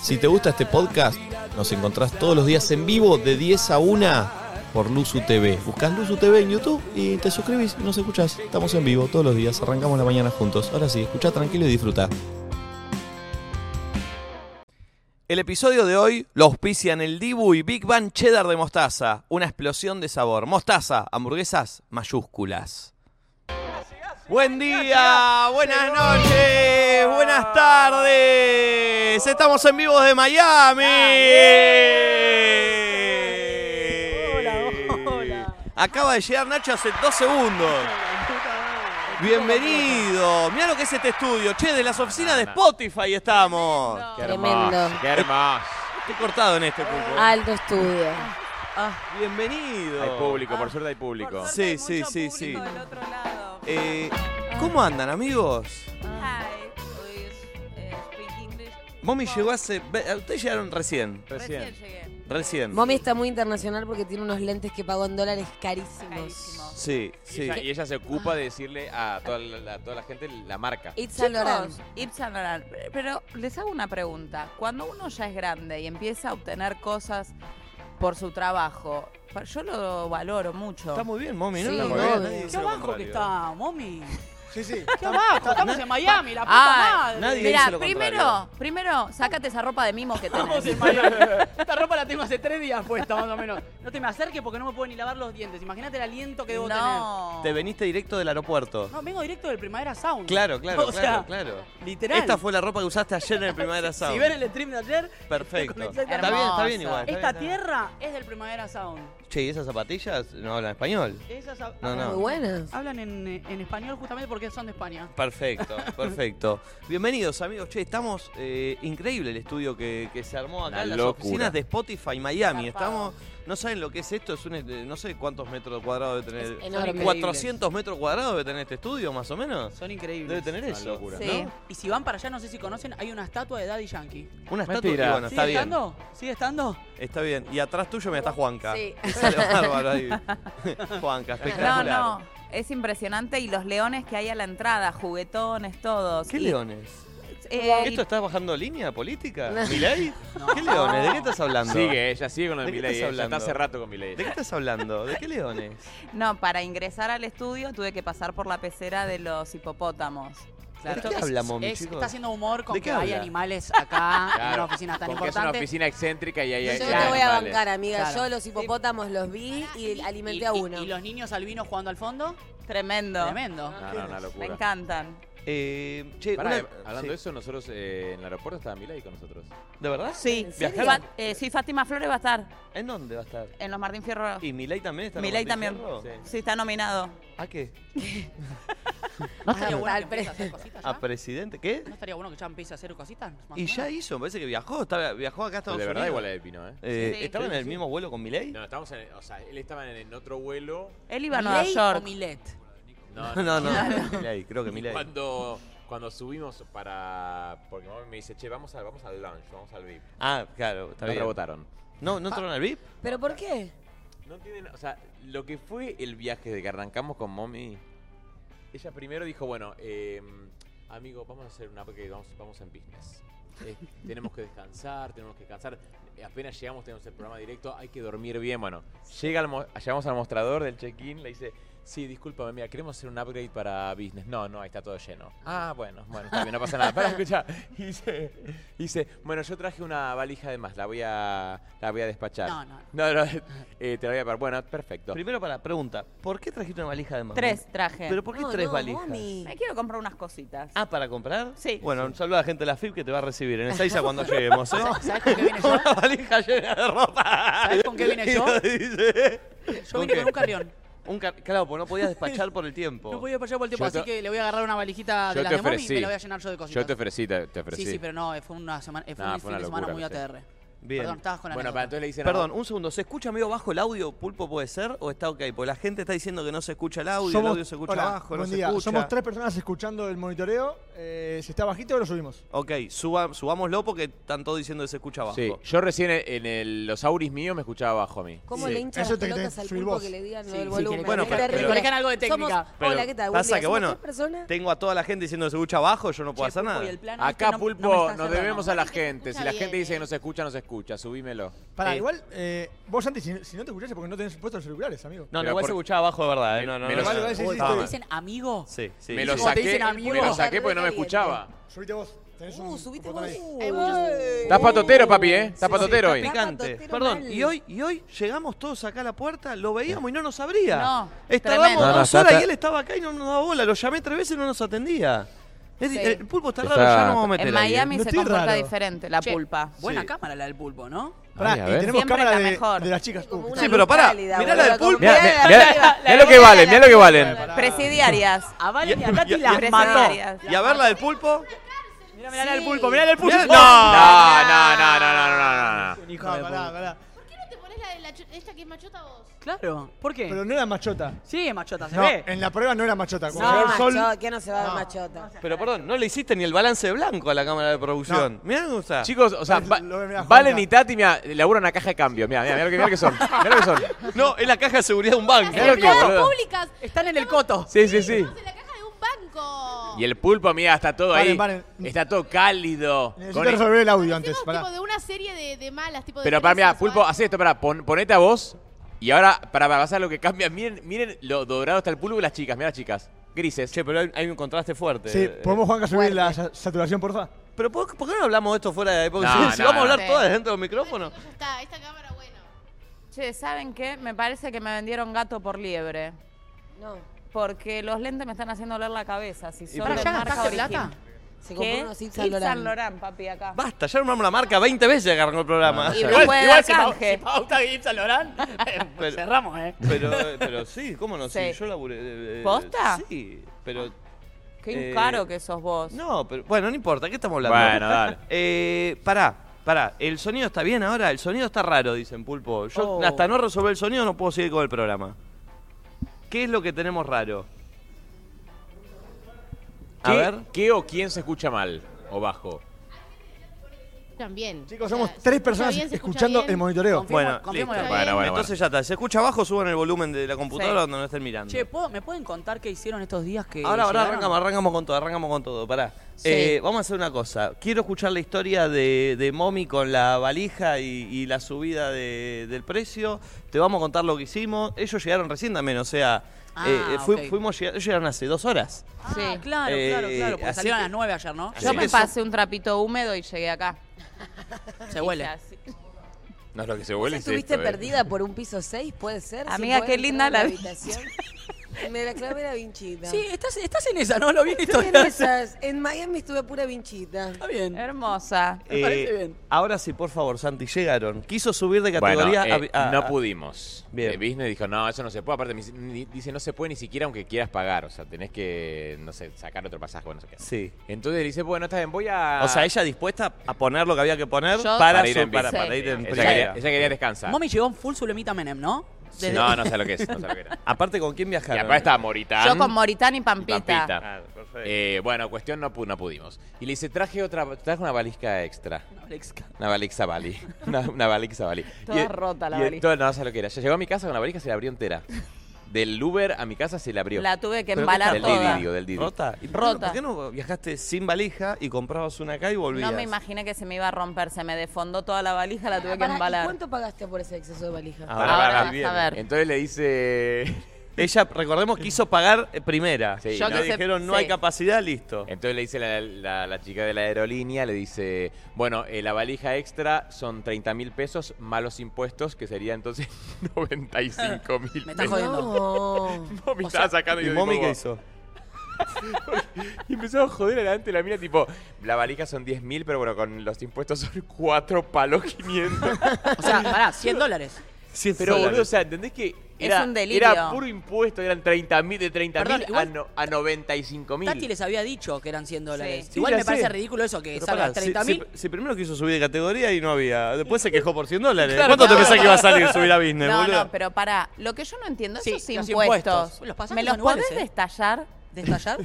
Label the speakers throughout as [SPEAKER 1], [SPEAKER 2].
[SPEAKER 1] Si te gusta este podcast, nos encontrás todos los días en vivo de 10 a 1 por Luzu TV. Buscás Luzu TV en YouTube y te suscribís y nos escuchás. Estamos en vivo todos los días, arrancamos la mañana juntos. Ahora sí, escucha tranquilo y disfruta. El episodio de hoy lo auspician el Dibu y Big Bang Cheddar de Mostaza. Una explosión de sabor. Mostaza, hamburguesas mayúsculas. Buen día, buenas noches, buenas tardes. Estamos en vivo de
[SPEAKER 2] Ah,
[SPEAKER 1] Miami.
[SPEAKER 3] Hola, hola.
[SPEAKER 1] Acaba de llegar Nacho hace dos segundos. Bienvenido. Mira lo que es este estudio. Che, de las oficinas de Spotify estamos.
[SPEAKER 2] Qué
[SPEAKER 3] Tremendo.
[SPEAKER 2] hermoso, qué hermoso.
[SPEAKER 1] Estoy cortado en este punto.
[SPEAKER 3] Alto estudio.
[SPEAKER 4] Ah,
[SPEAKER 1] Bienvenido.
[SPEAKER 2] Hay público, por suerte hay público.
[SPEAKER 5] Por suerte
[SPEAKER 1] Sí,
[SPEAKER 5] hay
[SPEAKER 1] sí,
[SPEAKER 5] mucho
[SPEAKER 1] sí,
[SPEAKER 5] público
[SPEAKER 1] sí.
[SPEAKER 5] del otro lado.
[SPEAKER 1] Eh, ¿Cómo andan, amigos?
[SPEAKER 5] Hi, we eh, speak English.
[SPEAKER 1] Mommy llegó hace. ve- ah, Ustedes llegaron recién.
[SPEAKER 5] Recién,
[SPEAKER 2] Recién.
[SPEAKER 5] llegué.
[SPEAKER 1] Recién.
[SPEAKER 3] Mommy está muy internacional porque tiene unos lentes que pagó en dólares carísimos.
[SPEAKER 5] Carísimo.
[SPEAKER 1] Sí,
[SPEAKER 2] Y
[SPEAKER 1] sí.
[SPEAKER 2] ella- Y ella se ocupa de decirle a toda la, a toda la gente la marca.
[SPEAKER 3] It's Saint Laurent.
[SPEAKER 5] Chicos, Yves Saint Laurent, Pero les hago una pregunta. Cuando uno ya es grande y empieza a obtener cosas por su trabajo, pa- yo lo valoro mucho.
[SPEAKER 1] Está muy bien, Mommy, ¿no?
[SPEAKER 3] Sí,
[SPEAKER 1] No,
[SPEAKER 3] muy
[SPEAKER 1] no,
[SPEAKER 3] bien.
[SPEAKER 1] nadie dice
[SPEAKER 4] Qué
[SPEAKER 1] lo
[SPEAKER 4] abajo que
[SPEAKER 1] contrario.
[SPEAKER 4] está, mami.
[SPEAKER 6] Sí, sí.
[SPEAKER 4] Qué abajo, estamos en Miami, la puta
[SPEAKER 5] Ay,
[SPEAKER 4] madre.
[SPEAKER 1] nadie- dice
[SPEAKER 5] Mira,
[SPEAKER 1] lo
[SPEAKER 5] primero,
[SPEAKER 1] contrario.
[SPEAKER 5] primero, sácate esa ropa de mimo que
[SPEAKER 4] Estamos
[SPEAKER 5] tenés.
[SPEAKER 4] en Miami. Esta ropa la tengo hace tres días puesta, más o menos. No te me acerques porque no me puedo ni lavar los dientes. Imagínate el aliento que debo tener.
[SPEAKER 5] No.
[SPEAKER 1] Te veniste directo del aeropuerto.
[SPEAKER 4] No, vengo directo del Primavera Sound.
[SPEAKER 1] Claro, claro,
[SPEAKER 4] O sea,
[SPEAKER 1] claro, claro.
[SPEAKER 4] Literal.
[SPEAKER 1] Esta fue la ropa que usaste ayer en el Primavera Sound.
[SPEAKER 4] Si ven el stream de ayer,
[SPEAKER 1] Perfecto.
[SPEAKER 4] con
[SPEAKER 1] Está bien,
[SPEAKER 4] exactamente-
[SPEAKER 1] está bien
[SPEAKER 5] Hermoso.
[SPEAKER 1] igual. está
[SPEAKER 4] esta
[SPEAKER 1] bien, está bien.
[SPEAKER 4] tierra es del Primavera Sound.
[SPEAKER 1] Che, ¿y esas zapatillas no hablan español?
[SPEAKER 4] Esas hab-
[SPEAKER 1] No, no.
[SPEAKER 3] Muy buenas.
[SPEAKER 4] Hablan en, en español justamente porque son de España.
[SPEAKER 1] Perfecto, perfecto. Bienvenidos amigos, che, estamos eh, increíble el estudio que, que se armó acá
[SPEAKER 2] Una
[SPEAKER 1] en las
[SPEAKER 2] locura.
[SPEAKER 1] oficinas de Spotify Miami.
[SPEAKER 5] Zarpado.
[SPEAKER 1] Estamos, no saben lo que es esto, es un, eh, no sé cuántos metros cuadrados debe tener.
[SPEAKER 3] Es enorme.
[SPEAKER 1] 400 metros cuadrados debe tener este estudio más o menos.
[SPEAKER 4] Son
[SPEAKER 1] Debe
[SPEAKER 4] increíbles.
[SPEAKER 1] tener
[SPEAKER 2] Una
[SPEAKER 1] eso.
[SPEAKER 2] locura.
[SPEAKER 5] Sí.
[SPEAKER 1] ¿no?
[SPEAKER 4] Y si van para allá, no sé si conocen, hay una estatua de Daddy Yankee.
[SPEAKER 1] Una estatua
[SPEAKER 2] Mentira.
[SPEAKER 1] y bueno,
[SPEAKER 4] ¿Sigue
[SPEAKER 1] está bien.
[SPEAKER 4] estando? ¿Sigue estando?
[SPEAKER 1] Está bien. Y atrás tuyo me está Juanca.
[SPEAKER 3] Sí.
[SPEAKER 1] Me Sale bárbaro ahí. Juanca,
[SPEAKER 5] No,
[SPEAKER 1] espectacular.
[SPEAKER 5] no. Es impresionante y los leones que hay a la entrada, juguetones, todos.
[SPEAKER 1] ¿Qué
[SPEAKER 5] Y-
[SPEAKER 1] leones?
[SPEAKER 5] eh,
[SPEAKER 1] ¿Esto
[SPEAKER 5] y-
[SPEAKER 1] estás bajando línea política?
[SPEAKER 3] No.
[SPEAKER 1] ¿Milei? ¿Qué leones? ¿De qué estás hablando?
[SPEAKER 2] Sigue, ella sigue con lo
[SPEAKER 1] ¿De
[SPEAKER 2] de
[SPEAKER 1] qué
[SPEAKER 2] Milei.
[SPEAKER 1] estás
[SPEAKER 2] eh. Ya
[SPEAKER 1] hablando?
[SPEAKER 2] está hace rato con Milei.
[SPEAKER 1] ¿De qué estás hablando? ¿De qué leones?
[SPEAKER 5] No, para ingresar al estudio tuve que pasar por la pecera de los hipopótamos.
[SPEAKER 1] ¿De qué hablamos, mi
[SPEAKER 4] Es-
[SPEAKER 1] chico?
[SPEAKER 4] Está haciendo humor con
[SPEAKER 1] ¿De
[SPEAKER 4] que
[SPEAKER 1] qué
[SPEAKER 4] hay
[SPEAKER 1] habla?
[SPEAKER 4] animales acá
[SPEAKER 5] Ah,
[SPEAKER 4] en una
[SPEAKER 2] Claro,
[SPEAKER 4] oficina tan
[SPEAKER 2] con que es una
[SPEAKER 4] importante.
[SPEAKER 2] oficina excéntrica y ahí hay
[SPEAKER 3] Yo no
[SPEAKER 2] hay
[SPEAKER 3] te voy a
[SPEAKER 2] animales.
[SPEAKER 3] bancar, amiga.
[SPEAKER 4] Claro.
[SPEAKER 3] Yo los hipopótamos los vi y alimenté a
[SPEAKER 4] Y- y-
[SPEAKER 3] uno.
[SPEAKER 4] Y, los niños albinos jugando al fondo,
[SPEAKER 5] Tremendo.
[SPEAKER 4] tremendo.
[SPEAKER 2] No, no, una
[SPEAKER 5] Me
[SPEAKER 2] locura.
[SPEAKER 5] encantan.
[SPEAKER 1] Eh, che,
[SPEAKER 2] Pará,
[SPEAKER 1] una-
[SPEAKER 2] eh, hablando
[SPEAKER 1] sí.
[SPEAKER 2] de eso, nosotros eh, en el aaeropuerto estaba Milei con nosotros.
[SPEAKER 1] ¿De verdad?
[SPEAKER 5] Sí.
[SPEAKER 3] ¿En serio?
[SPEAKER 1] ¿Viajaron?
[SPEAKER 5] Fa- eh, sí, Fátima Flores va a estar
[SPEAKER 1] ¿En dónde va a estar?
[SPEAKER 5] en los Martín Fierro.
[SPEAKER 1] ¿Y Milei también está? en
[SPEAKER 5] Ah. Milei
[SPEAKER 1] Martín
[SPEAKER 5] también.
[SPEAKER 1] Fierro?
[SPEAKER 5] Sí, está nominado.
[SPEAKER 1] ¿A qué?
[SPEAKER 4] ¿No estaría
[SPEAKER 3] Ah,
[SPEAKER 4] bueno
[SPEAKER 3] al
[SPEAKER 4] que empiece a hacer cositas
[SPEAKER 1] ¿A
[SPEAKER 4] ya?
[SPEAKER 1] presidente? ¿Qué?
[SPEAKER 4] ¿No estaría bueno que ya empiece a hacer cositas? más o
[SPEAKER 1] Y
[SPEAKER 4] menos?
[SPEAKER 1] ya hizo, me parece que viajó. Estaba, viajó acá a
[SPEAKER 2] De
[SPEAKER 1] Estados
[SPEAKER 2] verdad
[SPEAKER 1] Unidos.
[SPEAKER 2] igual él vino, ¿eh?
[SPEAKER 1] Eh,
[SPEAKER 5] Sí, sí.
[SPEAKER 1] ¿Estaban en el
[SPEAKER 2] Sí.
[SPEAKER 1] mismo vuelo con Milei?
[SPEAKER 2] No, estamos en, o sea, él estaba en, en otro vuelo.
[SPEAKER 5] Él iba a Nueva
[SPEAKER 4] ¿Milei o
[SPEAKER 5] York.
[SPEAKER 4] Milet?
[SPEAKER 2] No,
[SPEAKER 1] no, no. Milei, creo que Milei.
[SPEAKER 2] Cuando, cuando subimos para. Porque mami me dice, che, vamos, al vamos al lunch, vamos al VIP.
[SPEAKER 1] Ah, claro, está
[SPEAKER 2] Nos
[SPEAKER 1] bien.
[SPEAKER 2] rebotaron.
[SPEAKER 1] No, ¿no entraron al VIP?
[SPEAKER 3] ¿Pero por qué?
[SPEAKER 2] No tienen. O sea, lo que fue el viaje de que arrancamos con mommy. Ella primero dijo, bueno, eh, amigo, vamos a hacer una. Porque vamos, vamos en business. Eh, tenemos que descansar, tenemos que descansar. Eh, Apenas llegamos, tenemos el programa directo, hay que dormir bien. Bueno, llega al mo- llegamos al mostrador del check-in, le dice. Sí, discúlpame, mira, queremos hacer un upgrade para business. No, no, ahí está todo lleno. Ah, bueno, bueno, está bien, no pasa nada. Para escuchar. Y dice, dice, bueno, yo traje una valija de más, la voy a, la voy a despachar.
[SPEAKER 4] No, no.
[SPEAKER 2] No, no, eh, te la voy a parar. Bueno, perfecto.
[SPEAKER 1] Primero para la pregunta, ¿por qué trajiste una valija de mano?
[SPEAKER 5] Tres traje.
[SPEAKER 1] ¿Pero por qué
[SPEAKER 3] No,
[SPEAKER 1] tres
[SPEAKER 3] no,
[SPEAKER 1] valijas?
[SPEAKER 3] mami.
[SPEAKER 5] Me quiero comprar unas cositas.
[SPEAKER 1] Ah, ¿para comprar?
[SPEAKER 5] Sí.
[SPEAKER 1] Bueno, un saludo a la gente de la FIB que te va a recibir en Ezeiza cuando lleguemos. ¿eh?
[SPEAKER 4] ¿Sabes con qué viene yo?
[SPEAKER 1] Una valija llena de ropa.
[SPEAKER 4] ¿Sabés con qué vine
[SPEAKER 1] Y
[SPEAKER 4] yo?
[SPEAKER 1] nos dice-
[SPEAKER 4] Yo vine con un carrión.
[SPEAKER 1] Un car- claro, porque no podías despachar por el tiempo.
[SPEAKER 4] No podía pasar por el tiempo,
[SPEAKER 2] Yo te-
[SPEAKER 4] así que le voy a agarrar una valijita de
[SPEAKER 2] Yo
[SPEAKER 4] las
[SPEAKER 2] te
[SPEAKER 4] de mommy y
[SPEAKER 2] ofrecí.
[SPEAKER 4] me la voy a llenar yo de cositas.
[SPEAKER 2] Yo te ofrecí, te, te ofrecí.
[SPEAKER 4] Sí, sí, pero no, eh, fue una semana, fue
[SPEAKER 2] Nah,
[SPEAKER 4] un fin
[SPEAKER 2] fue una
[SPEAKER 4] de semana
[SPEAKER 2] locura,
[SPEAKER 4] muy
[SPEAKER 2] no sé.
[SPEAKER 4] ATR.
[SPEAKER 1] Bien.
[SPEAKER 4] Perdón, estabas con la
[SPEAKER 2] Bueno, para
[SPEAKER 4] anécdota.
[SPEAKER 2] entonces le dicen. a-
[SPEAKER 1] Perdón, un segundo. ¿Se escucha medio bajo el audio, Pulpo, puede ser? ¿O está ok? Porque la gente está diciendo que no se escucha el audio, el audio se escucha
[SPEAKER 6] hola,
[SPEAKER 1] bajo, no
[SPEAKER 6] buen
[SPEAKER 1] se
[SPEAKER 6] día.
[SPEAKER 1] escucha.
[SPEAKER 6] Somos tres personas escuchando el monitoreo. Eh, si está bajito, lo subimos.
[SPEAKER 1] Ok, suba- subámoslo porque están todos diciendo que se escucha bajo.
[SPEAKER 2] Sí, yo recién en el- los auris míos me escuchaba abajo a mí.
[SPEAKER 3] ¿Cómo
[SPEAKER 1] Sí.
[SPEAKER 3] le hinchan
[SPEAKER 6] Eso
[SPEAKER 3] las
[SPEAKER 6] te- te-
[SPEAKER 3] pelotas al
[SPEAKER 6] subir
[SPEAKER 3] pulpo
[SPEAKER 6] vos.
[SPEAKER 3] que le digan lo
[SPEAKER 4] Sí,
[SPEAKER 3] del
[SPEAKER 4] sí, que le
[SPEAKER 3] volumen?
[SPEAKER 1] Bueno,
[SPEAKER 3] es
[SPEAKER 1] pero-
[SPEAKER 3] terrible.
[SPEAKER 1] pero-
[SPEAKER 4] Conozcan algo de
[SPEAKER 3] Somos-
[SPEAKER 4] técnica.
[SPEAKER 3] hola,
[SPEAKER 1] Pero
[SPEAKER 3] ¿qué tal? Buen
[SPEAKER 1] Pasa
[SPEAKER 3] día.
[SPEAKER 1] que,
[SPEAKER 3] ¿Somos
[SPEAKER 1] bueno,
[SPEAKER 3] tres personas?
[SPEAKER 1] tengo a toda la gente diciendo que se escucha bajo, yo este no puedo hacer nada.
[SPEAKER 4] este?
[SPEAKER 2] Acá, Pulpo, nos debemos a la
[SPEAKER 7] Parece que
[SPEAKER 2] gente.
[SPEAKER 7] escucha
[SPEAKER 2] Si la
[SPEAKER 7] bien,
[SPEAKER 2] gente dice
[SPEAKER 7] eh.
[SPEAKER 2] que no se escucha, no se escucha. Subímelo.
[SPEAKER 6] Para,
[SPEAKER 1] Eh.
[SPEAKER 6] igual, eh, vos antes, si, si no te escuchaste, porque no tenés puestos los celulares, amigo.
[SPEAKER 1] No, no,
[SPEAKER 2] Pero
[SPEAKER 1] igual
[SPEAKER 2] por-
[SPEAKER 1] se escuchaba bajo de verdad, ¿eh? No, no,
[SPEAKER 2] Me
[SPEAKER 1] no,
[SPEAKER 2] lo-
[SPEAKER 1] no.
[SPEAKER 6] igual, sí, sí,
[SPEAKER 1] Estaba
[SPEAKER 6] estoy-
[SPEAKER 1] mal.
[SPEAKER 4] Dicen amigo.
[SPEAKER 1] Sí, sí.
[SPEAKER 2] Me lo
[SPEAKER 4] Como te
[SPEAKER 2] saqué,
[SPEAKER 4] dicen
[SPEAKER 2] me
[SPEAKER 4] amigo.
[SPEAKER 2] lo saqué porque no me escuchaba.
[SPEAKER 6] Subite vos. Tenés un
[SPEAKER 3] Uh, subiste
[SPEAKER 6] botón
[SPEAKER 3] vos.
[SPEAKER 6] ahí.
[SPEAKER 3] Hay muchos-
[SPEAKER 2] Estás patotero, papi, ¿eh? Estás
[SPEAKER 1] Sí,
[SPEAKER 2] patotero
[SPEAKER 1] está
[SPEAKER 2] hoy.
[SPEAKER 1] picante.
[SPEAKER 3] Está patotero
[SPEAKER 1] Perdón,
[SPEAKER 3] mal.
[SPEAKER 1] y hoy, y hoy llegamos todos acá a la puerta, lo veíamos y no nos abría.
[SPEAKER 5] No,
[SPEAKER 1] Estábamos
[SPEAKER 5] tremendo.
[SPEAKER 2] No, no,
[SPEAKER 1] dos
[SPEAKER 2] está-
[SPEAKER 1] horas y
[SPEAKER 2] está-
[SPEAKER 1] él estaba acá y no nos daba bola. Lo llamé tres veces y no nos atendía. Es-
[SPEAKER 5] Sí.
[SPEAKER 1] El pulpo está
[SPEAKER 2] Está-
[SPEAKER 1] raro, ya no vamos a meter
[SPEAKER 5] En
[SPEAKER 1] ahí, ¿eh?
[SPEAKER 5] Miami
[SPEAKER 6] No
[SPEAKER 5] se
[SPEAKER 6] estoy
[SPEAKER 5] comporta
[SPEAKER 6] raro.
[SPEAKER 5] diferente la pulpa.
[SPEAKER 4] Buena
[SPEAKER 1] Sí.
[SPEAKER 4] cámara la del pulpo, ¿no?
[SPEAKER 6] Pará,
[SPEAKER 2] Ay, a
[SPEAKER 6] y
[SPEAKER 2] ver.
[SPEAKER 6] tenemos
[SPEAKER 5] Siempre
[SPEAKER 6] cámara
[SPEAKER 5] la
[SPEAKER 6] de,
[SPEAKER 5] mejor.
[SPEAKER 6] de las chicas.
[SPEAKER 3] Como
[SPEAKER 6] Uh,
[SPEAKER 3] una
[SPEAKER 1] Sí, pero
[SPEAKER 3] luz
[SPEAKER 1] pará,
[SPEAKER 3] cálida,
[SPEAKER 1] mirá la del
[SPEAKER 3] boludo,
[SPEAKER 1] pulpo.
[SPEAKER 3] como-
[SPEAKER 2] Mirá, mirá, mirá, mirá lo que
[SPEAKER 5] Mira
[SPEAKER 2] valen,
[SPEAKER 5] la-
[SPEAKER 2] mirá lo que valen.
[SPEAKER 5] Presidiarias.
[SPEAKER 4] A Valen y a
[SPEAKER 1] Y-
[SPEAKER 4] Tati
[SPEAKER 1] y-
[SPEAKER 4] las
[SPEAKER 5] y-
[SPEAKER 4] mató.
[SPEAKER 5] Presidiarias.
[SPEAKER 1] Y a ver la del pulpo.
[SPEAKER 4] Mirá, mirá la
[SPEAKER 3] Sí.
[SPEAKER 4] del pulpo, mirá la del pulpo.
[SPEAKER 1] Mirá-
[SPEAKER 2] No, no, no, no, no, no,
[SPEAKER 1] Ah.
[SPEAKER 2] no, no.
[SPEAKER 6] Hijo pará, pará.
[SPEAKER 7] ¿Por qué no te pones la de la chu- esta que es machota vos?
[SPEAKER 4] Claro, ¿por qué?
[SPEAKER 6] Pero no era machota.
[SPEAKER 4] Sí, machota, se
[SPEAKER 6] No,
[SPEAKER 4] ve.
[SPEAKER 6] en la prueba no era machota.
[SPEAKER 3] No,
[SPEAKER 6] Cuando llegó el sol,
[SPEAKER 3] macho, que no se va a ver machota.
[SPEAKER 1] Pero perdón, no le hiciste ni el balance blanco a la cámara de producción. Mirá cómo está.
[SPEAKER 2] Chicos, o sea,
[SPEAKER 6] Lo-
[SPEAKER 2] va-
[SPEAKER 6] lo- mirá, Juanca.
[SPEAKER 2] Valen y Tati, mira, laburan una caja de cambio. Mira, mira, mira, lo que son. Mira lo que son.
[SPEAKER 1] No, es la caja de seguridad de un banco.
[SPEAKER 2] Mirá lo que,
[SPEAKER 7] Empleadas
[SPEAKER 2] boludo.
[SPEAKER 7] públicas.
[SPEAKER 4] Están en el coto.
[SPEAKER 2] Sí, sí, sí.
[SPEAKER 7] Estamos en la caja de un banco.
[SPEAKER 2] Y el pulpo, amiga, está todo ahí.
[SPEAKER 6] Paren, paren.
[SPEAKER 2] Está todo cálido.
[SPEAKER 6] necesito
[SPEAKER 2] Con el-
[SPEAKER 6] resolver el audio antes.
[SPEAKER 7] Hicimos tipo
[SPEAKER 6] Pará.
[SPEAKER 7] de una serie de, de malas, tipo de eh.
[SPEAKER 2] Pero para, mira,
[SPEAKER 7] perezas o
[SPEAKER 2] pulpo,
[SPEAKER 7] algo.
[SPEAKER 2] haz esto, para, ponete a vos. Y ahora, para pasar lo que cambia, miren, miren lo dorado está el pulpo y las chicas, mira las chicas. Grises.
[SPEAKER 1] Che, pero hay, hay un contraste fuerte.
[SPEAKER 6] Sí,
[SPEAKER 1] Eh,
[SPEAKER 6] ¿podemos, Juanca, subir
[SPEAKER 3] fuerte.
[SPEAKER 6] la sa- saturación, porfa?
[SPEAKER 1] Pero ¿por, por qué no hablamos de esto fuera de.? Porque
[SPEAKER 2] No,
[SPEAKER 1] si, si
[SPEAKER 2] no,
[SPEAKER 1] vamos a
[SPEAKER 2] no.
[SPEAKER 5] Sí.
[SPEAKER 1] hablar todas dentro del micrófono.
[SPEAKER 7] Ya está, esta cámara, bueno.
[SPEAKER 5] Che, ¿saben qué? Me parece que me vendieron gato por liebre.
[SPEAKER 3] No,
[SPEAKER 5] Porque los lentes me están haciendo doler la cabeza. Si son
[SPEAKER 4] pará,
[SPEAKER 5] de
[SPEAKER 4] ¿ya
[SPEAKER 5] marca
[SPEAKER 4] gastaste
[SPEAKER 5] original.
[SPEAKER 4] plata?
[SPEAKER 3] se compró unos Yves Saint Laurent.
[SPEAKER 5] Laurent, papi, acá.
[SPEAKER 1] Basta, ya nombramos la marca 20 veces que arrancó el
[SPEAKER 2] Ah,
[SPEAKER 1] programa.
[SPEAKER 5] Y no puede dar
[SPEAKER 4] si, pau-
[SPEAKER 5] canje.
[SPEAKER 4] si pauta Gibbs a Lorán,
[SPEAKER 1] Pero-
[SPEAKER 4] cerramos, ¿eh?
[SPEAKER 1] Pero, eh, pero sí, ¿cómo no? Sí,
[SPEAKER 5] Sí.
[SPEAKER 1] yo laburé. eh, eh,
[SPEAKER 5] ¿Posta?
[SPEAKER 1] Sí, pero.
[SPEAKER 5] Qué
[SPEAKER 1] Eh,
[SPEAKER 5] caro que sos vos.
[SPEAKER 1] No, pero. Bueno, no importa, ¿qué estamos hablando?
[SPEAKER 2] Bueno, dale.
[SPEAKER 1] Eh, pará, pará. ¿El sonido está bien ahora? El sonido está raro, dicen Pulpo. Yo
[SPEAKER 4] Oh.
[SPEAKER 1] hasta no resolver el sonido no puedo seguir con el programa. ¿Qué es lo que tenemos raro?
[SPEAKER 2] ¿Qué,
[SPEAKER 1] A ver.
[SPEAKER 2] ¿Qué o quién se escucha mal o bajo?
[SPEAKER 7] También.
[SPEAKER 6] Chicos,
[SPEAKER 7] O sea,
[SPEAKER 6] somos
[SPEAKER 7] se
[SPEAKER 6] tres
[SPEAKER 7] escucha
[SPEAKER 6] personas
[SPEAKER 7] bien, se escucha
[SPEAKER 6] escuchando
[SPEAKER 7] bien.
[SPEAKER 6] el monitoreo.
[SPEAKER 4] Confirmo-
[SPEAKER 1] Bueno,
[SPEAKER 4] confirmo
[SPEAKER 1] listo.
[SPEAKER 4] la-
[SPEAKER 2] Bueno, bueno,
[SPEAKER 1] Entonces ya está. Si escucha bajo, suban el volumen de la computadora
[SPEAKER 5] Sí.
[SPEAKER 1] donde no estén mirando.
[SPEAKER 4] Che, ¿puedo- ¿me pueden contar qué hicieron estos días que
[SPEAKER 1] Ahora, ahora
[SPEAKER 4] llegaron?
[SPEAKER 1] arrancamos, arrancamos con todo, arrancamos con todo, pará.
[SPEAKER 4] Sí.
[SPEAKER 1] Eh, vamos a hacer una cosa. Quiero escuchar la historia de, de Momi con la valija y, y la subida de- del precio. Te vamos a contar lo que hicimos. Ellos llegaron recién también, o sea,
[SPEAKER 4] Ah,
[SPEAKER 1] eh, fu-
[SPEAKER 4] ok.
[SPEAKER 1] fuimos llega- ellos llegaron hace dos horas.
[SPEAKER 4] Ah,
[SPEAKER 5] Sí.
[SPEAKER 4] claro, claro,
[SPEAKER 1] Eh,
[SPEAKER 4] claro, porque
[SPEAKER 1] así
[SPEAKER 4] salieron a
[SPEAKER 1] que-
[SPEAKER 4] las 9 ayer, ¿no?
[SPEAKER 1] así
[SPEAKER 5] Yo
[SPEAKER 1] que
[SPEAKER 5] me
[SPEAKER 1] eso-
[SPEAKER 5] pasé un trapito húmedo y llegué acá.
[SPEAKER 4] Se huele.
[SPEAKER 5] Hice así.
[SPEAKER 2] No es lo que se
[SPEAKER 3] ¿Vos
[SPEAKER 2] huele.
[SPEAKER 3] ¿Estuviste perdida por un piso 6? ¿Puede ser? ¿Sin
[SPEAKER 5] Amiga,
[SPEAKER 3] poder
[SPEAKER 5] qué
[SPEAKER 3] entrar
[SPEAKER 5] linda
[SPEAKER 3] a
[SPEAKER 5] la
[SPEAKER 3] habitación. Me la clavé la vinchita.
[SPEAKER 4] Sí, estás, estás en esa, ¿no? Lo vi en
[SPEAKER 3] Estoy en
[SPEAKER 4] historia. Está
[SPEAKER 3] esas. En Miami estuve pura vinchita.
[SPEAKER 4] bien.
[SPEAKER 5] Hermosa.
[SPEAKER 4] Me parece bien.
[SPEAKER 1] eh, Ahora sí, por favor, Santi, llegaron. Quiso subir de categoría
[SPEAKER 2] bueno, eh,
[SPEAKER 1] a- a-
[SPEAKER 2] no
[SPEAKER 1] a-
[SPEAKER 2] pudimos.
[SPEAKER 1] Bien.
[SPEAKER 2] El business dijo, no, eso no se puede. Aparte, me dice- ni- dice, no se puede ni siquiera aunque quieras pagar. O sea, tenés que, no sé, sacar otro pasaje o no sé qué.
[SPEAKER 1] Sí.
[SPEAKER 2] Entonces le dice, bueno, está bien, voy
[SPEAKER 4] Ah.
[SPEAKER 2] a...
[SPEAKER 1] O sea, ella dispuesta a poner lo que había que poner
[SPEAKER 5] Yo-
[SPEAKER 1] para,
[SPEAKER 2] Para ir
[SPEAKER 1] su-
[SPEAKER 2] en
[SPEAKER 1] para-
[SPEAKER 2] bici.
[SPEAKER 1] para ir en
[SPEAKER 2] Ella
[SPEAKER 1] primera.
[SPEAKER 2] quería, ella quería descansar.
[SPEAKER 4] Mami llegó en full Sulemita Menem, ¿no?
[SPEAKER 2] Sí. No, no sé lo que es. No sé lo que era.
[SPEAKER 1] Aparte, ¿con quién
[SPEAKER 2] Y
[SPEAKER 1] viajaron?
[SPEAKER 2] acá está Moritán.
[SPEAKER 5] Yo con Moritán y
[SPEAKER 2] y
[SPEAKER 5] Pampita.
[SPEAKER 2] Pampita.
[SPEAKER 1] Ah, perfecto.
[SPEAKER 2] Eh, bueno, cuestión no, pu- no pudimos. Y le dice, traje otra, traje una valija extra.
[SPEAKER 4] Alex,
[SPEAKER 2] Una valija Bali. Una, una valija Bali.
[SPEAKER 5] Toda rota la
[SPEAKER 2] y-
[SPEAKER 5] valija.
[SPEAKER 2] todo- no, sé lo que era. Ya llegó a mi casa con la valija, se la abrió entera. Del Uber a mi casa se la abrió.
[SPEAKER 5] La tuve que
[SPEAKER 1] Pero
[SPEAKER 5] embalar
[SPEAKER 2] del Didi,
[SPEAKER 5] toda.
[SPEAKER 2] digo, del Didi.
[SPEAKER 1] Rota. ¿Y por qué no-
[SPEAKER 5] Rota.
[SPEAKER 1] ¿Por qué no viajaste sin valija y comprabas una acá y volvías?
[SPEAKER 5] No me imaginé que se me iba a romper, se me desfondó toda la valija, la tuve que
[SPEAKER 3] Pará, ¿y
[SPEAKER 5] embalar.
[SPEAKER 3] ¿Cuánto pagaste por ese exceso de valija?
[SPEAKER 1] Ah.
[SPEAKER 2] Pará,
[SPEAKER 5] Ahora
[SPEAKER 2] pará,
[SPEAKER 5] vas a
[SPEAKER 2] bien.
[SPEAKER 5] ver.
[SPEAKER 2] Entonces le dice...
[SPEAKER 1] Ella, recordemos, quiso pagar eh, primera.
[SPEAKER 2] Sí, Yo
[SPEAKER 1] Yo le
[SPEAKER 2] que
[SPEAKER 5] sé-
[SPEAKER 1] dijeron, no
[SPEAKER 5] sí.
[SPEAKER 1] hay capacidad, listo.
[SPEAKER 2] Entonces le dice la, la- la chica de la aerolínea, le dice, bueno, eh, la valija extra son 30 mil pesos, malos impuestos, que sería entonces 95 mil
[SPEAKER 4] Me
[SPEAKER 2] pesos.
[SPEAKER 4] está jodiendo.
[SPEAKER 3] No.
[SPEAKER 2] Momi estaba sacando
[SPEAKER 1] ¿Y
[SPEAKER 2] yo
[SPEAKER 1] Momi
[SPEAKER 2] digo,
[SPEAKER 1] qué hizo? Ah.
[SPEAKER 2] Y empezaba a joder adelante la mía, tipo, la valija son 10 mil, pero bueno, con los impuestos son 4 palos 500.
[SPEAKER 4] O sea, pará, 100 dólares.
[SPEAKER 1] Sí,
[SPEAKER 2] pero boludo, o sea, ¿entendés que
[SPEAKER 5] es un delirio.
[SPEAKER 2] Era puro impuesto, eran 30 de 30
[SPEAKER 4] Perdón,
[SPEAKER 2] a,
[SPEAKER 4] igual-
[SPEAKER 2] no- a 95 mil.
[SPEAKER 4] Tati les había dicho que eran 100 dólares.
[SPEAKER 5] Sí.
[SPEAKER 2] Sí,
[SPEAKER 4] Igual
[SPEAKER 2] ya
[SPEAKER 4] me parece
[SPEAKER 2] sé.
[SPEAKER 4] ridículo eso que
[SPEAKER 1] Pero
[SPEAKER 4] salga
[SPEAKER 1] pará,
[SPEAKER 4] 30
[SPEAKER 1] si,
[SPEAKER 4] mil.
[SPEAKER 1] si- si primero quiso subir de categoría y no había, después se quejó por 100 dólares.
[SPEAKER 4] Claro,
[SPEAKER 1] ¿Cuánto
[SPEAKER 4] claro.
[SPEAKER 1] te pensás que iba a salir subir a business,
[SPEAKER 5] No,
[SPEAKER 1] boludo?
[SPEAKER 5] no, pero pará. Lo que yo no entiendo,
[SPEAKER 4] Sí,
[SPEAKER 5] esos
[SPEAKER 4] los
[SPEAKER 5] impuestos.
[SPEAKER 4] impuestos. Los pasantes
[SPEAKER 5] ¿Me los
[SPEAKER 4] son iguales,
[SPEAKER 5] podés
[SPEAKER 4] ¿eh?
[SPEAKER 5] destallar?
[SPEAKER 4] ¿Destallar?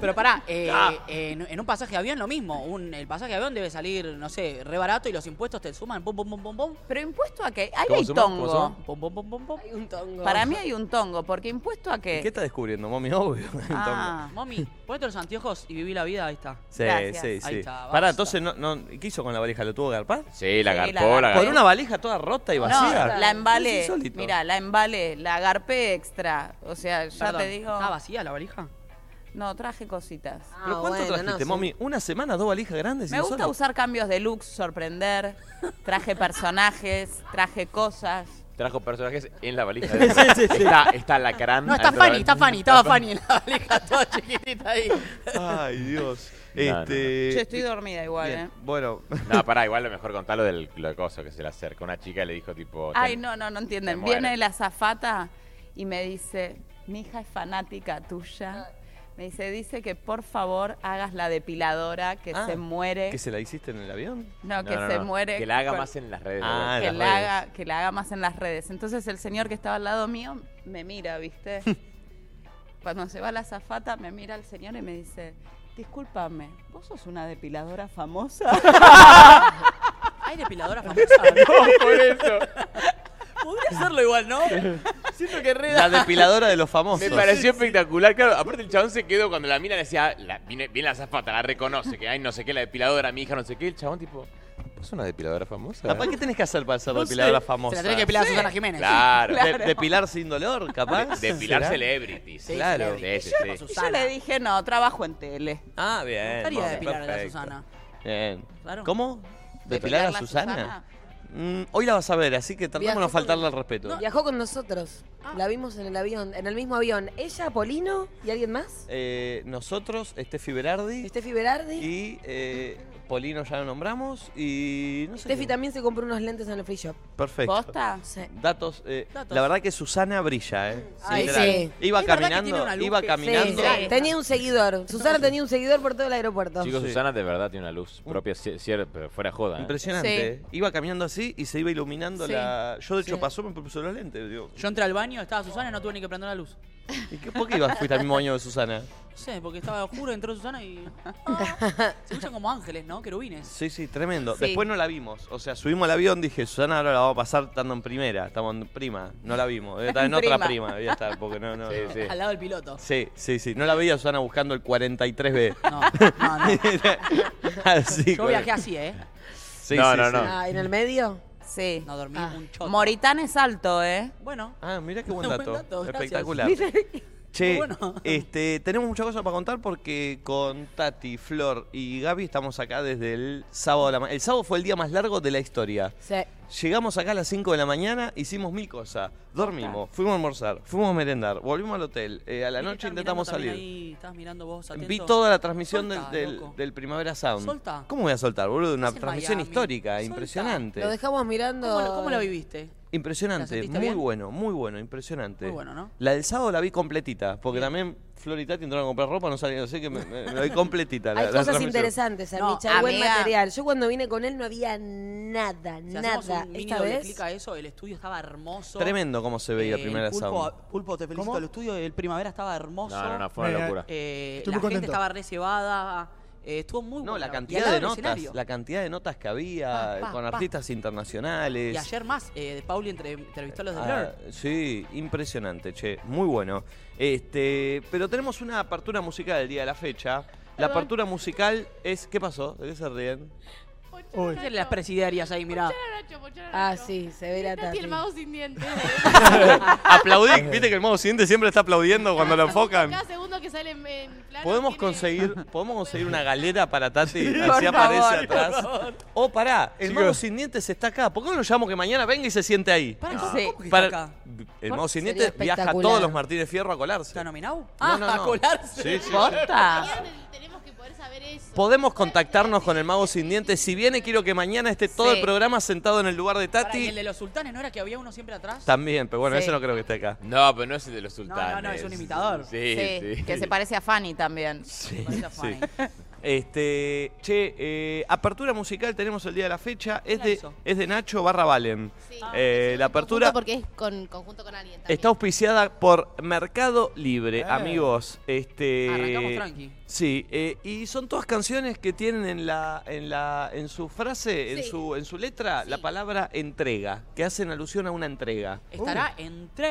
[SPEAKER 4] Pero pará, eh, eh, en, en un pasaje de avión lo mismo. Un, el pasaje de avión debe salir, no sé, re barato y los impuestos te suman. Pum, pum, pum, pum, pum.
[SPEAKER 5] Pero impuesto a qué? Ahí
[SPEAKER 2] ¿Cómo
[SPEAKER 5] hay
[SPEAKER 2] sumás?
[SPEAKER 5] tongo.
[SPEAKER 2] ¿Cómo sumás?
[SPEAKER 4] Pum, pum, pum, pum, pum.
[SPEAKER 8] Hay un tongo.
[SPEAKER 5] Para mí hay un tongo, porque impuesto a qué?
[SPEAKER 1] ¿Qué está descubriendo, mami? Obvio.
[SPEAKER 5] eh. Ah,
[SPEAKER 4] Mami, ponete los anteojos y viví la vida, ahí está.
[SPEAKER 1] sí,
[SPEAKER 5] gracias.
[SPEAKER 1] sí,
[SPEAKER 4] Ahí
[SPEAKER 1] sí.
[SPEAKER 4] está,
[SPEAKER 1] Pará,
[SPEAKER 4] basta.
[SPEAKER 1] entonces, no, no- ¿qué hizo con la valija? ¿Lo tuvo que garpar?
[SPEAKER 5] Sí,
[SPEAKER 2] Sí, la
[SPEAKER 5] la
[SPEAKER 2] garpó, la
[SPEAKER 5] garpó.
[SPEAKER 1] ¿Por
[SPEAKER 2] garpó.
[SPEAKER 1] una valija toda rota y vacía?
[SPEAKER 5] No, la embalé.
[SPEAKER 1] Es insólito.
[SPEAKER 5] Mira, la embalé, la agarpé extra. O sea, ya
[SPEAKER 4] Perdón,
[SPEAKER 5] te digo.
[SPEAKER 4] ¿Estaba vacía la valija?
[SPEAKER 5] No, traje cositas.
[SPEAKER 8] Ah,
[SPEAKER 1] ¿Pero cuánto
[SPEAKER 8] bueno, no,
[SPEAKER 1] trajiste,
[SPEAKER 8] son-
[SPEAKER 1] mami? ¿Una semana, dos valijas grandes?
[SPEAKER 5] Me gusta usar cambios de looks, sorprender. Traje personajes, traje cosas.
[SPEAKER 2] Trajo personajes en la valija.
[SPEAKER 9] sí, sí.
[SPEAKER 2] Está, está Lacrán.
[SPEAKER 4] No, está
[SPEAKER 2] adentro de la
[SPEAKER 4] Fanny, está Fanny, estaba
[SPEAKER 2] valija.
[SPEAKER 4] Fanny en la valija toda chiquitita ahí.
[SPEAKER 1] Ay, Dios.
[SPEAKER 2] No, no, no.
[SPEAKER 1] Este...
[SPEAKER 5] Yo estoy dormida igual,
[SPEAKER 1] Bien,
[SPEAKER 5] ¿eh?
[SPEAKER 1] Bueno,
[SPEAKER 2] No, pará, igual lo mejor contalo del lo de coso que se le acerca. Una chica le dijo tipo.
[SPEAKER 5] Ay,
[SPEAKER 2] ten-
[SPEAKER 5] no, no, no entienden.
[SPEAKER 2] Me muero.
[SPEAKER 5] Viene la azafata y me dice, mi hija es fanática tuya. Me dice, dice que por favor hagas la depiladora, que
[SPEAKER 1] Ah,
[SPEAKER 5] se muere.
[SPEAKER 1] ¿qué se la hiciste en el avión?
[SPEAKER 5] No,
[SPEAKER 2] No,
[SPEAKER 5] que
[SPEAKER 2] no,
[SPEAKER 5] se
[SPEAKER 2] no,
[SPEAKER 5] muere.
[SPEAKER 2] Que la haga
[SPEAKER 5] con-
[SPEAKER 2] más en las redes.
[SPEAKER 1] Ah,
[SPEAKER 5] que
[SPEAKER 1] en
[SPEAKER 5] la
[SPEAKER 1] las redes.
[SPEAKER 5] haga, que la haga más en las redes. Entonces el señor que estaba al lado mío me mira, ¿viste? Cuando se va la azafata, me mira el señor y me dice, discúlpame, ¿vos sos una depiladora famosa?
[SPEAKER 4] ¿Hay depiladora famosa?
[SPEAKER 2] por eso.
[SPEAKER 4] Podría hacerlo igual, ¿no? Siento que re
[SPEAKER 1] La depiladora de los
[SPEAKER 2] Me
[SPEAKER 1] famosos.
[SPEAKER 2] pareció espectacular, claro. Aparte el chabón se quedó cuando la mina le decía, la, viene, viene la zafata, la reconoce, que hay no sé qué, la depiladora, mi hija, no sé qué. El chabón tipo, ¿vos una depiladora famosa?
[SPEAKER 1] Capaz, ¿qué tenés que hacer Ah, para ser
[SPEAKER 4] No
[SPEAKER 1] depiladora
[SPEAKER 4] sé.
[SPEAKER 1] famosa?
[SPEAKER 4] Se la tenés que depilar a Susana Jiménez.
[SPEAKER 2] Claro.
[SPEAKER 1] De- depilar sin dolor, capaz.
[SPEAKER 2] De- depilar
[SPEAKER 1] ¿Será?
[SPEAKER 2] celebrities.
[SPEAKER 4] Sí,
[SPEAKER 1] Claro.
[SPEAKER 4] celebrity.
[SPEAKER 2] Sí,
[SPEAKER 4] Yo
[SPEAKER 2] sí, sí.
[SPEAKER 4] con
[SPEAKER 5] Y yo
[SPEAKER 4] Susana.
[SPEAKER 5] le dije, no, trabajo en tele.
[SPEAKER 1] Ah, bien.
[SPEAKER 4] Me gustaría
[SPEAKER 1] bueno,
[SPEAKER 4] depilar a la
[SPEAKER 1] perfecto.
[SPEAKER 4] Susana.
[SPEAKER 1] Bien.
[SPEAKER 4] Claro.
[SPEAKER 1] ¿Cómo? ¿Depilar a
[SPEAKER 5] ¿Depilarla,
[SPEAKER 1] Susana? Mm, hoy la vas a ver, así que tratamos de no
[SPEAKER 8] Viajó con-
[SPEAKER 1] faltarle al respeto. Ah.
[SPEAKER 8] Viajó con nosotros. La vimos en el avión, en el mismo avión. Ella, Polino y alguien más.
[SPEAKER 1] Eh, nosotros, Steffi Berardi
[SPEAKER 8] Steffi Berardi.
[SPEAKER 1] y eh, Polino ya lo nombramos y no sé.
[SPEAKER 8] Steffi
[SPEAKER 1] qué.
[SPEAKER 8] también se compró unos lentes en el free shop.
[SPEAKER 1] Perfecto.
[SPEAKER 5] ¿Posta?
[SPEAKER 8] Sí.
[SPEAKER 1] Datos, eh,
[SPEAKER 4] Datos.
[SPEAKER 1] La verdad que Susana brilla, ¿eh?
[SPEAKER 8] Ay,
[SPEAKER 1] Literal.
[SPEAKER 8] sí.
[SPEAKER 1] Iba
[SPEAKER 4] Es verdad que tiene
[SPEAKER 1] caminando,
[SPEAKER 4] una luz
[SPEAKER 1] iba
[SPEAKER 4] que-
[SPEAKER 8] Sí,
[SPEAKER 1] caminando.
[SPEAKER 8] sí.
[SPEAKER 5] Mirando.
[SPEAKER 8] Eh, Tenía un seguidor. Susana tenía un seguidor por todo el aeropuerto.
[SPEAKER 2] Chicos,
[SPEAKER 1] Sí.
[SPEAKER 2] Susana de verdad tiene una luz propia, si- si- pero fuera joda. ¿eh?
[SPEAKER 1] Impresionante.
[SPEAKER 5] Sí.
[SPEAKER 1] ¿eh? Iba caminando así y se iba iluminando
[SPEAKER 4] Sí.
[SPEAKER 1] la. Yo, de hecho, pasó, me puse los lentes. Digo,
[SPEAKER 4] Yo entré al baño, estaba Susana y no tuve ni que prender la luz.
[SPEAKER 1] ¿y qué, ¿Por qué ibas, fuiste al mismo año de Susana?
[SPEAKER 4] No sé, porque estaba oscuro, entró Susana y. Se escuchan como ángeles, ¿no? Querubines.
[SPEAKER 1] Sí, sí, tremendo.
[SPEAKER 5] Sí.
[SPEAKER 1] Después no la vimos. O sea, subimos al avión, dije, Susana, ahora la vamos a pasar estando en primera. Estamos en prima. No la vimos. Debe estar en otra
[SPEAKER 5] Prima.
[SPEAKER 1] prima. Debía estar, porque no, no.
[SPEAKER 2] Sí,
[SPEAKER 1] no.
[SPEAKER 2] sí.
[SPEAKER 4] Al lado del piloto.
[SPEAKER 1] Sí, sí, sí. No la veía Susana buscando el 43B.
[SPEAKER 4] No, no, no.
[SPEAKER 1] así,
[SPEAKER 4] Yo
[SPEAKER 1] con-
[SPEAKER 4] viajé así, ¿eh?
[SPEAKER 1] Sí,
[SPEAKER 2] No,
[SPEAKER 1] sí,
[SPEAKER 2] no,
[SPEAKER 1] sí.
[SPEAKER 2] no.
[SPEAKER 8] Ah, en el medio.
[SPEAKER 5] Sí. Ah.
[SPEAKER 4] No dormí un choto.
[SPEAKER 5] Moritán es alto, ¿eh?
[SPEAKER 4] Bueno,
[SPEAKER 1] Ah, mira qué buen
[SPEAKER 4] Buen
[SPEAKER 1] dato.
[SPEAKER 4] dato, gracias.
[SPEAKER 1] Espectacular. Che,
[SPEAKER 4] Muy bueno.
[SPEAKER 1] este, tenemos muchas cosas para contar porque con Tati, Flor y Gaby estamos acá desde el sábado. a La ma- el sábado fue el día más largo de la historia.
[SPEAKER 8] Sí.
[SPEAKER 1] Llegamos acá a las 5 de la mañana, hicimos mil cosas. Dormimos, fuimos a almorzar, fuimos a merendar, volvimos al hotel. eh, a la
[SPEAKER 4] Vi que
[SPEAKER 1] noche
[SPEAKER 4] estabas
[SPEAKER 1] intentamos
[SPEAKER 4] mirando
[SPEAKER 1] salir.
[SPEAKER 4] también Ahí, estabas mirando vos atento.
[SPEAKER 1] Vi toda la transmisión del-
[SPEAKER 4] Soltá,
[SPEAKER 1] del,
[SPEAKER 4] loco.
[SPEAKER 1] del Primavera Sound.
[SPEAKER 4] Soltá.
[SPEAKER 1] ¿Cómo voy a soltar, boludo? Una
[SPEAKER 4] Estás en
[SPEAKER 1] transmisión
[SPEAKER 4] Miami.
[SPEAKER 1] histórica,
[SPEAKER 4] Soltá.
[SPEAKER 1] impresionante.
[SPEAKER 8] Lo dejamos mirando.
[SPEAKER 4] ¿Cómo, la- cómo la viviste? ¿La
[SPEAKER 1] Impresionante,
[SPEAKER 4] sentiste
[SPEAKER 1] muy
[SPEAKER 4] bien?
[SPEAKER 1] bueno, muy bueno, impresionante.
[SPEAKER 4] Muy bueno, ¿no?
[SPEAKER 1] La del sábado la vi completita, porque también Flor y Tati entraron a comprar ropa, no salieron, así que me, me- me la vi completita. la-
[SPEAKER 8] Hay
[SPEAKER 1] la
[SPEAKER 8] cosas
[SPEAKER 1] transmisión.
[SPEAKER 8] interesantes,
[SPEAKER 4] No,
[SPEAKER 8] Amicha. hay buen
[SPEAKER 5] amiga.
[SPEAKER 8] material. Yo cuando vine con él no había nada,
[SPEAKER 4] Si hacemos
[SPEAKER 8] nada.
[SPEAKER 4] un mini
[SPEAKER 8] Esta
[SPEAKER 4] doble
[SPEAKER 8] vez.
[SPEAKER 4] clic a eso, el estudio estaba hermoso.
[SPEAKER 1] Tremendo cómo se veía
[SPEAKER 4] Eh,
[SPEAKER 1] primera
[SPEAKER 4] el pulpo,
[SPEAKER 1] sound.
[SPEAKER 4] Pulpo, te felicito.
[SPEAKER 9] ¿Cómo?
[SPEAKER 4] El estudio del primavera estaba hermoso.
[SPEAKER 2] No, no, no, fue una
[SPEAKER 9] Mira,
[SPEAKER 2] locura.
[SPEAKER 4] Eh,
[SPEAKER 9] Estoy
[SPEAKER 4] la
[SPEAKER 9] muy
[SPEAKER 4] gente
[SPEAKER 9] contento.
[SPEAKER 4] estaba re cebada. eh, estuvo muy
[SPEAKER 1] No,
[SPEAKER 4] bueno.
[SPEAKER 1] la
[SPEAKER 4] Y
[SPEAKER 1] cantidad
[SPEAKER 4] al lado
[SPEAKER 1] de
[SPEAKER 4] del
[SPEAKER 1] notas,
[SPEAKER 4] escenario.
[SPEAKER 1] la cantidad de notas que había
[SPEAKER 4] Pa, pa,
[SPEAKER 1] eh, con
[SPEAKER 4] pa.
[SPEAKER 1] artistas internacionales.
[SPEAKER 4] Y ayer más, eh, de Pauli entre- entrevistó a los de Blur.
[SPEAKER 1] Ah, sí, impresionante, che, muy bueno. Este, pero tenemos una apertura musical el día de la fecha. La apertura musical es ¿qué pasó? ¿De qué se ríen?
[SPEAKER 7] Ponchar
[SPEAKER 9] Uy.
[SPEAKER 7] a
[SPEAKER 4] Fíjate
[SPEAKER 7] Nacho.
[SPEAKER 4] las presidiarias ahí, mirá.
[SPEAKER 7] Ponchar a Nacho, ponchar a
[SPEAKER 8] Ah,
[SPEAKER 7] Nacho.
[SPEAKER 8] sí, se ve la
[SPEAKER 7] Tati
[SPEAKER 8] tati.
[SPEAKER 7] el mago sin dientes.
[SPEAKER 1] Aplaudí, viste que el modo siguiente siempre está aplaudiendo cuando lo
[SPEAKER 7] Cada segundo-
[SPEAKER 1] enfocan.
[SPEAKER 7] Cada segundo que sale en, en plano
[SPEAKER 1] Podemos
[SPEAKER 7] tiene-
[SPEAKER 1] conseguir, podemos conseguir una galera para Tati, así
[SPEAKER 5] por favor,
[SPEAKER 1] aparece
[SPEAKER 5] por
[SPEAKER 1] atrás. O Oh, pará, el
[SPEAKER 9] Chicos.
[SPEAKER 1] mago sin dientes está acá. ¿Por qué no lo llamamos que mañana venga y se siente ahí?
[SPEAKER 4] Pará,
[SPEAKER 5] No.
[SPEAKER 2] Ah.
[SPEAKER 4] ¿cómo,
[SPEAKER 5] Sí.
[SPEAKER 4] cómo que está
[SPEAKER 1] Para-
[SPEAKER 4] acá?
[SPEAKER 1] el mago sin
[SPEAKER 8] Sería
[SPEAKER 1] dientes viaja a
[SPEAKER 8] espectacular.
[SPEAKER 1] todos los Martínez Fierro a colarse.
[SPEAKER 4] ¿Está nominado?
[SPEAKER 1] No,
[SPEAKER 4] ah,
[SPEAKER 1] no,
[SPEAKER 4] a
[SPEAKER 1] no.
[SPEAKER 4] colarse.
[SPEAKER 1] Sí, sí.
[SPEAKER 5] ¿Posta?
[SPEAKER 7] Mañana tenemos que poder saber eso.
[SPEAKER 1] Podemos contactarnos con el mago sin dientes. Si viene, quiero que mañana esté todo
[SPEAKER 5] Sí.
[SPEAKER 1] el programa sentado en el lugar de
[SPEAKER 4] Pará, ¿y
[SPEAKER 1] Tati.
[SPEAKER 4] el de los sultanes no era que había uno siempre atrás?
[SPEAKER 1] También, pero bueno,
[SPEAKER 5] Sí.
[SPEAKER 1] ese no creo que esté acá.
[SPEAKER 2] No, pero no es el de los
[SPEAKER 4] no,
[SPEAKER 2] sultanes.
[SPEAKER 4] es un imitador.
[SPEAKER 2] Sí, sí.
[SPEAKER 5] Sí, que se parece a Fanny también.
[SPEAKER 1] Sí,
[SPEAKER 4] Parece a Fanny.
[SPEAKER 1] Este, che, eh, apertura musical tenemos el día de la fecha. Es
[SPEAKER 4] la
[SPEAKER 1] de,
[SPEAKER 4] hizo?
[SPEAKER 1] es de Nacho barra Valen.
[SPEAKER 7] Sí.
[SPEAKER 4] Ah,
[SPEAKER 1] Eh, la
[SPEAKER 7] Conjunto
[SPEAKER 1] apertura
[SPEAKER 7] Porque es con, conjunto con alguien también.
[SPEAKER 1] está auspiciada por Mercado Libre,
[SPEAKER 10] Eh.
[SPEAKER 1] amigos. Este,
[SPEAKER 4] Arrancamos tranqui.
[SPEAKER 1] Sí, eh, y son todas canciones que tienen en la, en la, en su frase, en
[SPEAKER 7] Sí.
[SPEAKER 1] su, en su letra,
[SPEAKER 7] Sí.
[SPEAKER 1] la palabra entrega, que hacen alusión a una entrega.
[SPEAKER 4] Estará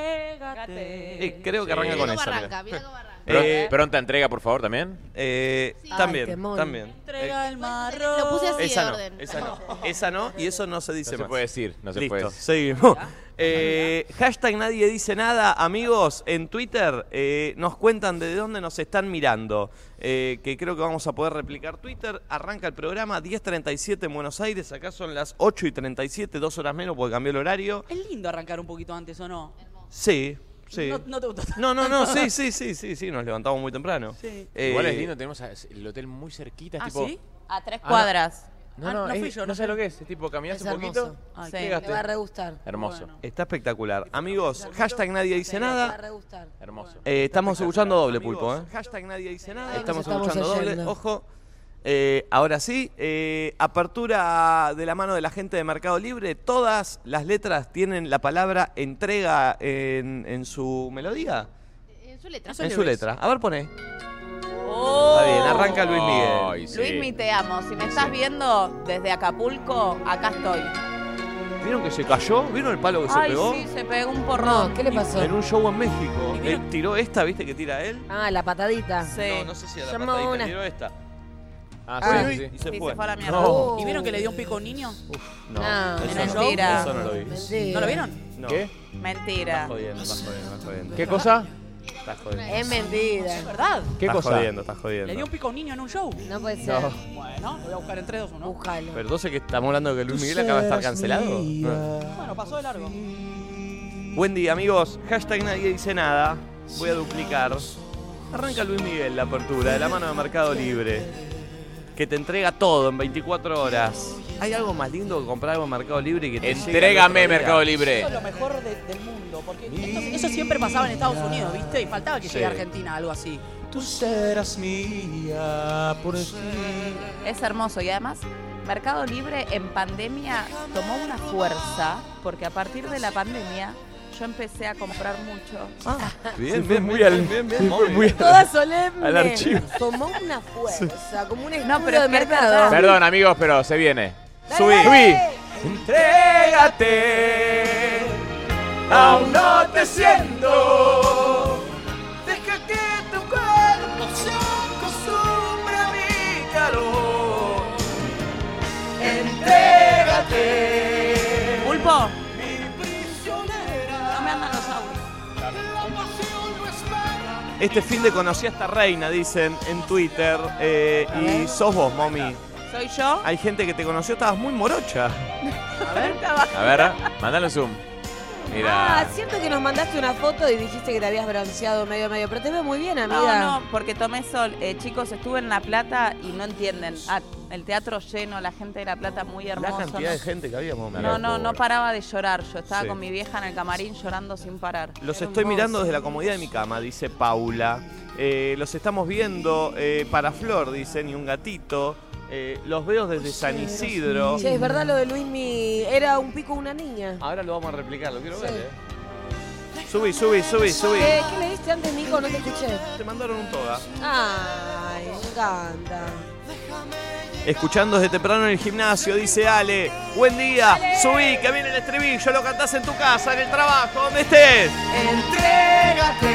[SPEAKER 4] entrégate.
[SPEAKER 1] Uh. Eh, creo que arranca
[SPEAKER 7] Mira
[SPEAKER 1] con
[SPEAKER 7] cómo
[SPEAKER 1] esa.
[SPEAKER 7] arranca,
[SPEAKER 1] mirá.
[SPEAKER 7] mira cómo arranca.
[SPEAKER 1] Eh,
[SPEAKER 2] Pro- Pronta entrega, por favor, también.
[SPEAKER 1] Eh,
[SPEAKER 7] Sí.
[SPEAKER 1] También,
[SPEAKER 8] Ay, qué mono.
[SPEAKER 1] también. Eh,
[SPEAKER 4] Entrega el marro.
[SPEAKER 7] Lo puse así
[SPEAKER 1] esa
[SPEAKER 7] de
[SPEAKER 1] no,
[SPEAKER 7] orden.
[SPEAKER 1] esa no, esa no, y eso no se dice
[SPEAKER 2] No se
[SPEAKER 1] más.
[SPEAKER 2] puede decir, no se
[SPEAKER 1] Listo,
[SPEAKER 2] puede.
[SPEAKER 1] seguimos. Eh, hashtag nadie dice nada, amigos, en Twitter eh, nos cuentan de dónde nos están mirando, eh, que creo que vamos a poder replicar Twitter. Arranca el programa 10.37 en Buenos Aires, acá son las 8 y 37, dos horas menos porque cambió el horario.
[SPEAKER 4] Es lindo arrancar un poquito antes o no.
[SPEAKER 1] Sí, sí.
[SPEAKER 4] No, no te gustó.
[SPEAKER 1] No, no, no, sí, sí, sí, sí, sí, nos levantamos muy temprano. Eh,
[SPEAKER 2] Igual es lindo, tenemos a- el hotel muy cerquita. es
[SPEAKER 4] ¿Ah,
[SPEAKER 2] tipo,
[SPEAKER 4] sí?
[SPEAKER 5] A tres
[SPEAKER 2] Ah, no.
[SPEAKER 5] cuadras.
[SPEAKER 2] No,
[SPEAKER 4] Ah,
[SPEAKER 2] no,
[SPEAKER 4] no fui
[SPEAKER 2] es-
[SPEAKER 4] yo,
[SPEAKER 2] no
[SPEAKER 4] no
[SPEAKER 2] sé
[SPEAKER 4] fui.
[SPEAKER 2] lo que es. Es tipo, caminás
[SPEAKER 8] Es
[SPEAKER 2] un poquito.
[SPEAKER 8] hermoso.
[SPEAKER 4] Ay,
[SPEAKER 5] Sí.
[SPEAKER 4] qué
[SPEAKER 8] Te va a re gustar.
[SPEAKER 2] Hermoso,
[SPEAKER 4] Bueno.
[SPEAKER 1] Está espectacular. Amigos, hashtag nadie dice
[SPEAKER 8] Te va
[SPEAKER 1] nada.
[SPEAKER 8] a re gustar.
[SPEAKER 2] hermoso.
[SPEAKER 1] Eh, estamos escuchando doble,
[SPEAKER 2] Amigos,
[SPEAKER 1] Pulpo. ¿eh? Hashtag nadie dice nada.
[SPEAKER 8] Ay, nos
[SPEAKER 1] Estamos,
[SPEAKER 8] estamos
[SPEAKER 1] escuchando doble.
[SPEAKER 8] oyendo.
[SPEAKER 1] Ojo. Eh, ahora sí, eh, apertura de la mano de la gente de Mercado Libre. Todas las letras tienen la palabra entrega en, en su melodía.
[SPEAKER 7] En su letra.
[SPEAKER 1] en su letra. A ver, pone.
[SPEAKER 5] Oh.
[SPEAKER 1] Está bien, arranca Luis Miguel.
[SPEAKER 2] Ay, sí.
[SPEAKER 5] Luis, mi te amo. Si me estás viendo desde Acapulco, acá estoy.
[SPEAKER 1] ¿Vieron que se cayó? ¿Vieron el palo que se
[SPEAKER 5] Ay,
[SPEAKER 1] pegó?
[SPEAKER 5] sí, se pegó un
[SPEAKER 8] No,
[SPEAKER 5] porrón.
[SPEAKER 8] ¿qué le pasó?
[SPEAKER 1] En un show en México.
[SPEAKER 4] ¿Y vieron?
[SPEAKER 1] Él tiró esta, ¿viste que tira él?
[SPEAKER 8] Ah, la patadita.
[SPEAKER 5] Sí.
[SPEAKER 1] No, no sé si a la
[SPEAKER 8] Llamó
[SPEAKER 1] patadita
[SPEAKER 8] una.
[SPEAKER 1] tiró esta.
[SPEAKER 2] Ah, sí, sí,
[SPEAKER 1] Y
[SPEAKER 2] sí.
[SPEAKER 1] se,
[SPEAKER 5] Sí,
[SPEAKER 1] fue.
[SPEAKER 5] se fue a la mierda.
[SPEAKER 1] No,
[SPEAKER 4] ¿Y vieron que le dio un pico a un niño?
[SPEAKER 1] Uh. no,
[SPEAKER 8] No,
[SPEAKER 1] eso
[SPEAKER 5] en el
[SPEAKER 1] no,
[SPEAKER 5] show.
[SPEAKER 1] Eso no lo vi.
[SPEAKER 8] Mentira.
[SPEAKER 4] ¿No lo vieron?
[SPEAKER 1] No.
[SPEAKER 2] ¿Qué?
[SPEAKER 5] Mentira.
[SPEAKER 1] Estás jodiendo, estás jodiendo, estás jodiendo.
[SPEAKER 2] ¿Qué cosa?
[SPEAKER 1] Estás jodiendo.
[SPEAKER 8] Es mentira.
[SPEAKER 4] ¿Verdad?
[SPEAKER 2] ¿Qué
[SPEAKER 1] estás
[SPEAKER 2] cosa?
[SPEAKER 1] jodiendo, estás jodiendo.
[SPEAKER 4] Le dio un pico a un niño en un show.
[SPEAKER 8] No puede ser.
[SPEAKER 4] Bueno, lo voy a buscar en 3, 2, 1.
[SPEAKER 8] Búscalo.
[SPEAKER 1] Pero entonces que estamos hablando de que Luis Miguel acaba de estar cancelado. No.
[SPEAKER 4] Bueno, pasó de largo.
[SPEAKER 1] Buen día, amigos. Hashtag nadie dice nada. Voy a duplicar. Arranca Luis Miguel la apertura de la mano de Mercado Libre. Que te entrega todo en 24 horas. ¿Hay algo más lindo que comprar algo en Mercado Libre y que te
[SPEAKER 2] Entrégame, Mercado Libre.
[SPEAKER 4] Eso es lo mejor de- del mundo, porque esto- eso siempre pasaba en Estados Unidos, ¿viste? Y faltaba que
[SPEAKER 1] Sí.
[SPEAKER 4] llegue a Argentina, algo así.
[SPEAKER 10] Tú serás mía por ti.
[SPEAKER 5] Es hermoso y además Mercado Libre en pandemia tomó una fuerza porque a partir de la pandemia yo empecé a comprar mucho. Ah.
[SPEAKER 1] Bien, bien, muy al, muy
[SPEAKER 8] Toda solemne.
[SPEAKER 1] al archivo.
[SPEAKER 8] Tomó una fuerza, como un escudo
[SPEAKER 5] No, pero es
[SPEAKER 8] de
[SPEAKER 5] que es
[SPEAKER 8] mercado.
[SPEAKER 5] verdad.
[SPEAKER 2] Perdón, amigos, pero se viene.
[SPEAKER 1] Subí.
[SPEAKER 2] Entrégate, aún no te siento. Deja que tu cuerpo se acostumbre a mi calor. Entrégate.
[SPEAKER 5] Pulpo,
[SPEAKER 2] prisionera.
[SPEAKER 5] no me andan los autos.
[SPEAKER 1] Este fin de conocí a esta reina, dicen en Twitter. eh, y sos vos, mommy.
[SPEAKER 5] Soy yo.
[SPEAKER 1] Hay gente que te conoció, estabas muy morocha.
[SPEAKER 2] A ver, mándale un zoom.
[SPEAKER 8] Ah,
[SPEAKER 2] Mira.
[SPEAKER 8] cierto que nos mandaste una foto y dijiste que te habías bronceado medio medio, pero te veo muy bien, amiga.
[SPEAKER 5] No, no, porque tomé sol. Eh, chicos, estuve en La Plata y no entienden. Ah, el teatro lleno, la gente de La Plata muy hermosa. ¿no?
[SPEAKER 1] gente que había, mommy.
[SPEAKER 5] No, no, no paraba de llorar. Yo estaba
[SPEAKER 1] Sí.
[SPEAKER 5] con mi vieja en el camarín llorando sin parar.
[SPEAKER 1] Los
[SPEAKER 5] Era
[SPEAKER 1] estoy
[SPEAKER 5] hermoso.
[SPEAKER 1] mirando desde la comodidad de mi cama, dice Paula. Eh, los estamos viendo eh, para Flor, dicen, y un gatito. Eh, los veo desde San Isidro.
[SPEAKER 8] Che, es verdad lo de Luismi, era un pico una niña.
[SPEAKER 1] Ahora lo vamos a replicar, lo quiero ver. eh. Subí, subí, subí, subí.
[SPEAKER 8] Eh, ¿Qué, qué le diste antes, Nico? No te escuché.
[SPEAKER 1] Te mandaron un toga.
[SPEAKER 8] Ay, me encanta.
[SPEAKER 1] Escuchando desde temprano en el gimnasio, dice Ale. Buen día, subí, que viene el estribillo, lo cantás en tu casa, en el trabajo, donde estés.
[SPEAKER 2] Entrégate,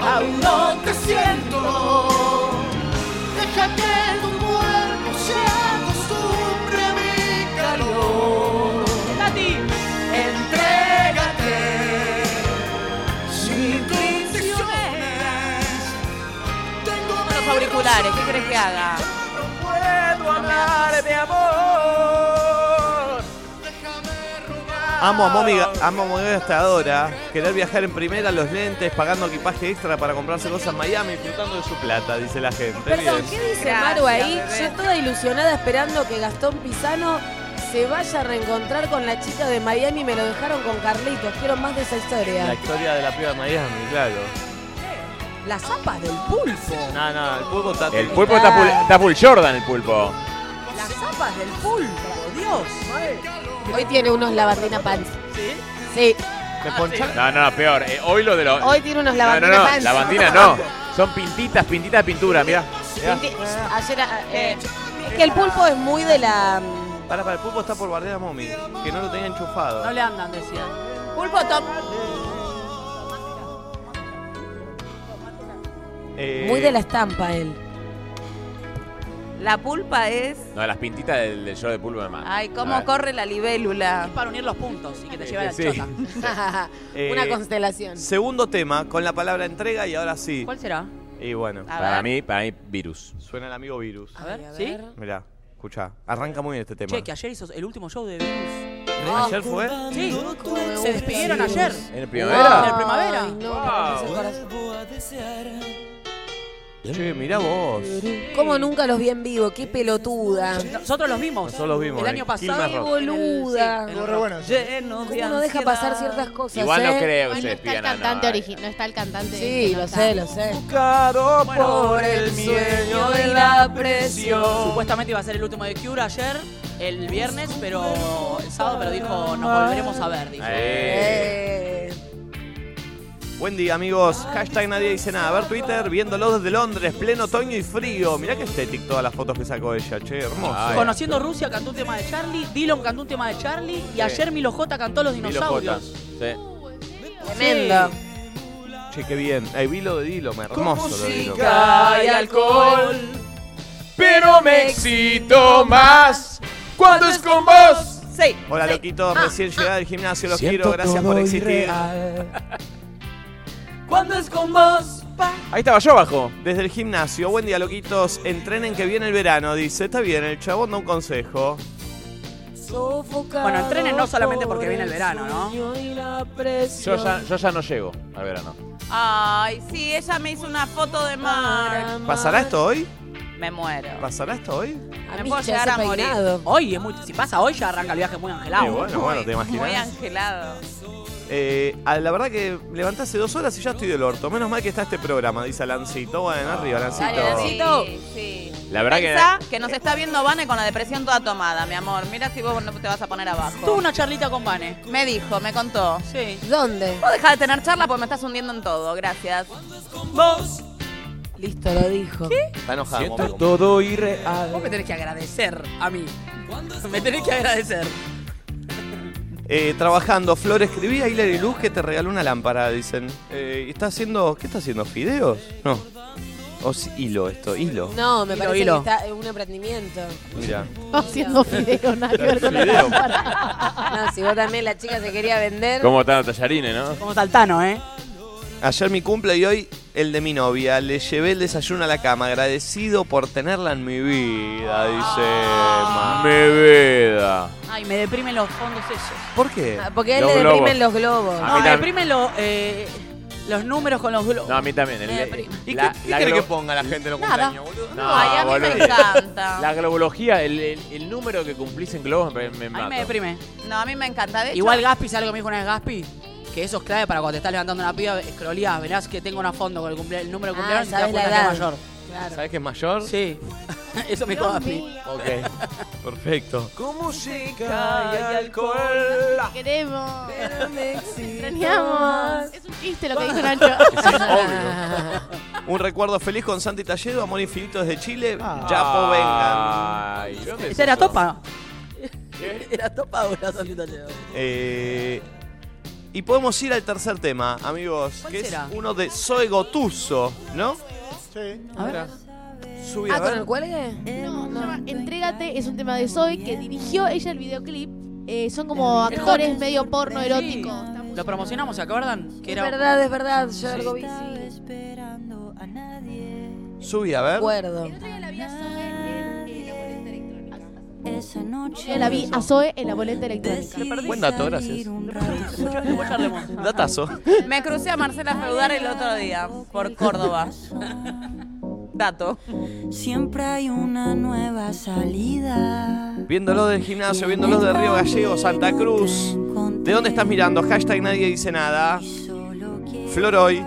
[SPEAKER 2] aún no te siento. Deja que tu cuerpo se acostumbre a mi calor. Entrégate, sin condiciones. Tengo
[SPEAKER 5] Con Los auriculares, ¿qué crees que haga?
[SPEAKER 2] puedo hablar de amor. Déjame robar
[SPEAKER 1] Amo a Momi, amo a Momi Gastadora. Querer viajar en primera, los lentes, pagando equipaje extra para comprarse cosas en Miami, disfrutando de su plata, dice la gente.
[SPEAKER 8] Perdón,
[SPEAKER 1] Bien.
[SPEAKER 8] ¿qué dice
[SPEAKER 5] Gracias,
[SPEAKER 8] Maru ahí?
[SPEAKER 5] bebé.
[SPEAKER 8] Yo toda ilusionada esperando que Gastón Pisano se vaya a reencontrar con la chica de Miami. Me lo dejaron con Carlitos. Quiero más de esa
[SPEAKER 1] La
[SPEAKER 8] historia.
[SPEAKER 1] historia de la piba de Miami, claro.
[SPEAKER 8] Las zapas del pulpo.
[SPEAKER 1] No, no, el pulpo está.
[SPEAKER 2] El pulpo está full, está full Jordan, el pulpo.
[SPEAKER 8] Las zapas del pulpo. Dios. Hoy tiene unos lavatina pants. ¿Sí? Sí.
[SPEAKER 1] Me poncharon.
[SPEAKER 2] No, no, peor. Eh, hoy lo de los.
[SPEAKER 8] Hoy tiene unos
[SPEAKER 2] no, no,
[SPEAKER 8] lavatina
[SPEAKER 2] no.
[SPEAKER 8] pants.
[SPEAKER 2] La bandina no. Son pintitas, pintitas de pintura, mira.
[SPEAKER 8] Gente, Ayer, eh, es que el pulpo es muy de la...
[SPEAKER 1] Para, para, el pulpo está por bardear a Momi, que no lo tenía enchufado.
[SPEAKER 4] No le andan, decía.
[SPEAKER 8] Pulpo top.
[SPEAKER 1] Eh,
[SPEAKER 8] Muy de la estampa él.
[SPEAKER 5] La pulpa es.
[SPEAKER 2] No, las pintitas del, del show de pulpo de más.
[SPEAKER 5] Ay,
[SPEAKER 2] A
[SPEAKER 5] cómo
[SPEAKER 2] ver.
[SPEAKER 5] corre la libélula.
[SPEAKER 4] Es para unir los puntos y que te lleve a la
[SPEAKER 2] Sí.
[SPEAKER 4] chota.
[SPEAKER 1] eh,
[SPEAKER 8] Una constelación.
[SPEAKER 1] Segundo tema, con la palabra entrega y ahora sí.
[SPEAKER 5] ¿Cuál será?
[SPEAKER 1] Y bueno,
[SPEAKER 5] A
[SPEAKER 2] Para
[SPEAKER 5] ver.
[SPEAKER 2] mí, para mí, virus.
[SPEAKER 1] suena el amigo Virus.
[SPEAKER 4] A ver, ¿sí?
[SPEAKER 1] Mirá, escuchá, arranca muy bien este tema.
[SPEAKER 4] Che, que ayer hizo el último show de Virus.
[SPEAKER 1] ¿Ayer fue?
[SPEAKER 4] Sí,
[SPEAKER 8] gusta
[SPEAKER 4] se despidieron ayer.
[SPEAKER 2] ¿En el primavera?
[SPEAKER 4] En el primavera.
[SPEAKER 8] Ay, no, rompes el corazón.
[SPEAKER 1] Che, mirá vos.
[SPEAKER 8] ¿Cómo nunca los vi en vivo? ¡Qué pelotuda!
[SPEAKER 4] Nosotros los vimos.
[SPEAKER 1] Nosotros los vimos,
[SPEAKER 4] El
[SPEAKER 1] en
[SPEAKER 4] año
[SPEAKER 1] Quilmes
[SPEAKER 4] pasado.
[SPEAKER 1] Rock.
[SPEAKER 8] boluda!
[SPEAKER 4] Sí, en el
[SPEAKER 11] Estuvo re
[SPEAKER 4] rock.
[SPEAKER 11] bueno.
[SPEAKER 5] Llenos de
[SPEAKER 8] ¿Cómo no deja
[SPEAKER 5] ansiedad.
[SPEAKER 8] pasar ciertas cosas,
[SPEAKER 2] Igual no
[SPEAKER 8] eh?
[SPEAKER 2] creo que
[SPEAKER 7] Hoy
[SPEAKER 2] se
[SPEAKER 7] no está el
[SPEAKER 2] despidan. no,
[SPEAKER 7] cantante
[SPEAKER 2] no,
[SPEAKER 7] original, no está el cantante.
[SPEAKER 8] Sí,
[SPEAKER 7] que no
[SPEAKER 8] lo
[SPEAKER 7] está.
[SPEAKER 8] sé, lo sé.
[SPEAKER 1] Caro por el
[SPEAKER 4] sueño
[SPEAKER 1] de
[SPEAKER 4] la presión. Supuestamente iba a ser el último de Cure ayer, el viernes, pero el sábado, pero dijo, nos volveremos a ver, dijo.
[SPEAKER 2] Eh.
[SPEAKER 8] Eh,
[SPEAKER 1] Buen día, amigos. Hashtag nadie dice nada. A ver Twitter, viéndolo desde Londres, pleno otoño y frío. Mirá que estético todas las fotos que sacó ella, che, hermoso.
[SPEAKER 2] Ay.
[SPEAKER 4] Conociendo Rusia cantó un tema de Charlie, Dylan cantó un tema de Charlie y ayer Milo J cantó Los
[SPEAKER 2] Milo J.
[SPEAKER 4] Dinosaurios.
[SPEAKER 2] Sí.
[SPEAKER 8] Tremendo.
[SPEAKER 1] Che, qué bien. Ahí vi lo de Dilo, hermoso lo de Dilo.
[SPEAKER 4] Cae alcohol.
[SPEAKER 2] Pero me excito más cuando es con vos.
[SPEAKER 5] Sí.
[SPEAKER 1] Hola,
[SPEAKER 5] sí. Ah,
[SPEAKER 1] loquito. Recién llegada del gimnasio, los quiero. Gracias por existir.
[SPEAKER 4] Cuando es con vos, pa.
[SPEAKER 2] Ahí estaba yo abajo.
[SPEAKER 1] Desde el gimnasio, buen día, loquitos. Entrenen que viene el verano, dice. Está bien, el chabón da un consejo.
[SPEAKER 4] Bueno, entrenen no solamente porque viene el verano, ¿no?
[SPEAKER 2] Yo ya, yo ya no llego al verano.
[SPEAKER 5] Ay, sí, ella me hizo una foto de mar.
[SPEAKER 1] ¿Pasará esto hoy?
[SPEAKER 5] Me muero.
[SPEAKER 1] ¿Pasará esto hoy?
[SPEAKER 8] A
[SPEAKER 5] Me
[SPEAKER 8] mí
[SPEAKER 5] puedo
[SPEAKER 8] ya
[SPEAKER 5] llegar
[SPEAKER 8] ese
[SPEAKER 5] a morir.
[SPEAKER 8] peinado.
[SPEAKER 4] Hoy es muy. Si pasa hoy, ya arranca el viaje muy angelado.
[SPEAKER 1] Eh, bueno, bueno, te
[SPEAKER 5] Muy
[SPEAKER 1] imaginas.
[SPEAKER 5] angelado.
[SPEAKER 1] Eh, a la verdad que levanté hace dos horas y ya estoy del orto. Menos mal que está este programa, dice Alancito. Bueno, arriba,
[SPEAKER 5] Dale,
[SPEAKER 1] Alancito.
[SPEAKER 5] Nancito. Sí, sí.
[SPEAKER 2] La verdad que-
[SPEAKER 5] Pensá que... nos está viendo Vane con la depresión toda tomada, mi amor. Mira si vos no te vas a poner abajo.
[SPEAKER 4] Tuve una charlita con Vane.
[SPEAKER 5] Me dijo, me contó.
[SPEAKER 4] Sí.
[SPEAKER 8] ¿Dónde?
[SPEAKER 5] Vos dejá de tener charla porque me estás hundiendo en todo. Gracias.
[SPEAKER 8] Listo, lo dijo.
[SPEAKER 1] Está enojado. Momo.
[SPEAKER 2] todo irreal.
[SPEAKER 4] Vos me tenés que agradecer a mí. Me tenés que agradecer.
[SPEAKER 1] Eh, trabajando, Flor, escribí a Hilary Luz que te regaló una lámpara, dicen. Eh, ¿Está haciendo. ¿Qué está haciendo? ¿Fideos? No. O si- hilo esto, hilo.
[SPEAKER 8] No, me
[SPEAKER 4] Hilo,
[SPEAKER 8] parece
[SPEAKER 4] hilo.
[SPEAKER 8] que está en un emprendimiento.
[SPEAKER 1] Mira.
[SPEAKER 7] Haciendo fideo, nada que ver con la
[SPEAKER 1] Fideo.
[SPEAKER 7] lámpara.
[SPEAKER 8] No, si vos también la chica se quería vender.
[SPEAKER 2] ¿Cómo están los tallarines, no?
[SPEAKER 4] Como Saltano, ¿eh?
[SPEAKER 1] Ayer mi cumple y hoy el de mi novia. Le llevé el desayuno a la cama. Agradecido por tenerla en mi vida, dice Emma.
[SPEAKER 2] Mi vida.
[SPEAKER 4] Ay, me deprimen los fondos esos.
[SPEAKER 1] ¿Por qué?
[SPEAKER 8] Ah, Porque a él
[SPEAKER 2] Los
[SPEAKER 8] le
[SPEAKER 2] globos.
[SPEAKER 8] deprimen los globos.
[SPEAKER 2] Ah.
[SPEAKER 4] No, me
[SPEAKER 2] tam-
[SPEAKER 4] deprimen los, eh, los números con los globos.
[SPEAKER 2] No, a mí también. El,
[SPEAKER 4] Me
[SPEAKER 2] el-
[SPEAKER 4] deprime.
[SPEAKER 1] ¿Y
[SPEAKER 2] la-
[SPEAKER 1] qué, qué
[SPEAKER 2] la
[SPEAKER 1] quiere
[SPEAKER 2] glo-
[SPEAKER 1] que ponga la gente en los
[SPEAKER 4] Eh, Nada.
[SPEAKER 1] cumpleaños, boludo?
[SPEAKER 2] No,
[SPEAKER 5] Ay, a mí me
[SPEAKER 2] boludo.
[SPEAKER 5] encanta.
[SPEAKER 2] La globología, el, el- el número que cumplís en globos me, me
[SPEAKER 4] a mí
[SPEAKER 2] mata.
[SPEAKER 4] me deprime.
[SPEAKER 5] No, a mí me encanta. De hecho,
[SPEAKER 4] Igual Gaspi, ¿sabes lo que me dijo una vez Gaspi? Que eso es clave para cuando te estás levantando una piba, escroleás, verás que tengo una fondo con el, cumple- el número de
[SPEAKER 8] Ah,
[SPEAKER 4] cumpleaños y te das
[SPEAKER 8] sabes
[SPEAKER 4] cuenta
[SPEAKER 8] la
[SPEAKER 4] que es
[SPEAKER 8] edad.
[SPEAKER 4] mayor.
[SPEAKER 8] Claro.
[SPEAKER 1] ¿Sabes que es mayor?
[SPEAKER 4] Sí. eso me dijo
[SPEAKER 7] Dios
[SPEAKER 4] Gaspi.
[SPEAKER 7] mío,
[SPEAKER 1] Ok. Perfecto. ¿Cómo se
[SPEAKER 7] Queremos.
[SPEAKER 8] Me
[SPEAKER 7] Extrañamos. Es un chiste lo que dijo Nacho.
[SPEAKER 1] Un recuerdo feliz con Santi Talledo, amor infinito desde Chile.
[SPEAKER 11] Ah.
[SPEAKER 1] Yapo vengan.
[SPEAKER 2] Ay, ¿dónde es
[SPEAKER 4] Esa era
[SPEAKER 2] eso?
[SPEAKER 4] topa. Era topa o era Santita Leo.
[SPEAKER 1] Eh, y podemos ir al tercer tema, amigos,
[SPEAKER 4] ¿Cuál
[SPEAKER 1] que
[SPEAKER 4] será?
[SPEAKER 1] es uno de Zoe Gotuso, ¿no?
[SPEAKER 11] Sí.
[SPEAKER 4] A ver.
[SPEAKER 1] Subí
[SPEAKER 8] Ah,
[SPEAKER 1] a
[SPEAKER 8] ¿con
[SPEAKER 1] ver.
[SPEAKER 8] el cuelgue?
[SPEAKER 7] No, se llama Entrégate es un tema de Zoe que dirigió ella el videoclip. Eh, son como actores medio porno erótico. Está muy-
[SPEAKER 4] Lo promocionamos, ¿se acuerdan? Que
[SPEAKER 8] Es
[SPEAKER 4] era
[SPEAKER 8] verdad, es verdad. Yo algo vi.
[SPEAKER 1] Subí a ver.
[SPEAKER 8] Recuerdo.
[SPEAKER 7] El otro día la vi a Zoe en, eh, la boleta electrónica. Yo la vi a Zoe en la boleta electrónica.
[SPEAKER 1] Buen dato, gracias.
[SPEAKER 12] Después charlemos.
[SPEAKER 1] Datazo.
[SPEAKER 5] Me crucé a Marcela Feudar el otro día por Córdoba. Dato.
[SPEAKER 13] Siempre hay una nueva salida.
[SPEAKER 1] Viéndolos del gimnasio, viéndolos de Río Gallego, Santa Cruz. ¿De dónde estás mirando? Hashtag nadie dice nada. Floroy.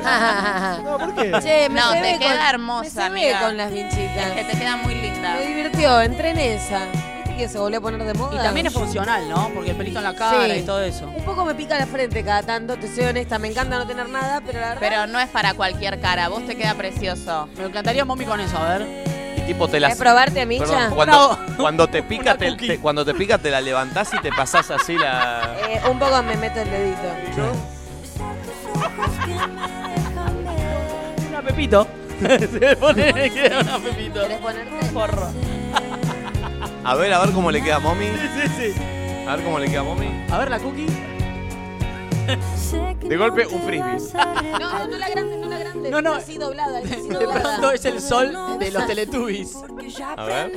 [SPEAKER 6] No, ¿por qué?
[SPEAKER 8] Che, me
[SPEAKER 5] No,
[SPEAKER 8] llevé
[SPEAKER 5] te queda
[SPEAKER 8] con-
[SPEAKER 5] hermosa,
[SPEAKER 8] Me llevé
[SPEAKER 5] amiga.
[SPEAKER 8] con las vinchitas. Eh.
[SPEAKER 5] Que te queda muy linda.
[SPEAKER 8] Me divirtió, entré en esa. ¿Viste que se volvió a poner de moda?
[SPEAKER 4] Y también es funcional, ¿no? Porque el pelito en la cara
[SPEAKER 8] Sí.
[SPEAKER 4] y todo eso.
[SPEAKER 8] Un poco me pica la frente cada tanto, te soy honesta. Me encanta no tener nada, pero la verdad...
[SPEAKER 5] Pero no es para cualquier cara. Vos te queda precioso.
[SPEAKER 4] Me encantaría mommy con eso, a ver.
[SPEAKER 1] Y tipo te
[SPEAKER 8] ¿Querés
[SPEAKER 1] las.
[SPEAKER 8] probarte,
[SPEAKER 1] Perdón,
[SPEAKER 8] Micha?
[SPEAKER 1] cuando, cuando te pica, te, te- cuando te pica te la levantás y te pasás así la.
[SPEAKER 8] Eh, un poco me meto el dedito.
[SPEAKER 4] Una Pepito. Se pone queda una Pepito.
[SPEAKER 8] ¿Querés ponerte?
[SPEAKER 1] A ver, a ver cómo le queda a mommy. A ver cómo le queda a mommy.
[SPEAKER 4] A ver la cookie.
[SPEAKER 1] De golpe, uh, un frisbee.
[SPEAKER 8] No, no la grande, no la grande.
[SPEAKER 4] No, no.
[SPEAKER 8] Así doblada, así
[SPEAKER 4] De pronto
[SPEAKER 8] doblada.
[SPEAKER 4] es el sol de los Teletubbies.
[SPEAKER 1] A ver.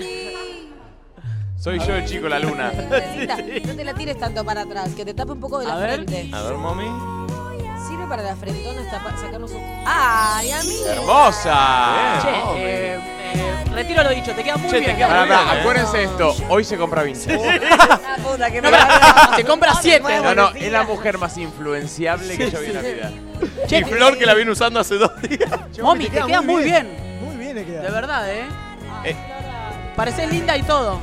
[SPEAKER 1] Soy yo el chico la luna.
[SPEAKER 8] Pobrecita, No te la tires tanto para atrás, que te tape un poco de la
[SPEAKER 4] A ver.
[SPEAKER 8] frente.
[SPEAKER 1] A ver, mommy.
[SPEAKER 8] Sirve para la frentona hasta pa- sacarnos un... ¡Ay, amiga!
[SPEAKER 2] Ah.
[SPEAKER 1] ¡Hermosa!
[SPEAKER 12] Che, eh, eh, retiro lo dicho, te queda muy
[SPEAKER 1] Che, te
[SPEAKER 12] bien.
[SPEAKER 1] queda
[SPEAKER 12] Pará,
[SPEAKER 1] muy
[SPEAKER 12] pará,
[SPEAKER 1] bien, eh.
[SPEAKER 2] Acuérdense esto, hoy se compra vintage.
[SPEAKER 8] La puta que
[SPEAKER 4] No,
[SPEAKER 8] me
[SPEAKER 4] pará, se compra siete.
[SPEAKER 2] No, no, es la mujer más influenciable que yo vi en la vida.
[SPEAKER 1] Y Flor que la viene usando hace dos días.
[SPEAKER 4] Mommy, te queda muy bien.
[SPEAKER 6] Muy bien
[SPEAKER 4] De
[SPEAKER 6] le queda.
[SPEAKER 4] verdad, ¿eh?
[SPEAKER 1] Eh.
[SPEAKER 4] Pareces linda y todo.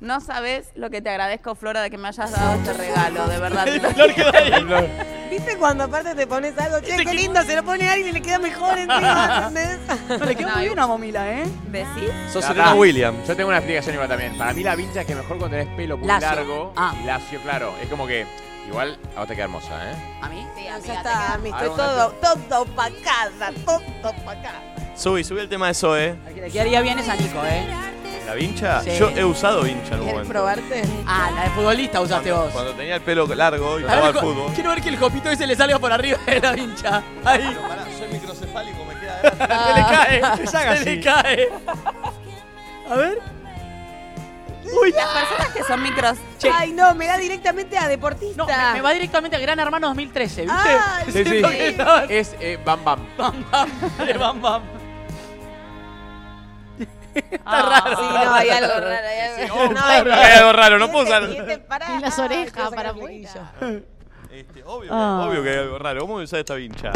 [SPEAKER 5] No sabes lo que te agradezco, Flora, de que me hayas dado este regalo. De verdad. te lo digo.
[SPEAKER 8] ¿Viste cuando aparte te pones algo? Che, qué lindo, se lo pone alguien y le queda mejor encima, ¿entendés?
[SPEAKER 4] No, le queda
[SPEAKER 5] No,
[SPEAKER 4] muy
[SPEAKER 5] y-
[SPEAKER 4] bien a Momila, ¿eh?
[SPEAKER 5] ¿Decís?
[SPEAKER 1] Sos
[SPEAKER 2] Pará.
[SPEAKER 1] Serena Williams.
[SPEAKER 2] Yo tengo una explicación igual también. Para mí la vincha es que mejor cuando tenés pelo muy
[SPEAKER 4] Lacio.
[SPEAKER 2] largo
[SPEAKER 4] Ah.
[SPEAKER 2] y lacio, claro. Es como que igual a vos te queda hermosa, ¿eh?
[SPEAKER 4] ¿A mí?
[SPEAKER 5] Sí,
[SPEAKER 8] Ya
[SPEAKER 5] amiga, te
[SPEAKER 8] está,
[SPEAKER 5] queda-
[SPEAKER 8] mi,
[SPEAKER 2] Ahora
[SPEAKER 8] estoy
[SPEAKER 2] vamos a
[SPEAKER 8] todo, todo pa' casa, todo pa' casa.
[SPEAKER 1] Subí, subí el tema de Zoe.
[SPEAKER 4] Le quedaría bien esa Nico, ¿eh?
[SPEAKER 1] ¿La vincha?
[SPEAKER 4] Sí.
[SPEAKER 1] Yo he usado vincha en un
[SPEAKER 8] ¿Quieres
[SPEAKER 1] momento.
[SPEAKER 8] probarte?
[SPEAKER 4] Ah, la de futbolista usaste
[SPEAKER 1] Cuando,
[SPEAKER 4] vos.
[SPEAKER 1] cuando tenía el pelo largo y
[SPEAKER 4] A
[SPEAKER 1] jugaba
[SPEAKER 4] ver,
[SPEAKER 1] al
[SPEAKER 4] co-
[SPEAKER 1] fútbol.
[SPEAKER 4] quiero ver que el jopito ese le salga por arriba de la vincha. Ahí.
[SPEAKER 1] Pará, soy microcefálico, me queda grande.
[SPEAKER 4] Se le cae.
[SPEAKER 6] se haga
[SPEAKER 4] Ah. Se le
[SPEAKER 6] así.
[SPEAKER 4] cae. A ver.
[SPEAKER 5] Las personas que son micros.
[SPEAKER 8] Ay, no, me da directamente a deportista.
[SPEAKER 4] No, me, me va directamente a Gran Hermano 2013, ¿viste?
[SPEAKER 8] Ay,
[SPEAKER 2] Sí, sí.
[SPEAKER 4] Siento que no.
[SPEAKER 2] Es eh, Bam Bam.
[SPEAKER 4] Bam, bam. Le bam, bam.
[SPEAKER 5] Ah,
[SPEAKER 8] Sí, no, hay algo raro, hay algo
[SPEAKER 4] oh,
[SPEAKER 8] raro. No,
[SPEAKER 1] Hay algo raro, no puedo usar.
[SPEAKER 8] diente, diente, pará.
[SPEAKER 7] Y las
[SPEAKER 8] Ay,
[SPEAKER 7] orejas
[SPEAKER 8] quiero sacar
[SPEAKER 7] para
[SPEAKER 8] el flequillo.
[SPEAKER 1] Este, obvio,
[SPEAKER 4] Ah.
[SPEAKER 1] que, obvio que hay algo raro. ¿Cómo me usar esta vincha?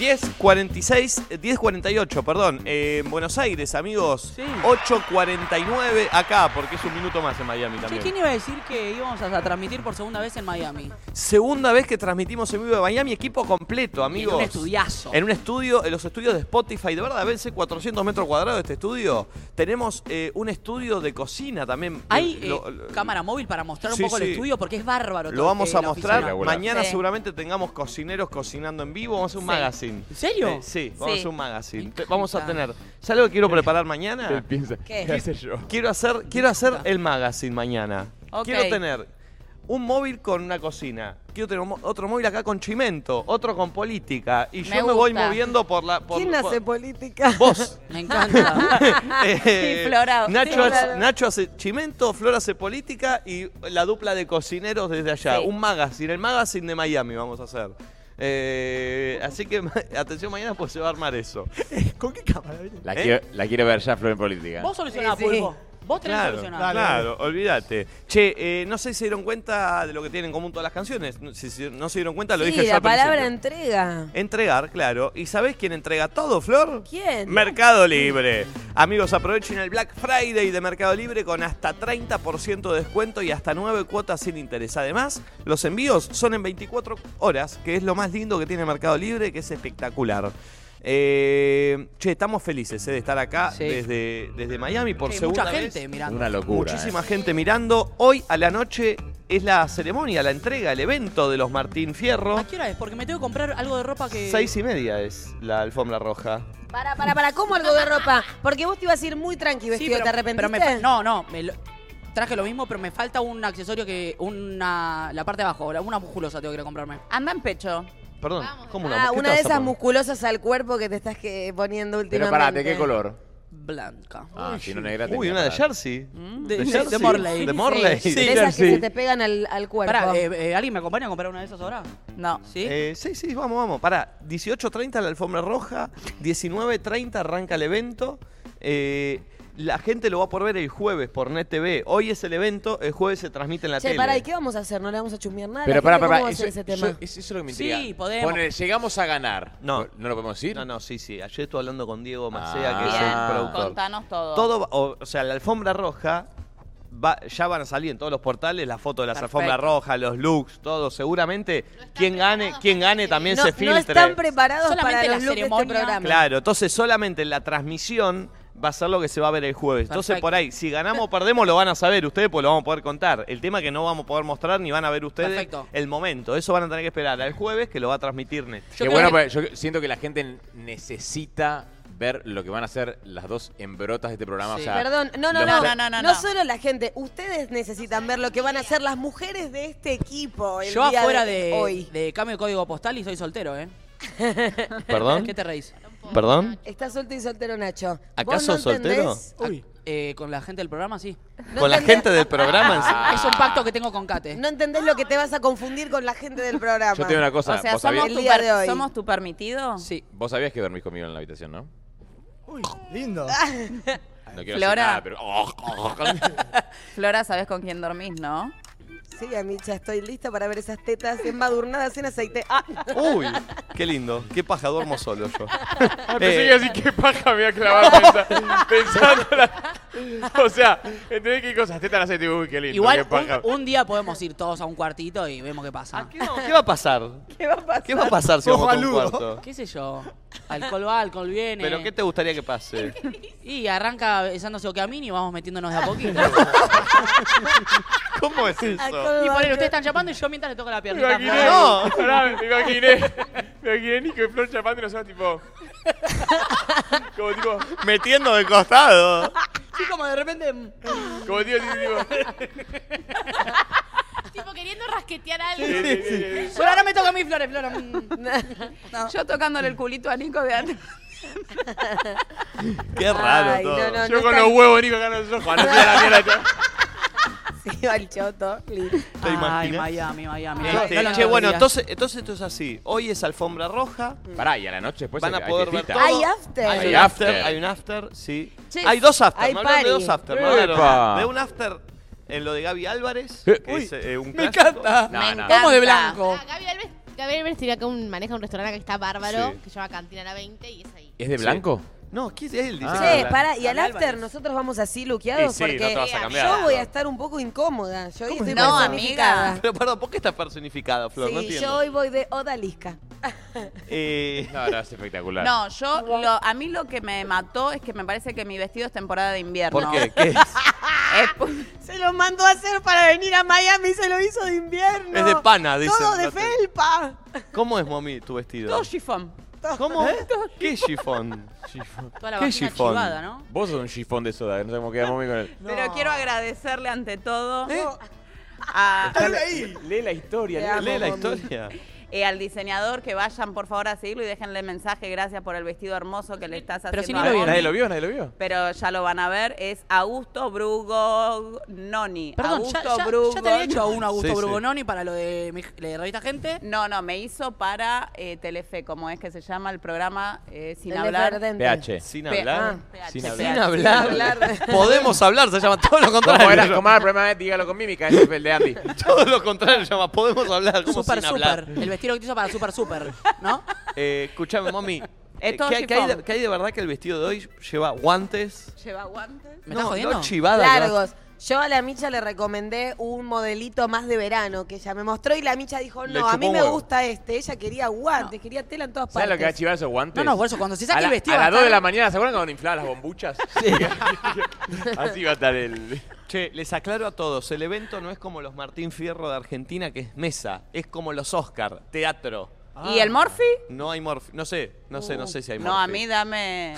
[SPEAKER 1] 10.46, 10.48, perdón. eh, en Buenos Aires, amigos. 8.49 acá, porque es un minuto más en Miami
[SPEAKER 4] Che,
[SPEAKER 1] también.
[SPEAKER 4] ¿quién iba a decir que íbamos a transmitir por segunda vez en Miami?
[SPEAKER 1] Segunda vez que transmitimos en vivo de Miami, equipo completo, amigos. Eh,
[SPEAKER 4] un estudiazo.
[SPEAKER 1] En un estudio, en los estudios de Spotify, de verdad, vence 400 metros cuadrados de este estudio. Tenemos eh, un estudio de cocina también.
[SPEAKER 4] Hay eh,
[SPEAKER 1] Lo- lo-
[SPEAKER 4] cámara móvil para mostrar un
[SPEAKER 1] Sí,
[SPEAKER 4] poco el
[SPEAKER 1] sí.
[SPEAKER 4] estudio porque es bárbaro.
[SPEAKER 1] Lo
[SPEAKER 4] todo,
[SPEAKER 1] vamos
[SPEAKER 4] eh,
[SPEAKER 1] a
[SPEAKER 4] la
[SPEAKER 1] mostrar.
[SPEAKER 4] oficina.
[SPEAKER 2] Espectacular.
[SPEAKER 1] Mañana
[SPEAKER 5] Sí.
[SPEAKER 1] seguramente tengamos cocineros cocinando en vivo. Vamos a hacer un
[SPEAKER 5] Sí.
[SPEAKER 1] magazine.
[SPEAKER 4] ¿En serio?
[SPEAKER 1] Eh, sí, vamos a
[SPEAKER 5] Sí.
[SPEAKER 1] hacer un magazine.
[SPEAKER 4] Me
[SPEAKER 1] Te- Vamos a
[SPEAKER 4] encanta.
[SPEAKER 1] tener. ¿Sabes lo que quiero preparar
[SPEAKER 2] Él
[SPEAKER 1] mañana?
[SPEAKER 2] piensa,
[SPEAKER 8] ¿Qué?
[SPEAKER 2] ¿qué, hace yo?
[SPEAKER 1] Quiero hacer, quiero hacer el magazine mañana.
[SPEAKER 5] Ok.
[SPEAKER 1] Quiero tener un móvil con una cocina. Quiero tener un mo- otro móvil acá con chimento, otro con política. Y yo
[SPEAKER 5] Me
[SPEAKER 1] me, voy
[SPEAKER 5] gusta.
[SPEAKER 1] moviendo por la. Por,
[SPEAKER 8] ¿Quién
[SPEAKER 1] por-
[SPEAKER 8] hace política?
[SPEAKER 1] Vos.
[SPEAKER 4] Me encanta.
[SPEAKER 1] Eh,
[SPEAKER 5] Sí, Flora,
[SPEAKER 1] Nacho,
[SPEAKER 5] sí,
[SPEAKER 1] hace-
[SPEAKER 8] claro.
[SPEAKER 1] Nacho hace chimento, Flor hace política y la dupla de cocineros desde allá.
[SPEAKER 5] Sí.
[SPEAKER 1] Un magazine, el magazine de Miami vamos a hacer. Eh, así que ma- atención mañana pues se va a armar eso.
[SPEAKER 6] ¿Con qué cámara?
[SPEAKER 2] La,
[SPEAKER 1] ¿Eh?
[SPEAKER 2] quiero, la quiero ver ya, Flor en política.
[SPEAKER 4] Vos solucionás,
[SPEAKER 8] Sí, sí.
[SPEAKER 4] Pulpo. Vos tenés que
[SPEAKER 1] Claro,
[SPEAKER 4] solucionar.
[SPEAKER 1] claro, olvídate. Che, eh, no sé si se dieron cuenta de lo que tienen en común todas las canciones. No- Si, si no se dieron cuenta, lo
[SPEAKER 8] sí,
[SPEAKER 1] dije yo
[SPEAKER 8] la
[SPEAKER 1] al
[SPEAKER 8] palabra
[SPEAKER 1] principio.
[SPEAKER 8] entrega.
[SPEAKER 1] Entregar, claro. ¿Y sabés quién entrega todo, Flor?
[SPEAKER 8] ¿Quién?
[SPEAKER 1] Mercado Libre. Amigos, aprovechen el Black Friday de Mercado Libre con hasta 30% de descuento y hasta 9 cuotas sin interés. Además, los envíos son en 24 horas, que es lo más lindo que tiene Mercado Libre, que es espectacular. Eh, che, estamos felices eh, de estar acá
[SPEAKER 4] Sí.
[SPEAKER 1] desde, desde Miami por
[SPEAKER 4] Che,
[SPEAKER 1] segunda
[SPEAKER 4] mucha
[SPEAKER 1] vez.
[SPEAKER 4] gente mirando.
[SPEAKER 2] Una locura.
[SPEAKER 1] Muchísima
[SPEAKER 2] eh.
[SPEAKER 1] gente mirando. Hoy a la noche es la ceremonia, la entrega, el evento de los Martín Fierro.
[SPEAKER 4] ¿A qué hora es? Porque me tengo que comprar algo de ropa que.
[SPEAKER 1] Seis y media es la alfombra roja.
[SPEAKER 8] Para, para, para, ¿cómo algo de ropa? Porque vos te ibas a ir muy tranqui
[SPEAKER 4] Sí,
[SPEAKER 8] vestido,
[SPEAKER 4] pero-
[SPEAKER 8] ¿te arrepentiste?
[SPEAKER 4] pero me fa- no, no. me lo- Traje lo mismo, pero me falta un accesorio que. una La parte de abajo, la- una musculosa tengo que ir a comprarme.
[SPEAKER 5] Anda en pecho.
[SPEAKER 1] Perdón, ¿cómo una
[SPEAKER 8] Ah,
[SPEAKER 1] ¿Qué
[SPEAKER 8] una
[SPEAKER 1] te
[SPEAKER 8] de
[SPEAKER 1] vas a
[SPEAKER 8] esas
[SPEAKER 1] poner?
[SPEAKER 8] musculosas al cuerpo que te estás que poniendo últimamente.
[SPEAKER 2] Pero pará, ¿de qué color?
[SPEAKER 14] blanca.
[SPEAKER 2] Ah, si no negra
[SPEAKER 1] Uy,
[SPEAKER 2] tenía
[SPEAKER 1] una de
[SPEAKER 2] para-
[SPEAKER 1] Jersey.
[SPEAKER 14] Mm. De-
[SPEAKER 1] Mm. De
[SPEAKER 14] de
[SPEAKER 1] Jersey.
[SPEAKER 14] Morley.
[SPEAKER 1] De Morley.
[SPEAKER 14] Sí, sí.
[SPEAKER 8] De esas que
[SPEAKER 14] Sí.
[SPEAKER 8] se te pegan al, al cuerpo.
[SPEAKER 14] Pará, eh, eh, ¿alguien me acompaña a comprar una de esas ahora?
[SPEAKER 5] No.
[SPEAKER 14] ¿Sí?
[SPEAKER 1] Eh, sí, sí, vamos, vamos. Para, 18.30 la alfombra roja, 19.30 arranca el evento. Eh, la gente lo va a poder ver el jueves por NET TV. Hoy es el evento, el jueves se transmite en la
[SPEAKER 8] Che,
[SPEAKER 1] tele.
[SPEAKER 8] pará, ¿y qué vamos a hacer? ¿No le vamos a chusmear nada? a la
[SPEAKER 2] Pero
[SPEAKER 8] gente?
[SPEAKER 2] pará,
[SPEAKER 8] ¿Cómo
[SPEAKER 2] pará,
[SPEAKER 8] va a
[SPEAKER 2] eso,
[SPEAKER 8] ser ese tema?
[SPEAKER 2] yo- es- eso es lo que me intriga.
[SPEAKER 14] Sí, podemos.
[SPEAKER 2] Ponele, llegamos a ganar.
[SPEAKER 1] No.
[SPEAKER 2] ¿No lo podemos decir?
[SPEAKER 1] No, no, sí, sí. Ayer estuve hablando con Diego Macea, que es
[SPEAKER 2] Ah.
[SPEAKER 1] el
[SPEAKER 5] Bien,
[SPEAKER 1] productor.
[SPEAKER 5] contanos todo.
[SPEAKER 1] Todo, va- o, o sea, la alfombra roja va- ya van a salir en todos los portales la foto de las
[SPEAKER 14] Perfecto.
[SPEAKER 1] alfombras rojas, los looks, todo. Seguramente quien gane, quien gane también
[SPEAKER 8] no,
[SPEAKER 1] se
[SPEAKER 8] no
[SPEAKER 1] filtre.
[SPEAKER 8] están preparados
[SPEAKER 14] Solamente
[SPEAKER 8] para
[SPEAKER 14] la
[SPEAKER 8] los looks de este
[SPEAKER 14] ceremonia.
[SPEAKER 8] programa.
[SPEAKER 1] Claro, entonces solamente la transmisión va a ser lo que se va a ver el jueves. Entonces
[SPEAKER 14] Perfecto.
[SPEAKER 1] por ahí, si ganamos o perdemos, lo van a saber ustedes, pues lo vamos a poder contar. El tema es que no vamos a poder mostrar ni van a ver ustedes
[SPEAKER 14] Perfecto.
[SPEAKER 1] el momento. Eso van a tener que esperar al jueves que lo va a transmitir Net.
[SPEAKER 2] Qué bueno, porque yo siento que la gente necesita ver lo que van a hacer las dos embrotas de este programa.
[SPEAKER 14] Sí.
[SPEAKER 2] o sea,
[SPEAKER 8] Perdón, no, no,
[SPEAKER 2] lo-
[SPEAKER 8] no,
[SPEAKER 5] No, no, no,
[SPEAKER 8] No
[SPEAKER 5] no.
[SPEAKER 8] solo la gente, ustedes necesitan ver lo que van a hacer las mujeres de este equipo. El
[SPEAKER 14] Yo
[SPEAKER 8] día
[SPEAKER 14] afuera
[SPEAKER 8] de,
[SPEAKER 14] de,
[SPEAKER 8] hoy.
[SPEAKER 14] de cambio de código postal y soy soltero, ¿eh?
[SPEAKER 1] ¿Perdón?
[SPEAKER 14] ¿Qué te reís?
[SPEAKER 1] ¿Perdón?
[SPEAKER 8] Está suelto y soltero Nacho.
[SPEAKER 1] ¿Acaso
[SPEAKER 8] ¿Vos no
[SPEAKER 1] soltero?
[SPEAKER 8] entendés?
[SPEAKER 6] Uy.
[SPEAKER 14] Eh, con la gente del programa, sí. Ah,
[SPEAKER 8] No
[SPEAKER 1] Con la
[SPEAKER 8] entendés-
[SPEAKER 1] gente del programa.
[SPEAKER 14] Es un pacto que tengo con Kate.
[SPEAKER 8] No entendés lo que te vas a confundir con la gente del programa.
[SPEAKER 2] yo te digo una cosa.
[SPEAKER 5] O sea,
[SPEAKER 2] ¿vos, sabías,
[SPEAKER 5] somos
[SPEAKER 8] El
[SPEAKER 5] tu,
[SPEAKER 8] día
[SPEAKER 5] per-
[SPEAKER 8] de hoy.
[SPEAKER 5] somos tu permitido.
[SPEAKER 14] Sí.
[SPEAKER 2] vos sabías que dormís conmigo en la habitación, ¿no?
[SPEAKER 6] Uy, lindo.
[SPEAKER 2] No quiero
[SPEAKER 5] Flora.
[SPEAKER 2] decir nada, pero... oh.
[SPEAKER 5] Flora, sabes con quién dormís, ¿no?
[SPEAKER 8] Sí, Amicha, estoy lista para ver esas tetas embadurnadas en aceite. Ah,
[SPEAKER 1] en- Uy, qué lindo. Qué paja, duermo solo yo.
[SPEAKER 2] Ah, Pensé
[SPEAKER 1] Eh,
[SPEAKER 2] que así, qué paja me voy a clavar pensa- pensando la- O sea, entendés qué cosas, te están haciendo, uy, qué lindo, qué
[SPEAKER 14] Igual
[SPEAKER 2] paja.
[SPEAKER 14] un, un día podemos ir todos a un cuartito y vemos qué pasa.
[SPEAKER 1] ¿qué, no- qué va a pasar?
[SPEAKER 8] ¿qué va a pasar?
[SPEAKER 1] ¿Qué va a pasar si
[SPEAKER 6] Ojo
[SPEAKER 1] vamos a un
[SPEAKER 6] al Lugo.
[SPEAKER 1] cuarto?
[SPEAKER 14] ¿Qué sé yo? Alcohol va, alcohol viene.
[SPEAKER 1] Eh, ¿Pero qué te gustaría que pase?
[SPEAKER 14] Y arranca besándose Okeamini y vamos metiéndonos de a poquito.
[SPEAKER 1] ¿Cómo es eso?
[SPEAKER 14] y por ustedes están llamando y yo mientras le toco la
[SPEAKER 2] Me
[SPEAKER 14] piernita.
[SPEAKER 2] imaginé,
[SPEAKER 1] No.
[SPEAKER 2] pará, me imaginé, me imaginé Nico y Flor chapando y nosotros tipo... Como tipo,
[SPEAKER 1] Metiendo de costado.
[SPEAKER 14] Sí, como de repente... mm.
[SPEAKER 2] como tipo, tipo, tipo...
[SPEAKER 7] Tipo queriendo rasquetear a alguien.
[SPEAKER 2] eh, eh, eh,
[SPEAKER 14] Flora, ahora me toca a mí, Flores, Flora. Mm.
[SPEAKER 5] Yo tocándole el culito a Nico de antes.
[SPEAKER 1] Qué raro
[SPEAKER 8] Ay,
[SPEAKER 1] todo.
[SPEAKER 8] no, no,
[SPEAKER 2] Yo
[SPEAKER 8] no
[SPEAKER 2] con
[SPEAKER 8] está-
[SPEAKER 2] los huevos, Nico, acá en los ojos, no sé la mierda.
[SPEAKER 8] Sí, va el choto. lindo.
[SPEAKER 1] ¿Te
[SPEAKER 14] Ay,
[SPEAKER 1] imaginas?
[SPEAKER 14] Miami, Miami.
[SPEAKER 1] Este,
[SPEAKER 14] No, no, no,
[SPEAKER 1] che,
[SPEAKER 14] no,
[SPEAKER 1] bueno,
[SPEAKER 14] no,
[SPEAKER 1] entonces, entonces esto es así. Hoy es alfombra roja.
[SPEAKER 2] Pará, y a la noche después
[SPEAKER 1] van
[SPEAKER 2] hay-
[SPEAKER 1] a
[SPEAKER 2] hay
[SPEAKER 1] poder ver
[SPEAKER 2] fiesta.
[SPEAKER 1] todo.
[SPEAKER 8] Hay after.
[SPEAKER 1] Hay,
[SPEAKER 2] Hay
[SPEAKER 1] un after.
[SPEAKER 2] after.
[SPEAKER 1] Hay un after, sí.
[SPEAKER 5] Che,
[SPEAKER 1] hay dos after.
[SPEAKER 8] hay
[SPEAKER 1] me hablaron de
[SPEAKER 8] party.
[SPEAKER 1] dos after. me
[SPEAKER 2] Epa.
[SPEAKER 1] hablaron de un after en lo de Gaby Álvarez. que
[SPEAKER 2] Uy,
[SPEAKER 1] es, eh, un
[SPEAKER 14] Me
[SPEAKER 1] clásico.
[SPEAKER 14] encanta.
[SPEAKER 2] No,
[SPEAKER 5] Me
[SPEAKER 2] no.
[SPEAKER 5] encanta.
[SPEAKER 14] Vamos de blanco.
[SPEAKER 7] Ah, Gaby Alves, Gaby Alves tiene acá un, maneja un restaurante acá que está bárbaro,
[SPEAKER 2] Sí.
[SPEAKER 7] que se llama Cantina La 20 y es ahí.
[SPEAKER 2] ¿Es de blanco?
[SPEAKER 1] No, ¿qué es él? Dice
[SPEAKER 2] Ah.
[SPEAKER 1] que
[SPEAKER 8] Che,
[SPEAKER 1] habla.
[SPEAKER 8] pará, y al
[SPEAKER 14] Álvarez.
[SPEAKER 8] after nosotros vamos así luqueados
[SPEAKER 1] Y sí, no
[SPEAKER 8] porque
[SPEAKER 1] te vas a cambiar.
[SPEAKER 8] yo voy a estar un poco incómoda. Yo hoy estoy
[SPEAKER 5] no,
[SPEAKER 8] personificada.
[SPEAKER 5] amiga?
[SPEAKER 1] Pero perdón, ¿por qué está personificada, Flor? no
[SPEAKER 8] sí,
[SPEAKER 1] entiendo.
[SPEAKER 8] yo hoy voy de odalisca.
[SPEAKER 1] Eh,
[SPEAKER 2] No, no, es espectacular.
[SPEAKER 5] No, yo lo- a mí lo que me mató es que me parece que mi vestido es temporada de invierno.
[SPEAKER 1] ¿Por qué? ¿Qué es?
[SPEAKER 5] Es pu-
[SPEAKER 8] Se lo mandó a hacer para venir a Miami y se lo hizo de invierno.
[SPEAKER 1] Es de pana, dicen.
[SPEAKER 8] Todo de
[SPEAKER 1] No te-
[SPEAKER 8] felpa.
[SPEAKER 1] ¿Cómo es, mami, tu vestido?
[SPEAKER 14] Todo chifón.
[SPEAKER 1] ¿Cómo? ¿Qué chifón?
[SPEAKER 14] Toda la
[SPEAKER 1] ¿Qué
[SPEAKER 14] vagina
[SPEAKER 1] chifón?
[SPEAKER 14] chivada, ¿no?
[SPEAKER 2] Vos sos un chifón de soda, no sabemos qué vamos con él.
[SPEAKER 5] Pero quiero agradecerle ante todo
[SPEAKER 8] ¿Eh?
[SPEAKER 14] Ah.
[SPEAKER 5] a-
[SPEAKER 2] Lee la historia,
[SPEAKER 8] Te amo,
[SPEAKER 1] Lee la
[SPEAKER 8] mami.
[SPEAKER 1] historia.
[SPEAKER 5] eh, al diseñador que vayan por favor a seguirlo y déjenle mensaje, gracias por el vestido hermoso que le estás haciendo.
[SPEAKER 14] Pero si
[SPEAKER 5] a
[SPEAKER 14] ni lo
[SPEAKER 5] Bondi.
[SPEAKER 2] Ah, Nadie lo vio, nadie lo vio.
[SPEAKER 5] Pero ya lo van a ver, es Augusto Brugo Noni.
[SPEAKER 14] Perdón, ya,
[SPEAKER 5] Augusto
[SPEAKER 14] ya- ya
[SPEAKER 5] Brugo.
[SPEAKER 14] te había hecho a un Augusto
[SPEAKER 1] Sí, sí.
[SPEAKER 14] Brugononi para lo de, mi- la revista Gente.
[SPEAKER 5] No, no, me hizo para eh, Telefe, como es que se llama el programa eh, Sin
[SPEAKER 8] El
[SPEAKER 5] hablar.
[SPEAKER 8] desverdente.
[SPEAKER 2] PH.
[SPEAKER 1] Sin
[SPEAKER 14] Eh,
[SPEAKER 5] Pe-
[SPEAKER 1] hablar.
[SPEAKER 5] ah, PH.
[SPEAKER 2] Sin
[SPEAKER 5] Sin
[SPEAKER 1] Sin
[SPEAKER 2] hablar.
[SPEAKER 1] hablar.
[SPEAKER 8] hablar.
[SPEAKER 1] Podemos hablar, se llama todo lo
[SPEAKER 2] ¿Cómo era?
[SPEAKER 1] contrario.
[SPEAKER 2] ¿Cómo era el problema? Dígalo con mímica, ese fue el de Andy.
[SPEAKER 1] Todo lo contrario se llama Podemos hablar, como
[SPEAKER 14] Super,
[SPEAKER 1] sin hablar.
[SPEAKER 14] super. El vestido que te hizo para super, super. ¿No?
[SPEAKER 1] Eh, escuchame, mami. Eh,
[SPEAKER 5] Es todo
[SPEAKER 1] ¿Qué, hay- qué hay de,
[SPEAKER 5] chifón.
[SPEAKER 1] qué hay de verdad que el vestido de hoy lleva guantes?
[SPEAKER 5] Lleva guantes.
[SPEAKER 14] ¿Me
[SPEAKER 1] no,
[SPEAKER 14] estás jodiendo?
[SPEAKER 1] no chivada. que va-
[SPEAKER 8] Largos. Yo a la Micha le recomendé un modelito más de verano que ella me mostró y la Micha dijo,
[SPEAKER 1] Le
[SPEAKER 8] no, a
[SPEAKER 1] chupó
[SPEAKER 8] mí
[SPEAKER 1] un
[SPEAKER 8] me
[SPEAKER 1] huevo.
[SPEAKER 8] gusta este. Ella quería guantes, quería tela en todas
[SPEAKER 2] ¿Sabes
[SPEAKER 8] partes.
[SPEAKER 2] lo que va a chivar esos guantes?
[SPEAKER 14] No, no, por eso, cuando se
[SPEAKER 2] a
[SPEAKER 14] saque
[SPEAKER 2] la-
[SPEAKER 14] el vestido.
[SPEAKER 2] A
[SPEAKER 14] va
[SPEAKER 2] las 2 de
[SPEAKER 14] estar-
[SPEAKER 2] la mañana, ¿se acuerdan cuando inflaban las bombuchas? Así va a estar el.
[SPEAKER 1] Che, les aclaro a todos, el evento no es como los Martín Fierro de Argentina, que es mesa. Es como los Oscar, teatro. Ah.
[SPEAKER 5] ¿Y el Morphy? Uh.
[SPEAKER 1] No hay morfi. No sé, no sé, no sé si hay morfi.
[SPEAKER 5] No, a mí dame.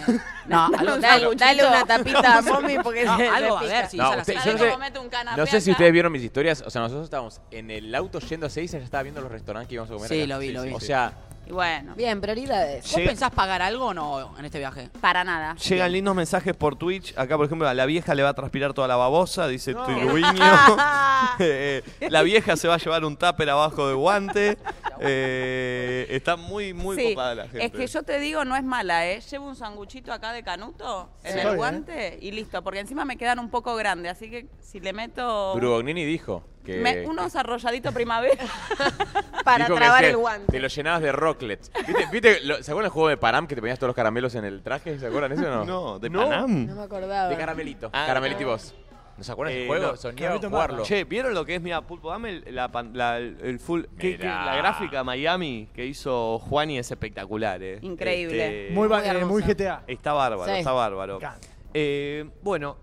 [SPEAKER 14] No, algo,
[SPEAKER 8] Dale, dale una tapita a Mommy porque
[SPEAKER 14] no,
[SPEAKER 8] se-
[SPEAKER 14] algo va a
[SPEAKER 8] se
[SPEAKER 14] ver.
[SPEAKER 8] pica.
[SPEAKER 14] Sí,
[SPEAKER 2] No,
[SPEAKER 14] ya la
[SPEAKER 2] usted-
[SPEAKER 14] sé.
[SPEAKER 2] yo no sé-
[SPEAKER 5] Como mete un canapé
[SPEAKER 2] No sé si
[SPEAKER 5] acá.
[SPEAKER 2] ustedes vieron mis historias. O sea, nosotros estábamos en el auto yendo a Seiza, ya estaba viendo los restaurantes que íbamos a comer.
[SPEAKER 14] Sí,
[SPEAKER 2] acá.
[SPEAKER 14] lo vi, lo vi.
[SPEAKER 2] O sea,
[SPEAKER 5] Y bueno.
[SPEAKER 8] Bien, prioridades.
[SPEAKER 14] ¿Vos
[SPEAKER 1] Llega-
[SPEAKER 14] pensás pagar algo o no en este viaje?
[SPEAKER 5] Para nada.
[SPEAKER 1] Llegan lindos mensajes por Twitch. Acá, por ejemplo, a la vieja le va a transpirar toda la babosa, dice
[SPEAKER 5] No.
[SPEAKER 1] Tirubiño. Eh, la vieja se va a llevar un tupper abajo de guante. Eh, está muy, muy
[SPEAKER 5] Sí,
[SPEAKER 1] copada la gente.
[SPEAKER 5] Es que yo te digo, no es mala, ¿eh? Llevo un sanguchito acá de canuto en
[SPEAKER 1] Sí. Está
[SPEAKER 5] el
[SPEAKER 1] bien.
[SPEAKER 5] guante y listo, porque encima me quedan un poco grandes, así que si le meto
[SPEAKER 2] Brugognini dijo que.
[SPEAKER 5] me- unos arrolladitos primavera para
[SPEAKER 2] dijo que
[SPEAKER 5] trabar
[SPEAKER 2] hacía-
[SPEAKER 5] el guante.
[SPEAKER 2] Te lo llenabas de rocklets. ¿Viste, viste lo- ¿Se acuerdan el juego de Panam que te ponías todos los caramelos en el traje? ¿Se acuerdan eso o no?
[SPEAKER 1] No, de Panam.
[SPEAKER 8] No me acordaba.
[SPEAKER 2] De caramelito.
[SPEAKER 1] Ah.
[SPEAKER 2] caramelito y vos. ¿No se acuerdan
[SPEAKER 1] Eh,
[SPEAKER 2] del juego?
[SPEAKER 1] no.
[SPEAKER 2] Soñaba con jugarlo.
[SPEAKER 1] Che, ¿vieron lo que es? Mira, Pulpo, dame el- la, pan- la- el el full. que- que-
[SPEAKER 2] Mirá.
[SPEAKER 1] la gráfica Miami que hizo Juani es espectacular, ¿eh?
[SPEAKER 5] Increíble.
[SPEAKER 1] Este,
[SPEAKER 6] Muy, ba- eh, muy GTA.
[SPEAKER 1] Está bárbaro,
[SPEAKER 6] Sí.
[SPEAKER 1] está bárbaro.
[SPEAKER 6] Me encanta.
[SPEAKER 1] Eh, bueno,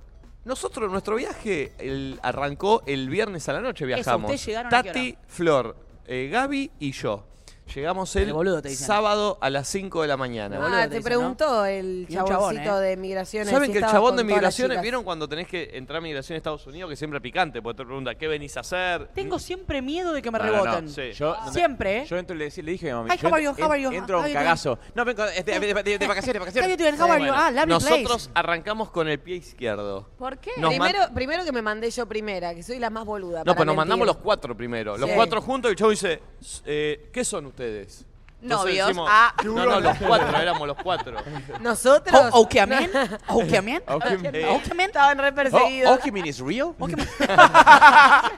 [SPEAKER 1] nosotros, nuestro viaje el- arrancó el viernes a la noche, viajamos.
[SPEAKER 14] ¿ustedes llegaron a qué
[SPEAKER 1] Tati, Flor, eh, Gaby y yo. Llegamos el,
[SPEAKER 14] El boludo te dicen.
[SPEAKER 1] sábado a las 5 de la mañana.
[SPEAKER 8] Ah, te preguntó el
[SPEAKER 14] Y un chabón,
[SPEAKER 8] chaboncito
[SPEAKER 14] ¿eh?
[SPEAKER 8] de migraciones.
[SPEAKER 1] ¿Saben
[SPEAKER 8] si
[SPEAKER 1] que el
[SPEAKER 8] estabas
[SPEAKER 1] chabón
[SPEAKER 8] con
[SPEAKER 1] de
[SPEAKER 8] todas las
[SPEAKER 1] migraciones,
[SPEAKER 8] chicas?
[SPEAKER 1] vieron cuando tenés que entrar a migración a Estados Unidos, que siempre es picante, porque te pregunta, ¿qué venís a hacer? Mm.
[SPEAKER 4] Tengo siempre miedo de que me
[SPEAKER 2] No, no, no.
[SPEAKER 4] reboten.
[SPEAKER 1] Sí.
[SPEAKER 2] Yo, no me-
[SPEAKER 4] Siempre, ¿eh?
[SPEAKER 2] Yo entro y le, decí- le dije a mi mamá.
[SPEAKER 4] Ay,
[SPEAKER 2] yo
[SPEAKER 4] how are you,
[SPEAKER 2] en-
[SPEAKER 4] how are you,
[SPEAKER 2] entro
[SPEAKER 4] how
[SPEAKER 2] un
[SPEAKER 4] are you doing?
[SPEAKER 2] cagazo. No, vengo de, de- de- de- de vacaciones, de vacaciones.
[SPEAKER 4] How are you doing? How are you? Ah, lovely place.
[SPEAKER 1] Nosotros arrancamos con el pie izquierdo.
[SPEAKER 5] ¿Por qué?
[SPEAKER 1] Nos man-
[SPEAKER 8] primero, primero que me mandé yo primera, que soy la más boluda.
[SPEAKER 1] No,
[SPEAKER 8] para
[SPEAKER 1] pues nos
[SPEAKER 8] mentir.
[SPEAKER 1] mandamos los cuatro primero. Los
[SPEAKER 8] Sí.
[SPEAKER 1] cuatro juntos y el chavo dice, "S- eh, ¿qué son ustedes? Entonces
[SPEAKER 5] Novios.
[SPEAKER 1] decimos,
[SPEAKER 5] Ah.
[SPEAKER 1] No, no, los cuatro, éramos los cuatro.
[SPEAKER 8] Nosotros.
[SPEAKER 14] Oh, okay, amén. Okay, amén.
[SPEAKER 2] Okimin
[SPEAKER 1] Eh,
[SPEAKER 14] Okay, Oh, amén.
[SPEAKER 8] Estaban re perseguidos.
[SPEAKER 2] Oh, is real?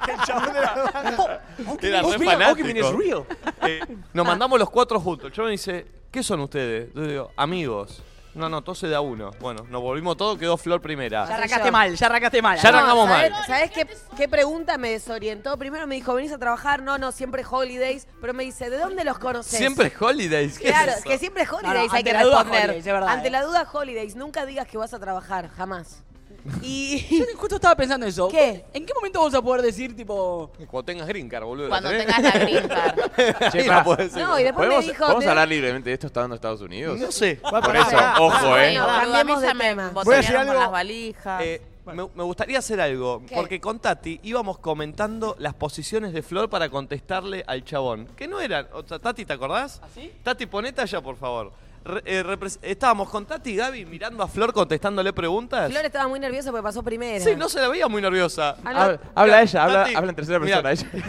[SPEAKER 6] El chabón de la banda.
[SPEAKER 1] Era re
[SPEAKER 2] Okimin is
[SPEAKER 1] fanático.
[SPEAKER 2] real.
[SPEAKER 1] Eh, nos mandamos los cuatro juntos. El chavo dice, ¿qué son ustedes? Yo digo, amigos. No, no, todos se da uno. Bueno, nos volvimos todos, quedó Flor primera.
[SPEAKER 4] Ya arrancaste mal, ya arrancaste mal.
[SPEAKER 1] Ya arrancamos
[SPEAKER 8] ¿sabes,
[SPEAKER 1] mal.
[SPEAKER 8] ¿Sabes qué, qué pregunta me desorientó? Primero me dijo, ¿venís a trabajar? No, no, siempre holidays. Pero me dice, ¿de dónde los conoces?
[SPEAKER 1] Siempre holidays. ¿qué es
[SPEAKER 8] Claro,
[SPEAKER 1] eso?
[SPEAKER 8] que siempre es
[SPEAKER 4] No,
[SPEAKER 8] holidays,
[SPEAKER 4] no,
[SPEAKER 8] hay
[SPEAKER 4] ante
[SPEAKER 8] que
[SPEAKER 4] la duda,
[SPEAKER 8] responder.
[SPEAKER 4] holidays, es verdad,
[SPEAKER 8] ante
[SPEAKER 4] eh.
[SPEAKER 8] la duda, holidays, nunca digas que vas a trabajar, jamás.
[SPEAKER 4] Yo
[SPEAKER 8] Y
[SPEAKER 4] justo estaba pensando eso.
[SPEAKER 8] ¿Qué?
[SPEAKER 4] ¿En qué momento vamos a poder decir, tipo...
[SPEAKER 1] Cuando tengas green card, boludo.
[SPEAKER 5] Cuando
[SPEAKER 1] ¿la tenés?
[SPEAKER 5] tengas la green card.
[SPEAKER 2] Che,
[SPEAKER 1] Ahí
[SPEAKER 2] pará.
[SPEAKER 1] la podés decir.
[SPEAKER 8] no, y después me
[SPEAKER 2] ¿Podemos,
[SPEAKER 8] dijo.
[SPEAKER 2] podemos
[SPEAKER 8] de-
[SPEAKER 2] hablar libremente de esto estando en Estados Unidos?
[SPEAKER 1] No sé.
[SPEAKER 6] Va
[SPEAKER 2] Por
[SPEAKER 6] para
[SPEAKER 2] eso,
[SPEAKER 6] allá.
[SPEAKER 2] ojo, ¿eh?
[SPEAKER 5] Bueno, boludo, a mí
[SPEAKER 8] Cambiamos
[SPEAKER 5] ya
[SPEAKER 8] de
[SPEAKER 5] me
[SPEAKER 8] tema.
[SPEAKER 6] Voy a
[SPEAKER 5] botonearon
[SPEAKER 6] decir
[SPEAKER 5] con
[SPEAKER 6] algo.
[SPEAKER 5] las valijas.
[SPEAKER 1] Eh, me, me gustaría hacer algo,
[SPEAKER 8] ¿Qué?
[SPEAKER 1] porque con Tati íbamos comentando las posiciones de Flor para contestarle al chabón, que no eran, o sea, Tati, ¿te acordás?
[SPEAKER 2] ¿Ah,
[SPEAKER 1] Tati, ponete allá, por favor. Re- eh, repres- estábamos con Tati y Gaby mirando a Flor contestándole preguntas.
[SPEAKER 8] Flor estaba muy nerviosa porque pasó primero.
[SPEAKER 1] Sí, no se la veía muy nerviosa.
[SPEAKER 8] Ah, no.
[SPEAKER 2] Habla, habla ella, habla,
[SPEAKER 1] Tati,
[SPEAKER 2] habla en tercera
[SPEAKER 1] mirá.
[SPEAKER 2] persona. Ella.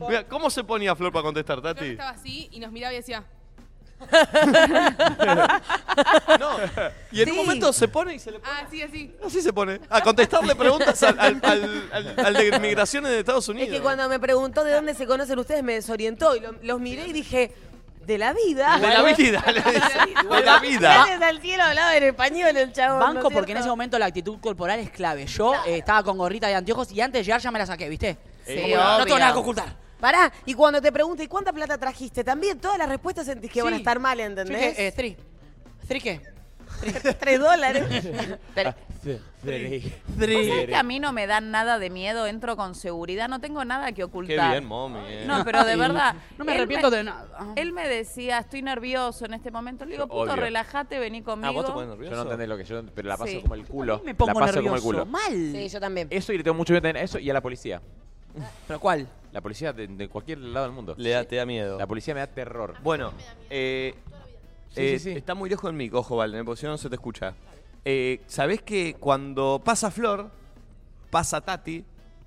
[SPEAKER 1] Mira, ¿cómo se ponía Flor para contestar, Tati?
[SPEAKER 15] así y nos miraba y decía,
[SPEAKER 1] No. Y en un
[SPEAKER 8] Sí.
[SPEAKER 1] momento se pone y se le
[SPEAKER 15] ah, sí, así.
[SPEAKER 1] Así se pone. A contestarle preguntas al, al- al- al- al de migraciones de Estados Unidos.
[SPEAKER 8] Es que cuando me preguntó de dónde se conocen ustedes, me desorientó y lo- los miré y dije, de la vida.
[SPEAKER 1] De la vida, le dice. De la vida.
[SPEAKER 8] Gracias al cielo hablaba en español el chabón. ¿no es
[SPEAKER 14] Banco porque en ese
[SPEAKER 8] cierto?
[SPEAKER 14] momento la actitud corporal es clave. Yo eh, estaba con gorrita de anteojos y antes de llegar ya me la saqué, ¿viste?
[SPEAKER 5] Sí,
[SPEAKER 14] Como no- No
[SPEAKER 5] obvio.
[SPEAKER 14] tengo nada que ocultar.
[SPEAKER 8] Pará, y cuando te pregunte, ¿y cuánta plata trajiste? También todas las respuestas sentís que van a
[SPEAKER 14] Sí.
[SPEAKER 8] estar mal,
[SPEAKER 14] Yo
[SPEAKER 8] ¿entendés?
[SPEAKER 14] dije, eh, Stri. ¿Stri qué?
[SPEAKER 8] Tres dólares.
[SPEAKER 1] Ah,
[SPEAKER 5] Pero, Ah, ¿vos sabés
[SPEAKER 14] Stri.
[SPEAKER 5] que a mí no me dan nada de miedo? Entro con seguridad, no tengo nada que
[SPEAKER 1] Qué
[SPEAKER 5] ocultar.
[SPEAKER 1] bien, mommy. eh.
[SPEAKER 5] No, pero de verdad.
[SPEAKER 4] No me
[SPEAKER 5] él
[SPEAKER 4] arrepiento de nada.
[SPEAKER 5] Él me decía, estoy nervioso en este momento. Le digo,
[SPEAKER 2] Yo
[SPEAKER 5] puto,
[SPEAKER 2] odio.
[SPEAKER 5] relájate, vení conmigo.
[SPEAKER 1] Ah, vos te pones
[SPEAKER 2] Yo no
[SPEAKER 1] nervioso.
[SPEAKER 2] entendés lo que yo, pero la paso
[SPEAKER 5] Sí.
[SPEAKER 2] como el culo.
[SPEAKER 14] Me pongo
[SPEAKER 2] la paso
[SPEAKER 14] nervioso.
[SPEAKER 2] como el culo.
[SPEAKER 14] Mal.
[SPEAKER 8] Sí, yo también.
[SPEAKER 2] Eso y le tengo mucho miedo también a eso y a la policía.
[SPEAKER 14] ¿Pero cuál?
[SPEAKER 2] La policía de, de cualquier lado del mundo.
[SPEAKER 1] Le da, te da miedo.
[SPEAKER 2] La policía me da terror.
[SPEAKER 1] Bueno, eh,
[SPEAKER 2] Sí,
[SPEAKER 1] eh,
[SPEAKER 2] sí, sí.
[SPEAKER 1] está muy lejos el mic, ojo, Valen, porque si no, no se te escucha. Eh, ¿Sabés que cuando pasa Flor, pasa Tati,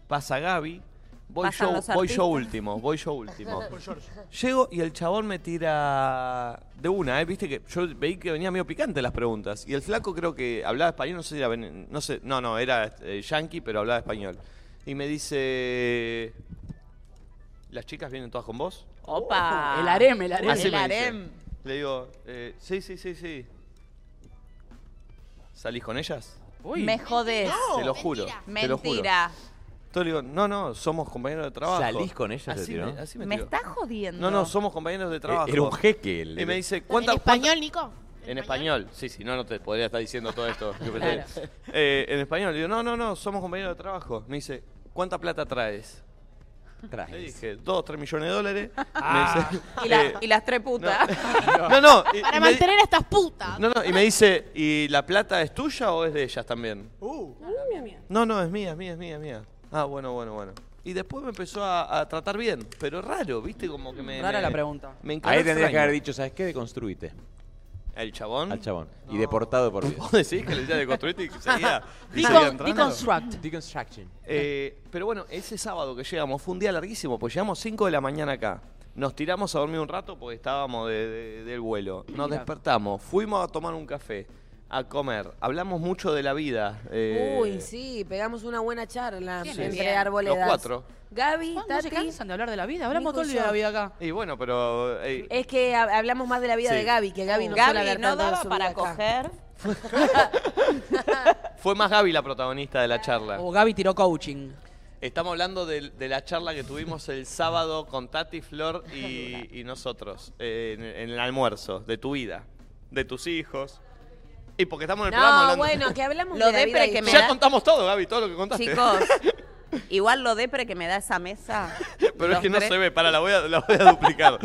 [SPEAKER 1] pasa Gaby, voy,
[SPEAKER 5] Pasan
[SPEAKER 1] yo,
[SPEAKER 5] los
[SPEAKER 1] voy yo
[SPEAKER 5] artistas.
[SPEAKER 1] último, voy yo último. Llego y el chabón me tira de una, ¿eh? Viste que yo veí que venía medio picante las preguntas. Y el flaco creo que hablaba español, no sé si era... ven- No, sé, no, no, era eh, yankee, pero hablaba español. Y me dice... ¿Las chicas vienen todas con vos?
[SPEAKER 5] Opa.
[SPEAKER 4] El harem, el harem.
[SPEAKER 1] Así
[SPEAKER 5] El
[SPEAKER 1] me dice.
[SPEAKER 5] harem.
[SPEAKER 1] Le digo, eh, sí, sí, sí, sí. ¿Salís con ellas?
[SPEAKER 5] Me jodés.
[SPEAKER 1] Te lo juro. Te lo juro.
[SPEAKER 5] Mentira.
[SPEAKER 1] Entonces le digo, no, no, somos compañeros de trabajo.
[SPEAKER 2] ¿Salís con ellas? te
[SPEAKER 1] Así
[SPEAKER 2] tiró?
[SPEAKER 1] me, así me
[SPEAKER 5] Me
[SPEAKER 1] tiró.
[SPEAKER 5] estás jodiendo.
[SPEAKER 1] No, no, somos compañeros de trabajo.
[SPEAKER 2] Eh, Era un jeque. el-
[SPEAKER 1] Y me dice,
[SPEAKER 7] ¿En
[SPEAKER 1] ¿cuántas?
[SPEAKER 7] español, Nico?
[SPEAKER 1] En español, sí, sí, no, no te podría estar diciendo todo esto. que pensé. Eh, en español, le digo, no, no, no, somos compañeros de trabajo. Me dice, ¿cuánta plata traes? Le
[SPEAKER 2] Traje.
[SPEAKER 1] dije, dos, tres millones de dólares. Me dice,
[SPEAKER 5] Ah, Y, la-
[SPEAKER 1] eh,
[SPEAKER 5] y las tres putas.
[SPEAKER 1] no, no. y-
[SPEAKER 7] Para
[SPEAKER 1] y me-
[SPEAKER 7] mantener a estas putas.
[SPEAKER 1] No, no, y me dice, ¿y la plata es tuya o es de ellas también?
[SPEAKER 6] Uh,
[SPEAKER 1] No, no, es mía, es mía, es mía, es mía. Ah, bueno, bueno, bueno. Y después me empezó a, a tratar bien. Pero raro, ¿viste? Como que me.
[SPEAKER 4] Rara
[SPEAKER 1] me-
[SPEAKER 4] la pregunta.
[SPEAKER 1] Me encaró
[SPEAKER 2] Ahí tendrías que
[SPEAKER 1] extraño.
[SPEAKER 2] haber dicho, ¿sabes qué? Deconstruite.
[SPEAKER 1] ¿El chabón?
[SPEAKER 2] Al chabón. Y deportado por vida.
[SPEAKER 1] ¿Vos decís que le decía deconstruite y que seguía- y seguía
[SPEAKER 2] Decon-
[SPEAKER 1] entrando?
[SPEAKER 2] deconstruct. Deconstruction.
[SPEAKER 1] Eh, pero bueno, ese sábado que llegamos fue un día larguísimo, pues llegamos 5 de la mañana acá. Nos tiramos a dormir un rato porque estábamos de- de- del vuelo. Nos
[SPEAKER 4] Mira.
[SPEAKER 1] despertamos, fuimos a tomar un café, a comer. Hablamos mucho de la vida. eh,
[SPEAKER 8] Uy, sí, pegamos una buena charla
[SPEAKER 1] Sí.
[SPEAKER 8] entre
[SPEAKER 1] Bien.
[SPEAKER 8] arboledas.
[SPEAKER 1] Los cuatro.
[SPEAKER 8] Gaby,
[SPEAKER 14] no
[SPEAKER 8] Tati,
[SPEAKER 14] se cansan de hablar de la vida?
[SPEAKER 8] Nico
[SPEAKER 14] Hablamos todo el día de
[SPEAKER 8] y
[SPEAKER 14] la
[SPEAKER 8] yo.
[SPEAKER 14] vida acá.
[SPEAKER 1] Y bueno, pero. eh,
[SPEAKER 8] Es que hab- hablamos más de la vida
[SPEAKER 1] Sí.
[SPEAKER 8] de Gaby, que
[SPEAKER 14] Uh,
[SPEAKER 8] Gaby no suele
[SPEAKER 5] Gaby
[SPEAKER 8] hablar
[SPEAKER 5] no
[SPEAKER 8] tanto de
[SPEAKER 5] daba
[SPEAKER 8] su
[SPEAKER 5] para
[SPEAKER 8] vida acá.
[SPEAKER 5] coger.
[SPEAKER 1] fue más Gaby la protagonista de la charla.
[SPEAKER 14] O Gaby tiró coaching.
[SPEAKER 1] Estamos hablando del- de, la charla que tuvimos el sábado con Tati, Flor y, y nosotros eh, en, en el almuerzo, de tu vida, de tus hijos. Y porque estamos en el programa
[SPEAKER 8] No,
[SPEAKER 1] hablando.
[SPEAKER 8] bueno, que hablamos
[SPEAKER 5] Lo
[SPEAKER 8] de la vida
[SPEAKER 5] depre
[SPEAKER 8] de
[SPEAKER 5] que me
[SPEAKER 1] ya
[SPEAKER 5] da-
[SPEAKER 1] contamos todo, Gaby, todo lo que contaste.
[SPEAKER 5] ¿eh? Chicos, igual lo depre que me da esa mesa.
[SPEAKER 1] Pero es
[SPEAKER 5] los
[SPEAKER 1] que no
[SPEAKER 5] tres.
[SPEAKER 1] se ve, para, la voy a, la voy a duplicar.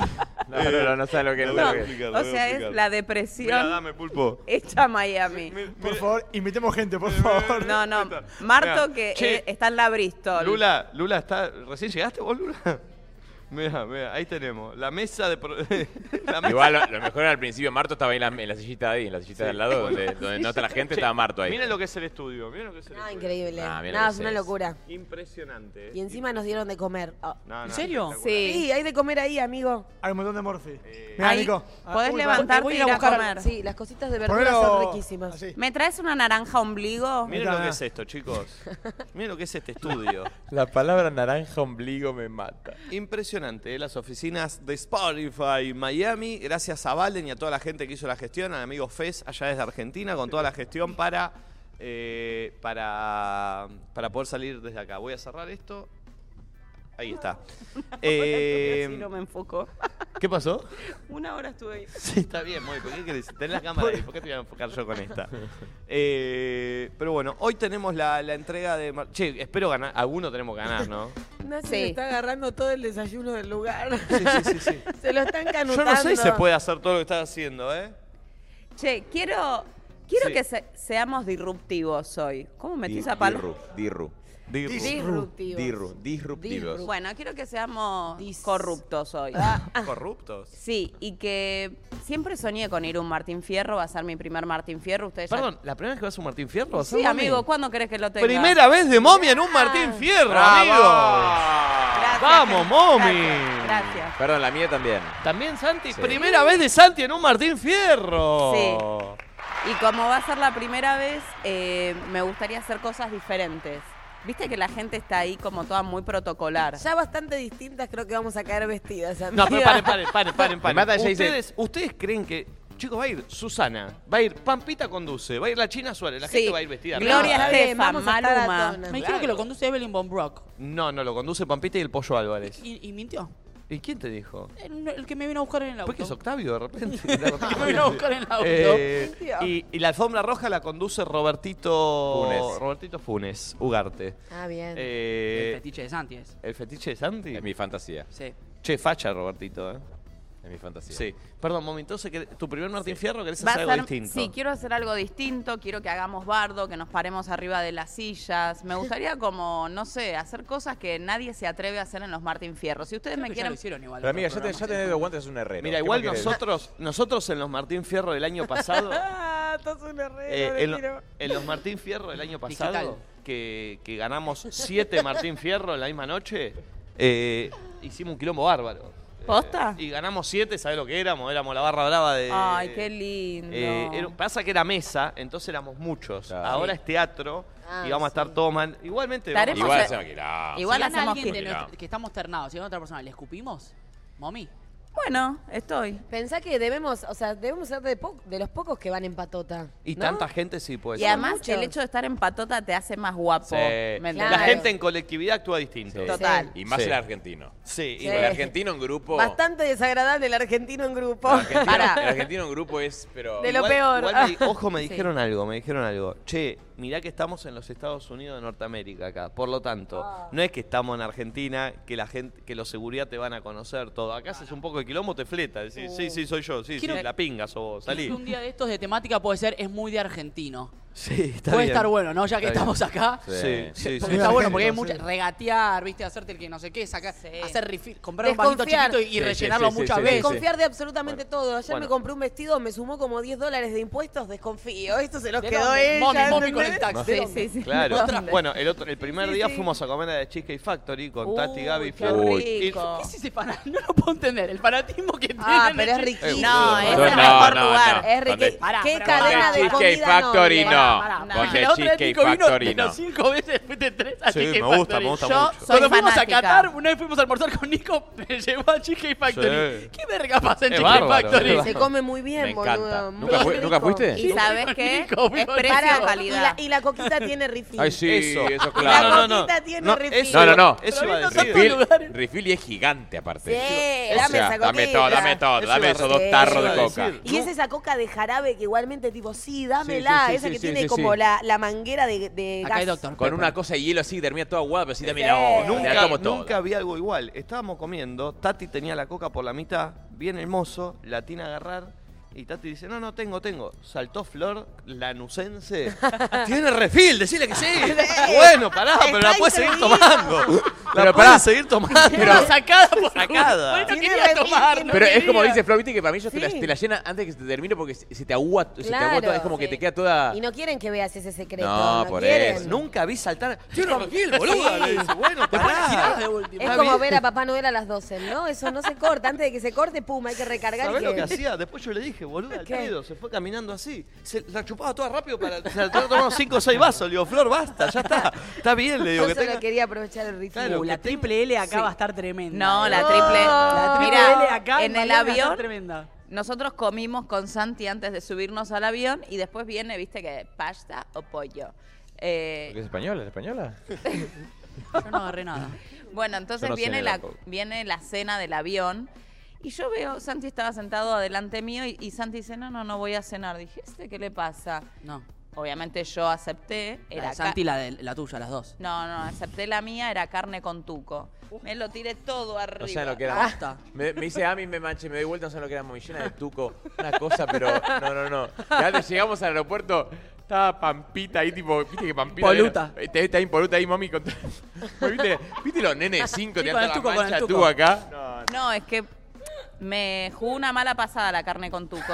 [SPEAKER 2] No, no, no, no sabe lo que es.
[SPEAKER 1] La
[SPEAKER 2] no
[SPEAKER 1] voy
[SPEAKER 2] sabe lo que
[SPEAKER 1] a
[SPEAKER 2] es.
[SPEAKER 1] duplicar, la
[SPEAKER 5] O
[SPEAKER 1] voy a
[SPEAKER 5] sea, es
[SPEAKER 1] duplicar.
[SPEAKER 5] la
[SPEAKER 1] Mirá,
[SPEAKER 5] depresión
[SPEAKER 1] dame, pulpo.
[SPEAKER 5] hecha Miami.
[SPEAKER 6] Por favor, invitemos gente, por favor.
[SPEAKER 5] No, no. Marto
[SPEAKER 1] Mirá,
[SPEAKER 5] que
[SPEAKER 1] che.
[SPEAKER 5] eh, está en la Bristol.
[SPEAKER 1] Lula, Lula está. ¿Recién llegaste vos, Lula? Mira, mira, ahí tenemos. La mesa de. pro- la mesa-
[SPEAKER 2] Igual lo, lo mejor era al principio, Marto estaba ahí en la, en la sillita de ahí, en la sillita de al lado, donde, donde no está la gente,
[SPEAKER 1] Che,
[SPEAKER 2] estaba Marto ahí.
[SPEAKER 1] Miren lo que es el estudio, miren lo que es el
[SPEAKER 8] Ah,
[SPEAKER 1] estudio.
[SPEAKER 8] increíble.
[SPEAKER 2] Ah, mira
[SPEAKER 8] no,
[SPEAKER 2] lo
[SPEAKER 8] es
[SPEAKER 2] que
[SPEAKER 8] una
[SPEAKER 2] es.
[SPEAKER 8] locura.
[SPEAKER 1] Impresionante.
[SPEAKER 8] Y encima nos dieron de comer. Ah.
[SPEAKER 1] No, no,
[SPEAKER 14] ¿En serio?
[SPEAKER 8] Sí.
[SPEAKER 5] Sí.
[SPEAKER 8] hay de comer ahí, amigo.
[SPEAKER 6] Hay un montón de morfi.
[SPEAKER 1] Eh,
[SPEAKER 6] Mirá,
[SPEAKER 5] Ahí
[SPEAKER 6] Nico.
[SPEAKER 8] Ah,
[SPEAKER 5] podés
[SPEAKER 6] uy,
[SPEAKER 5] levantarte
[SPEAKER 6] voy
[SPEAKER 5] y
[SPEAKER 6] ir a
[SPEAKER 5] ir a
[SPEAKER 6] buscar-
[SPEAKER 5] comer.
[SPEAKER 8] Sí, las cositas de verdura
[SPEAKER 6] Ponelo
[SPEAKER 8] son
[SPEAKER 1] Ah,
[SPEAKER 8] riquísimas.
[SPEAKER 6] así.
[SPEAKER 5] ¿Me traes una naranja ombligo?
[SPEAKER 1] Miren lo
[SPEAKER 6] Mirá.
[SPEAKER 1] que es esto, chicos. Miren lo que es este estudio.
[SPEAKER 2] La palabra naranja ombligo me mata.
[SPEAKER 1] Impresionante, ¿eh? las oficinas de Spotify Miami, gracias a Valen y a toda la gente que hizo la gestión, al amigo Fez allá desde Argentina, con toda la gestión para, eh, para, para poder salir desde acá. Voy a cerrar esto. Ahí está. Eh,
[SPEAKER 5] Si no me enfoco.
[SPEAKER 1] ¿Qué pasó?
[SPEAKER 5] Una hora estuve ahí.
[SPEAKER 1] Sí, está bien, muy ¿Por qué querés? Tenés la cámara ahí, ¿por qué te voy a enfocar yo con esta? Eh, pero bueno, hoy tenemos la, la entrega de... Mar- Che, espero ganar, alguno tenemos que ganar, ¿no?
[SPEAKER 8] Nacho
[SPEAKER 5] Sí.
[SPEAKER 8] le está agarrando todo el desayuno del lugar.
[SPEAKER 1] Sí, sí, sí. sí.
[SPEAKER 8] Se lo están canutando.
[SPEAKER 1] Yo no sé si se puede hacer todo lo que estás haciendo, ¿eh?
[SPEAKER 5] Che, quiero, quiero
[SPEAKER 1] Sí.
[SPEAKER 5] que se- seamos disruptivos hoy. ¿Cómo metí esa
[SPEAKER 2] Dirru,
[SPEAKER 5] palabra?
[SPEAKER 2] dirru,
[SPEAKER 8] Disruptivo.
[SPEAKER 2] dirru, disruptivos.
[SPEAKER 5] Bueno, quiero que seamos
[SPEAKER 8] Dis- Ah.
[SPEAKER 5] corruptos hoy.
[SPEAKER 1] Corruptos.
[SPEAKER 5] Sí, y que siempre soñé con ir a un Martín Fierro, va a ser mi primer Martín Fierro. Ustedes ya-
[SPEAKER 1] Perdón, ¿la primera vez que vas a un Martín Fierro? ¿Vas a
[SPEAKER 5] Sí,
[SPEAKER 1] un Martín?
[SPEAKER 5] amigo, ¿cuándo crees que lo tenga?
[SPEAKER 1] Primera vez de momia en un
[SPEAKER 5] Ah.
[SPEAKER 1] Martín Fierro, amigo.
[SPEAKER 5] Gracias,
[SPEAKER 1] Vamos,
[SPEAKER 5] gente.
[SPEAKER 1] momi.
[SPEAKER 5] Gracias, gracias.
[SPEAKER 2] Perdón, la mía también.
[SPEAKER 1] También Santi,
[SPEAKER 2] Sí.
[SPEAKER 1] primera vez de Santi en un Martín Fierro.
[SPEAKER 5] Y como va a ser la primera vez, eh, me gustaría hacer cosas diferentes. Viste que la gente está ahí como toda muy protocolar.
[SPEAKER 8] Ya bastante distintas creo que vamos a caer vestidas,
[SPEAKER 1] No,
[SPEAKER 8] amiga.
[SPEAKER 1] pero paren, paren, paren, paren. paren.
[SPEAKER 2] Me mata ella y dice-
[SPEAKER 1] ¿Ustedes, ustedes creen que. Chicos, va a ir Susana, va a ir Pampita Conduce, va a ir la China Suárez, la
[SPEAKER 5] Sí.
[SPEAKER 1] gente va a ir vestida.
[SPEAKER 8] No,
[SPEAKER 5] Gloria
[SPEAKER 8] está bien,
[SPEAKER 5] Estefan,
[SPEAKER 8] vamos a estar a
[SPEAKER 5] Maluma.
[SPEAKER 8] tono.
[SPEAKER 14] Me dijeron que
[SPEAKER 1] Claro.
[SPEAKER 14] lo conduce Evelyn Von Brock.
[SPEAKER 1] No, no, lo conduce Pampita y el Pollo Álvarez.
[SPEAKER 14] Y, y mintió.
[SPEAKER 1] ¿Y quién te dijo?
[SPEAKER 14] El, el que me vino a buscar en el auto.
[SPEAKER 1] ¿Por qué es Octavio de repente? De repente.
[SPEAKER 14] El que me vino a buscar en el auto.
[SPEAKER 1] Eh, y, y la alfombra roja la conduce Robertito
[SPEAKER 2] Funes.
[SPEAKER 1] Robertito Funes, Ugarte.
[SPEAKER 8] Ah, bien.
[SPEAKER 1] Eh,
[SPEAKER 14] el fetiche de Santi es.
[SPEAKER 1] ¿El fetiche de Santi?
[SPEAKER 2] Es mi fantasía.
[SPEAKER 14] Sí.
[SPEAKER 1] Che, facha Robertito, ¿eh?
[SPEAKER 2] Es mi fantasía.
[SPEAKER 1] Sí. Perdón, momento, entonces, ¿querés- ¿tu primer Martín Fierro querés
[SPEAKER 5] Va
[SPEAKER 1] hacer
[SPEAKER 5] a
[SPEAKER 1] algo
[SPEAKER 5] ser-
[SPEAKER 1] distinto?
[SPEAKER 5] Sí, quiero hacer algo distinto, quiero que hagamos bardo, que nos paremos arriba de las sillas. Me gustaría como, no sé, hacer cosas que nadie se atreve a hacer en los Martín Fierro. Si ustedes
[SPEAKER 14] Creo
[SPEAKER 5] me
[SPEAKER 14] que ya lo
[SPEAKER 5] quieren...
[SPEAKER 14] hicieron igual.
[SPEAKER 2] Pero amiga,
[SPEAKER 14] otro
[SPEAKER 2] ya, te, ya
[SPEAKER 14] programa.
[SPEAKER 2] tenés dos guantes, es un herrero.
[SPEAKER 1] Mira,
[SPEAKER 2] ¿Qué
[SPEAKER 1] igual
[SPEAKER 2] más querés?
[SPEAKER 1] nosotros, nosotros en los Martín Fierro del año pasado.
[SPEAKER 8] Ah, sos un
[SPEAKER 1] eh,
[SPEAKER 8] herrero,
[SPEAKER 1] en, lo-
[SPEAKER 8] Nero.
[SPEAKER 1] en los Martín Fierro del año pasado,
[SPEAKER 14] Digital.
[SPEAKER 1] que, que ganamos siete Martín Fierro en la misma noche, eh, hicimos un quilombo bárbaro. Eh,
[SPEAKER 5] ¿Posta?
[SPEAKER 1] y ganamos siete, ¿sabes lo que éramos? Éramos la barra brava de.
[SPEAKER 5] Ay, qué lindo.
[SPEAKER 1] Eh, era- pasa que era mesa, entonces éramos muchos.
[SPEAKER 2] Claro.
[SPEAKER 1] Ahora es teatro
[SPEAKER 8] Ah,
[SPEAKER 1] y vamos a estar
[SPEAKER 8] sí.
[SPEAKER 1] todos mal. Igualmente.
[SPEAKER 5] Estaremos-
[SPEAKER 1] vamos-
[SPEAKER 2] Igual
[SPEAKER 5] Nosotros-
[SPEAKER 2] se me quilá.
[SPEAKER 5] Igual
[SPEAKER 14] si gana
[SPEAKER 5] hacemos
[SPEAKER 14] alguien de
[SPEAKER 2] fiesta.
[SPEAKER 14] nuestra- que estamos ternados, si gana otra persona, ¿le escupimos? Mami.
[SPEAKER 5] Bueno, estoy.
[SPEAKER 8] Pensá que debemos, o sea, debemos ser de, po- de los pocos que van en patota.
[SPEAKER 1] Y
[SPEAKER 8] ¿no?
[SPEAKER 1] tanta gente sí
[SPEAKER 5] Y
[SPEAKER 1] puede ser.
[SPEAKER 5] además
[SPEAKER 8] muchos.
[SPEAKER 5] el hecho de estar en patota te hace más guapo.
[SPEAKER 1] Sí.
[SPEAKER 5] ¿me entendés?
[SPEAKER 1] La gente en colectividad actúa distinto.
[SPEAKER 2] Sí.
[SPEAKER 5] Total.
[SPEAKER 2] Y más
[SPEAKER 1] Sí.
[SPEAKER 2] el argentino.
[SPEAKER 1] Sí,
[SPEAKER 8] Sí.
[SPEAKER 1] y-
[SPEAKER 2] El argentino en grupo.
[SPEAKER 8] Bastante desagradable el argentino en grupo.
[SPEAKER 2] El argentino,
[SPEAKER 5] Pará.
[SPEAKER 2] el argentino en grupo es, pero.
[SPEAKER 8] De lo
[SPEAKER 1] igual-
[SPEAKER 8] peor.
[SPEAKER 1] igual
[SPEAKER 8] Ah.
[SPEAKER 1] me di- ojo, me dijeron algo, me dijeron algo. Che, mirá que estamos en los Estados Unidos de Norteamérica acá. Por lo tanto,
[SPEAKER 14] Ah.
[SPEAKER 1] no es que estamos en Argentina, que la gente, que los seguridad te van a conocer todo. Acá haces un poco de quilombo, te fleta. Decís, sí, sí, soy yo, sí,
[SPEAKER 14] Quiero-
[SPEAKER 1] sí, la pinga sos vos,
[SPEAKER 14] Creo
[SPEAKER 1] salí.
[SPEAKER 14] que Un día de estos de temática puede ser es muy de argentino.
[SPEAKER 1] Sí, está
[SPEAKER 14] Puede
[SPEAKER 1] bien.
[SPEAKER 14] estar bueno, ¿no? Ya que
[SPEAKER 1] Está bien.
[SPEAKER 14] estamos acá.
[SPEAKER 1] Sí, sí,
[SPEAKER 14] Porque
[SPEAKER 1] sí.
[SPEAKER 14] está bueno, porque hay
[SPEAKER 1] Entonces-
[SPEAKER 14] mucha. Regatear, ¿viste? Hacerte el que no sé qué, sacar, hacer refill, comprar un vasito
[SPEAKER 8] Desconfiar.
[SPEAKER 14] chiquito y, y
[SPEAKER 8] Sí, sí,
[SPEAKER 14] rellenarlo
[SPEAKER 8] sí, sí,
[SPEAKER 14] muchas
[SPEAKER 8] sí,
[SPEAKER 14] veces.
[SPEAKER 8] Desconfiar de absolutamente todo. Ayer
[SPEAKER 14] Bueno.
[SPEAKER 8] me compré un vestido, me sumó como 10 dólares de impuestos, desconfío. Esto se los
[SPEAKER 14] ¿De
[SPEAKER 8] quedó
[SPEAKER 14] dónde?
[SPEAKER 8] ella.
[SPEAKER 14] Mami, mami
[SPEAKER 8] ¿entendés?
[SPEAKER 14] con el taxi. ¿De dónde?
[SPEAKER 1] Claro.
[SPEAKER 14] Otra-
[SPEAKER 1] Bueno, el, otro, el primer
[SPEAKER 14] Sí,
[SPEAKER 1] día
[SPEAKER 14] sí.
[SPEAKER 1] fuimos a comer a la Cheesecake Factory con
[SPEAKER 14] Uy,
[SPEAKER 1] Tati, Gaby,
[SPEAKER 14] qué
[SPEAKER 1] Fer. Y-
[SPEAKER 14] rico. ¿Qué es ese fanatismo? No lo puedo entender. El fanatismo que tiene.
[SPEAKER 8] Ah, pero es
[SPEAKER 1] riquísimo.
[SPEAKER 8] No,
[SPEAKER 1] Eh,
[SPEAKER 8] es
[SPEAKER 1] boludo.
[SPEAKER 8] el
[SPEAKER 1] No,
[SPEAKER 8] mejor
[SPEAKER 1] no,
[SPEAKER 8] lugar.
[SPEAKER 1] no.
[SPEAKER 8] Es
[SPEAKER 1] Con
[SPEAKER 8] riquísimo.
[SPEAKER 1] el-
[SPEAKER 8] ¿Qué
[SPEAKER 1] Pará,
[SPEAKER 8] cadena
[SPEAKER 1] pará,
[SPEAKER 8] de
[SPEAKER 1] pará.
[SPEAKER 8] comida
[SPEAKER 1] Cheesecake Factory
[SPEAKER 8] no?
[SPEAKER 1] no.
[SPEAKER 8] Pará, pará.
[SPEAKER 1] Con
[SPEAKER 14] Que
[SPEAKER 1] el
[SPEAKER 14] la otra vez
[SPEAKER 1] Cheesecake
[SPEAKER 14] Nico vino
[SPEAKER 1] Factory
[SPEAKER 14] menos
[SPEAKER 1] no.
[SPEAKER 14] cinco veces, fuiste tres a
[SPEAKER 1] Sí,
[SPEAKER 14] Cheesecake
[SPEAKER 1] me gusta,
[SPEAKER 14] Factory.
[SPEAKER 1] me gusta Yo mucho. soy
[SPEAKER 14] Cuando fuimos
[SPEAKER 1] fanática.
[SPEAKER 14] a Qatar, una vez fuimos a almorzar con Nico, me llevó a Cheesecake Factory.
[SPEAKER 1] Sí.
[SPEAKER 14] ¿Qué verga pasa en
[SPEAKER 1] Es
[SPEAKER 14] Cheesecake
[SPEAKER 1] bárbaro, es
[SPEAKER 14] Factory?
[SPEAKER 1] bárbaro. Se come
[SPEAKER 8] muy bien,
[SPEAKER 1] Me boludo, encanta. muy ¿Nunca fui-
[SPEAKER 14] fuiste?
[SPEAKER 1] rico. nunca fuiste?
[SPEAKER 8] ¿Y sabes qué?
[SPEAKER 14] Es
[SPEAKER 8] Pará,
[SPEAKER 14] precio o
[SPEAKER 8] y la, y la coquita tiene refill.
[SPEAKER 2] Ay, sí, eso,
[SPEAKER 1] Eso.
[SPEAKER 2] es claro.
[SPEAKER 1] No, no, no.
[SPEAKER 8] coquita tiene
[SPEAKER 1] No,
[SPEAKER 8] refill.
[SPEAKER 1] eso
[SPEAKER 2] No, no, no.
[SPEAKER 1] Eso iba a decir.
[SPEAKER 2] Refill, refill y es gigante aparte.
[SPEAKER 8] Sí,
[SPEAKER 2] O
[SPEAKER 8] dame
[SPEAKER 2] sea,
[SPEAKER 8] esa
[SPEAKER 2] dame
[SPEAKER 8] coquita.
[SPEAKER 2] todo, dame todo,
[SPEAKER 8] Eso
[SPEAKER 2] dame
[SPEAKER 8] iba a
[SPEAKER 2] esos dos
[SPEAKER 8] decir.
[SPEAKER 2] tarros
[SPEAKER 8] Eso
[SPEAKER 2] de
[SPEAKER 8] iba a
[SPEAKER 2] coca.
[SPEAKER 8] Y es esa coca de jarabe que igualmente tipo, sí, dámela.
[SPEAKER 2] Sí, sí, sí,
[SPEAKER 8] esa que
[SPEAKER 2] sí,
[SPEAKER 8] tiene
[SPEAKER 2] sí,
[SPEAKER 8] como
[SPEAKER 2] sí.
[SPEAKER 8] La, la manguera de, de gas.
[SPEAKER 2] Con una cosa de hielo así, termina toda guada, pero sí también
[SPEAKER 8] Sí.
[SPEAKER 2] la otra.
[SPEAKER 1] Nunca,
[SPEAKER 2] la como todo.
[SPEAKER 1] nunca vi algo igual. Estábamos comiendo, Tati tenía la coca por la mitad, bien hermoso, la tiene a agarrar. Y Tati dice, no, no, tengo, tengo. Saltó Flor, lanucense. Tiene refil, decile que sí. bueno, pará, pero la
[SPEAKER 8] Está
[SPEAKER 1] puedes seguir
[SPEAKER 8] increíble.
[SPEAKER 1] tomando. La
[SPEAKER 2] Pero
[SPEAKER 1] puedes
[SPEAKER 2] pará.
[SPEAKER 1] seguir tomando.
[SPEAKER 2] Pero-
[SPEAKER 14] sacada por
[SPEAKER 1] Sacada.
[SPEAKER 14] Bueno,
[SPEAKER 8] Tiene
[SPEAKER 14] quería
[SPEAKER 8] refill,
[SPEAKER 14] tomar.
[SPEAKER 8] tiene
[SPEAKER 2] Pero es como
[SPEAKER 8] refill.
[SPEAKER 2] dice Flo, viste que para mí yo te, la,
[SPEAKER 8] Sí.
[SPEAKER 2] te la llenan antes que se te termine porque se, se te agua, se te agua
[SPEAKER 8] Claro.
[SPEAKER 2] toda, es como que te queda toda...
[SPEAKER 8] Y no quieren que veas ese secreto.
[SPEAKER 2] No, pues.
[SPEAKER 8] No,
[SPEAKER 2] por
[SPEAKER 8] quieren.
[SPEAKER 2] eso.
[SPEAKER 1] Nunca vi saltar. Tiene refil, boludo. Le dice, bueno,
[SPEAKER 14] tirás
[SPEAKER 1] pará.
[SPEAKER 14] de última.
[SPEAKER 8] Es
[SPEAKER 1] Está
[SPEAKER 8] como
[SPEAKER 1] bien.
[SPEAKER 8] ver a Papá Noel a las 12, ¿no? Eso no se corta. Antes de que se corte, pum, hay que recargar.
[SPEAKER 1] ¿Sabés
[SPEAKER 8] y
[SPEAKER 1] lo
[SPEAKER 8] que-
[SPEAKER 1] que hacía? Después yo le dije, boludo, al
[SPEAKER 8] ¿Qué?
[SPEAKER 1] pedo, se fue caminando así. Se la chupaba toda rápido para. Se la trató tomando 5 o 6 vasos. Le digo, Flor, basta, ya está. Está bien, le digo
[SPEAKER 8] Yo
[SPEAKER 1] que
[SPEAKER 8] solo
[SPEAKER 1] tenga.
[SPEAKER 8] quería aprovechar el ritual.
[SPEAKER 4] Uh,
[SPEAKER 1] Claro,
[SPEAKER 4] la
[SPEAKER 1] que tenga-
[SPEAKER 4] triple L acá
[SPEAKER 1] Sí.
[SPEAKER 4] va a estar tremenda.
[SPEAKER 5] No, la
[SPEAKER 4] eh.
[SPEAKER 5] triple.
[SPEAKER 4] La triple
[SPEAKER 5] Mirá,
[SPEAKER 4] L acá
[SPEAKER 5] en
[SPEAKER 4] Miami
[SPEAKER 5] el
[SPEAKER 4] va a estar
[SPEAKER 5] avión.
[SPEAKER 4] Tremenda.
[SPEAKER 5] Nosotros comimos con Santi antes de subirnos al avión y después viene, viste, que pasta o pollo. Eh,
[SPEAKER 2] ¿Es española? ¿Es española?
[SPEAKER 14] Yo no agarré nada.
[SPEAKER 5] Bueno, entonces
[SPEAKER 2] Yo no sé
[SPEAKER 5] viene, la,
[SPEAKER 2] tampoco.
[SPEAKER 5] viene la cena del avión y yo veo, Santi estaba sentado adelante mío y, y Santi dice, no, no, no voy a cenar. Dije, ¿este qué le pasa?
[SPEAKER 14] No.
[SPEAKER 5] Obviamente yo acepté.
[SPEAKER 14] La
[SPEAKER 5] Era
[SPEAKER 14] de Santi y
[SPEAKER 5] ca-
[SPEAKER 14] la, de, la tuya, las dos.
[SPEAKER 5] No, no, acepté la mía, era carne con tuco. Me lo tiré todo arriba.
[SPEAKER 2] No saben lo que era.
[SPEAKER 14] Basta.
[SPEAKER 2] Me, me dice Ami, me manche, me doy vuelta, no saben lo que era Movillena de Tuco. Una cosa, pero no, no, no. Y antes llegamos al aeropuerto, estaba Pampita ahí, tipo, viste que Pampita.
[SPEAKER 14] Impoluta.
[SPEAKER 2] era- Eh, Está, está impoluta ahí, mami. Con, Pues, ¿viste, ¿Viste los nenes de cinco
[SPEAKER 14] Sí,
[SPEAKER 2] te
[SPEAKER 14] con el
[SPEAKER 2] la
[SPEAKER 14] tuco, con
[SPEAKER 2] mancha
[SPEAKER 14] el
[SPEAKER 2] de
[SPEAKER 14] tuco.
[SPEAKER 2] tuco acá? No,
[SPEAKER 5] No, es que me jugó una mala pasada la carne con tuco.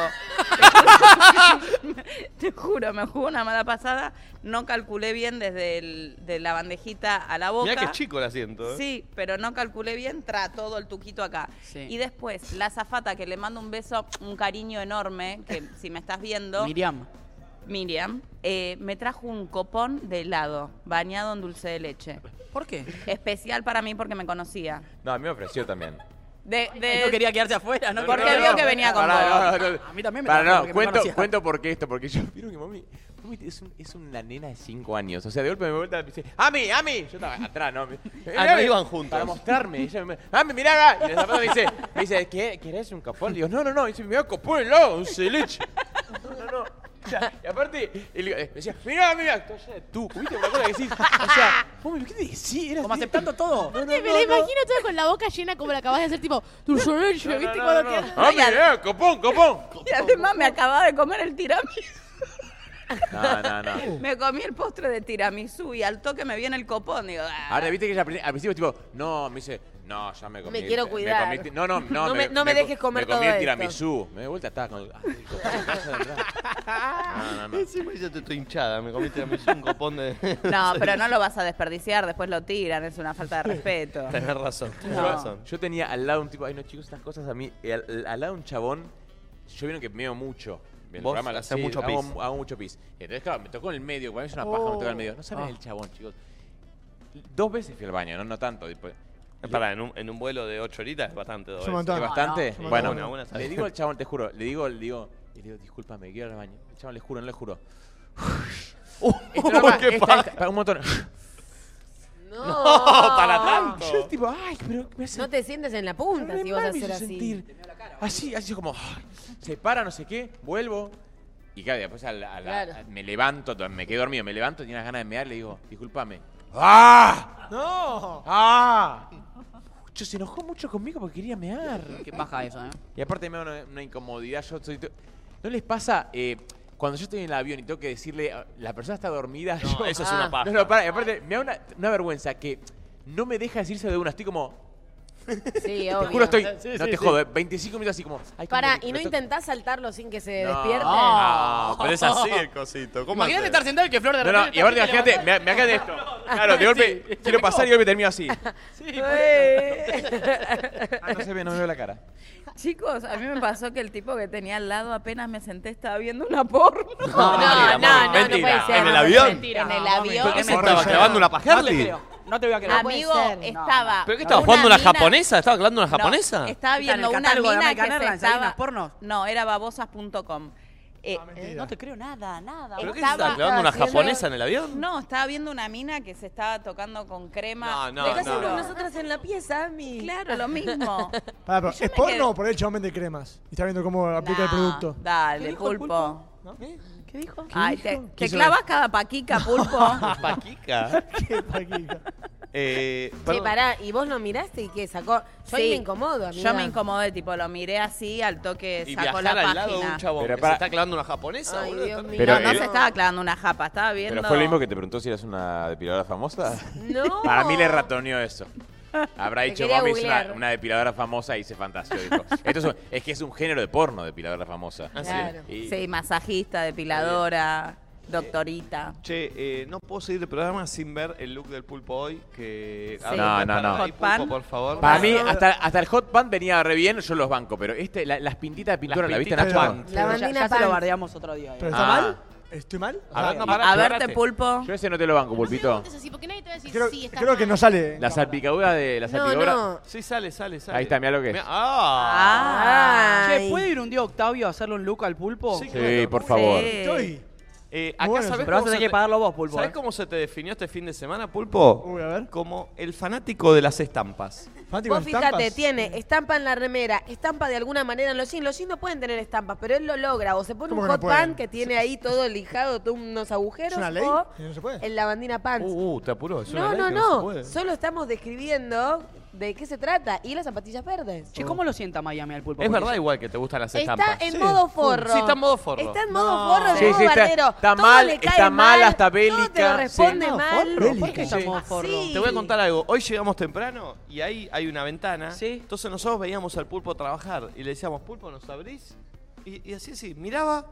[SPEAKER 5] Te juro, me jugó una mala pasada. No calculé bien desde el- de la bandejita a la boca.
[SPEAKER 1] Mirá que es chico el asiento. ¿eh?
[SPEAKER 5] Sí, pero no calculé bien, tra todo el tuquito acá.
[SPEAKER 14] Sí.
[SPEAKER 5] Y después, la zafata que le mando un beso, un cariño enorme, que si me estás viendo,
[SPEAKER 14] Miriam.
[SPEAKER 5] Miriam, eh, me trajo un copón de helado, bañado en dulce de leche.
[SPEAKER 14] ¿Por qué?
[SPEAKER 5] Especial para mí porque me conocía.
[SPEAKER 2] a mí me ofreció también.
[SPEAKER 5] De,
[SPEAKER 14] Él
[SPEAKER 5] de-
[SPEAKER 14] no quería quedarse afuera, ¿no?
[SPEAKER 5] ¿Por
[SPEAKER 14] quería-
[SPEAKER 5] qué
[SPEAKER 14] no,
[SPEAKER 5] vio
[SPEAKER 14] no,
[SPEAKER 5] que
[SPEAKER 14] no,
[SPEAKER 5] venía con
[SPEAKER 2] Pará,
[SPEAKER 5] vos?
[SPEAKER 2] no, no, no.
[SPEAKER 14] A mí también me
[SPEAKER 2] Pará,
[SPEAKER 14] trajo
[SPEAKER 2] no,
[SPEAKER 14] porque me
[SPEAKER 2] cuento,
[SPEAKER 14] conocía.
[SPEAKER 2] cuento por qué esto, porque yo vieron que mami, mami es, un- es una nena de 5 años. O sea, de golpe me vuelta y me dice, ¡Ami, Ami! Yo estaba atrás, ¿no? Me-
[SPEAKER 1] Ah, no
[SPEAKER 2] "Ami",
[SPEAKER 1] iban juntos.
[SPEAKER 2] Para mostrarme. Ella me, ¡Ami, mirá acá! Y la zapata me dice, me dice ¿Qué, ¿querés un copón? Digo, no, no, no. Y dice, mirá, copón helado, un celeche. No, no, no. O sea, y aparte, el- eh, me decía, mirá, mirá, toalla de tú. ¿Viste una cosa que decís? O sea, mami, ¿qué te decís? Era
[SPEAKER 14] Como
[SPEAKER 2] así-
[SPEAKER 14] aceptando todo.
[SPEAKER 7] me la imagino toda con la boca llena como la acabas de hacer, tipo, dulce de leche", ¿viste?
[SPEAKER 2] No,
[SPEAKER 7] cuando
[SPEAKER 2] no,
[SPEAKER 7] quedas-
[SPEAKER 2] no. ¡Ami, Ah, mirá, copón, copón!
[SPEAKER 5] Y además me acababa de comer el tiramisú.
[SPEAKER 2] No, no, no.
[SPEAKER 5] Me comí el postre de tiramisú y al toque me viene el copón. Digo, "Ah".
[SPEAKER 2] Ahora viste que ella al prin- al principio tipo, no, me dice, no, ya me comí.
[SPEAKER 8] Me
[SPEAKER 2] el-
[SPEAKER 8] quiero cuidar.
[SPEAKER 2] comí ti- no, no, no.
[SPEAKER 8] No me- no me
[SPEAKER 2] co-
[SPEAKER 8] dejes comer
[SPEAKER 2] me comí
[SPEAKER 8] todo
[SPEAKER 2] el
[SPEAKER 8] esto.
[SPEAKER 2] tiramisú. Me de vuelta estaba con. ah, el copón de casa de atrás.
[SPEAKER 1] Ah,
[SPEAKER 2] No, no, no.
[SPEAKER 1] Encima ya te estoy hinchada, me comiste me hice un copón de.
[SPEAKER 5] No, pero no lo vas a desperdiciar, después lo tiran, es una falta de respeto.
[SPEAKER 1] Tenés razón, tenés
[SPEAKER 5] No.
[SPEAKER 1] razón.
[SPEAKER 2] Yo tenía al lado un tipo, ay no chicos, estas cosas a mí, eh, al, al lado un chabón, yo vieron que meo mucho. El
[SPEAKER 1] Vos
[SPEAKER 2] programa,
[SPEAKER 1] hacés mucho
[SPEAKER 2] hago,
[SPEAKER 1] pis.
[SPEAKER 2] hago mucho pis. Entonces, claro, me tocó en el medio, para mí es una paja, me tocó en el medio. No saben el chabón, chicos. Dos veces fui al baño, no, no tanto. tipo,
[SPEAKER 1] Pará, en un, en un vuelo de 8 horitas es bastante. dos
[SPEAKER 6] Es un
[SPEAKER 1] veces.
[SPEAKER 6] montón.
[SPEAKER 2] bastante.
[SPEAKER 6] no, no,
[SPEAKER 2] bueno,
[SPEAKER 1] una, una está
[SPEAKER 2] le
[SPEAKER 1] bien.
[SPEAKER 2] digo al chabón, te juro, le digo, le digo, y le digo, discúlpame, quiero ir al baño. El chabón, le juro, no le juro. Esto no va,
[SPEAKER 1] qué
[SPEAKER 2] esta,
[SPEAKER 1] paja.
[SPEAKER 2] esta, para un montón.
[SPEAKER 8] No,
[SPEAKER 1] para tanto.
[SPEAKER 2] Yo tipo, ay, pero me hace
[SPEAKER 8] No te sientes en la punta
[SPEAKER 2] re
[SPEAKER 8] si vas a
[SPEAKER 2] mal, me
[SPEAKER 8] hacer
[SPEAKER 2] hizo
[SPEAKER 8] así.
[SPEAKER 2] sentir. Así, así como, ah, se para, no sé qué, vuelvo. Y claro, después a la- a la-
[SPEAKER 8] Claro.
[SPEAKER 2] me levanto, to- me quedé dormido, me levanto, tenía unas ganas de mear, le digo, discúlpame. ¡Ah! ¡No! ¡Ah! Yo se enojó mucho conmigo porque quería mear.
[SPEAKER 14] Qué paja eso, ¿eh?
[SPEAKER 2] Y aparte me da una, una incomodidad, yo soy... t- ¿No les pasa eh, Cuando yo estoy en el avión y tengo que decirle, "Ah, la persona está dormida. No,
[SPEAKER 1] eso es una Ah. paja.
[SPEAKER 2] No, no, pará, y aparte, me da una, una vergüenza que no me deja decirse de una. Estoy como.
[SPEAKER 8] Sí,
[SPEAKER 2] Te
[SPEAKER 8] obvio.
[SPEAKER 2] juro, estoy.
[SPEAKER 8] Sí,
[SPEAKER 2] no
[SPEAKER 8] sí, sí.
[SPEAKER 2] te jodo, 25 minutos así como. ay,
[SPEAKER 8] Pará,
[SPEAKER 2] ¿cómo
[SPEAKER 8] ¿y
[SPEAKER 2] me-
[SPEAKER 8] no
[SPEAKER 2] me to-
[SPEAKER 8] intentás saltarlo sin que se
[SPEAKER 2] No.
[SPEAKER 8] despierte?
[SPEAKER 2] No,
[SPEAKER 1] pero es así el cosito. ¿Cómo
[SPEAKER 4] Imagínate
[SPEAKER 1] hacer?
[SPEAKER 4] estar sentado y que Flor de
[SPEAKER 2] No, no,
[SPEAKER 4] repente
[SPEAKER 2] y aparte,
[SPEAKER 4] te
[SPEAKER 2] imagínate, me, me hagan esto. Claro, de golpe quiero pasar y de golpe termino así. Ah, no se ve, no me veo la cara.
[SPEAKER 5] Chicos, a mí me pasó que el tipo que tenía al lado apenas me senté estaba viendo una porno. No,
[SPEAKER 1] mentira, mami, mentira. ¿En el avión?
[SPEAKER 5] En el avión.
[SPEAKER 1] ¿Qué se estaba clavando una pajarli?
[SPEAKER 4] No te voy a creer.
[SPEAKER 5] Amigo, estaba.
[SPEAKER 1] ¿Pero qué estaba jugando una japonesa? ¿Estaba clavando una japonesa?
[SPEAKER 5] Estaba
[SPEAKER 14] Está en el
[SPEAKER 5] viendo una
[SPEAKER 14] catálogo de
[SPEAKER 5] mina que
[SPEAKER 14] American
[SPEAKER 5] se
[SPEAKER 14] Airlines, ahí
[SPEAKER 5] estaba...
[SPEAKER 14] unas pornos.
[SPEAKER 5] No, era babosas.com. Eh, eh,
[SPEAKER 14] No te creo nada, nada.
[SPEAKER 1] ¿Pero qué se estaba clavando una japonesa en el avión?
[SPEAKER 5] No, estaba viendo una mina que se estaba tocando con crema.
[SPEAKER 1] No, no, Estás no. haciendo
[SPEAKER 3] nosotras en la pieza, Ami.
[SPEAKER 5] Claro, lo mismo.
[SPEAKER 6] Pará,
[SPEAKER 5] Yo
[SPEAKER 6] pero ¿Es
[SPEAKER 5] me
[SPEAKER 6] porno
[SPEAKER 5] quedé-
[SPEAKER 6] o por ahí el chabón vende cremas? Y está viendo cómo aplica el
[SPEAKER 5] Nah,
[SPEAKER 6] producto.
[SPEAKER 5] Dale,
[SPEAKER 4] el
[SPEAKER 5] pulpo.
[SPEAKER 4] ¿Qué dijo?
[SPEAKER 8] Ah,
[SPEAKER 5] Ay, te, te
[SPEAKER 6] Quiso-
[SPEAKER 5] clavas cada paquica, pulpo.
[SPEAKER 1] ¿Paquica?
[SPEAKER 6] Qué paquita.
[SPEAKER 1] Eh,
[SPEAKER 8] Sí,
[SPEAKER 1] perdón.
[SPEAKER 8] pará, y vos lo miraste y que sacó. Yo ahí
[SPEAKER 5] Sí.
[SPEAKER 8] me incomodo, amiga.
[SPEAKER 5] Yo me incomodé, tipo, lo miré así, al toque
[SPEAKER 1] y
[SPEAKER 5] sacó
[SPEAKER 1] viajar
[SPEAKER 5] la
[SPEAKER 1] al
[SPEAKER 5] página.
[SPEAKER 1] lado de un chabón
[SPEAKER 2] Pero
[SPEAKER 1] que se
[SPEAKER 2] para-
[SPEAKER 1] está clavando una japonesa,
[SPEAKER 8] Ay,
[SPEAKER 1] boludo.
[SPEAKER 8] Dios
[SPEAKER 1] está-
[SPEAKER 8] mío.
[SPEAKER 2] Pero
[SPEAKER 5] no, no
[SPEAKER 2] él-
[SPEAKER 5] se estaba clavando una japa, estaba viendo.
[SPEAKER 2] Pero fue lo mismo que te preguntó si eras una depiladora famosa.
[SPEAKER 8] No.
[SPEAKER 2] Para mí le ratoneó eso. Habrá
[SPEAKER 8] Te
[SPEAKER 2] dicho,
[SPEAKER 8] quería
[SPEAKER 2] mami, es una,
[SPEAKER 8] googlear.
[SPEAKER 2] una depiladora famosa y se fantaseó. dijo. Esto es, un- es que es un género de porno, depiladora famosa.
[SPEAKER 1] Ah, sí.
[SPEAKER 8] Claro.
[SPEAKER 2] Y-
[SPEAKER 5] Sí, masajista, depiladora, doctorita.
[SPEAKER 1] Che, eh, no puedo seguir el programa sin ver el look del pulpo hoy. Que...
[SPEAKER 5] Sí.
[SPEAKER 1] A ver,
[SPEAKER 2] ah, No, no,
[SPEAKER 1] para
[SPEAKER 2] no.
[SPEAKER 1] ahí,
[SPEAKER 5] Hot
[SPEAKER 1] pulpo,
[SPEAKER 5] pan.
[SPEAKER 1] por favor.
[SPEAKER 2] Para mí, hasta, hasta el hot pan venía re bien, yo los banco, pero este, la- las pintitas de pintura, ¿la viste,
[SPEAKER 1] pintitas
[SPEAKER 2] Nacho?
[SPEAKER 1] de
[SPEAKER 6] pan.
[SPEAKER 8] La
[SPEAKER 4] Ya,
[SPEAKER 8] bandina
[SPEAKER 4] ya se lo
[SPEAKER 8] pan.
[SPEAKER 4] bardeamos otro día.
[SPEAKER 6] ¿Pero
[SPEAKER 4] igual.
[SPEAKER 6] está
[SPEAKER 1] Ah.
[SPEAKER 6] mal? ¿estoy mal? O
[SPEAKER 1] A ver,
[SPEAKER 6] sea,
[SPEAKER 1] no,
[SPEAKER 6] y-
[SPEAKER 1] pará,
[SPEAKER 5] A verte,
[SPEAKER 1] parate.
[SPEAKER 5] pulpo.
[SPEAKER 2] Yo ese no te lo banco, pulpito.
[SPEAKER 7] preguntes así, porque nadie te va a decir
[SPEAKER 6] creo,
[SPEAKER 7] sí, está
[SPEAKER 6] creo que no sale.
[SPEAKER 1] eh.
[SPEAKER 2] La salpicadura de la
[SPEAKER 8] No,
[SPEAKER 2] salpicadura.
[SPEAKER 8] no.
[SPEAKER 1] Sí, sale, sale, sale.
[SPEAKER 2] Ahí está, mirá lo que es.
[SPEAKER 1] Mirá- ¡Ah!
[SPEAKER 5] Ah.
[SPEAKER 4] Che, ¿puede ir un día Octavio a hacerle un look al pulpo?
[SPEAKER 1] Sí,
[SPEAKER 2] Sí,
[SPEAKER 1] claro.
[SPEAKER 2] por favor.
[SPEAKER 5] Sí.
[SPEAKER 6] Estoy.
[SPEAKER 1] Eh, acá
[SPEAKER 6] Bueno,
[SPEAKER 1] sabés
[SPEAKER 4] Pero vas a
[SPEAKER 1] cómo se
[SPEAKER 4] tener que
[SPEAKER 1] te-
[SPEAKER 4] pagarlo vos, pulpo.
[SPEAKER 1] ¿Sabés
[SPEAKER 4] eh.
[SPEAKER 1] cómo se te definió este fin de semana, Pulpo?
[SPEAKER 6] Uy, a ver.
[SPEAKER 1] Como el fanático de las estampas.
[SPEAKER 6] Fanático
[SPEAKER 8] Vos
[SPEAKER 6] de
[SPEAKER 8] fíjate,
[SPEAKER 6] estampas.
[SPEAKER 8] tiene estampa en la remera, estampa de alguna manera en los jeans. Los jeans no pueden tener estampas, pero él lo logra. O se pone
[SPEAKER 6] ¿Cómo
[SPEAKER 8] un
[SPEAKER 6] que no
[SPEAKER 8] hot
[SPEAKER 6] pueden?
[SPEAKER 8] pan que tiene ahí todo lijado, todos unos agujeros.
[SPEAKER 6] ¿Es una ley?
[SPEAKER 8] O
[SPEAKER 6] ¿No se puede?
[SPEAKER 8] en la bandina pants.
[SPEAKER 1] Uh, uh, te apuró. es
[SPEAKER 8] no,
[SPEAKER 1] una ley
[SPEAKER 8] no,
[SPEAKER 1] que se
[SPEAKER 8] no.
[SPEAKER 1] puede.
[SPEAKER 8] Solo estamos describiendo de qué se trata. Y las zapatillas verdes.
[SPEAKER 4] Che, ¿cómo lo sienta Miami al pulpo?
[SPEAKER 1] Es
[SPEAKER 4] Porque
[SPEAKER 1] verdad igual que te gustan las
[SPEAKER 8] Está
[SPEAKER 1] estampas.
[SPEAKER 8] en
[SPEAKER 6] Sí.
[SPEAKER 8] modo forro.
[SPEAKER 1] Sí, está en modo forro.
[SPEAKER 8] Está en modo forro,
[SPEAKER 2] Sí,
[SPEAKER 8] en modo
[SPEAKER 2] sí, está-
[SPEAKER 8] bardero.
[SPEAKER 2] está
[SPEAKER 8] Todo
[SPEAKER 2] mal,
[SPEAKER 8] le cae
[SPEAKER 2] está mal, hasta
[SPEAKER 8] Todo te lo
[SPEAKER 2] bélica,
[SPEAKER 8] responde
[SPEAKER 2] sí.
[SPEAKER 8] mal.
[SPEAKER 6] forro.
[SPEAKER 4] ¿Por qué
[SPEAKER 6] Sí.
[SPEAKER 4] estamos forro?
[SPEAKER 8] Sí.
[SPEAKER 1] Te voy a contar algo. Hoy llegamos temprano y ahí hay una ventana.
[SPEAKER 4] Sí.
[SPEAKER 1] Entonces nosotros veíamos al pulpo trabajar y le decíamos, pulpo, ¿nos abrís? Y, y así así, miraba,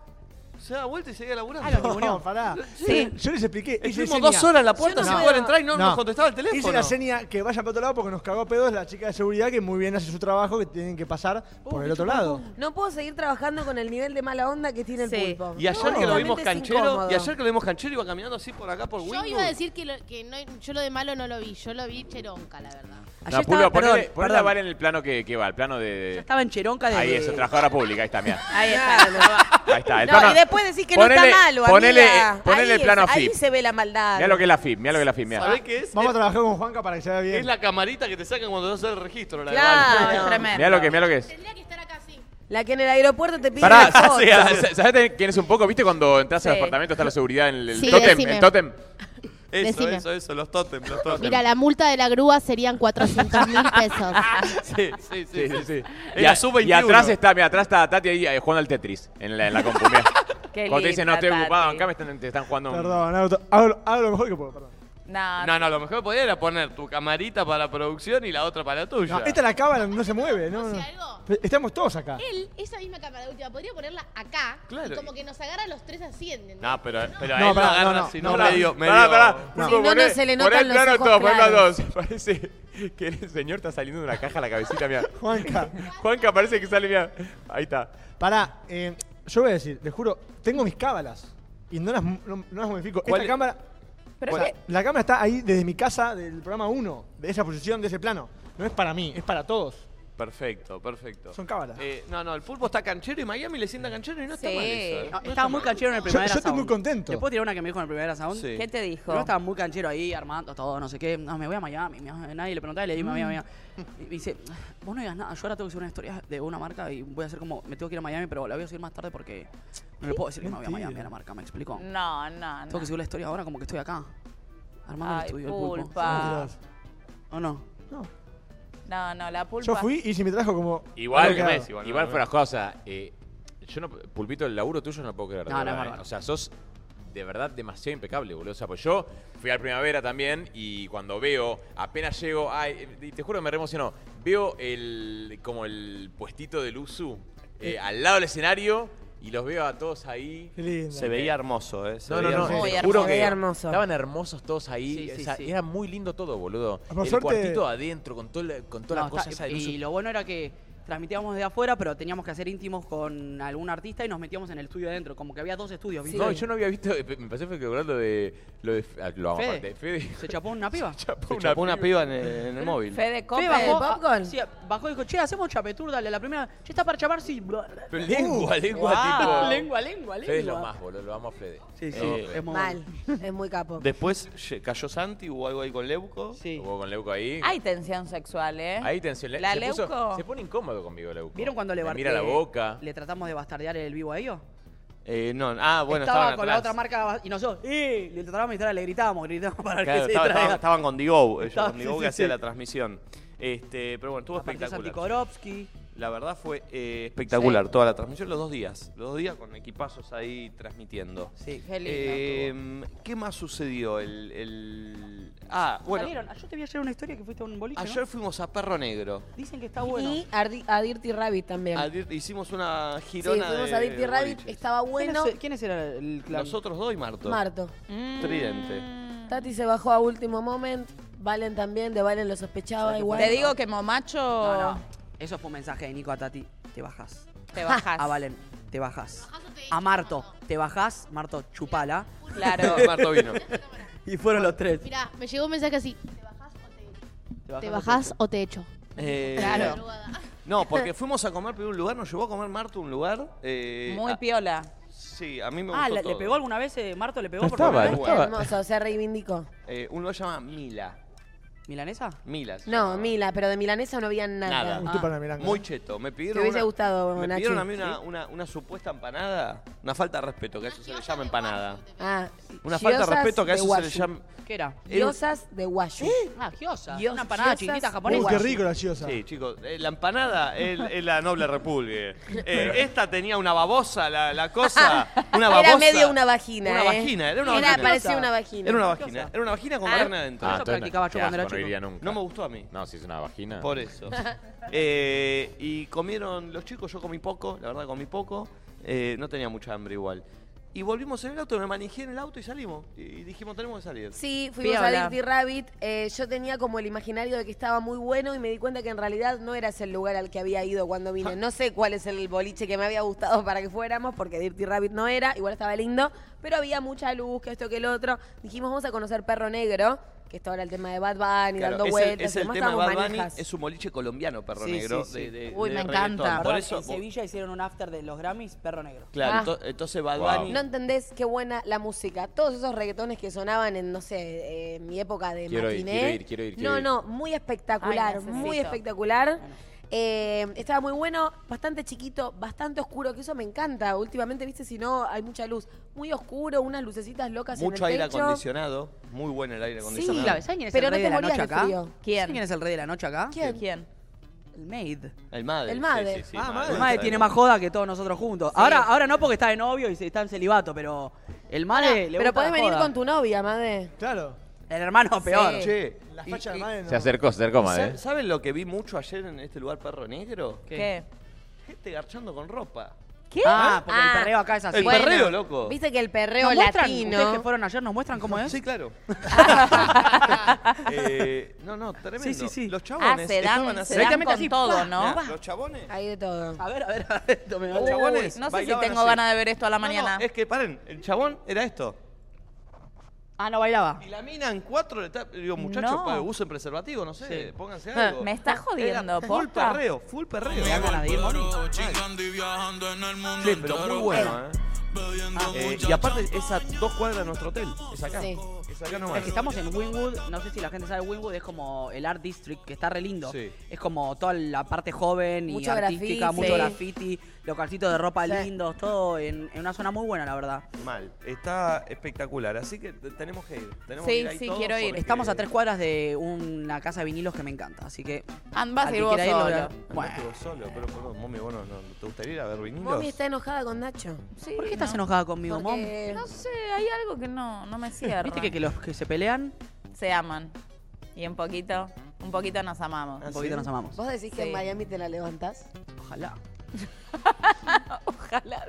[SPEAKER 1] se daba vuelta y seguía laburando.
[SPEAKER 6] No, Ah, pará.
[SPEAKER 1] Sí.
[SPEAKER 6] Yo les expliqué. hice
[SPEAKER 1] Estuvimos
[SPEAKER 6] seña.
[SPEAKER 1] dos horas en la
[SPEAKER 8] Yo
[SPEAKER 1] puerta
[SPEAKER 8] no
[SPEAKER 1] sin
[SPEAKER 8] puedo.
[SPEAKER 1] poder entrar y no,
[SPEAKER 6] No.
[SPEAKER 1] nos contestaba el teléfono.
[SPEAKER 6] Hice la seña que vayan para otro lado porque nos cagó a pedos la chica de seguridad que muy bien hace su trabajo que tienen que pasar por el otro lado.
[SPEAKER 8] No puedo seguir trabajando con el nivel de mala onda que tiene
[SPEAKER 5] Sí.
[SPEAKER 8] el pulpo.
[SPEAKER 1] Y ayer que lo
[SPEAKER 8] Totalmente
[SPEAKER 1] vimos
[SPEAKER 8] es
[SPEAKER 1] canchero,
[SPEAKER 8] incómodo.
[SPEAKER 1] y ayer que lo vimos canchero iba caminando así por acá por
[SPEAKER 7] Yo
[SPEAKER 1] Winwood.
[SPEAKER 7] iba a decir que, lo- que no, yo lo de malo no lo vi, yo lo vi cheronca, la verdad.
[SPEAKER 4] Ayer
[SPEAKER 2] No, Pulpo,
[SPEAKER 4] estaba,
[SPEAKER 2] ponle,
[SPEAKER 4] perdón,
[SPEAKER 2] ponle
[SPEAKER 4] perdón.
[SPEAKER 2] la vara en el plano que, que va, el plano
[SPEAKER 4] Yo
[SPEAKER 2] de...
[SPEAKER 4] estaba en Cheronca desde...
[SPEAKER 2] Ahí eso, trabajadora pública, ahí está, mira.
[SPEAKER 5] Ahí está.
[SPEAKER 2] Ahí está, el
[SPEAKER 8] No,
[SPEAKER 2] plano-
[SPEAKER 8] y después decís que no
[SPEAKER 2] ponele-
[SPEAKER 8] está malo,
[SPEAKER 2] ponele,
[SPEAKER 8] amiga.
[SPEAKER 2] Ponele
[SPEAKER 8] ahí
[SPEAKER 2] el plano
[SPEAKER 8] es- Ahí
[SPEAKER 2] FIP.
[SPEAKER 8] se ve la maldad.
[SPEAKER 2] Mira lo que es la FIP, mira lo que es la FIP, mira.
[SPEAKER 1] ¿Sabés qué es?
[SPEAKER 6] Vamos a trabajar con Juanca para que se vea
[SPEAKER 1] Es
[SPEAKER 6] bien.
[SPEAKER 1] la camarita que te sacan cuando vas a hacer el registro. La de
[SPEAKER 8] Claro.
[SPEAKER 1] Vale.
[SPEAKER 5] es tremendo.
[SPEAKER 2] Mira lo que, mira lo que es.
[SPEAKER 7] Tendría que estar acá así.
[SPEAKER 8] La que en el aeropuerto te pide
[SPEAKER 2] Pará,
[SPEAKER 8] la foto.
[SPEAKER 2] ¿sabes sabés quién es un poco? ¿Viste cuando entras al
[SPEAKER 5] Sí.
[SPEAKER 2] apartamento está la seguridad en el, el
[SPEAKER 7] Sí,
[SPEAKER 2] tótem?
[SPEAKER 7] decime.
[SPEAKER 2] El tótem.
[SPEAKER 1] Eso,
[SPEAKER 7] Decime.
[SPEAKER 1] eso, eso, los tótem, los tótem.
[SPEAKER 7] Mira, la multa de la grúa serían 400 mil pesos.
[SPEAKER 1] Sí, sí, sí. sí, sí.
[SPEAKER 2] Y, a- y atrás está, mira, atrás está Tati ahí eh, jugando al Tetris en la, en la compu. mirá.
[SPEAKER 5] Qué
[SPEAKER 2] Cuando te dicen, no,
[SPEAKER 5] linda,
[SPEAKER 2] estoy ocupado,
[SPEAKER 5] Tati.
[SPEAKER 2] acá me están, te están jugando. un-
[SPEAKER 6] Perdón, hago, to- hago- hago lo mejor que puedo, perdón.
[SPEAKER 5] No,
[SPEAKER 1] No, no, lo mejor que podía era poner tu camarita para producción y la otra para la tuya.
[SPEAKER 6] No, esta la cámara no se mueve, no,
[SPEAKER 7] ¿Puedo
[SPEAKER 6] no.
[SPEAKER 7] decir algo?
[SPEAKER 6] Pero Estamos todos acá.
[SPEAKER 7] Él, esa misma cámara de última, podría ponerla acá
[SPEAKER 1] Claro.
[SPEAKER 7] y como que nos agarra a los tres así, ¿entendés?
[SPEAKER 1] No, pero, pero a
[SPEAKER 6] No,
[SPEAKER 1] él
[SPEAKER 6] pará,
[SPEAKER 1] lo agarra
[SPEAKER 6] no, no,
[SPEAKER 1] si
[SPEAKER 6] no,
[SPEAKER 1] no,
[SPEAKER 6] pará.
[SPEAKER 1] medio, medio...
[SPEAKER 2] Pará, pará. Pulpo,
[SPEAKER 8] no, no
[SPEAKER 2] poné-
[SPEAKER 8] se le
[SPEAKER 2] poné
[SPEAKER 8] notan
[SPEAKER 2] el
[SPEAKER 8] los
[SPEAKER 2] plano
[SPEAKER 8] ojos
[SPEAKER 2] todo, poné los
[SPEAKER 8] claros.
[SPEAKER 2] dos. Parece que el señor está saliendo de una caja a la cabecita, mira.
[SPEAKER 6] Juanca,
[SPEAKER 2] Juanca parece que sale, mira. Ahí está.
[SPEAKER 6] pará. eh, yo voy a decir, les juro, tengo mis cábalas y no las, mu- no, no las modifico.
[SPEAKER 1] ¿Cuál
[SPEAKER 6] Esta
[SPEAKER 1] es?
[SPEAKER 6] cámara,
[SPEAKER 5] Pero
[SPEAKER 6] o sea, la cámara está ahí desde mi casa, del programa 1, de esa posición, de ese plano. No es para mí, es para todos.
[SPEAKER 1] Perfecto, perfecto.
[SPEAKER 6] Son cábalas.
[SPEAKER 1] Eh, no, no, el pulpo está canchero y Miami le sienta canchero y no está
[SPEAKER 5] Sí.
[SPEAKER 1] mal eso. ¿eh?
[SPEAKER 4] No, Ah, estaba muy canchero en el
[SPEAKER 6] Yo-
[SPEAKER 4] Primavera
[SPEAKER 6] yo estoy
[SPEAKER 4] Sound.
[SPEAKER 6] muy contento.
[SPEAKER 4] ¿Le puedo tirar una que me dijo en el Primavera Sound?
[SPEAKER 1] Sí.
[SPEAKER 5] ¿Qué te dijo?
[SPEAKER 4] Yo estaba muy canchero ahí, armando todo, no sé qué. No, me voy a Miami. me voy a- Nadie le preguntaba y le dije, me voy a Miami. Y me dice, vos no digas nada. Yo ahora tengo que subir una historia de una marca y voy a hacer como, me tengo que ir a Miami, pero la voy a subir más tarde porque no le puedo decir que me voy a Miami a la marca, ¿me explico?
[SPEAKER 5] No, no, no.
[SPEAKER 4] Tengo que subir la historia ahora como que estoy acá. Armando el
[SPEAKER 5] Ay,
[SPEAKER 4] estudio, el pulpo.
[SPEAKER 1] Oh,
[SPEAKER 5] pulpa.
[SPEAKER 4] ¿O no?
[SPEAKER 5] No, no, la pulpa.
[SPEAKER 6] Yo fui y si me trajo como.
[SPEAKER 2] Igual,
[SPEAKER 6] Claro.
[SPEAKER 2] igual, fuera cosa. eh, Yo no, Pulpito, el laburo tuyo no lo puedo creer. de
[SPEAKER 4] No, no,
[SPEAKER 2] verdad,
[SPEAKER 4] es
[SPEAKER 2] ¿eh?
[SPEAKER 4] bárbaro.
[SPEAKER 2] O sea, sos de verdad demasiado impecable, boludo. O sea, pues yo fui al primavera también y cuando veo, apenas llego, ay, y te juro que me reemocionó, veo el como el puestito del Usu eh, al lado del escenario y los veo a todos ahí.
[SPEAKER 1] Se veía hermoso, ¿eh? Se
[SPEAKER 2] No, no,
[SPEAKER 1] veía
[SPEAKER 2] no,
[SPEAKER 1] hermoso.
[SPEAKER 2] te juro que estaban hermosos todos ahí.
[SPEAKER 4] Sí, sí,
[SPEAKER 2] o sea,
[SPEAKER 4] sí.
[SPEAKER 2] Era muy lindo todo, boludo.
[SPEAKER 4] Por
[SPEAKER 2] el
[SPEAKER 4] suerte-
[SPEAKER 2] cuartito adentro, con, todo el- con toda
[SPEAKER 4] No,
[SPEAKER 2] la cosa
[SPEAKER 4] está-
[SPEAKER 2] esa del Usu.
[SPEAKER 4] y lo bueno era que transmitíamos desde afuera, pero teníamos que hacer íntimos con algún artista y nos metíamos en el estudio adentro. Como que había dos estudios, ¿viste?
[SPEAKER 2] No, yo no había visto, me pasé espectacular lo de. Lo de ah, lo vamos
[SPEAKER 4] Fede.
[SPEAKER 2] aparte. Fede.
[SPEAKER 4] ¿Se chapó una piba?
[SPEAKER 1] Se chapó una piba en el, en el móvil.
[SPEAKER 5] Fede Cope.
[SPEAKER 4] Fede bajó,
[SPEAKER 5] Pop-
[SPEAKER 4] ah, sí, bajó y dijo, che, hacemos chapetur, dale, la primera. Che, está para chapar, sí.
[SPEAKER 2] Pero lengua,
[SPEAKER 1] Uh,
[SPEAKER 2] lengua, tipo.
[SPEAKER 4] Lengua, lengua,
[SPEAKER 2] Fede es lo
[SPEAKER 4] lengua.
[SPEAKER 2] más, boludo, lo vamos a Fede.
[SPEAKER 4] Sí, sí,
[SPEAKER 2] Lo amo a
[SPEAKER 1] es
[SPEAKER 2] Fede.
[SPEAKER 4] muy-
[SPEAKER 8] Mal, es muy capo.
[SPEAKER 1] Después lle- cayó Santi, hubo algo ahí con Leuco.
[SPEAKER 4] Sí.
[SPEAKER 2] Jugó con Leuco ahí.
[SPEAKER 5] Hay tensión sexual, ¿eh?
[SPEAKER 2] Ahí tensión. Le-
[SPEAKER 5] La
[SPEAKER 2] se puso-
[SPEAKER 5] Leuco.
[SPEAKER 2] se pone incómodo conmigo, Leuco.
[SPEAKER 4] ¿Vieron cuando le
[SPEAKER 2] Me
[SPEAKER 4] bar-
[SPEAKER 2] Mira la
[SPEAKER 4] eh,
[SPEAKER 2] boca.
[SPEAKER 4] ¿Le tratamos de bastardear el vivo a ellos?
[SPEAKER 1] Eh, no, ah, bueno,
[SPEAKER 4] estaba
[SPEAKER 1] estaban
[SPEAKER 4] con
[SPEAKER 1] atrás.
[SPEAKER 4] la otra marca y nosotros, ¡eh! Le tratábamos de distraer, le gritábamos, gritábamos para
[SPEAKER 1] Claro,
[SPEAKER 4] que se
[SPEAKER 1] estaba-
[SPEAKER 4] distraiga.
[SPEAKER 1] estaban, estaban con Digou, ellos,
[SPEAKER 4] Estaba-
[SPEAKER 1] con Digou
[SPEAKER 4] sí,
[SPEAKER 1] que
[SPEAKER 4] sí,
[SPEAKER 1] hacía
[SPEAKER 4] sí.
[SPEAKER 1] la transmisión. Este, pero bueno, estuvo
[SPEAKER 4] Apareció Santi
[SPEAKER 1] espectacular.
[SPEAKER 4] Korovsky.
[SPEAKER 1] La verdad fue eh, espectacular toda la transmisión, los dos días. Los dos días con equipazos ahí transmitiendo.
[SPEAKER 4] Sí.
[SPEAKER 5] Qué lindo
[SPEAKER 1] Eh, ¿Qué más sucedió? El, el- Ah, bueno,
[SPEAKER 4] Salieron. Yo te vi ayer una historia que fuiste a un boliche, ¿no?
[SPEAKER 1] ayer fuimos a Perro Negro.
[SPEAKER 4] Dicen que está bueno.
[SPEAKER 8] Y a, Di- a Dirty Rabbit también.
[SPEAKER 1] A Dir- hicimos una
[SPEAKER 8] sí,
[SPEAKER 1] girona
[SPEAKER 8] fuimos
[SPEAKER 1] de
[SPEAKER 8] a Dirty Rabbit,
[SPEAKER 1] boliches.
[SPEAKER 8] estaba bueno.
[SPEAKER 4] ¿Quiénes, ¿Quiénes eran el clan?
[SPEAKER 1] Nosotros dos y Marto.
[SPEAKER 8] Marto.
[SPEAKER 1] Tridente.
[SPEAKER 4] Mm.
[SPEAKER 8] Tati se bajó a último moment. Valen también, de Valen lo sospechaba igual.
[SPEAKER 5] Te digo que Momacho
[SPEAKER 4] No, no. Eso fue un mensaje de Nico a Tati. Te bajas.
[SPEAKER 5] te bajas.
[SPEAKER 4] A Valen, te bajas. A Marto, te bajás. Marto, chupala.
[SPEAKER 5] Claro.
[SPEAKER 1] Marto vino.
[SPEAKER 4] Y fueron los tres.
[SPEAKER 7] Mirá, me llegó un mensaje así. ¿Te
[SPEAKER 4] o
[SPEAKER 7] bajás o te echo?
[SPEAKER 1] Eh,
[SPEAKER 5] Claro.
[SPEAKER 1] No, porque fuimos a comer primero un lugar, nos llevó a comer Marto un lugar. eh,
[SPEAKER 5] Muy
[SPEAKER 1] a-
[SPEAKER 5] piola.
[SPEAKER 1] Sí, a mí me gustó.
[SPEAKER 4] Ah, ¿le, le
[SPEAKER 1] todo.
[SPEAKER 4] pegó alguna vez? eh, ¿Marto le pegó
[SPEAKER 2] No
[SPEAKER 4] por
[SPEAKER 2] estaba,
[SPEAKER 4] primera
[SPEAKER 2] no
[SPEAKER 4] vez?
[SPEAKER 2] estaba.
[SPEAKER 8] Hermoso, se reivindicó.
[SPEAKER 1] Eh, un lugar llamado Mila.
[SPEAKER 4] ¿Milanesa?
[SPEAKER 1] Mila. se
[SPEAKER 8] No,
[SPEAKER 1] llamaba.
[SPEAKER 8] Mila, pero de milanesa no había nada. Ah.
[SPEAKER 1] Nada.
[SPEAKER 6] Usted para Miranda.
[SPEAKER 1] Muy cheto. Me pidieron.
[SPEAKER 8] Te hubiese
[SPEAKER 1] una-
[SPEAKER 8] gustado,
[SPEAKER 1] Me
[SPEAKER 8] Nachi.
[SPEAKER 1] pidieron a mí una, una- una supuesta empanada. Una falta de respeto, que a eso se le llama empanada.
[SPEAKER 8] Ah,
[SPEAKER 1] Una falta de
[SPEAKER 8] Gyozas
[SPEAKER 1] respeto, que a
[SPEAKER 8] de
[SPEAKER 1] eso se le
[SPEAKER 8] Waju.
[SPEAKER 1] llama.
[SPEAKER 4] ¿Qué era?
[SPEAKER 1] Era un-
[SPEAKER 8] Diosas de Guayu.
[SPEAKER 4] Ah, gyoza.
[SPEAKER 8] Gyozas.
[SPEAKER 4] Una empanada
[SPEAKER 8] Gyozas
[SPEAKER 4] chiquita
[SPEAKER 8] de
[SPEAKER 4] japonesa.
[SPEAKER 6] Uy, qué rico la chiosa.
[SPEAKER 1] Sí, chicos, eh, la empanada es, es la noble repulgue. Eh, esta tenía una babosa, la, la cosa. Una babosa.
[SPEAKER 8] Era medio una vagina.
[SPEAKER 1] Una
[SPEAKER 8] eh.
[SPEAKER 1] vagina, era una vagina.
[SPEAKER 8] parecía una vagina.
[SPEAKER 1] Era una vagina, era una vagina con carne adentro.
[SPEAKER 4] Ah, eso
[SPEAKER 2] entonces
[SPEAKER 4] practicaba yo
[SPEAKER 2] qué
[SPEAKER 4] cuando era
[SPEAKER 2] asco,
[SPEAKER 4] chico.
[SPEAKER 2] No iría nunca.
[SPEAKER 1] No me gustó a mí.
[SPEAKER 2] No, si es una vagina.
[SPEAKER 1] Por eso. Eh, y comieron los chicos, yo comí poco, la verdad comí poco. eh, no tenía mucha hambre igual. Y volvimos en el auto, me manejé en el auto y salimos. Y dijimos, tenemos que salir.
[SPEAKER 8] Sí, fuimos
[SPEAKER 5] Piola.
[SPEAKER 8] a Dirty Rabbit. eh, yo tenía como el imaginario de que estaba muy bueno y me di cuenta que en realidad no era ese el lugar al que había ido cuando vine. No sé cuál es el boliche que me había gustado para que fuéramos, porque Dirty Rabbit no era, igual estaba lindo, pero había mucha luz, que esto, que el otro. Dijimos, vamos a conocer Perro Negro, que esto era el tema de Bad Bunny,
[SPEAKER 1] Claro,
[SPEAKER 8] dando
[SPEAKER 1] es el-
[SPEAKER 8] vueltas.
[SPEAKER 1] es el,
[SPEAKER 8] además
[SPEAKER 1] tema de
[SPEAKER 8] estábamos
[SPEAKER 1] Bad Bunny,
[SPEAKER 8] manijas.
[SPEAKER 1] es un boliche colombiano, perro
[SPEAKER 4] Sí,
[SPEAKER 1] negro.
[SPEAKER 4] sí, sí.
[SPEAKER 1] de- de-
[SPEAKER 5] Uy,
[SPEAKER 1] de
[SPEAKER 5] me
[SPEAKER 1] reggaetón.
[SPEAKER 5] encanta.
[SPEAKER 1] Por
[SPEAKER 4] Perdón,
[SPEAKER 1] eso,
[SPEAKER 4] en Sevilla hicieron un after de los Grammys, perro negro.
[SPEAKER 1] claro,
[SPEAKER 8] Ah.
[SPEAKER 1] ento- entonces Bad
[SPEAKER 2] Wow.
[SPEAKER 1] Bunny.
[SPEAKER 8] No entendés qué buena la música. Todos esos reggaetones que sonaban en, no sé, eh, mi época de
[SPEAKER 2] Quiero ir,
[SPEAKER 8] matiné.
[SPEAKER 2] quiero ir, quiero ir, quiero
[SPEAKER 8] no,
[SPEAKER 2] ir.
[SPEAKER 8] no, muy espectacular,
[SPEAKER 5] Ay, necesito.
[SPEAKER 8] muy espectacular. Eh, estaba muy bueno, bastante chiquito, bastante oscuro, que eso me encanta. Últimamente, viste, si no, hay mucha luz. Muy oscuro, unas lucecitas locas
[SPEAKER 1] Mucho
[SPEAKER 8] en el
[SPEAKER 1] aire
[SPEAKER 8] techo.
[SPEAKER 1] acondicionado. Muy bueno el aire acondicionado.
[SPEAKER 4] ¿Saben quién es
[SPEAKER 8] Pero
[SPEAKER 4] el
[SPEAKER 8] no
[SPEAKER 4] rey
[SPEAKER 8] te
[SPEAKER 4] de la
[SPEAKER 8] morías
[SPEAKER 4] noche
[SPEAKER 8] de
[SPEAKER 4] acá?
[SPEAKER 8] frío.
[SPEAKER 4] ¿Saben
[SPEAKER 5] ¿Quién?
[SPEAKER 4] quién es el rey de la noche acá?
[SPEAKER 8] ¿Quién?
[SPEAKER 5] ¿Quién?
[SPEAKER 4] El maid.
[SPEAKER 1] El madre.
[SPEAKER 8] El Made.
[SPEAKER 6] Ah, Made.
[SPEAKER 4] El
[SPEAKER 1] está
[SPEAKER 4] madre
[SPEAKER 1] bien.
[SPEAKER 4] tiene más joda que todos nosotros juntos. Ahora, ahora no porque está de novio y se- está en celibato, pero el madre le
[SPEAKER 8] Pero
[SPEAKER 4] gusta
[SPEAKER 8] podés
[SPEAKER 4] la
[SPEAKER 8] venir
[SPEAKER 4] joda.
[SPEAKER 8] con tu novia, madre.
[SPEAKER 6] Claro.
[SPEAKER 4] El hermano peor.
[SPEAKER 8] Sí.
[SPEAKER 1] Che,
[SPEAKER 6] La
[SPEAKER 1] y-
[SPEAKER 6] facha
[SPEAKER 1] y-
[SPEAKER 6] de madre no.
[SPEAKER 2] Se acercó, se acercó, madre.
[SPEAKER 1] ¿sab- ¿Saben lo que vi mucho ayer en este lugar perro negro?
[SPEAKER 5] ¿Qué?
[SPEAKER 1] Gente garchando con ropa.
[SPEAKER 8] ¿Qué?
[SPEAKER 4] Ah, porque
[SPEAKER 8] Ah.
[SPEAKER 4] el perreo acá es así.
[SPEAKER 1] El
[SPEAKER 8] Bueno,
[SPEAKER 1] perreo, loco.
[SPEAKER 8] Viste que el perreo
[SPEAKER 4] Nos muestran, ustedes que
[SPEAKER 8] latino.
[SPEAKER 4] fueron ayer, ¿nos muestran cómo es?
[SPEAKER 1] Sí, claro. Eh, no, no, tremendo.
[SPEAKER 4] Sí, sí, sí.
[SPEAKER 1] Los
[SPEAKER 5] Ah,
[SPEAKER 1] chabones
[SPEAKER 5] se
[SPEAKER 1] estaban
[SPEAKER 5] dan,
[SPEAKER 1] así.
[SPEAKER 5] se dan
[SPEAKER 4] Directamente
[SPEAKER 5] con
[SPEAKER 4] así,
[SPEAKER 5] todo,
[SPEAKER 4] pa,
[SPEAKER 5] ¿no?
[SPEAKER 4] pa.
[SPEAKER 1] Los chabones.
[SPEAKER 8] Hay de todo.
[SPEAKER 4] A ver, a ver, a ver. tome-
[SPEAKER 1] Los chabones.
[SPEAKER 5] No sé si
[SPEAKER 1] bailaban
[SPEAKER 5] tengo
[SPEAKER 1] así.
[SPEAKER 5] ganas de ver esto a la
[SPEAKER 1] No, no,
[SPEAKER 5] mañana.
[SPEAKER 1] es que paren, el chabón era esto.
[SPEAKER 4] Ah, no bailaba.
[SPEAKER 1] Y la mina en cuatro le está. Digo, muchachos,
[SPEAKER 5] No.
[SPEAKER 1] pa- usen preservativo, no sé, pónganse algo.
[SPEAKER 5] Me está jodiendo,
[SPEAKER 1] Era full
[SPEAKER 5] posta.
[SPEAKER 1] perreo, full perreo.
[SPEAKER 4] Me dan ganas de ir, Moni.
[SPEAKER 1] Sí, pero muy bueno, ¿eh? Eh, y aparte es a dos cuadras de nuestro hotel. Es acá.
[SPEAKER 4] Sí.
[SPEAKER 1] Es acá nomás.
[SPEAKER 4] Es que estamos en Wynwood, no sé si la gente sabe, Wynwood es como el Art District, que está re lindo.
[SPEAKER 1] Sí.
[SPEAKER 4] Es como toda la parte joven y
[SPEAKER 8] Mucho
[SPEAKER 4] artística,
[SPEAKER 8] graffiti.
[SPEAKER 4] mucho
[SPEAKER 8] Sí.
[SPEAKER 4] graffiti, localcitos de ropa
[SPEAKER 8] Sí.
[SPEAKER 4] lindos, todo en, en una zona muy buena, la verdad.
[SPEAKER 1] Mal. Está espectacular. Así que t- tenemos que ir. Tenemos que ir ahí todos porque-
[SPEAKER 4] Estamos a tres cuadras de una casa de vinilos que me encanta, así que...
[SPEAKER 5] And vas
[SPEAKER 4] al
[SPEAKER 5] a
[SPEAKER 4] que
[SPEAKER 5] ir vos
[SPEAKER 4] quiera lo-
[SPEAKER 5] solo.
[SPEAKER 4] Bueno.
[SPEAKER 1] Andate vos solo, pero perdón, Momi, vos no, no- ¿te gustaría ir a ver vinilos?
[SPEAKER 8] Mami está enojada con Nacho.
[SPEAKER 4] ¿Por qué estás enojada conmigo, Mom?
[SPEAKER 8] Porque-
[SPEAKER 5] No sé, hay algo que no, no me cierra.
[SPEAKER 4] ¿Viste que, que los que se pelean,
[SPEAKER 5] Se aman. Y un poquito, un poquito nos amamos.
[SPEAKER 4] un poquito nos amamos?
[SPEAKER 8] ¿Vos decís que
[SPEAKER 5] Sí.
[SPEAKER 8] en Miami te la levantás?
[SPEAKER 4] Ojalá.
[SPEAKER 5] Ojalá.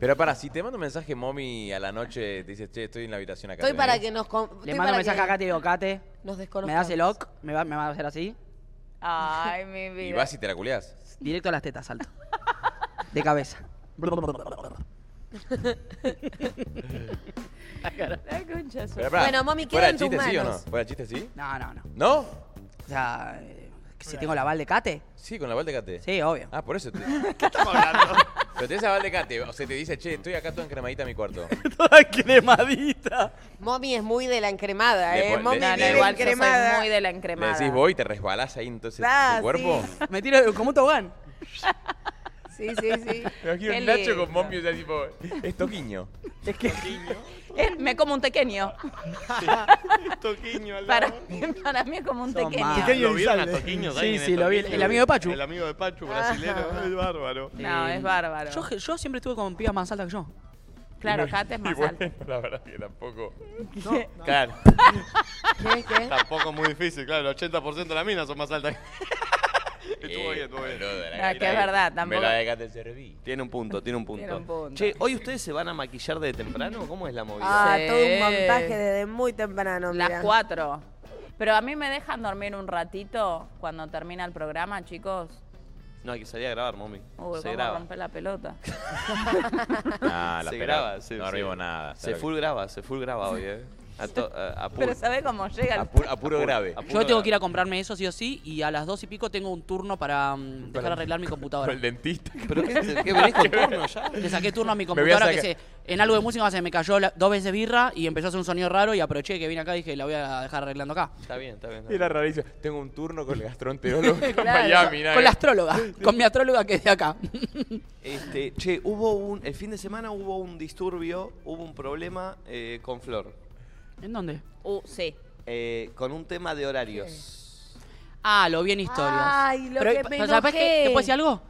[SPEAKER 2] Pero para, si te mando un mensaje, mommy, a la noche, te dices, che, estoy en la habitación acá.
[SPEAKER 8] Estoy
[SPEAKER 2] ¿tenés?
[SPEAKER 8] para que nos. con-
[SPEAKER 4] Le
[SPEAKER 8] estoy
[SPEAKER 4] mando un
[SPEAKER 8] para
[SPEAKER 4] mensaje
[SPEAKER 8] que
[SPEAKER 4] a Katy y digo, Kate,
[SPEAKER 8] Nos
[SPEAKER 4] ¿me
[SPEAKER 8] desconozcamos.
[SPEAKER 4] das el ok? ¿Me va, me va a hacer así?
[SPEAKER 5] Ay, mi vida.
[SPEAKER 2] Y vas y te la culeás.
[SPEAKER 4] Directo a las tetas, salto. De cabeza.
[SPEAKER 5] La concha de su-
[SPEAKER 2] Pero pará,
[SPEAKER 8] Bueno, mami,
[SPEAKER 2] ¿Fuera
[SPEAKER 8] queda en
[SPEAKER 2] de chiste
[SPEAKER 8] tus
[SPEAKER 2] sí o no?
[SPEAKER 8] manos.
[SPEAKER 2] ¿Fuera de chiste sí?
[SPEAKER 4] No, no, no.
[SPEAKER 2] ¿No?
[SPEAKER 4] O sea, eh, si tengo la aval de Kate,
[SPEAKER 2] Sí, con la Valdecate.
[SPEAKER 4] sí, obvio.
[SPEAKER 2] Ah, por eso. Te... ¿Qué estamos hablando? Pero tenés a Valdecate, o sea, te dice, che, estoy acá toda encremadita en mi cuarto.
[SPEAKER 4] Toda cremadita.
[SPEAKER 8] Mommy es muy de la encremada,
[SPEAKER 2] Le
[SPEAKER 8] ¿eh?
[SPEAKER 2] pon-
[SPEAKER 8] Mommy
[SPEAKER 2] le-
[SPEAKER 5] No, no,
[SPEAKER 2] Vive
[SPEAKER 5] igual yo soy
[SPEAKER 8] encremada.
[SPEAKER 5] muy de la
[SPEAKER 2] Le
[SPEAKER 5] encremada.
[SPEAKER 2] decís, voy y te resbalás ahí entonces
[SPEAKER 8] Ah,
[SPEAKER 2] tu cuerpo.
[SPEAKER 4] Me tiro como un tobogán.
[SPEAKER 8] Sí, sí, sí.
[SPEAKER 2] Me imagino
[SPEAKER 5] Qué
[SPEAKER 2] un Nacho
[SPEAKER 5] lindo.
[SPEAKER 2] con mommy, o sea, tipo, es toquiño.
[SPEAKER 4] Es que
[SPEAKER 5] Eh, me como un tequeño.
[SPEAKER 15] Toquiño al
[SPEAKER 5] Para
[SPEAKER 15] lado.
[SPEAKER 5] mí, para mí es como un
[SPEAKER 4] Son
[SPEAKER 5] tequeño.
[SPEAKER 4] más.
[SPEAKER 15] Ah, ¿Lo vieron a
[SPEAKER 6] Elizalde.
[SPEAKER 15] Toquiño?
[SPEAKER 4] Sí,
[SPEAKER 15] ¿Saben quién
[SPEAKER 4] sí,
[SPEAKER 15] es
[SPEAKER 4] lo vi,
[SPEAKER 15] Toquiño?
[SPEAKER 4] el amigo de Pachu.
[SPEAKER 15] El amigo de Pachu, brasilero. Es bárbaro.
[SPEAKER 5] Ah. No, es bárbaro.
[SPEAKER 4] Eh, yo, yo siempre estuve con pibas más altas que yo.
[SPEAKER 5] claro, Kate es
[SPEAKER 15] Y
[SPEAKER 5] más
[SPEAKER 15] bueno,
[SPEAKER 5] alta.
[SPEAKER 15] la verdad que tampoco.
[SPEAKER 1] Claro.
[SPEAKER 8] ¿Qué, qué?
[SPEAKER 15] Tampoco es muy difícil, claro. El 80% de las minas son más altas. que- estuvo bien, estuvo bien.
[SPEAKER 5] No, es que es verdad,
[SPEAKER 2] Me
[SPEAKER 5] tampoco.
[SPEAKER 2] la dejaste servir.
[SPEAKER 1] Tiene un punto, tiene un punto.
[SPEAKER 5] Tiene un punto.
[SPEAKER 1] Che, ¿hoy ustedes se van a maquillar de temprano? ¿Cómo es la movida?
[SPEAKER 8] Ah,
[SPEAKER 5] Sí.
[SPEAKER 8] todo un montaje desde muy temprano,
[SPEAKER 5] Las
[SPEAKER 8] mira.
[SPEAKER 5] cuatro. Pero a mí me dejan dormir un ratito cuando termina el programa, chicos.
[SPEAKER 1] No, hay que salir a grabar, Momi.
[SPEAKER 5] Uy,
[SPEAKER 1] se
[SPEAKER 5] cómo
[SPEAKER 1] graba.
[SPEAKER 5] rompe la pelota.
[SPEAKER 2] Ah, la
[SPEAKER 1] se
[SPEAKER 2] pelota.
[SPEAKER 1] graba, sí,
[SPEAKER 2] No
[SPEAKER 1] sí.
[SPEAKER 2] dormimos nada.
[SPEAKER 1] Se full graba, se full graba hoy, ¿eh? A, to- a- a pu-
[SPEAKER 5] Pero ¿sabés cómo llega
[SPEAKER 2] A,
[SPEAKER 5] el...
[SPEAKER 2] pu- a puro grave.
[SPEAKER 1] a puro
[SPEAKER 4] Yo tengo
[SPEAKER 1] graba.
[SPEAKER 4] que ir a comprarme eso sí o sí y a las dos y pico tengo un turno para mm, dejar arreglar mi
[SPEAKER 2] Con
[SPEAKER 4] computadora.
[SPEAKER 2] el dentista.
[SPEAKER 1] ¿Pero qué, qué venís con porno ya?
[SPEAKER 4] Le saqué turno a mi
[SPEAKER 2] voy a
[SPEAKER 4] computadora que se,
[SPEAKER 2] sacar.
[SPEAKER 4] en algo de música se me cayó la- dos veces birra y empezó a hacer un sonido raro y aproveché que vine acá y dije la voy a dejar arreglando acá.
[SPEAKER 1] Está bien, está bien. está
[SPEAKER 2] Y
[SPEAKER 1] bien.
[SPEAKER 2] era rarísimo. Tengo un turno con el gastroenterólogo en
[SPEAKER 5] Claro.
[SPEAKER 2] Miami. nada
[SPEAKER 4] Con
[SPEAKER 2] que-
[SPEAKER 4] la astróloga, con mi astróloga que es de acá.
[SPEAKER 1] Este, che, hubo un. El fin de semana hubo un disturbio, hubo un problema eh, con Flor.
[SPEAKER 4] ¿En dónde?
[SPEAKER 5] Uh, sí.
[SPEAKER 1] Eh, con un tema de horarios.
[SPEAKER 4] Ah, lo vi en historias.
[SPEAKER 8] Ay, lo que me
[SPEAKER 4] ¿sabes qué?
[SPEAKER 8] enojé.
[SPEAKER 4] ¿Te puedo decir algo?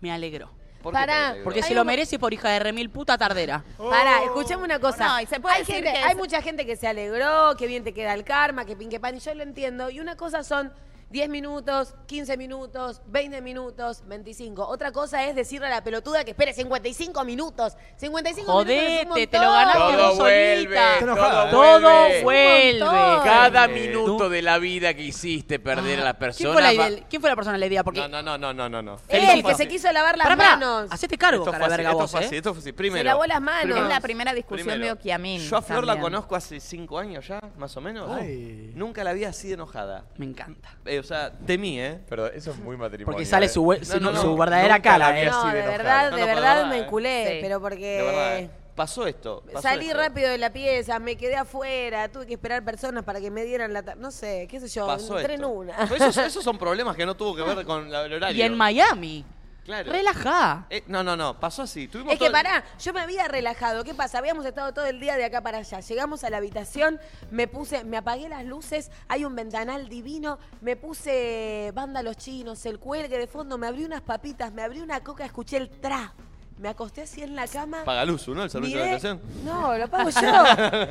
[SPEAKER 4] Me alegro.
[SPEAKER 1] ¿Por qué
[SPEAKER 8] Pará,
[SPEAKER 1] te alegro?
[SPEAKER 4] Porque
[SPEAKER 8] Hay
[SPEAKER 4] se lo
[SPEAKER 8] un-
[SPEAKER 4] merece por hija de remil puta tardera.
[SPEAKER 8] Pará, escuchame una
[SPEAKER 5] Oh.
[SPEAKER 8] cosa.
[SPEAKER 5] No, y se puede
[SPEAKER 8] hay
[SPEAKER 5] decir
[SPEAKER 8] gente-
[SPEAKER 5] que
[SPEAKER 8] hay
[SPEAKER 5] es-
[SPEAKER 8] mucha gente que se alegró, que bien te queda el karma, que pin que pan, y yo lo entiendo. Y una cosa son 10 minutos, 15 minutos, 20 minutos, 25. Otra cosa es decirle a la pelotuda que espere 55 minutos. 55 minutos.
[SPEAKER 4] Jodete,
[SPEAKER 8] Es
[SPEAKER 4] te lo ganaste
[SPEAKER 2] Todo
[SPEAKER 4] vos solita.
[SPEAKER 2] vuelve,
[SPEAKER 6] Está enojada,
[SPEAKER 4] Todo
[SPEAKER 2] vuelve.
[SPEAKER 4] vuelve.
[SPEAKER 2] Cada minuto de la vida que hiciste perder a las
[SPEAKER 4] ¿Quién fue
[SPEAKER 2] personas.
[SPEAKER 4] la,
[SPEAKER 2] va-
[SPEAKER 4] idea- ¿Quién fue la persona la idea? Porque
[SPEAKER 1] No, no, no, no, no, no. no.
[SPEAKER 8] El que se quiso lavar las
[SPEAKER 4] Pará, pará,
[SPEAKER 8] manos.
[SPEAKER 4] Hacete cargo,
[SPEAKER 1] Esto fue
[SPEAKER 4] cara
[SPEAKER 1] así,
[SPEAKER 4] verga
[SPEAKER 1] esto
[SPEAKER 4] vos,
[SPEAKER 1] fue así,
[SPEAKER 4] ¿eh.
[SPEAKER 1] esto fue así. Primero.
[SPEAKER 8] Se lavó las manos.
[SPEAKER 1] Primero.
[SPEAKER 5] Es la primera discusión
[SPEAKER 1] Primero.
[SPEAKER 5] de Okiamin.
[SPEAKER 1] Yo a Flor la
[SPEAKER 5] también.
[SPEAKER 1] conozco hace cinco años ya, más o menos.
[SPEAKER 6] Ay.
[SPEAKER 1] Nunca la vi así de enojada.
[SPEAKER 4] Me encanta.
[SPEAKER 1] Eh, o sea, de mí, ¿eh?
[SPEAKER 2] Perdón, eso es muy matrimonio.
[SPEAKER 4] Porque sale
[SPEAKER 2] ¿eh?
[SPEAKER 4] su, we- su-
[SPEAKER 1] no, no,
[SPEAKER 4] su
[SPEAKER 1] no,
[SPEAKER 4] verdadera cara, ¿eh?
[SPEAKER 8] No,
[SPEAKER 2] así
[SPEAKER 8] de
[SPEAKER 2] de enojada.
[SPEAKER 8] verdad,
[SPEAKER 1] No,
[SPEAKER 8] de
[SPEAKER 1] no, por la
[SPEAKER 8] verdad
[SPEAKER 1] verdad,
[SPEAKER 8] me
[SPEAKER 1] eh.
[SPEAKER 8] enculé,
[SPEAKER 5] Sí.
[SPEAKER 8] pero
[SPEAKER 1] De verdad, ¿eh?
[SPEAKER 8] porque
[SPEAKER 1] Pasó esto. pasó
[SPEAKER 8] salí
[SPEAKER 1] esto.
[SPEAKER 8] rápido de la pieza, me quedé afuera, tuve que esperar personas para que me dieran la... ta- No sé, qué sé yo,
[SPEAKER 1] Pasó
[SPEAKER 8] entré en
[SPEAKER 1] esto.
[SPEAKER 8] una.
[SPEAKER 1] Pero Esos, esos son problemas que no tuvo que ver con la- el horario.
[SPEAKER 4] Y en Miami.
[SPEAKER 1] Claro.
[SPEAKER 4] Relajá.
[SPEAKER 1] Eh, no, no, no. Pasó así. Tuvimos
[SPEAKER 8] Es que
[SPEAKER 1] todo-
[SPEAKER 8] pará, yo me había relajado. ¿Qué pasa? Habíamos estado todo el día de acá para allá. Llegamos a la habitación, me puse, me apagué las luces, hay un ventanal divino, me puse banda los chinos, el cuelgue de fondo, me abrí unas papitas, me abrí una coca, escuché el tra. Me acosté así en la cama.
[SPEAKER 1] Pagaluzu, ¿no? El servicio de
[SPEAKER 8] miré-
[SPEAKER 1] habitación.
[SPEAKER 8] No, lo pago yo.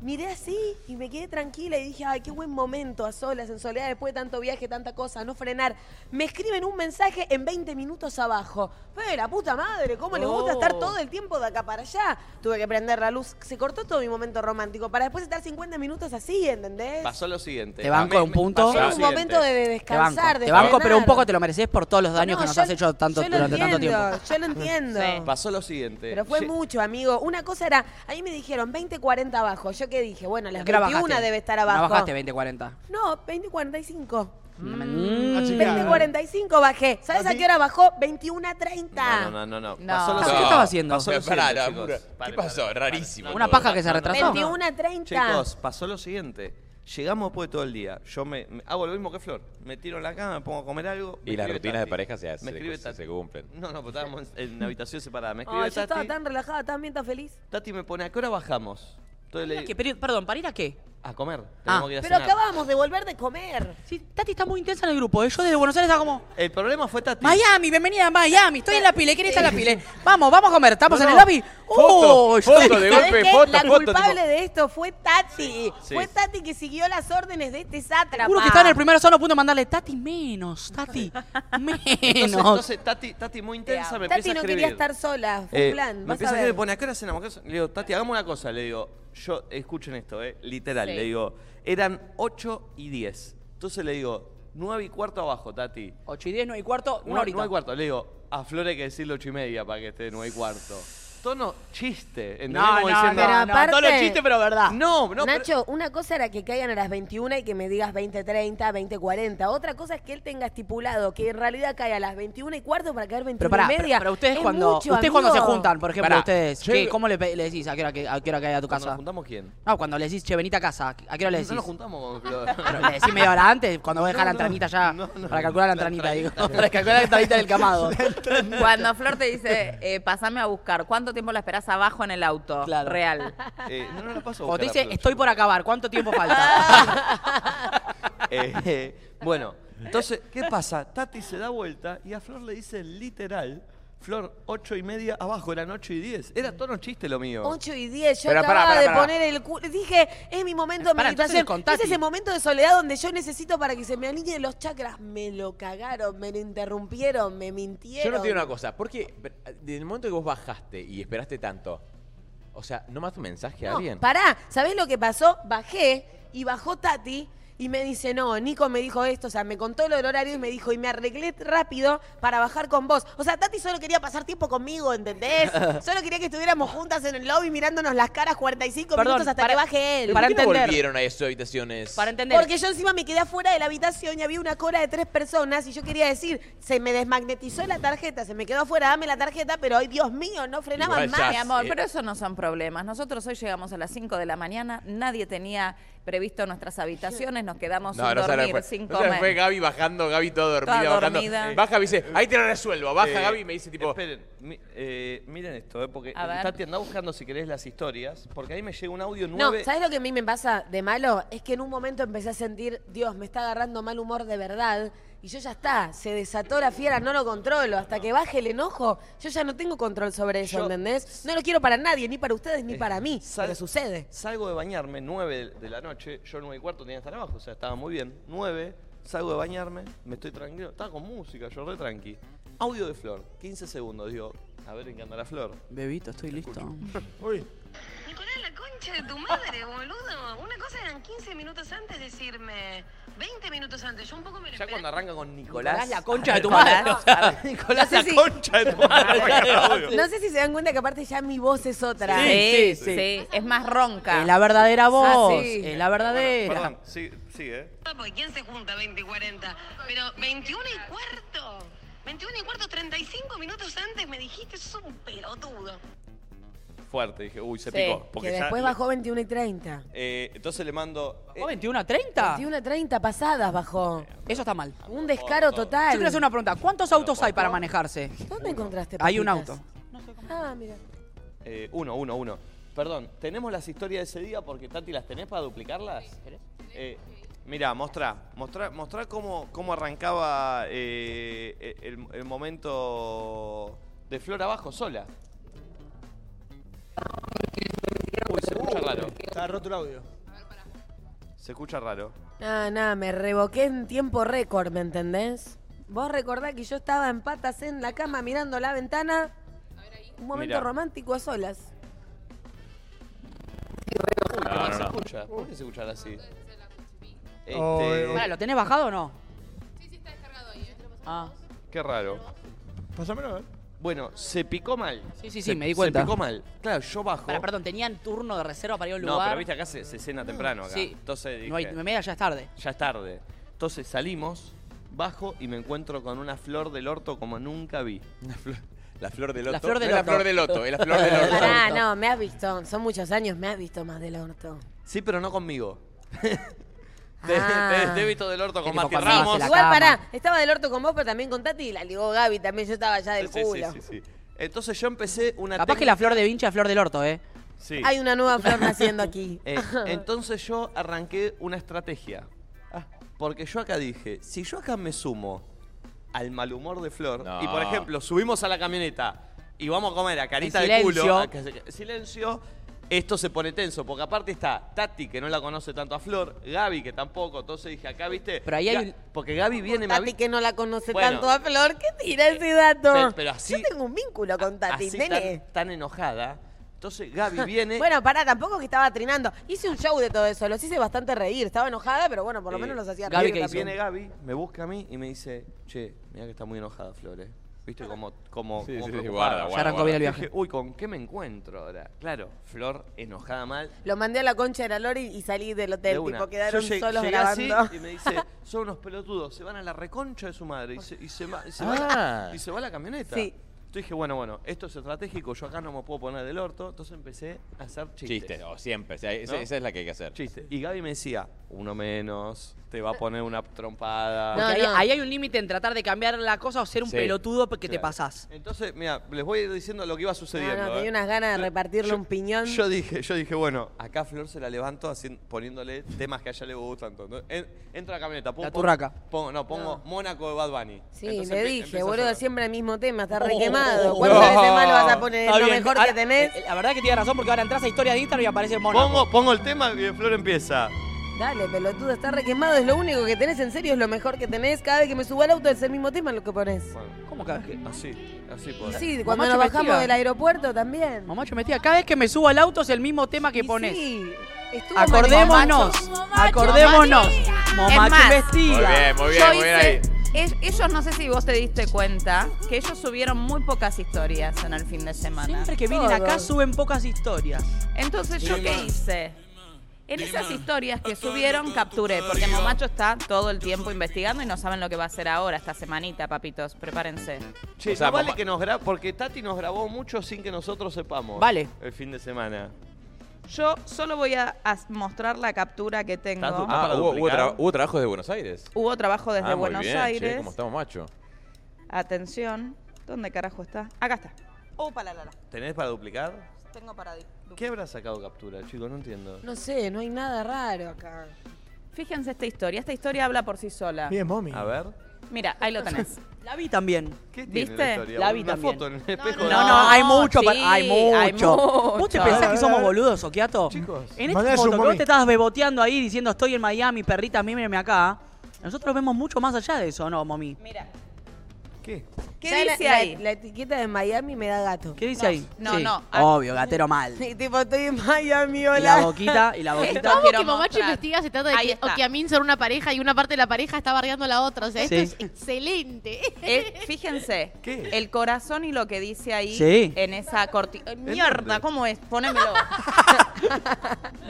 [SPEAKER 8] Miré así y me quedé tranquila y dije, ay, qué buen momento a solas, en soledad, después de tanto viaje, tanta cosa, no frenar. Me escriben un mensaje en 20 minutos abajo. Pero la puta madre, ¿cómo les gusta
[SPEAKER 4] Oh.
[SPEAKER 8] estar todo el tiempo de acá para allá? Tuve que prender la luz, se cortó todo mi momento romántico para después estar 50 minutos así, ¿entendés?
[SPEAKER 1] Pasó lo siguiente.
[SPEAKER 4] Te banco
[SPEAKER 1] Me-
[SPEAKER 4] un
[SPEAKER 1] me-
[SPEAKER 4] punto.
[SPEAKER 1] pasó
[SPEAKER 8] Fue
[SPEAKER 1] lo
[SPEAKER 8] un
[SPEAKER 1] siguiente.
[SPEAKER 8] momento de
[SPEAKER 4] Te banco.
[SPEAKER 8] descansar, de
[SPEAKER 4] Te banco, pero un
[SPEAKER 8] frenar.
[SPEAKER 4] poco te lo mereces por todos los daños
[SPEAKER 8] No,
[SPEAKER 4] que nos
[SPEAKER 8] yo-
[SPEAKER 4] has hecho tanto
[SPEAKER 8] yo lo
[SPEAKER 4] durante tanto tiempo.
[SPEAKER 8] entiendo, Yo lo entiendo.
[SPEAKER 1] Pasó lo siguiente.
[SPEAKER 8] Pero fue
[SPEAKER 1] Lle-
[SPEAKER 8] mucho, amigo. Una cosa era, a mí me dijeron 20, 40 abajo. Yo qué dije, bueno, las
[SPEAKER 4] ¿Qué la
[SPEAKER 8] 21
[SPEAKER 4] bajaste?
[SPEAKER 8] debe estar
[SPEAKER 4] No
[SPEAKER 8] abajo.
[SPEAKER 4] bajaste 20, 40.
[SPEAKER 8] No, 20, 45. Mm.
[SPEAKER 1] Ah,
[SPEAKER 8] 20.45 bajé. ¿Sabes a qué hora bajó? 21 a 30.
[SPEAKER 1] No, no, no, no.
[SPEAKER 8] No.
[SPEAKER 1] Pasó lo
[SPEAKER 8] ¿Qué
[SPEAKER 1] siguiente.
[SPEAKER 4] Ah, estaba haciendo?
[SPEAKER 1] Pasó lo
[SPEAKER 2] Pará,
[SPEAKER 1] siguiente,
[SPEAKER 2] la
[SPEAKER 1] chicos.
[SPEAKER 2] pura- ¿Qué pasó? Rarísimo.
[SPEAKER 1] no,
[SPEAKER 4] Una
[SPEAKER 1] no,
[SPEAKER 4] paja
[SPEAKER 1] no,
[SPEAKER 4] que se
[SPEAKER 1] no, no.
[SPEAKER 4] retrasó.
[SPEAKER 8] 21 a 30.
[SPEAKER 1] Chicos, pasó lo siguiente. Llegamos después de todo el día. Yo me, me- hago lo mismo que Flor. Me tiro en la cama, me pongo a comer algo. me
[SPEAKER 2] Y las
[SPEAKER 1] escribe
[SPEAKER 2] rutinas de
[SPEAKER 1] Tati.
[SPEAKER 2] pareja se,
[SPEAKER 1] Me
[SPEAKER 2] se,
[SPEAKER 1] escribe
[SPEAKER 2] se,
[SPEAKER 1] Tati.
[SPEAKER 2] se cumplen.
[SPEAKER 1] No, no, pues estábamos en, en habitación separada. Me escribe
[SPEAKER 8] Ay, yo Oh, estaba
[SPEAKER 1] Tati.
[SPEAKER 8] tan relajada, tan bien, tan feliz.
[SPEAKER 1] Tati me pone, ¿a qué hora bajamos? Entonces le
[SPEAKER 4] ¿Qué peri- Perdón, ¿para ir a qué?
[SPEAKER 1] a comer.
[SPEAKER 4] Ah.
[SPEAKER 1] Tenemos que ir a
[SPEAKER 8] Pero
[SPEAKER 1] cenar.
[SPEAKER 8] acabábamos de volver de comer.
[SPEAKER 4] Sí, Tati está muy intensa en el grupo. ¿eh? Yo desde Buenos Aires estaba como...
[SPEAKER 1] El problema fue Tati.
[SPEAKER 4] Miami, bienvenida a Miami. Estoy en la pile, ¿quién está en la pile? Vamos, vamos a comer. ¿Estamos
[SPEAKER 1] No,
[SPEAKER 4] en el
[SPEAKER 1] no.
[SPEAKER 4] lobby?
[SPEAKER 1] Foto,
[SPEAKER 4] Uy, yo-
[SPEAKER 1] foto de
[SPEAKER 8] ¿Sabés
[SPEAKER 1] golpe,
[SPEAKER 8] qué?
[SPEAKER 1] foto,
[SPEAKER 8] la
[SPEAKER 1] foto,
[SPEAKER 8] culpable
[SPEAKER 1] tipo-
[SPEAKER 8] de esto fue Tati.
[SPEAKER 1] Sí.
[SPEAKER 8] Fue Tati que siguió las órdenes de este sátrapa.
[SPEAKER 4] Juro que estaba en el primer zona a punto de mandarle Tati menos, Tati
[SPEAKER 1] Entonces,
[SPEAKER 4] menos.
[SPEAKER 1] entonces Tati, Tati muy intensa me
[SPEAKER 8] Tati
[SPEAKER 1] empieza a
[SPEAKER 8] no
[SPEAKER 1] escribir.
[SPEAKER 8] quería estar sola, fue
[SPEAKER 1] Eh,
[SPEAKER 8] un plan.
[SPEAKER 1] me
[SPEAKER 8] Vas
[SPEAKER 1] empieza
[SPEAKER 8] a
[SPEAKER 1] a escribir,
[SPEAKER 8] ver.
[SPEAKER 1] pone, ¿a qué hora cenamos? ¿A qué hora cenamos?". Le digo, Tati, hagamos una cosa. Le digo, yo, escuchen esto, eh, literal.
[SPEAKER 4] Sí.
[SPEAKER 1] Le digo, eran 8 y 10. Entonces le digo, 9 y cuarto abajo, Tati.
[SPEAKER 4] 8 y 10, 9 y cuarto, una
[SPEAKER 1] No,
[SPEAKER 4] horita.
[SPEAKER 1] nueve y cuarto. Le digo, a Flor hay que decirle ocho y media para que esté nueve y cuarto. Tono chiste. ¿entendés? Como diciendo, "Ah,
[SPEAKER 8] pero aparte-
[SPEAKER 4] todos los chistes, pero verdad.
[SPEAKER 1] No, no, pero-
[SPEAKER 8] Nacho, una cosa era que caigan a las 21 y que me digas 20.30, 20.40. Otra cosa es que él tenga estipulado que en realidad cae a las 21 y cuarto para caer
[SPEAKER 4] Pero
[SPEAKER 8] 21
[SPEAKER 4] pará,
[SPEAKER 8] y
[SPEAKER 4] pero,
[SPEAKER 8] media.
[SPEAKER 4] pero ustedes
[SPEAKER 8] Es
[SPEAKER 4] cuando
[SPEAKER 8] mucho,
[SPEAKER 4] ustedes cuando se
[SPEAKER 8] amigo.
[SPEAKER 4] juntan, por ejemplo,
[SPEAKER 2] Pará,
[SPEAKER 4] ustedes,
[SPEAKER 2] yo-
[SPEAKER 4] ¿qué- ¿cómo le, pe- le decís a qué hora que a qué hora que hay a tu
[SPEAKER 1] Cuando
[SPEAKER 4] casa?
[SPEAKER 1] nos juntamos quién?
[SPEAKER 4] No, cuando le decís, che, venite a casa, ¿a qué hora le
[SPEAKER 1] No
[SPEAKER 4] decís?
[SPEAKER 1] nos juntamos con Flor.
[SPEAKER 4] Pero le decís media hora antes, cuando voy a dejar la entranita ya, para calcular la entranita, digo, para calcular la entranita del camado.
[SPEAKER 5] Cuando Flor te dice, eh, pasame a buscar, ¿cuánto tiempo la esperás abajo en el auto?
[SPEAKER 4] Claro.
[SPEAKER 5] Real.
[SPEAKER 1] Eh, no, no la paso a
[SPEAKER 4] Cuando te
[SPEAKER 1] buscar a
[SPEAKER 4] dice,
[SPEAKER 1] Flor,
[SPEAKER 4] estoy
[SPEAKER 1] yo.
[SPEAKER 4] por acabar, ¿cuánto tiempo falta?
[SPEAKER 1] Eh, eh, bueno, entonces, ¿qué pasa? Tati se da vuelta y a Flor le dice literal, Flor, ocho y media abajo, eran ocho y diez. Era tono chiste lo mío.
[SPEAKER 8] 8 y 10, yo
[SPEAKER 2] Pero pará,
[SPEAKER 8] acababa
[SPEAKER 2] pará,
[SPEAKER 8] de
[SPEAKER 2] pará.
[SPEAKER 8] poner el culo. Dije, es mi momento de
[SPEAKER 4] Pará, entonces
[SPEAKER 8] meditación.
[SPEAKER 4] con Tati.
[SPEAKER 8] Es ese momento de soledad donde yo necesito para que se me alineen los chakras. Me lo cagaron, me lo interrumpieron, me
[SPEAKER 2] Yo
[SPEAKER 8] mintieron.
[SPEAKER 2] no entiendo una cosa. ¿Por qué? pero, ah, Desde el momento que vos bajaste y esperaste tanto, o sea, ¿no mandaste un mensaje a
[SPEAKER 8] No,
[SPEAKER 2] alguien?
[SPEAKER 8] Pará, ¿sabés lo que pasó? Bajé y bajó Tati y me dice, no, Nico me dijo esto, o sea, me contó lo del horario y me dijo, y me arreglé rápido para bajar con vos. O sea, Tati solo quería pasar tiempo conmigo, ¿entendés? Solo quería que estuviéramos juntas en el lobby mirándonos las caras 45
[SPEAKER 4] Perdón,
[SPEAKER 8] minutos hasta
[SPEAKER 4] para-
[SPEAKER 8] que baje él.
[SPEAKER 2] ¿Por
[SPEAKER 4] para
[SPEAKER 2] qué no
[SPEAKER 4] entender.
[SPEAKER 2] volvieron a esas habitaciones?
[SPEAKER 4] para entender.
[SPEAKER 8] Porque yo encima me quedé afuera de la habitación y había una cola de tres personas y yo quería decir, se me desmagnetizó la tarjeta, se me quedó afuera, dame la tarjeta, pero ay Dios mío, no frenaban
[SPEAKER 2] Igual ya
[SPEAKER 8] más.
[SPEAKER 5] Mi amor,
[SPEAKER 2] Eh.
[SPEAKER 5] pero eso no son problemas. Nosotros hoy llegamos a las 5 de la mañana, nadie tenía previsto nuestras habitaciones, nos quedamos sin
[SPEAKER 2] se le
[SPEAKER 5] dormir,
[SPEAKER 2] fue.
[SPEAKER 5] sin
[SPEAKER 2] No se le fue
[SPEAKER 5] comer.
[SPEAKER 2] Gaby bajando, Gaby todo dormida,
[SPEAKER 5] Toda
[SPEAKER 2] bajando. Eh,
[SPEAKER 5] dormida.
[SPEAKER 2] Baja, me dice, ahí te lo resuelvo. Baja
[SPEAKER 1] Eh,
[SPEAKER 2] Gaby y me dice, tipo,
[SPEAKER 1] Esperen, mi- eh, miren esto, eh, porque
[SPEAKER 5] A ver.
[SPEAKER 1] Tati anda buscando si querés las historias, porque ahí me llega un audio
[SPEAKER 8] No,
[SPEAKER 1] eh, nueve.
[SPEAKER 8] ¿sabes lo que a mí me pasa de malo? Es que en un momento empecé a sentir, Dios, me está agarrando mal humor de verdad. Y yo ya está, se desató la fiera, no lo controlo. Hasta que baje el enojo, yo ya no tengo control sobre eso,
[SPEAKER 1] Yo-
[SPEAKER 8] ¿entendés? No lo quiero para nadie, ni para ustedes, ni para mí.
[SPEAKER 1] Sal-
[SPEAKER 8] Pero sucede.
[SPEAKER 1] Salgo de bañarme, 9 de la noche, yo 9 y cuarto tenía que estar abajo, o sea, estaba muy bien. 9, salgo de bañarme, me estoy tranquilo, estaba con música, yo re tranqui. Audio de Flor, 15 segundos, digo, a ver en qué andará Flor.
[SPEAKER 4] Bebito, estoy listo.
[SPEAKER 6] Uy,
[SPEAKER 16] Nicolás, la concha de tu madre, boludo. Una cosa eran 15 minutos antes decirme. 20 minutos antes. Yo un poco me lo
[SPEAKER 1] Ya
[SPEAKER 16] esperaba.
[SPEAKER 1] cuando arranca con Nicolás.
[SPEAKER 4] la concha de tu madre. o sea,
[SPEAKER 1] Nicolás
[SPEAKER 8] No
[SPEAKER 1] la
[SPEAKER 8] sé si-
[SPEAKER 1] concha de tu madre.
[SPEAKER 8] No sé si se dan cuenta que aparte ya mi voz es otra.
[SPEAKER 5] Sí, sí, Es más ronca.
[SPEAKER 1] Ah,
[SPEAKER 4] Es Eh, la verdadera voz,
[SPEAKER 5] Ah, sí.
[SPEAKER 4] es la verdadera.
[SPEAKER 1] Perdón, sí, sigue. eh.
[SPEAKER 16] Porque ¿quién se junta 20 y 40? Pero 21 y cuarto. 21 y cuarto, 35 minutos antes me dijiste, sos un pelotudo.
[SPEAKER 1] Fuerte, dije, uy, se
[SPEAKER 5] Sí,
[SPEAKER 1] picó. Porque
[SPEAKER 8] que
[SPEAKER 1] ya-
[SPEAKER 8] después bajó 21 y 30.
[SPEAKER 1] Eh, entonces le mando. eh,
[SPEAKER 4] ¿Vos 21 a 30?
[SPEAKER 8] 21 y 30 pasadas bajó.
[SPEAKER 4] Eso está mal.
[SPEAKER 8] Un descaro
[SPEAKER 4] Yo
[SPEAKER 8] total.
[SPEAKER 4] quiero hacer una pregunta. ¿Cuántos autos hay para manejarse?
[SPEAKER 8] ¿Dónde encontraste
[SPEAKER 4] Hay un
[SPEAKER 8] papitas?
[SPEAKER 4] auto.
[SPEAKER 8] Ah, mira.
[SPEAKER 1] Eh, uno, uno, uno. Perdón, ¿tenemos las historias de ese día? Porque Tati, ¿las tenés para duplicarlas? Eh, mirá, mostrá, mostrá, mostrá cómo, cómo arrancaba eh, eh, el, el momento de Flor abajo sola. Uy, se escucha raro.
[SPEAKER 6] está roto el audio.
[SPEAKER 1] Se escucha raro.
[SPEAKER 8] Nada, nada, me revoqué en tiempo récord, ¿me entendés? Vos recordás que yo estaba en patas en la cama mirando la ventana. Un momento
[SPEAKER 1] Mirá.
[SPEAKER 8] romántico a solas.
[SPEAKER 1] Uy, ¿qué más se escucha? ¿Por qué se escucha así?
[SPEAKER 6] Oh,
[SPEAKER 1] Este,
[SPEAKER 4] Pará, ¿Lo tenés bajado o no? Ah.
[SPEAKER 1] qué raro.
[SPEAKER 6] Pásamelo, ¿eh?
[SPEAKER 1] Bueno, se picó mal.
[SPEAKER 4] Sí, sí,
[SPEAKER 1] Se-
[SPEAKER 4] sí, me di cuenta.
[SPEAKER 1] Se picó mal. Claro, yo bajo.
[SPEAKER 4] Pará, perdón, tenían turno de reserva para ir a un
[SPEAKER 1] no,
[SPEAKER 4] lugar.
[SPEAKER 1] pero viste acá se, se cena temprano acá.
[SPEAKER 4] Sí.
[SPEAKER 1] Entonces dije,
[SPEAKER 4] No hay, media ya es tarde.
[SPEAKER 1] ya es tarde. Entonces salimos, bajo y me encuentro con una flor del orto como nunca vi.
[SPEAKER 2] La flor del orto.
[SPEAKER 1] flor del
[SPEAKER 2] no es la
[SPEAKER 1] orto.
[SPEAKER 2] flor del orto, es la flor del orto.
[SPEAKER 8] Pará, no, me has visto. Son muchos años, me has visto más del orto.
[SPEAKER 1] Sí, pero no conmigo.
[SPEAKER 4] Ah.
[SPEAKER 1] te,
[SPEAKER 8] Ah.
[SPEAKER 1] te- te he visto del orto con
[SPEAKER 2] tipo
[SPEAKER 1] Mati
[SPEAKER 2] cuando nace
[SPEAKER 1] Ramos.
[SPEAKER 2] la
[SPEAKER 8] Igual, pará, estaba del orto con vos, pero también con Tati y la ligó Gaby, también yo estaba ya del
[SPEAKER 1] Sí, sí,
[SPEAKER 8] culo.
[SPEAKER 1] sí, sí, sí. Entonces yo empecé una
[SPEAKER 4] Capaz que la flor de Vinci es flor del orto, ¿eh?
[SPEAKER 1] Sí.
[SPEAKER 8] Hay una nueva flor naciendo aquí.
[SPEAKER 1] Eh, entonces yo arranqué una estrategia. Porque yo acá dije, si yo acá me sumo al mal humor de Flor,
[SPEAKER 2] No.
[SPEAKER 1] y por ejemplo, subimos a la camioneta y vamos a comer a carita
[SPEAKER 2] En
[SPEAKER 1] de
[SPEAKER 2] silencio.
[SPEAKER 1] culo, a que- silencio, esto se pone tenso, porque aparte está Tati, que no la conoce tanto a Flor, Gaby, que tampoco, entonces dije, acá, viste,
[SPEAKER 4] Pero ahí hay
[SPEAKER 1] Ga-
[SPEAKER 4] un-
[SPEAKER 1] porque Gaby viene, me
[SPEAKER 8] Tati
[SPEAKER 1] avisa.
[SPEAKER 8] que no la conoce
[SPEAKER 1] Bueno.
[SPEAKER 8] tanto a Flor, ¿qué tira ese dato?
[SPEAKER 1] Pero- pero así-
[SPEAKER 8] Yo tengo un vínculo con Tati,
[SPEAKER 1] así
[SPEAKER 8] nene.
[SPEAKER 1] tan, tan enojada. Entonces Gaby viene...
[SPEAKER 8] Bueno, pará, tampoco es que estaba trinando. Hice un show de todo eso, los hice bastante reír. Estaba enojada, pero bueno, por lo
[SPEAKER 1] Eh,
[SPEAKER 8] menos los hacía
[SPEAKER 1] Gaby,
[SPEAKER 8] reír.
[SPEAKER 1] que
[SPEAKER 8] también.
[SPEAKER 1] viene Gaby, me busca a mí y me dice, che, mira que está muy enojada Flores. Viste como, como,
[SPEAKER 2] Sí,
[SPEAKER 1] como
[SPEAKER 2] sí, sí,
[SPEAKER 1] preocupada.
[SPEAKER 2] guarda, Ya guarda, arrancó guarda. bien el viaje.
[SPEAKER 1] Dije, Uy, ¿con qué me encuentro ahora? Claro, Flor enojada mal.
[SPEAKER 8] Lo mandé a la concha de la Lori y salí del
[SPEAKER 1] de
[SPEAKER 8] hotel,
[SPEAKER 1] una.
[SPEAKER 8] tipo, quedaron
[SPEAKER 1] Yo lleg-
[SPEAKER 8] solos
[SPEAKER 1] llegué
[SPEAKER 8] grabando.
[SPEAKER 1] así y me dice, son unos pelotudos, se van a la reconcha de su madre y se, y se va, y se va
[SPEAKER 2] Ah.
[SPEAKER 1] la, y se va la camioneta.
[SPEAKER 2] Sí.
[SPEAKER 1] Entonces dije, bueno, bueno, esto es estratégico, yo acá no me puedo poner del orto, entonces empecé a hacer chistes.
[SPEAKER 2] Chistes, o siempre. o sea, esa,
[SPEAKER 1] ¿No?
[SPEAKER 2] esa es la que hay que hacer.
[SPEAKER 1] Chiste. Y Gaby me decía, uno menos, te va a poner una trompada.
[SPEAKER 4] Porque ahí, ahí hay un límite en tratar de cambiar la cosa o ser un
[SPEAKER 1] Sí,
[SPEAKER 4] pelotudo porque te
[SPEAKER 1] claro.
[SPEAKER 4] pasás.
[SPEAKER 1] Entonces, mira, les voy a ir diciendo lo que iba
[SPEAKER 8] No,
[SPEAKER 1] sucediendo.
[SPEAKER 8] no,
[SPEAKER 1] ¿eh?
[SPEAKER 8] tenía unas ganas de repartirle un piñón.
[SPEAKER 1] Yo dije, yo dije, bueno, acá Flor se la levanto hacien- poniéndole temas que a ella le gustan. Entonces, en- entro a la camioneta, pongo.
[SPEAKER 4] La turraca.
[SPEAKER 1] Pongo, no, pongo
[SPEAKER 8] No.
[SPEAKER 1] Mónaco de Bad Bunny.
[SPEAKER 8] Sí,
[SPEAKER 1] Entonces
[SPEAKER 8] le
[SPEAKER 1] empe-
[SPEAKER 8] dije,
[SPEAKER 1] empiezo a
[SPEAKER 8] boludo,
[SPEAKER 1] sonar.
[SPEAKER 8] siempre el mismo tema, está re
[SPEAKER 1] Oh,
[SPEAKER 8] quemado.
[SPEAKER 1] oh,
[SPEAKER 8] ¿Cuántas
[SPEAKER 1] no.
[SPEAKER 8] veces más lo vas a poner?
[SPEAKER 4] Está
[SPEAKER 8] lo
[SPEAKER 4] bien.
[SPEAKER 8] mejor
[SPEAKER 4] Ahora,
[SPEAKER 8] que tenés.
[SPEAKER 4] eh, La verdad que tiene razón porque ahora entras a historia de Instagram y aparece el mono.
[SPEAKER 1] Pongo, pongo el tema y Flor empieza.
[SPEAKER 8] Dale, pelotudo, está re quemado, es lo único que tenés, en serio, es lo mejor que tenés. Cada vez que me subo al auto es el mismo tema lo que ponés.
[SPEAKER 4] ¿Cómo cada vez que?
[SPEAKER 1] Así, así
[SPEAKER 8] Y
[SPEAKER 1] por
[SPEAKER 8] sí, cuando nos
[SPEAKER 4] Mamacho
[SPEAKER 8] bajamos
[SPEAKER 4] metida.
[SPEAKER 8] del aeropuerto también.
[SPEAKER 4] Mamacho metida, cada vez que Ah, me subo al auto es el mismo tema que pones.
[SPEAKER 8] Sí, estuvo
[SPEAKER 4] Acordémonos, acordémonos. Momacho
[SPEAKER 5] más.
[SPEAKER 4] investiga.
[SPEAKER 2] Muy bien, muy bien,
[SPEAKER 5] Yo
[SPEAKER 2] muy bien
[SPEAKER 5] hice-
[SPEAKER 2] ahí.
[SPEAKER 5] es- ellos no sé si vos te diste cuenta que ellos subieron muy pocas historias en el fin de semana.
[SPEAKER 4] Siempre que vienen acá suben pocas historias.
[SPEAKER 5] Entonces, ¿yo qué hice? En esas historias que subieron, capturé, porque Momacho está todo el tiempo investigando y no saben lo que va a hacer ahora, esta semanita, papitos. Prepárense.
[SPEAKER 1] Che,
[SPEAKER 2] O sea,
[SPEAKER 1] no vale
[SPEAKER 2] mamá-
[SPEAKER 1] que nos graba, porque Tati nos grabó mucho sin que nosotros sepamos.
[SPEAKER 4] Vale.
[SPEAKER 1] El fin de semana.
[SPEAKER 5] Yo solo voy a, a mostrar la captura que tengo.
[SPEAKER 1] Estás
[SPEAKER 2] Ah, hubo,
[SPEAKER 1] para
[SPEAKER 2] hubo
[SPEAKER 1] duplicar.
[SPEAKER 2] tra- hubo trabajos de Buenos Aires.
[SPEAKER 5] Hubo trabajo desde
[SPEAKER 2] Ah, muy
[SPEAKER 5] Buenos
[SPEAKER 2] bien, che,
[SPEAKER 5] Aires.
[SPEAKER 2] ¿Cómo estamos, macho?
[SPEAKER 5] Atención. ¿Dónde carajo está? Acá está. Opa, la, la, la.
[SPEAKER 1] ¿Tenés para duplicar?
[SPEAKER 5] Tengo para di-
[SPEAKER 1] ¿Qué habrá sacado captura, chicos? No entiendo.
[SPEAKER 8] No sé, no hay nada raro acá.
[SPEAKER 5] Fíjense esta historia. Esta historia habla por sí sola.
[SPEAKER 1] mami. A ver.
[SPEAKER 5] Mira, ahí lo tenés.
[SPEAKER 4] La vi también.
[SPEAKER 1] ¿Qué
[SPEAKER 5] tiene ¿Viste? la historia?
[SPEAKER 4] La vi
[SPEAKER 1] Una
[SPEAKER 4] también.
[SPEAKER 1] foto en el espejo.
[SPEAKER 4] No, no, hay mucho, pa-
[SPEAKER 5] sí,
[SPEAKER 4] hay mucho.
[SPEAKER 5] hay
[SPEAKER 4] ¿Vos te
[SPEAKER 5] mucho.
[SPEAKER 4] pensás
[SPEAKER 5] A ver,
[SPEAKER 4] que
[SPEAKER 5] a
[SPEAKER 4] somos
[SPEAKER 5] ver.
[SPEAKER 4] boludos, Okiato?
[SPEAKER 1] Chicos,
[SPEAKER 4] en esta
[SPEAKER 6] mandale a su
[SPEAKER 4] foto que vos
[SPEAKER 6] mami.
[SPEAKER 4] te estabas beboteando ahí diciendo estoy en Miami, perrita, mírame acá. Nosotros vemos mucho más allá de eso, ¿no, mami?
[SPEAKER 5] Mira.
[SPEAKER 1] ¿Qué?
[SPEAKER 5] ¿Qué
[SPEAKER 8] Ya
[SPEAKER 5] dice
[SPEAKER 8] la, la-
[SPEAKER 5] ahí?
[SPEAKER 8] La, etiqueta de Miami me da gato.
[SPEAKER 4] ¿Qué dice ahí?
[SPEAKER 5] no, no.
[SPEAKER 4] Obvio, gatero mal.
[SPEAKER 8] Sí, tipo, estoy en Miami,
[SPEAKER 4] Y la
[SPEAKER 8] hola.
[SPEAKER 4] boquita, y la boquita.
[SPEAKER 7] Todo
[SPEAKER 5] quiero
[SPEAKER 7] que Momacho
[SPEAKER 5] mostrar.
[SPEAKER 7] investiga se trata de
[SPEAKER 5] Ahí
[SPEAKER 7] que
[SPEAKER 5] está.
[SPEAKER 7] Okiamin son una pareja y una parte de la pareja está bardeando a la otra. O sea,
[SPEAKER 4] Sí.
[SPEAKER 7] esto es excelente.
[SPEAKER 5] Eh, fíjense,
[SPEAKER 1] ¿Qué?
[SPEAKER 5] el corazón y lo que dice ahí
[SPEAKER 4] Sí.
[SPEAKER 5] en esa cortina. Mierda,
[SPEAKER 1] dónde?
[SPEAKER 5] ¿cómo es? Ponémelo.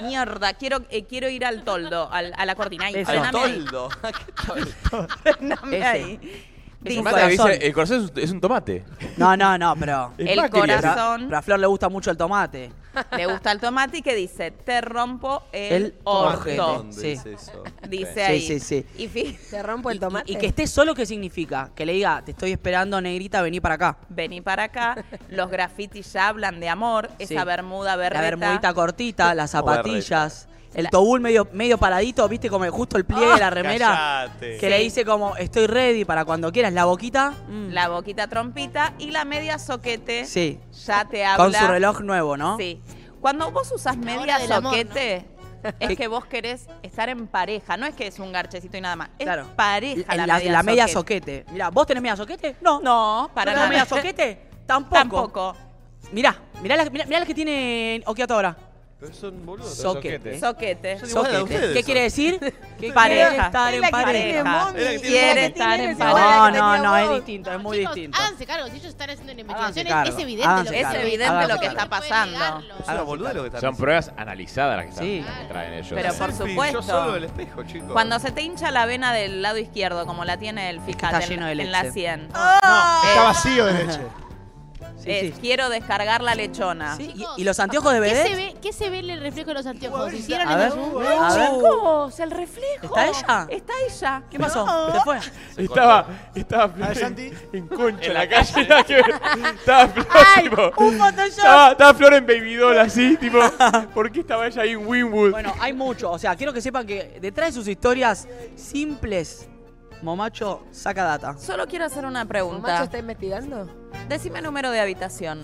[SPEAKER 5] Mierda, quiero, eh, quiero ir al toldo, al- a la cortina. Ahí,
[SPEAKER 4] Eso.
[SPEAKER 1] Al
[SPEAKER 5] frename ahí,
[SPEAKER 1] toldo. ¿A qué toldo?
[SPEAKER 5] frename
[SPEAKER 4] Ese.
[SPEAKER 5] ahí.
[SPEAKER 4] Es
[SPEAKER 5] Dice,
[SPEAKER 4] un
[SPEAKER 2] Mata
[SPEAKER 4] corazón.
[SPEAKER 2] dice, el corazón es un, es un tomate.
[SPEAKER 4] No, no, no, pero...
[SPEAKER 5] El corazón.
[SPEAKER 4] Pero a Flor le gusta mucho el tomate.
[SPEAKER 5] le gusta el tomate y que dice, te rompo el,
[SPEAKER 4] El
[SPEAKER 5] orto.
[SPEAKER 4] ojete.
[SPEAKER 1] ¿Dónde
[SPEAKER 4] Sí.
[SPEAKER 1] es eso?
[SPEAKER 5] Dice
[SPEAKER 4] Sí,
[SPEAKER 5] ahí.
[SPEAKER 4] sí, sí.
[SPEAKER 5] Y fí-
[SPEAKER 8] Te rompo el tomate.
[SPEAKER 4] Y que esté solo, ¿qué significa? Que le diga, te estoy esperando, negrita, vení para acá.
[SPEAKER 5] vení para acá, los grafitis ya hablan de amor,
[SPEAKER 4] Sí.
[SPEAKER 5] esa bermuda berreta. mm,
[SPEAKER 4] La bermudita cortita, las zapatillas, el tobul medio, medio paradito, viste como justo el pliegue de la remera.
[SPEAKER 1] Cállate.
[SPEAKER 4] Que le dice como, estoy ready para cuando quieras, la boquita. mm,
[SPEAKER 5] la boquita trompita y la media soquete.
[SPEAKER 4] Sí.
[SPEAKER 5] Ya te habla.
[SPEAKER 4] Con su reloj nuevo, ¿no?
[SPEAKER 5] Sí. Cuando vos usas media
[SPEAKER 7] hora del amor,
[SPEAKER 5] soquete,
[SPEAKER 4] Sí.
[SPEAKER 5] es que vos querés estar en pareja. No es que es un garchecito y nada más. Es
[SPEAKER 4] Claro.
[SPEAKER 5] pareja la,
[SPEAKER 4] La, la
[SPEAKER 5] media,
[SPEAKER 4] media
[SPEAKER 5] soquete.
[SPEAKER 4] soquete. Mirá, ¿vos tenés media soquete? No.
[SPEAKER 5] No, para
[SPEAKER 4] ¿No
[SPEAKER 5] nada.
[SPEAKER 4] tenés media soquete? Tampoco.
[SPEAKER 5] Tampoco.
[SPEAKER 4] Mirá, mirá las, mirá, mirá las que tiene Okiato ahora.
[SPEAKER 1] Pero son boludos.
[SPEAKER 4] Soquete.
[SPEAKER 5] Soquete.
[SPEAKER 1] Son igual a
[SPEAKER 4] Soquete.
[SPEAKER 1] ustedes,
[SPEAKER 4] ¿Qué
[SPEAKER 1] son.
[SPEAKER 4] quiere decir? Que
[SPEAKER 5] Pareja.
[SPEAKER 4] quiere estar
[SPEAKER 5] Es
[SPEAKER 4] en
[SPEAKER 5] la que tiene
[SPEAKER 4] pareja.
[SPEAKER 5] Momi. Es la que tiene
[SPEAKER 4] Quiere
[SPEAKER 5] Momi.
[SPEAKER 4] estar en
[SPEAKER 5] Tiene igual
[SPEAKER 4] pareja.
[SPEAKER 5] a la que
[SPEAKER 4] No, no, no,
[SPEAKER 5] tenía
[SPEAKER 4] es
[SPEAKER 5] vos.
[SPEAKER 4] distinto, es muy distinto.
[SPEAKER 7] Ah, Háganse cargo, si ellos están haciendo investigaciones,
[SPEAKER 4] cargo,
[SPEAKER 7] es evidente lo
[SPEAKER 4] háganse
[SPEAKER 7] que
[SPEAKER 4] cargo.
[SPEAKER 7] está
[SPEAKER 4] evidente
[SPEAKER 7] pasando.
[SPEAKER 4] lo que
[SPEAKER 7] Tampoco
[SPEAKER 4] está
[SPEAKER 7] se puede negar.
[SPEAKER 1] Es una boluda lo que están
[SPEAKER 17] Son
[SPEAKER 1] haciendo.
[SPEAKER 17] pruebas analizadas las que, están-
[SPEAKER 5] Sí.
[SPEAKER 17] las que traen ellos.
[SPEAKER 5] Pero por
[SPEAKER 1] Selfie,
[SPEAKER 5] supuesto.
[SPEAKER 1] Yo solo del espejo, chicos.
[SPEAKER 5] Cuando se te hincha la vena del lado izquierdo, como la tiene él, fíjate,
[SPEAKER 4] está lleno de
[SPEAKER 5] en,
[SPEAKER 4] leche.
[SPEAKER 5] en la 100. eh,
[SPEAKER 6] Está vacío de leche.
[SPEAKER 5] Es, Quiero descargar la lechona.
[SPEAKER 4] ¿Y los anteojos de
[SPEAKER 7] ¿Qué
[SPEAKER 4] bebé?
[SPEAKER 7] se, ve, ¿Qué se ve en el reflejo de los anteojos? ¿Se hicieron
[SPEAKER 4] A ver,
[SPEAKER 7] el zoom?
[SPEAKER 4] a ver.
[SPEAKER 5] Chicos, el reflejo.
[SPEAKER 4] ¿Está ella?
[SPEAKER 5] Está ella.
[SPEAKER 4] ¿Qué pasó?
[SPEAKER 5] No.
[SPEAKER 4] ¿Se fue?
[SPEAKER 15] Estaba, estaba Flor en, en concha en la calle. nada que ver. estaba Flor, tipo,
[SPEAKER 4] un Photoshop.
[SPEAKER 15] Estaba, estaba Flor en Babydoll así, tipo, ¿por qué estaba ella ahí en Winwood?
[SPEAKER 4] Bueno, hay mucho. O sea, quiero que sepan que detrás de sus historias simples, Momacho saca data.
[SPEAKER 5] Solo quiero hacer una
[SPEAKER 8] ¿Macho
[SPEAKER 5] pregunta.
[SPEAKER 8] está investigando?
[SPEAKER 5] Decime número de habitación.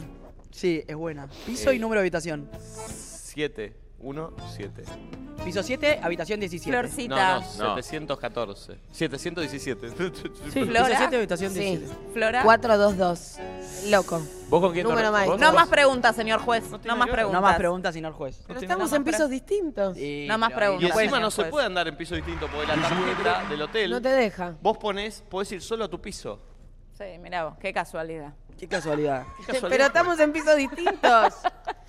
[SPEAKER 4] Sí, es buena. Piso
[SPEAKER 1] Eh.
[SPEAKER 4] y número de habitación.
[SPEAKER 1] 7, 1, 7.
[SPEAKER 4] Piso 7, habitación 17.
[SPEAKER 1] No, no, 714. 717.
[SPEAKER 4] Sí, piso 7, habitación 17.
[SPEAKER 5] Flora.
[SPEAKER 8] 422. Loco.
[SPEAKER 2] ¿Vos con
[SPEAKER 8] quién te- eh. Número vos-
[SPEAKER 5] No más preguntas, señor juez. No más preguntas.
[SPEAKER 4] No más preguntas, sino el juez.
[SPEAKER 8] Pero estamos en pisos distintos.
[SPEAKER 5] No más preguntas.
[SPEAKER 1] Y encima
[SPEAKER 5] Bueno,
[SPEAKER 1] no se
[SPEAKER 5] pues.
[SPEAKER 1] puede andar en piso distinto porque la tarjeta del hotel.
[SPEAKER 8] No te deja.
[SPEAKER 1] Vos ponés, podés ir solo a tu piso.
[SPEAKER 5] Sí, mirá vos, qué casualidad.
[SPEAKER 4] Qué casualidad.
[SPEAKER 8] Pero estamos en pisos distintos.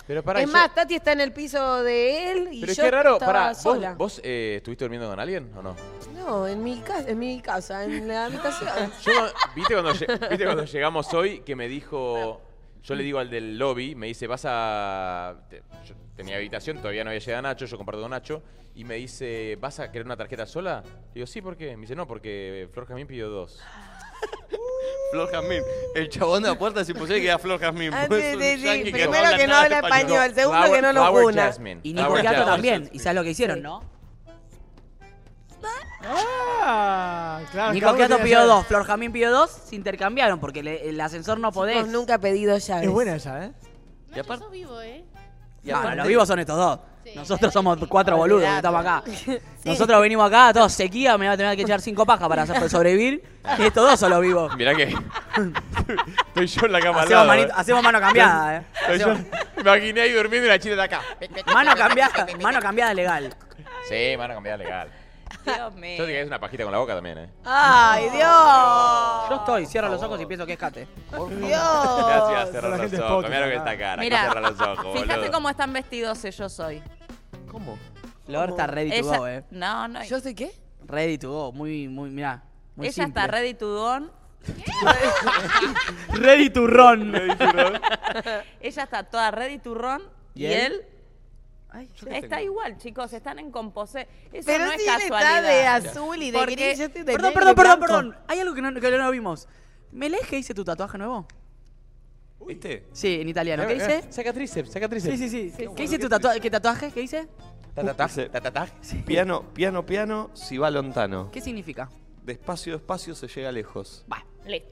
[SPEAKER 2] Pero pará,
[SPEAKER 8] es
[SPEAKER 2] yo-
[SPEAKER 8] más, Tati está en el piso de él y
[SPEAKER 2] pero
[SPEAKER 8] yo
[SPEAKER 2] qué raro,
[SPEAKER 8] estaba
[SPEAKER 2] pará, ¿vos,
[SPEAKER 8] sola.
[SPEAKER 2] vos, eh, estuviste durmiendo con alguien o no?
[SPEAKER 8] No, en mi, casa, en mi casa, en la habitación.
[SPEAKER 2] Yo, ¿viste, cuando lle- viste cuando llegamos hoy que me dijo, yo le digo al del lobby, me dice, vas a... te- yo tenía habitación, todavía no había llegado Nacho, yo comparto con Nacho, y me dice, ¿vas a querer una tarjeta sola? Le digo, sí, ¿por qué? Me dice, no, porque Flor Jamín pidió dos.
[SPEAKER 1] Flor Jazmín. El chabón de la puerta es imposible que era Flor Jazmín.
[SPEAKER 8] Ah,
[SPEAKER 1] porque
[SPEAKER 8] sí,
[SPEAKER 1] es un
[SPEAKER 8] sí, sí.
[SPEAKER 1] yankee
[SPEAKER 8] Primero
[SPEAKER 1] habla
[SPEAKER 8] que no
[SPEAKER 1] nada
[SPEAKER 8] habla español, segundo Flower- que no lo Flower cuna. Jasmine.
[SPEAKER 4] Y
[SPEAKER 1] Flower
[SPEAKER 4] Nico Gato
[SPEAKER 1] Jasmine.
[SPEAKER 4] también. ¿Y sabes lo que hicieron, no?
[SPEAKER 6] Ah, claro.
[SPEAKER 4] Nico
[SPEAKER 6] cada uno
[SPEAKER 4] Gato
[SPEAKER 6] tiene
[SPEAKER 4] pidió
[SPEAKER 6] llave.
[SPEAKER 4] dos, Flor Jamín pidió dos, se intercambiaron porque le- el ascensor no podés.
[SPEAKER 8] Chicos, nunca he pedido llaves.
[SPEAKER 6] Es buena esa, ¿eh?
[SPEAKER 1] Y aparte,
[SPEAKER 7] vivo, ¿eh?
[SPEAKER 1] y
[SPEAKER 4] Bueno,
[SPEAKER 1] aparte-
[SPEAKER 4] Ah, los vivos son estos dos. Nosotros somos cuatro boludos que estamos acá.
[SPEAKER 8] Sí.
[SPEAKER 4] Nosotros venimos acá, todos sequía, me va a tener que echar cinco pajas para hacer- sobrevivir. Y estos dos son los vivos.
[SPEAKER 15] Mirá que. Estoy yo en la cama al
[SPEAKER 4] Hacemos,
[SPEAKER 15] lado,
[SPEAKER 4] manito-
[SPEAKER 15] eh.
[SPEAKER 4] hacemos mano cambiada, eh.
[SPEAKER 15] Estoy yo- me imaginé ahí durmiendo y la china de acá.
[SPEAKER 4] Mano cambiada, mano cambiada legal.
[SPEAKER 2] Sí, van a cambiar legal.
[SPEAKER 5] Dios
[SPEAKER 2] Yo te
[SPEAKER 5] mío.
[SPEAKER 2] quedé una pajita con la boca también, ¿eh?
[SPEAKER 4] ¡Ay, Dios! Yo estoy, cierro los ojos y pienso que es Kate.
[SPEAKER 6] Pero
[SPEAKER 2] Gracias,
[SPEAKER 6] la
[SPEAKER 2] cerrar los
[SPEAKER 6] gente es
[SPEAKER 2] ojos.
[SPEAKER 6] potra,
[SPEAKER 2] Mirá lo que
[SPEAKER 6] nada.
[SPEAKER 2] está cara, que
[SPEAKER 5] Mirá,
[SPEAKER 2] cierra los ojos,
[SPEAKER 5] Fíjate
[SPEAKER 2] boludo.
[SPEAKER 5] cómo están vestidos ellos hoy.
[SPEAKER 1] ¿Cómo?
[SPEAKER 4] Flor está ready to
[SPEAKER 5] Ella-
[SPEAKER 4] go, eh.
[SPEAKER 5] No, no.
[SPEAKER 8] ¿Yo soy qué?
[SPEAKER 4] Ready to go, muy, muy, mirá. Muy
[SPEAKER 5] ella está
[SPEAKER 4] simple.
[SPEAKER 5] ready to don.
[SPEAKER 4] ready to run.
[SPEAKER 5] Ella está toda ready to run.
[SPEAKER 4] ¿Y
[SPEAKER 5] Y,
[SPEAKER 4] él?
[SPEAKER 5] él. está igual, chicos. Están en compose. Eso
[SPEAKER 8] Pero
[SPEAKER 5] no es
[SPEAKER 8] si él está
[SPEAKER 5] casualidad.
[SPEAKER 8] de azul y de
[SPEAKER 5] Porque-
[SPEAKER 8] gris, yo estoy de
[SPEAKER 4] Perdón,
[SPEAKER 8] negro
[SPEAKER 4] perdón,
[SPEAKER 8] y
[SPEAKER 4] perdón,
[SPEAKER 8] blanco.
[SPEAKER 4] perdón. Hay algo que no, que no vimos. ¿Meleje dice tu tatuaje nuevo?
[SPEAKER 1] ¿Viste? Eh,
[SPEAKER 4] Sí, en italiano.
[SPEAKER 6] Eh,
[SPEAKER 4] ¿Qué dice?
[SPEAKER 2] Saca tríceps, saca
[SPEAKER 4] Sí,
[SPEAKER 2] tríceps.
[SPEAKER 4] sí, sí. ¿Qué dice tu tatuaje? ¿Qué tatuaje? ¿Qué dice?
[SPEAKER 1] Dice, Piano, piano, piano, si va lontano.
[SPEAKER 4] ¿Qué significa?
[SPEAKER 1] Despacio, despacio, se llega lejos.
[SPEAKER 5] Listo.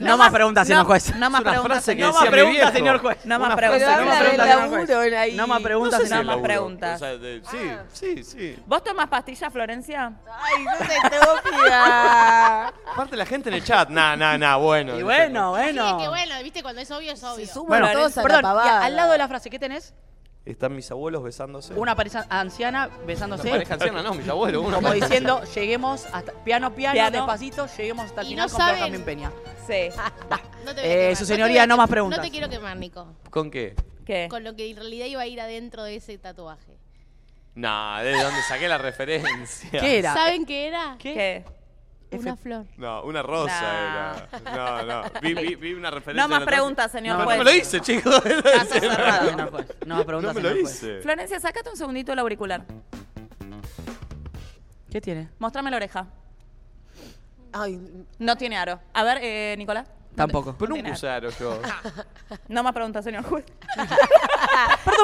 [SPEAKER 4] No más preguntas, señor juez.
[SPEAKER 5] No más
[SPEAKER 1] Es una
[SPEAKER 5] preguntas.
[SPEAKER 1] frase que
[SPEAKER 5] señor
[SPEAKER 4] No más
[SPEAKER 1] decía mi
[SPEAKER 4] preguntas,
[SPEAKER 1] viejo.
[SPEAKER 4] señor juez.
[SPEAKER 5] No más
[SPEAKER 1] Una
[SPEAKER 5] preguntas.
[SPEAKER 8] Pero
[SPEAKER 5] no más
[SPEAKER 8] habla del
[SPEAKER 5] preguntas, señor juez.
[SPEAKER 8] laburo en ahí.
[SPEAKER 4] No más preguntas,
[SPEAKER 1] No sé
[SPEAKER 4] señor
[SPEAKER 1] si
[SPEAKER 4] juez.
[SPEAKER 1] es laburo.
[SPEAKER 5] preguntas.
[SPEAKER 1] O sea, de- sí,
[SPEAKER 5] Ah.
[SPEAKER 1] sí, sí.
[SPEAKER 5] ¿Vos tomás pastillas, Florencia?
[SPEAKER 8] Ay, no sé, estúpida.
[SPEAKER 1] Aparte la gente en el chat, nah, nah, nah, bueno.
[SPEAKER 4] Y bueno,
[SPEAKER 7] Sí, que
[SPEAKER 4] bueno.
[SPEAKER 7] bueno, viste, cuando es obvio, es obvio.
[SPEAKER 8] Se suman
[SPEAKER 4] Bueno,
[SPEAKER 8] todos a
[SPEAKER 4] perdón,
[SPEAKER 8] la
[SPEAKER 4] y
[SPEAKER 8] pavada.
[SPEAKER 4] al lado de la frase, ¿qué tenés?
[SPEAKER 1] Están mis abuelos besándose.
[SPEAKER 4] Una pareja anciana
[SPEAKER 1] Una
[SPEAKER 4] besándose.
[SPEAKER 1] pareja anciana, no, mis abuelos. Una
[SPEAKER 4] Como
[SPEAKER 1] pareja-
[SPEAKER 4] diciendo, lleguemos hasta piano, piano,
[SPEAKER 5] Piano.
[SPEAKER 4] despacito, lleguemos hasta el
[SPEAKER 7] Y
[SPEAKER 4] final
[SPEAKER 7] no
[SPEAKER 4] con Flor
[SPEAKER 7] saben-
[SPEAKER 4] Carmen Peña.
[SPEAKER 5] Sí.
[SPEAKER 7] No te voy a
[SPEAKER 4] Eh,
[SPEAKER 7] quemar,
[SPEAKER 4] su
[SPEAKER 7] no te
[SPEAKER 4] señoría,
[SPEAKER 7] voy a-
[SPEAKER 4] no más preguntas.
[SPEAKER 7] No te quiero quemar, Nico.
[SPEAKER 1] ¿Con qué?
[SPEAKER 5] ¿Qué?
[SPEAKER 7] Con lo que en realidad iba a ir adentro de ese tatuaje.
[SPEAKER 1] Nah, ¿de dónde saqué la referencia?
[SPEAKER 4] ¿Qué era?
[SPEAKER 7] ¿Saben qué era?
[SPEAKER 5] ¿Qué?
[SPEAKER 7] Una flor.
[SPEAKER 1] No, una rosa era. No, no. Vi, vi- vi una referencia.
[SPEAKER 5] No más
[SPEAKER 1] en la
[SPEAKER 5] preguntas,
[SPEAKER 1] tarde.
[SPEAKER 5] señor
[SPEAKER 1] No,
[SPEAKER 5] juez.
[SPEAKER 1] no me lo hice, chicos.
[SPEAKER 5] Caso cerrado.
[SPEAKER 4] Señor juez. No más
[SPEAKER 1] No
[SPEAKER 4] preguntas,
[SPEAKER 1] me lo
[SPEAKER 4] señor juez.
[SPEAKER 1] hice.
[SPEAKER 5] Florencia, sácate un segundito el auricular.
[SPEAKER 4] ¿Qué tiene?
[SPEAKER 5] Mostrame la oreja.
[SPEAKER 8] Ay,
[SPEAKER 5] No tiene aro. A ver, eh, Nicolás.
[SPEAKER 4] Tampoco.
[SPEAKER 1] Pero nunca usaron yo.
[SPEAKER 5] No más preguntas, señor juez.
[SPEAKER 4] Perdón,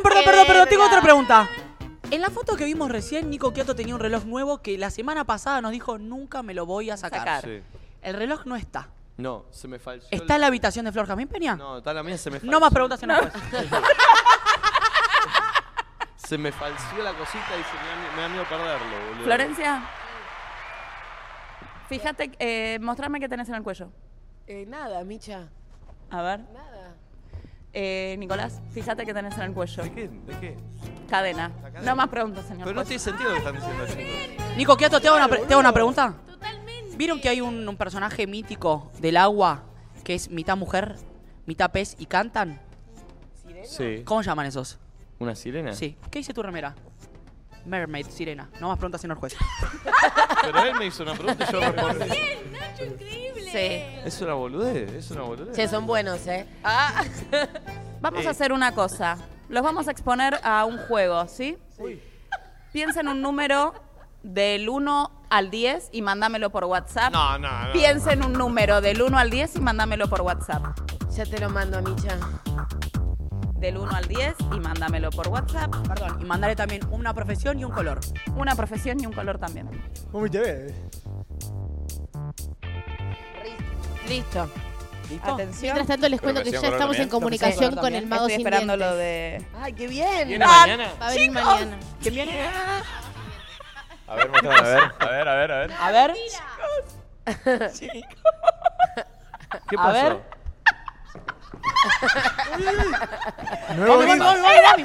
[SPEAKER 4] perdón,
[SPEAKER 7] Qué
[SPEAKER 4] perdón, perdón, tengo
[SPEAKER 7] verga.
[SPEAKER 4] otra pregunta. En la foto que vimos recién, Nico Quiato tenía un reloj nuevo que la semana pasada nos dijo, nunca me lo voy a sacar.
[SPEAKER 5] Sacar.
[SPEAKER 1] Sí.
[SPEAKER 4] El reloj no está.
[SPEAKER 1] No, se me falsó.
[SPEAKER 4] ¿Está en la habitación de Flor Jamín Peña? No,
[SPEAKER 1] No, está la mía, se me falsó.
[SPEAKER 4] más preguntas, señor juez.
[SPEAKER 1] Se me falsió la cosita y se me da, mi- me da miedo perderlo, boludo.
[SPEAKER 5] Florencia. Fíjate, eh, mostrame qué tenés en el cuello.
[SPEAKER 8] eh, nada, Micha.
[SPEAKER 5] A ver.
[SPEAKER 8] Nada.
[SPEAKER 5] Eh, Nicolás, fíjate que tenés en el cuello. ¿De
[SPEAKER 1] qué? ¿De qué?
[SPEAKER 5] Cadena.
[SPEAKER 1] cadena.
[SPEAKER 5] No más preguntas, señor.
[SPEAKER 1] Pero no tiene sentido lo que están diciendo chicos.
[SPEAKER 4] Nico, Quiato, te hago una, pre- te hago una pregunta. ¿Vieron que hay un, un personaje mítico del agua que es mitad mujer, mitad pez y cantan?
[SPEAKER 1] Sí.
[SPEAKER 4] ¿Cómo llaman esos?
[SPEAKER 1] ¿Una sirena?
[SPEAKER 4] Sí. ¿Qué dice tu remera? Mermaid, sirena. No más preguntas, señor juez.
[SPEAKER 1] Pero él me hizo una pregunta y yo respondí.
[SPEAKER 4] Eh.
[SPEAKER 5] Sí.
[SPEAKER 1] Es una boludez, es una boludez.
[SPEAKER 8] Che, son buenos, ¿eh?
[SPEAKER 5] Vamos
[SPEAKER 1] Eh.
[SPEAKER 5] a hacer una cosa. Los vamos a exponer a un juego, ¿sí? Piensa en un número del 1 al 10 y mándamelo por WhatsApp.
[SPEAKER 1] No, no, no.
[SPEAKER 5] Piensa en un número del 1 al 10 y mándamelo por WhatsApp.
[SPEAKER 8] Ya te lo mando, Micha.
[SPEAKER 5] Del 1 al 10 y mándamelo por WhatsApp.
[SPEAKER 4] Perdón, y mandaré también una profesión y un color.
[SPEAKER 5] Una profesión y un color también.
[SPEAKER 6] Mami TV.
[SPEAKER 8] Listo.
[SPEAKER 5] Atención.
[SPEAKER 7] Mientras tanto les cuento que ya estamos en comunicación con el mago
[SPEAKER 5] Estoy
[SPEAKER 7] sin
[SPEAKER 5] esperando
[SPEAKER 7] dientes.
[SPEAKER 5] lo de...
[SPEAKER 8] ¡Ay, qué bien!
[SPEAKER 1] ¿Viene
[SPEAKER 5] Ah,
[SPEAKER 1] mañana?
[SPEAKER 7] Va a venir
[SPEAKER 5] chicos.
[SPEAKER 7] mañana.
[SPEAKER 5] ¿Quién viene?
[SPEAKER 2] A ver, mostrame, a ver, a ver, a ver, a ver.
[SPEAKER 4] A ver.
[SPEAKER 1] ¿Qué
[SPEAKER 4] A
[SPEAKER 1] pasó?
[SPEAKER 4] ver.
[SPEAKER 6] Nuevo
[SPEAKER 4] Mami, mami,
[SPEAKER 6] grito.
[SPEAKER 4] mami, mami, mami,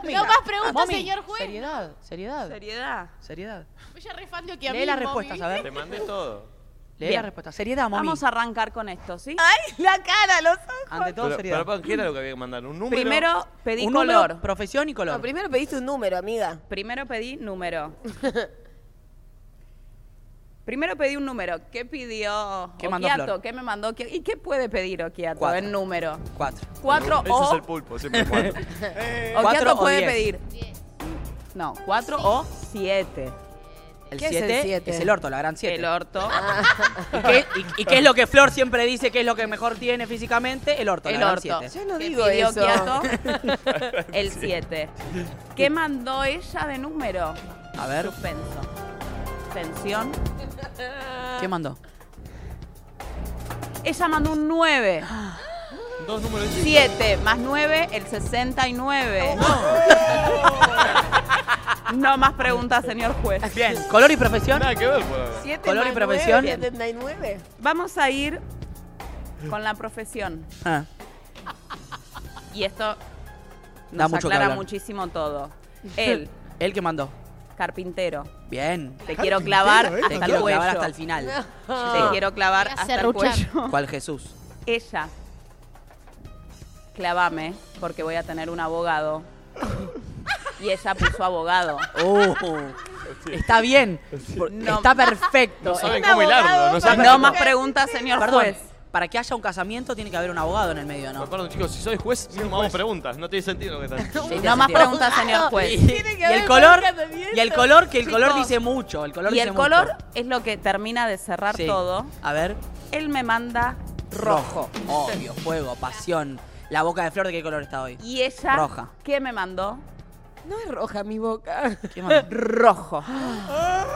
[SPEAKER 4] mami.
[SPEAKER 7] No más preguntas,
[SPEAKER 4] Mami,
[SPEAKER 7] señor juez.
[SPEAKER 4] Seriedad, seriedad,
[SPEAKER 5] Seriedad.
[SPEAKER 4] seriedad.
[SPEAKER 7] Voy a refandio que a
[SPEAKER 4] Lee
[SPEAKER 7] mí,
[SPEAKER 4] las
[SPEAKER 7] mami.
[SPEAKER 4] respuestas, a
[SPEAKER 1] Te
[SPEAKER 4] ver.
[SPEAKER 1] mandé todo.
[SPEAKER 4] Lee
[SPEAKER 5] Bien.
[SPEAKER 4] las respuestas. Seriedad, mami.
[SPEAKER 5] Vamos a arrancar con esto, ¿sí?
[SPEAKER 8] ¡La cara, los ojos!
[SPEAKER 4] Ante todo,
[SPEAKER 1] Pero,
[SPEAKER 4] seriedad.
[SPEAKER 1] pero, perdón, ¿qué era lo que había que mandar? ¿Un número?
[SPEAKER 5] Primero pedí
[SPEAKER 4] un
[SPEAKER 5] color.
[SPEAKER 4] número, profesión y color.
[SPEAKER 8] No, primero pediste un número, amiga.
[SPEAKER 5] Primero pedí número. Primero pedí un número. ¿Qué pidió
[SPEAKER 4] ¿Qué mandó
[SPEAKER 5] Occhiato?
[SPEAKER 4] Flor?
[SPEAKER 5] ¿Qué me mandó? Occhia- ¿Y qué puede pedir Okiato
[SPEAKER 4] Cuatro.
[SPEAKER 5] en número?
[SPEAKER 4] Cuatro.
[SPEAKER 5] Cuatro
[SPEAKER 1] Ese es
[SPEAKER 5] o...
[SPEAKER 1] el pulpo, siempre cuatro.
[SPEAKER 4] Cuatro
[SPEAKER 5] Occhiato
[SPEAKER 4] o
[SPEAKER 5] puede
[SPEAKER 4] diez.
[SPEAKER 5] pedir... No, cuatro o siete.
[SPEAKER 4] El
[SPEAKER 8] ¿Qué es el
[SPEAKER 4] 7
[SPEAKER 8] siete?
[SPEAKER 4] es el orto, la gran 7.
[SPEAKER 5] El orto.
[SPEAKER 4] ¿Y qué, y, y qué es lo que Flor siempre dice que es lo que mejor tiene físicamente? El orto,
[SPEAKER 5] El
[SPEAKER 4] la gran
[SPEAKER 5] orto.
[SPEAKER 4] siete.
[SPEAKER 8] Yo no
[SPEAKER 5] ¿Qué
[SPEAKER 8] digo
[SPEAKER 5] pidió
[SPEAKER 8] eso.
[SPEAKER 5] Occhiato? el siete. ¿Qué mandó ella de número?
[SPEAKER 4] A ver,
[SPEAKER 5] Suspenso. Tensión.
[SPEAKER 4] ¿qué mandó?
[SPEAKER 5] Ella mandó un 9.
[SPEAKER 1] Dos números.
[SPEAKER 5] 7 más 9, el 69. No más preguntas, señor juez.
[SPEAKER 4] Bien, color y profesión.
[SPEAKER 1] Nada que ver, pues.
[SPEAKER 8] Siete
[SPEAKER 4] Color y
[SPEAKER 8] más
[SPEAKER 4] profesión.
[SPEAKER 8] nueve, 79.
[SPEAKER 5] Vamos a ir con la profesión.
[SPEAKER 4] Ah,
[SPEAKER 5] Y esto nos
[SPEAKER 4] Da mucho que
[SPEAKER 5] aclara
[SPEAKER 4] hablar.
[SPEAKER 5] muchísimo todo. Él,
[SPEAKER 4] el que mandó.
[SPEAKER 5] carpintero.
[SPEAKER 4] Bien.
[SPEAKER 5] Te quiero clavar
[SPEAKER 6] ¿eh?
[SPEAKER 5] hasta
[SPEAKER 4] Te
[SPEAKER 5] el
[SPEAKER 4] quiero
[SPEAKER 5] cuello.
[SPEAKER 4] clavar hasta el final.
[SPEAKER 5] Te quiero clavar
[SPEAKER 7] Voy a
[SPEAKER 5] hasta el
[SPEAKER 7] serruchar.
[SPEAKER 5] cuello.
[SPEAKER 4] ¿Cuál Jesús?
[SPEAKER 5] Ella. Clavame, porque voy a tener un abogado. Y ella puso abogado.
[SPEAKER 4] Oh, está bien. por-
[SPEAKER 5] No.
[SPEAKER 4] Está perfecto.
[SPEAKER 1] No saben
[SPEAKER 4] Eh,
[SPEAKER 1] cómo hilarlo, no saben
[SPEAKER 5] No
[SPEAKER 1] cómo.
[SPEAKER 5] más preguntas, señor
[SPEAKER 4] Perdón,
[SPEAKER 5] juez.
[SPEAKER 4] para que haya un casamiento tiene que haber un abogado en el medio, ¿no?
[SPEAKER 1] Perdón, chicos, si soy juez, mínimo hago preguntas. No tiene sentido lo que están diciendo.
[SPEAKER 4] Sí,
[SPEAKER 5] No más
[SPEAKER 4] sentido.
[SPEAKER 5] preguntas, señor
[SPEAKER 4] Y,
[SPEAKER 5] juez.
[SPEAKER 4] y el color, y el color, que el color dice mucho. El color
[SPEAKER 5] Y
[SPEAKER 4] dice
[SPEAKER 5] el
[SPEAKER 4] mucho.
[SPEAKER 5] color es lo que termina de cerrar
[SPEAKER 4] Sí.
[SPEAKER 5] todo.
[SPEAKER 4] A ver.
[SPEAKER 5] Él me manda rojo.
[SPEAKER 4] Rojo. Obvio, fuego, pasión. La boca de flor, ¿de qué color está hoy?
[SPEAKER 5] Y ella,
[SPEAKER 4] Roja.
[SPEAKER 5] ¿qué me mandó?
[SPEAKER 8] No es roja mi boca.
[SPEAKER 4] ¿Qué más?
[SPEAKER 5] Rojo.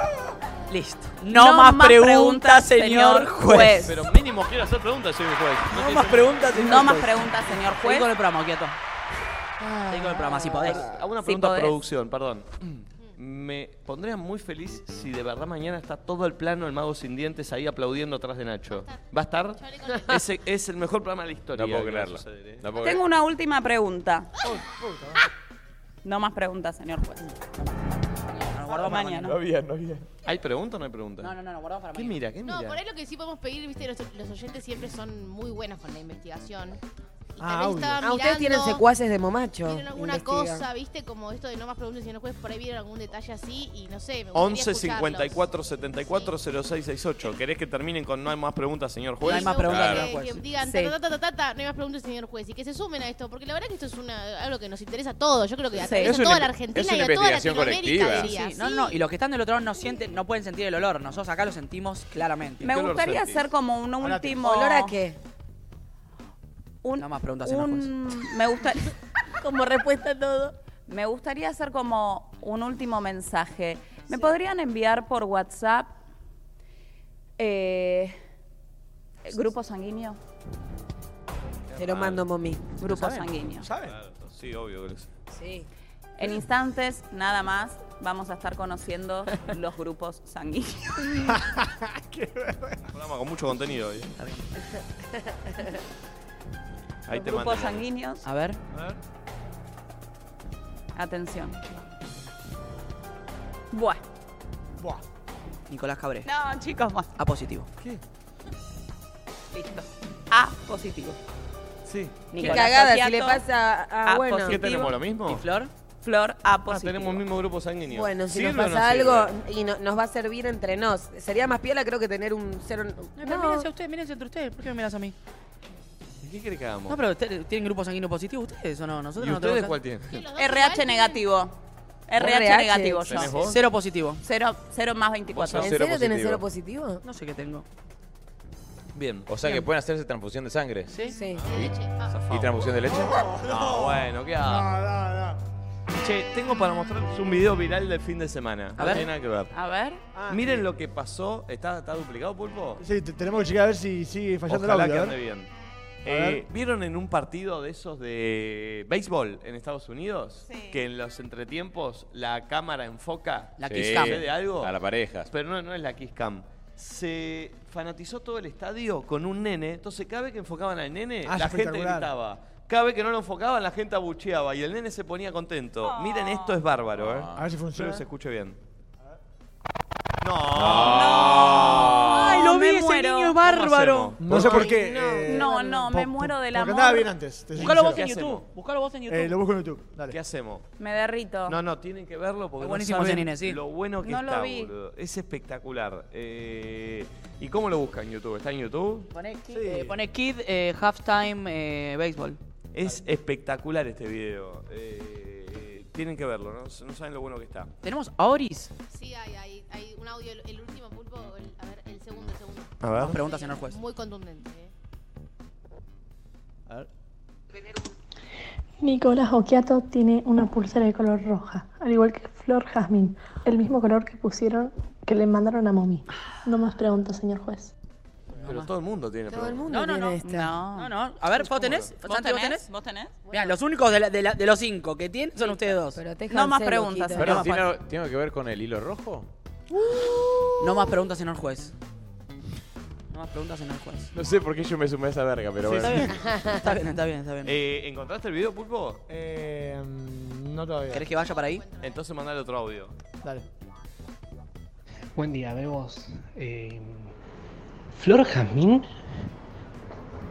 [SPEAKER 4] Listo. No, más, preguntas, señor juez.
[SPEAKER 1] Pero mínimo quiero hacer preguntas, soy un juez. No
[SPEAKER 4] No
[SPEAKER 1] tiene
[SPEAKER 4] más
[SPEAKER 1] sentido.
[SPEAKER 4] preguntas, señor
[SPEAKER 5] No más
[SPEAKER 4] juez.
[SPEAKER 5] preguntas, señor
[SPEAKER 4] Seguí
[SPEAKER 5] juez.
[SPEAKER 4] con el programa, quieto. Seguí con el programa, si podés.
[SPEAKER 1] Ah, Hago una
[SPEAKER 5] Sí,
[SPEAKER 1] pregunta a
[SPEAKER 5] podés.
[SPEAKER 1] producción, perdón. Me pondría muy feliz si de verdad mañana está todo el plano el mago sin dientes ahí aplaudiendo atrás de Nacho. ¿Va a estar? Ese es el mejor programa de la historia.
[SPEAKER 2] No puedo
[SPEAKER 1] que va a
[SPEAKER 2] creerlo.
[SPEAKER 1] suceder, ¿eh?
[SPEAKER 2] No puedo
[SPEAKER 5] Tengo una última pregunta. No más preguntas, señor juez.
[SPEAKER 4] Nos guardamos
[SPEAKER 5] Mañana.
[SPEAKER 15] No había, no había.
[SPEAKER 1] ¿Hay pregunta o no hay pregunta?
[SPEAKER 4] No, no, no, nos guardamos para
[SPEAKER 1] ¿Qué
[SPEAKER 4] mañana.
[SPEAKER 1] mira? ¿Qué
[SPEAKER 7] No,
[SPEAKER 1] mira?
[SPEAKER 7] por ahí lo que sí podemos pedir, viste, los, los oyentes siempre son muy buenos con la investigación. Y
[SPEAKER 6] Ah,
[SPEAKER 7] tal vez
[SPEAKER 6] audio.
[SPEAKER 7] estaban
[SPEAKER 8] Ah, ustedes tienen
[SPEAKER 7] mirando,
[SPEAKER 8] secuaces de momacho.
[SPEAKER 7] Vieron alguna
[SPEAKER 8] Investiga.
[SPEAKER 7] cosa, viste, como esto de no más preguntas, sino juez, por ahí vieron algún detalle así y no sé, me gustaría
[SPEAKER 1] 11
[SPEAKER 7] escucharlos.
[SPEAKER 1] 54 74 0668. ¿Querés que terminen con no hay más preguntas, señor
[SPEAKER 4] No
[SPEAKER 1] juez?
[SPEAKER 4] hay más
[SPEAKER 7] Me gustaría
[SPEAKER 4] preguntas,
[SPEAKER 7] Eh, que-
[SPEAKER 4] señor juez.
[SPEAKER 7] Que digan,
[SPEAKER 5] Sí.
[SPEAKER 7] ta, ta, ta, ta, ta, ta, no hay más preguntas, señor juez, y que se sumen a esto, porque la verdad que esto es una, algo que nos interesa a todos. Yo creo que
[SPEAKER 5] Sí.
[SPEAKER 7] atraviesa
[SPEAKER 5] Es
[SPEAKER 2] una
[SPEAKER 7] toda la
[SPEAKER 2] inve- es
[SPEAKER 7] Argentina
[SPEAKER 2] una
[SPEAKER 7] y a toda
[SPEAKER 2] investigación
[SPEAKER 7] Latinoamérica,
[SPEAKER 2] colectiva.
[SPEAKER 7] diría.
[SPEAKER 4] Sí, no, no, y los que están del otro lado no sienten, no pueden sentir el olor. Nosotros acá lo sentimos claramente.
[SPEAKER 5] Me
[SPEAKER 1] olor
[SPEAKER 5] gustaría
[SPEAKER 1] sentís?
[SPEAKER 5] hacer como un último.
[SPEAKER 8] ¿Olor a qué?
[SPEAKER 5] un-
[SPEAKER 4] No más preguntas, señor
[SPEAKER 5] un- Me gustaría.
[SPEAKER 8] Como respuesta a todo.
[SPEAKER 5] Me gustaría hacer como un último mensaje. ¿Me podrían enviar por WhatsApp eh, grupo sanguíneo?
[SPEAKER 8] Te lo mando, mami.
[SPEAKER 5] Grupo sanguíneo.
[SPEAKER 6] ¿Sabes?
[SPEAKER 1] Sí, obvio. que lo sé.
[SPEAKER 8] Sí.
[SPEAKER 5] En instantes, nada más, vamos a estar conociendo los grupos sanguíneos. ¿eh?
[SPEAKER 1] Un programa con mucho contenido hoy. Ahí te
[SPEAKER 5] grupos
[SPEAKER 1] mando.
[SPEAKER 5] sanguíneos.
[SPEAKER 4] A ver.
[SPEAKER 5] Atención. Buah.
[SPEAKER 6] Buah.
[SPEAKER 4] Nicolás Cabré.
[SPEAKER 5] No, chicos, más.
[SPEAKER 4] A positivo.
[SPEAKER 6] ¿Qué?
[SPEAKER 5] Listo. A positivo.
[SPEAKER 6] Sí.
[SPEAKER 5] Nicolás
[SPEAKER 8] cagada, si
[SPEAKER 5] Sapiato,
[SPEAKER 8] le pasa a-
[SPEAKER 4] Ah,
[SPEAKER 8] ah,
[SPEAKER 5] A
[SPEAKER 4] pues.
[SPEAKER 8] bueno.
[SPEAKER 1] ¿Qué
[SPEAKER 5] positivo.
[SPEAKER 1] tenemos? ¿Lo mismo?
[SPEAKER 4] ¿Y Flor?
[SPEAKER 5] Flor A
[SPEAKER 1] Ah,
[SPEAKER 5] positivo.
[SPEAKER 1] tenemos el mismo grupo sanguíneo.
[SPEAKER 8] Bueno, si nos
[SPEAKER 1] ¿Sirve o
[SPEAKER 8] pasa
[SPEAKER 1] no sirve?
[SPEAKER 8] algo y no- nos va a servir entre nos. Sería más piola, creo que tener un cero.
[SPEAKER 4] No, pero mírense a ustedes, mírense entre ustedes. ¿Por qué me miras a mí?
[SPEAKER 1] ¿Qué quiere que hagamos?
[SPEAKER 4] No, pero ustedes tienen grupo sanguíneo positivo ustedes o no? Nosotros
[SPEAKER 1] ¿Y
[SPEAKER 4] no
[SPEAKER 1] ustedes
[SPEAKER 4] tenemos-
[SPEAKER 1] cuál tienen?
[SPEAKER 5] RH negativo. RH,
[SPEAKER 4] RH.
[SPEAKER 5] negativo
[SPEAKER 1] ¿Tenés
[SPEAKER 5] yo.
[SPEAKER 1] vos?
[SPEAKER 4] Cero positivo.
[SPEAKER 5] Cero, cero más 24.
[SPEAKER 8] ¿En serio tenés cero positivo?
[SPEAKER 4] No sé qué tengo.
[SPEAKER 1] Bien.
[SPEAKER 2] O sea que pueden hacerse transfusión de sangre.
[SPEAKER 4] Sí.
[SPEAKER 8] Sí.
[SPEAKER 2] Ah, ¿Y transfusión de leche?
[SPEAKER 1] No, bueno, ¿qué hago? Che, tengo para mostrarles un video viral del fin de semana.
[SPEAKER 4] A
[SPEAKER 1] no
[SPEAKER 4] ver.
[SPEAKER 1] tiene nada que ver.
[SPEAKER 5] A ver.
[SPEAKER 6] Ah,
[SPEAKER 1] Miren lo que pasó. ¿Está, está duplicado, Pulpo?
[SPEAKER 6] Sí, te- tenemos que llegar a ver si sigue fallando
[SPEAKER 1] Ojalá
[SPEAKER 6] el
[SPEAKER 1] que
[SPEAKER 6] audio.
[SPEAKER 1] ande bien.
[SPEAKER 6] A
[SPEAKER 1] Eh,
[SPEAKER 6] ver.
[SPEAKER 1] ¿Vieron en un partido de esos de béisbol en Estados Unidos? Que en los entretiempos la cámara enfoca
[SPEAKER 4] La
[SPEAKER 1] Sí.
[SPEAKER 4] kiss cam.
[SPEAKER 1] de algo.
[SPEAKER 2] A la pareja.
[SPEAKER 1] Pero no, no es la Kiss Cam. Se fanatizó todo el estadio con un nene. Entonces, cada vez que enfocaban al nene,
[SPEAKER 6] Ah, es
[SPEAKER 1] la gente
[SPEAKER 6] espectacular.
[SPEAKER 1] gritaba. Cada vez que no lo enfocaban, la gente abucheaba. Y el nene se ponía contento. Miren, esto es bárbaro, ¿eh?
[SPEAKER 6] Ah. A ver si
[SPEAKER 1] Espero
[SPEAKER 6] funciona.
[SPEAKER 1] que se escuche bien.
[SPEAKER 5] ¡Ay, lo vi! Ese niño es bárbaro.
[SPEAKER 6] No sé por qué. eh,
[SPEAKER 5] No, no, me
[SPEAKER 6] po-
[SPEAKER 5] muero del
[SPEAKER 6] porque
[SPEAKER 5] amor.
[SPEAKER 6] andaba bien antes. te soy
[SPEAKER 4] Buscalo vos
[SPEAKER 6] sincero.
[SPEAKER 4] en YouTube. Buscalo vos en
[SPEAKER 6] Eh, lo
[SPEAKER 4] YouTube.
[SPEAKER 6] busco en YouTube. Dale.
[SPEAKER 1] ¿Qué hacemos?
[SPEAKER 5] Me derrito.
[SPEAKER 1] No, no, tienen que verlo porque
[SPEAKER 4] Es
[SPEAKER 1] no
[SPEAKER 4] buenísimo ese
[SPEAKER 1] saben
[SPEAKER 4] nene, sí.
[SPEAKER 1] lo bueno que
[SPEAKER 5] No lo
[SPEAKER 1] está,
[SPEAKER 5] vi.
[SPEAKER 1] boludo. Es espectacular. Eh, ¿Y cómo lo buscan en YouTube? ¿Está en YouTube?
[SPEAKER 4] Poné Kid,
[SPEAKER 6] Sí.
[SPEAKER 4] eh, poné kid, eh, Halftime eh, Baseball.
[SPEAKER 1] Es espectacular este video. Eh, tienen que verlo, ¿no? no saben lo bueno que está.
[SPEAKER 4] ¿Tenemos a Oris?
[SPEAKER 17] Sí, hay, hay, hay un audio, el, el último pulpo, el- a ver, el segundo, el segundo.
[SPEAKER 1] A ver.
[SPEAKER 4] Más preguntas, señor juez.
[SPEAKER 17] Muy contundente, ¿eh?
[SPEAKER 18] Nicolás Occhiato tiene una pulsera de color roja, al igual que Flor Jazmín, el mismo color que pusieron, que le mandaron a Momi. No más preguntas, señor juez.
[SPEAKER 1] Pero todo el mundo tiene
[SPEAKER 8] Todo el
[SPEAKER 1] problemas.
[SPEAKER 4] No,
[SPEAKER 8] mundo
[SPEAKER 4] no, no.
[SPEAKER 8] tiene esta.
[SPEAKER 4] No, no. A ver, ¿vos tenés?
[SPEAKER 5] ¿Vos
[SPEAKER 4] Santi, ¿vos
[SPEAKER 5] tenés?
[SPEAKER 4] tenés?
[SPEAKER 5] ¿Vos tenés?
[SPEAKER 4] Mirá, los únicos de, la- de la- de los cinco que tienen son ustedes dos.
[SPEAKER 8] Pero te
[SPEAKER 5] No más
[SPEAKER 8] cansé,
[SPEAKER 5] preguntas,
[SPEAKER 8] loquito.
[SPEAKER 2] Perdón,
[SPEAKER 4] Pero-
[SPEAKER 2] ¿tiene, ¿tiene que ver con el hilo rojo?
[SPEAKER 4] Uh. No más preguntas, señor juez. No más preguntas, señor juez.
[SPEAKER 2] No sé por qué yo me sumé a esa verga, pero
[SPEAKER 4] Sí,
[SPEAKER 2] bueno.
[SPEAKER 4] está bien. Está bien, está bien, está bien.
[SPEAKER 1] Eh, ¿Encontraste el video, Pulpo?
[SPEAKER 6] Eh, mm, no todavía.
[SPEAKER 4] ¿Querés que vaya para ahí?
[SPEAKER 1] Entonces mandale otro audio.
[SPEAKER 6] Dale.
[SPEAKER 19] Buen día, vemos. Flor Jazmín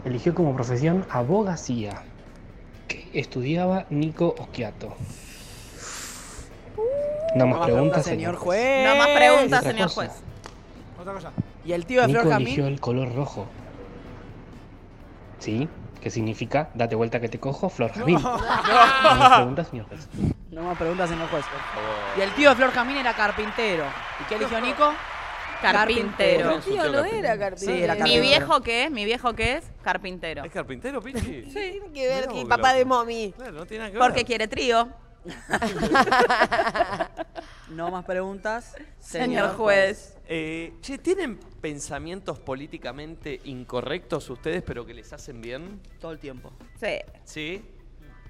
[SPEAKER 19] eligió como profesión abogacía, que estudiaba Nico Occhiato. No
[SPEAKER 4] No
[SPEAKER 19] más preguntas,
[SPEAKER 4] señor
[SPEAKER 19] señor
[SPEAKER 4] juez.
[SPEAKER 5] No más preguntas,
[SPEAKER 19] Otra
[SPEAKER 5] señor
[SPEAKER 19] cosa.
[SPEAKER 5] juez.
[SPEAKER 6] Otra cosa.
[SPEAKER 4] ¿Y el tío de Flor
[SPEAKER 19] Nico eligió
[SPEAKER 4] Jamín?
[SPEAKER 19] el color rojo. ¿Sí? ¿Qué significa? Date vuelta que te cojo, Flor Jazmín. No más preguntas, señor juez.
[SPEAKER 4] No más preguntas, señor juez. Y el tío de Flor Jamín era carpintero. ¿Y qué eligió Nico?
[SPEAKER 5] Carpintero.
[SPEAKER 8] Mi tío no era carpintero.
[SPEAKER 4] Sí, era
[SPEAKER 5] ¿Mi
[SPEAKER 4] carpintero.
[SPEAKER 5] viejo qué es? ¿Mi viejo qué es? Carpintero.
[SPEAKER 1] ¿Es carpintero, Pichi?
[SPEAKER 8] Sí, tiene que ver
[SPEAKER 1] Mirá
[SPEAKER 8] que
[SPEAKER 1] vos,
[SPEAKER 8] papá
[SPEAKER 1] loco.
[SPEAKER 8] de mommy.
[SPEAKER 1] Claro, no tiene nada que ver.
[SPEAKER 5] Porque quiere trío.
[SPEAKER 4] No más preguntas,
[SPEAKER 5] Señor juez.
[SPEAKER 1] Eh, che, ¿tienen pensamientos políticamente incorrectos ustedes, pero que les hacen bien?
[SPEAKER 4] Todo el tiempo.
[SPEAKER 5] Sí.
[SPEAKER 1] Sí.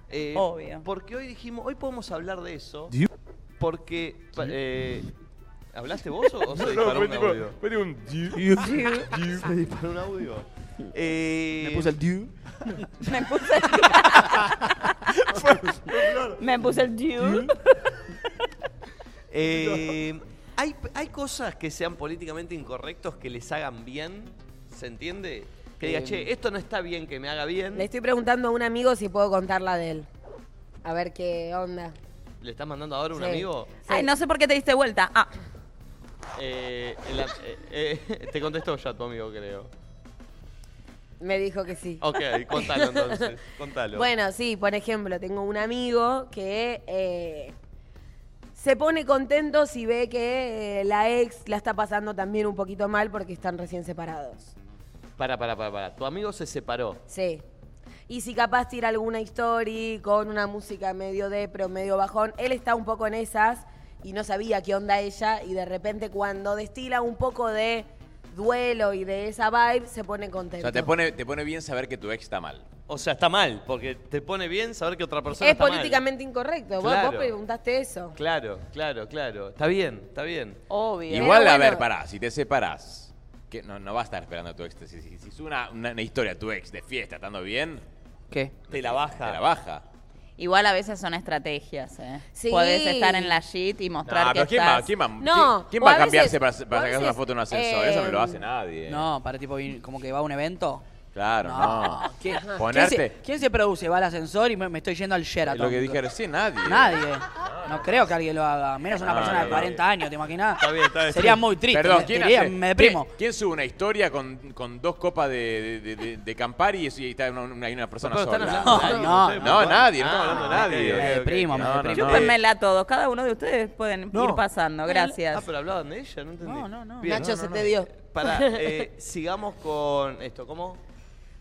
[SPEAKER 1] Eh,
[SPEAKER 5] Obvio.
[SPEAKER 1] Porque hoy dijimos, hoy podemos hablar de eso. Porque. pa- eh, ¿Hablaste vos o, o se disparó un audio? Se disparó un audio. Eh,
[SPEAKER 4] Me puse el diu.
[SPEAKER 5] Me puse el... Me puse el dude.
[SPEAKER 1] eh, ¿hay, hay cosas que sean políticamente incorrectos que les hagan bien. ¿Se entiende? Que diga,
[SPEAKER 4] Em.
[SPEAKER 1] che, esto no está bien que me haga bien.
[SPEAKER 8] Le estoy preguntando a un amigo si puedo contar la de él. A ver qué onda.
[SPEAKER 1] ¿Le estás mandando ahora a un
[SPEAKER 8] Sí.
[SPEAKER 1] amigo?
[SPEAKER 5] Ay, no sé por qué te diste vuelta. Ah,
[SPEAKER 1] Eh, el a- eh, eh, te contestó ya tu amigo, creo.
[SPEAKER 8] Me dijo que sí.
[SPEAKER 1] Ok, contalo entonces. Contalo.
[SPEAKER 8] Bueno, sí, por ejemplo, tengo un amigo que eh, se pone contento si ve que eh, la ex la está pasando también un poquito mal porque están recién separados.
[SPEAKER 1] Para, para, para, para. Tu amigo se separó.
[SPEAKER 8] Sí. Y si capaz tira alguna historia con una música medio depre o medio bajón, él está un poco en esas y no sabía qué onda ella y de repente cuando destila un poco de duelo y de esa vibe se pone
[SPEAKER 2] O
[SPEAKER 8] contento.
[SPEAKER 2] sea, te pone, te pone bien saber que tu ex está mal.
[SPEAKER 1] O sea, está mal, porque te pone bien saber que otra persona
[SPEAKER 8] es
[SPEAKER 1] está mal.
[SPEAKER 8] políticamente incorrecto. Vos-
[SPEAKER 1] Claro.
[SPEAKER 8] Vos preguntaste eso.
[SPEAKER 1] Claro, claro, claro. Está bien, está bien.
[SPEAKER 8] Oh,
[SPEAKER 5] obvio.
[SPEAKER 8] Pero
[SPEAKER 2] Igual, a
[SPEAKER 8] bueno.
[SPEAKER 2] ver, pará, si te separás, que no, no vas a estar esperando a tu ex. Si, si, si es una, una- una historia a tu ex de fiesta estando bien,
[SPEAKER 4] ¿Qué?
[SPEAKER 2] Te la baja. Te la baja.
[SPEAKER 5] Igual a veces son estrategias, ¿eh?
[SPEAKER 8] Sí.
[SPEAKER 5] Podés estar en la shit y mostrar
[SPEAKER 2] No,
[SPEAKER 5] que
[SPEAKER 2] Ah, pero ¿quién
[SPEAKER 5] estás...
[SPEAKER 2] va, quién va,
[SPEAKER 5] No,
[SPEAKER 2] quién- quién
[SPEAKER 5] o
[SPEAKER 2] va a
[SPEAKER 5] a veces-
[SPEAKER 2] cambiarse para, para
[SPEAKER 5] o a
[SPEAKER 2] sacarse una
[SPEAKER 5] veces,
[SPEAKER 2] foto en un ascensor? Eso no lo hace
[SPEAKER 4] eh,
[SPEAKER 2] nadie.
[SPEAKER 4] No, para tipo, ir- como que va a un evento.
[SPEAKER 2] Claro, no.
[SPEAKER 4] ¿Quién,
[SPEAKER 2] Ponerte-
[SPEAKER 4] ¿quién se, quién se produce? Va al ascensor y me, me estoy yendo al Sheraton.
[SPEAKER 2] Lo que dije recién, nadie.
[SPEAKER 4] Nadie. No creo que alguien lo haga. Menos una
[SPEAKER 2] No,
[SPEAKER 4] persona
[SPEAKER 2] no,
[SPEAKER 4] de
[SPEAKER 2] no.
[SPEAKER 4] 40 años, ¿te imaginas?
[SPEAKER 2] Está bien, está bien.
[SPEAKER 4] Sería muy triste.
[SPEAKER 2] Perdón,
[SPEAKER 4] me-
[SPEAKER 2] ¿quién
[SPEAKER 4] diría,
[SPEAKER 2] hace-
[SPEAKER 4] Me deprimo.
[SPEAKER 2] ¿Quién, quién sube una historia con, con dos copas de, de, de- de Campari y, y está una, una- hay una persona
[SPEAKER 4] Pero
[SPEAKER 2] sola?
[SPEAKER 4] están hablando de
[SPEAKER 2] no,
[SPEAKER 4] nadie.
[SPEAKER 2] no,
[SPEAKER 4] Ah,
[SPEAKER 2] nadie, no estamos hablando de
[SPEAKER 4] ok,
[SPEAKER 2] nadie.
[SPEAKER 4] ok, Me deprimo, me
[SPEAKER 2] No, no, no. eh,
[SPEAKER 4] deprimo.
[SPEAKER 5] Chúpenmela todos, cada uno de ustedes pueden ir pasando, gracias.
[SPEAKER 1] Ah, pero hablaban de ella, no entendí. No, Eh, no, no.
[SPEAKER 8] Nacho, se te dio.
[SPEAKER 1] Para, eh, sigamos con esto. ¿Cómo?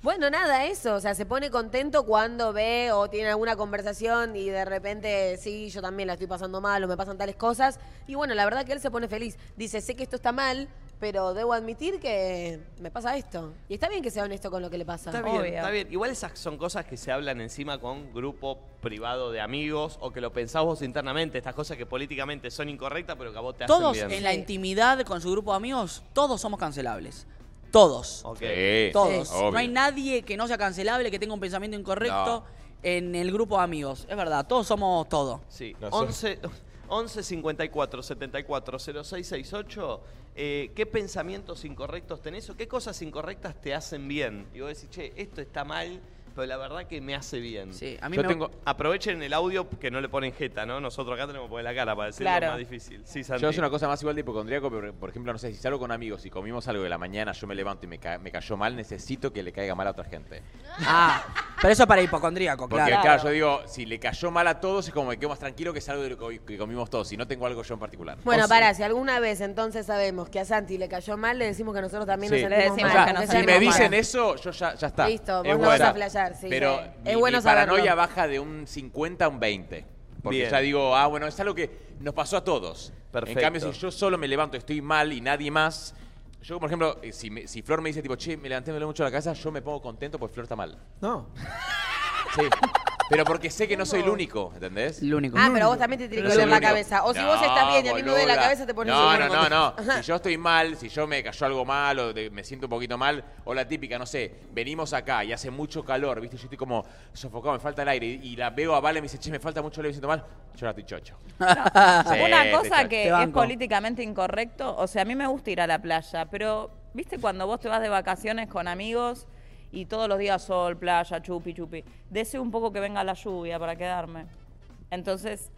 [SPEAKER 8] Bueno, nada, eso. O sea, se pone contento cuando ve o tiene alguna conversación y de repente, sí, yo también la estoy pasando mal o me pasan tales cosas. Y bueno, la verdad que él se pone feliz. Dice, sé que esto está mal, pero debo admitir que me pasa esto. Y está bien que sea honesto con lo que le pasa.
[SPEAKER 1] Está bien, está bien. Igual esas son cosas que se hablan encima con grupo privado de amigos o que lo pensás vos internamente. Estas cosas que políticamente son incorrectas, pero que a vos te
[SPEAKER 4] Todos
[SPEAKER 1] hacen bien.
[SPEAKER 4] en la intimidad con su grupo de amigos, todos somos cancelables. Todos.
[SPEAKER 1] Ok.
[SPEAKER 4] Todos.
[SPEAKER 1] Sí.
[SPEAKER 4] No hay nadie que no sea cancelable, que tenga un pensamiento incorrecto en el grupo de amigos. Es verdad, todos somos todo.
[SPEAKER 1] Sí. 11, 11 54 74 06 68. eh, ¿Qué pensamientos incorrectos tenés o qué cosas incorrectas te hacen bien? Y vos decís, che, esto está mal, pero la verdad que me hace bien.
[SPEAKER 4] Sí, a mí
[SPEAKER 1] Yo
[SPEAKER 4] me-
[SPEAKER 1] tengo- Aprovechen el audio que no le ponen jeta, ¿no? Nosotros acá tenemos que poner la cara para decirlo
[SPEAKER 2] Claro.
[SPEAKER 1] más difícil. Sí, Santi.
[SPEAKER 2] Yo es una cosa más igual de hipocondríaco, pero por ejemplo, no sé, si salgo con amigos y comimos algo de la mañana, yo me levanto y me, ca- me cayó mal, necesito que le caiga mal a otra gente.
[SPEAKER 4] Ah, pero eso es para hipocondríaco,
[SPEAKER 2] Porque
[SPEAKER 4] claro.
[SPEAKER 2] claro. yo digo, si le cayó mal a todos, es como que quedo más tranquilo que es algo de lo que- que comimos todos, si no tengo algo yo en particular.
[SPEAKER 8] Bueno, para, si alguna vez entonces sabemos que a Santi le cayó mal, le decimos que nosotros también
[SPEAKER 2] Sí.
[SPEAKER 8] nos sentimos
[SPEAKER 2] O
[SPEAKER 8] mal.
[SPEAKER 2] sea,
[SPEAKER 8] aunque sea
[SPEAKER 2] si me
[SPEAKER 8] normal.
[SPEAKER 2] dicen eso, yo ya, ya está.
[SPEAKER 8] Listo, vos
[SPEAKER 2] Es
[SPEAKER 8] no
[SPEAKER 2] bueno.
[SPEAKER 8] vas a flashear, sí,
[SPEAKER 2] Pero
[SPEAKER 8] sí.
[SPEAKER 2] mi,
[SPEAKER 8] Es bueno
[SPEAKER 2] mi paranoia
[SPEAKER 8] saberlo.
[SPEAKER 2] baja de un 50 a un 20. Porque
[SPEAKER 1] Bien.
[SPEAKER 2] ya digo, ah, bueno, es algo que nos pasó a todos.
[SPEAKER 1] Perfecto.
[SPEAKER 2] En cambio, si yo solo me levanto, estoy mal y nadie más. Yo, por ejemplo, eh, si, me- si Flor me dice, tipo, che, me levanté, me duele mucho la cabeza, yo me pongo contento porque Flor está mal.
[SPEAKER 6] No.
[SPEAKER 2] Sí. Pero porque sé que no soy el único, ¿entendés?
[SPEAKER 4] El único.
[SPEAKER 8] Ah, pero vos también te tiene que
[SPEAKER 2] Pero soy
[SPEAKER 8] doler la
[SPEAKER 2] el único.
[SPEAKER 8] cabeza. O si vos estás bien y a mí me duele la
[SPEAKER 2] boluda.
[SPEAKER 8] cabeza, te pones
[SPEAKER 2] No,
[SPEAKER 8] súper
[SPEAKER 2] no, no, no.
[SPEAKER 8] contento.
[SPEAKER 2] Si yo estoy mal, si yo me cayó algo mal o de- me siento un poquito mal, o la típica, no sé, venimos acá y hace mucho calor, ¿viste? Yo estoy como sofocado, me falta el aire. Y, y la veo a Vale y me dice, che, me falta mucho el aire, me siento mal. Yo la estoy chocho. Sí,
[SPEAKER 5] Una
[SPEAKER 2] estoy
[SPEAKER 5] cosa
[SPEAKER 2] chocho.
[SPEAKER 5] que es políticamente incorrecto, o sea, a mí me gusta ir a la playa, pero viste cuando vos te vas de vacaciones con amigos y todos los días sol, playa, chupi, chupi, deseo un poco que venga la lluvia para quedarme. Entonces,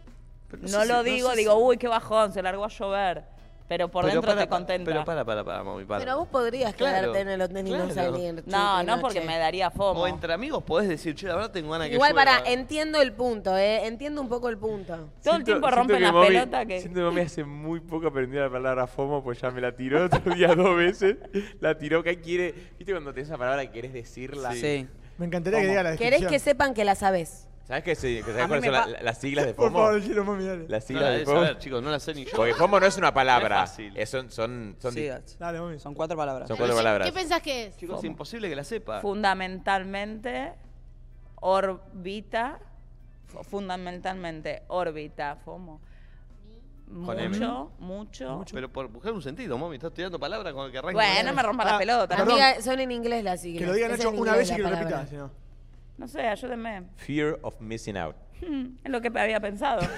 [SPEAKER 1] no
[SPEAKER 5] no,
[SPEAKER 1] sé si-
[SPEAKER 5] lo
[SPEAKER 1] no
[SPEAKER 5] digo,
[SPEAKER 1] sé si-
[SPEAKER 5] digo, uy, qué bajón, se largó a llover, pero por
[SPEAKER 1] Pero
[SPEAKER 5] dentro
[SPEAKER 1] para,
[SPEAKER 5] te contenta.
[SPEAKER 1] Pero para, para, para, mami, para.
[SPEAKER 8] Pero vos podrías
[SPEAKER 1] Claro,
[SPEAKER 8] quedarte en el hotel y no salir.
[SPEAKER 5] No,
[SPEAKER 8] chupi,
[SPEAKER 5] no, porque
[SPEAKER 8] noche.
[SPEAKER 5] me daría fomo.
[SPEAKER 1] O entre amigos podés decir, che, la verdad tengo ganas que
[SPEAKER 8] Igual
[SPEAKER 1] llueva.
[SPEAKER 8] para, entiendo el punto, ¿eh? Entiendo un poco el punto.
[SPEAKER 5] Todo el tiempo rompen la pelota que-
[SPEAKER 15] Siento que mami hace muy poco aprendió la palabra FOMO, pues ya me la tiró otro día dos veces. La tiró que quiere. ¿Viste cuando tenés esa palabra que querés decirla?
[SPEAKER 4] Sí.
[SPEAKER 6] Me encantaría que diga la descripción.
[SPEAKER 8] Querés que sepan que la sabes.
[SPEAKER 2] ¿Sabes qué? Sí, que
[SPEAKER 6] A
[SPEAKER 2] ¿Sabes
[SPEAKER 6] mí
[SPEAKER 2] cuáles
[SPEAKER 6] me
[SPEAKER 2] son la-
[SPEAKER 6] pa-
[SPEAKER 2] la- las siglas de
[SPEAKER 6] Por
[SPEAKER 2] FOMO?
[SPEAKER 6] favor, decilo, mami, dale.
[SPEAKER 2] Las
[SPEAKER 1] No
[SPEAKER 2] siglas
[SPEAKER 1] la
[SPEAKER 2] de
[SPEAKER 1] debes
[SPEAKER 2] FOMO.
[SPEAKER 1] saber, chicos, no la sé ni yo.
[SPEAKER 2] Porque FOMO no es una palabra.
[SPEAKER 1] Es fácil.
[SPEAKER 2] Es- son, son, son, di-
[SPEAKER 4] Sigas.
[SPEAKER 6] Dale, mami.
[SPEAKER 4] Son cuatro palabras.
[SPEAKER 2] son cuatro palabras.
[SPEAKER 5] pensás que es?
[SPEAKER 1] Chicos, es imposible que la sepa.
[SPEAKER 5] Fundamentalmente, orbita, fu- fundamentalmente, órbita, FOMO.
[SPEAKER 1] Con M.
[SPEAKER 5] Mucho, mucho.
[SPEAKER 1] Pero por buscar un sentido, mami, estás tirando palabras con el que arranca.
[SPEAKER 5] Bueno, me rompa
[SPEAKER 2] Ah,
[SPEAKER 5] la pelota.
[SPEAKER 8] Amiga, son en inglés las siglas.
[SPEAKER 6] Que lo diga
[SPEAKER 8] Es
[SPEAKER 6] Nacho
[SPEAKER 8] en
[SPEAKER 6] una
[SPEAKER 8] inglés
[SPEAKER 6] vez y
[SPEAKER 8] la
[SPEAKER 6] que lo
[SPEAKER 8] palabra.
[SPEAKER 6] repita. si no.
[SPEAKER 5] No sé, ayúdenme.
[SPEAKER 2] Fear of missing out.
[SPEAKER 5] Hmm, Es lo que había pensado.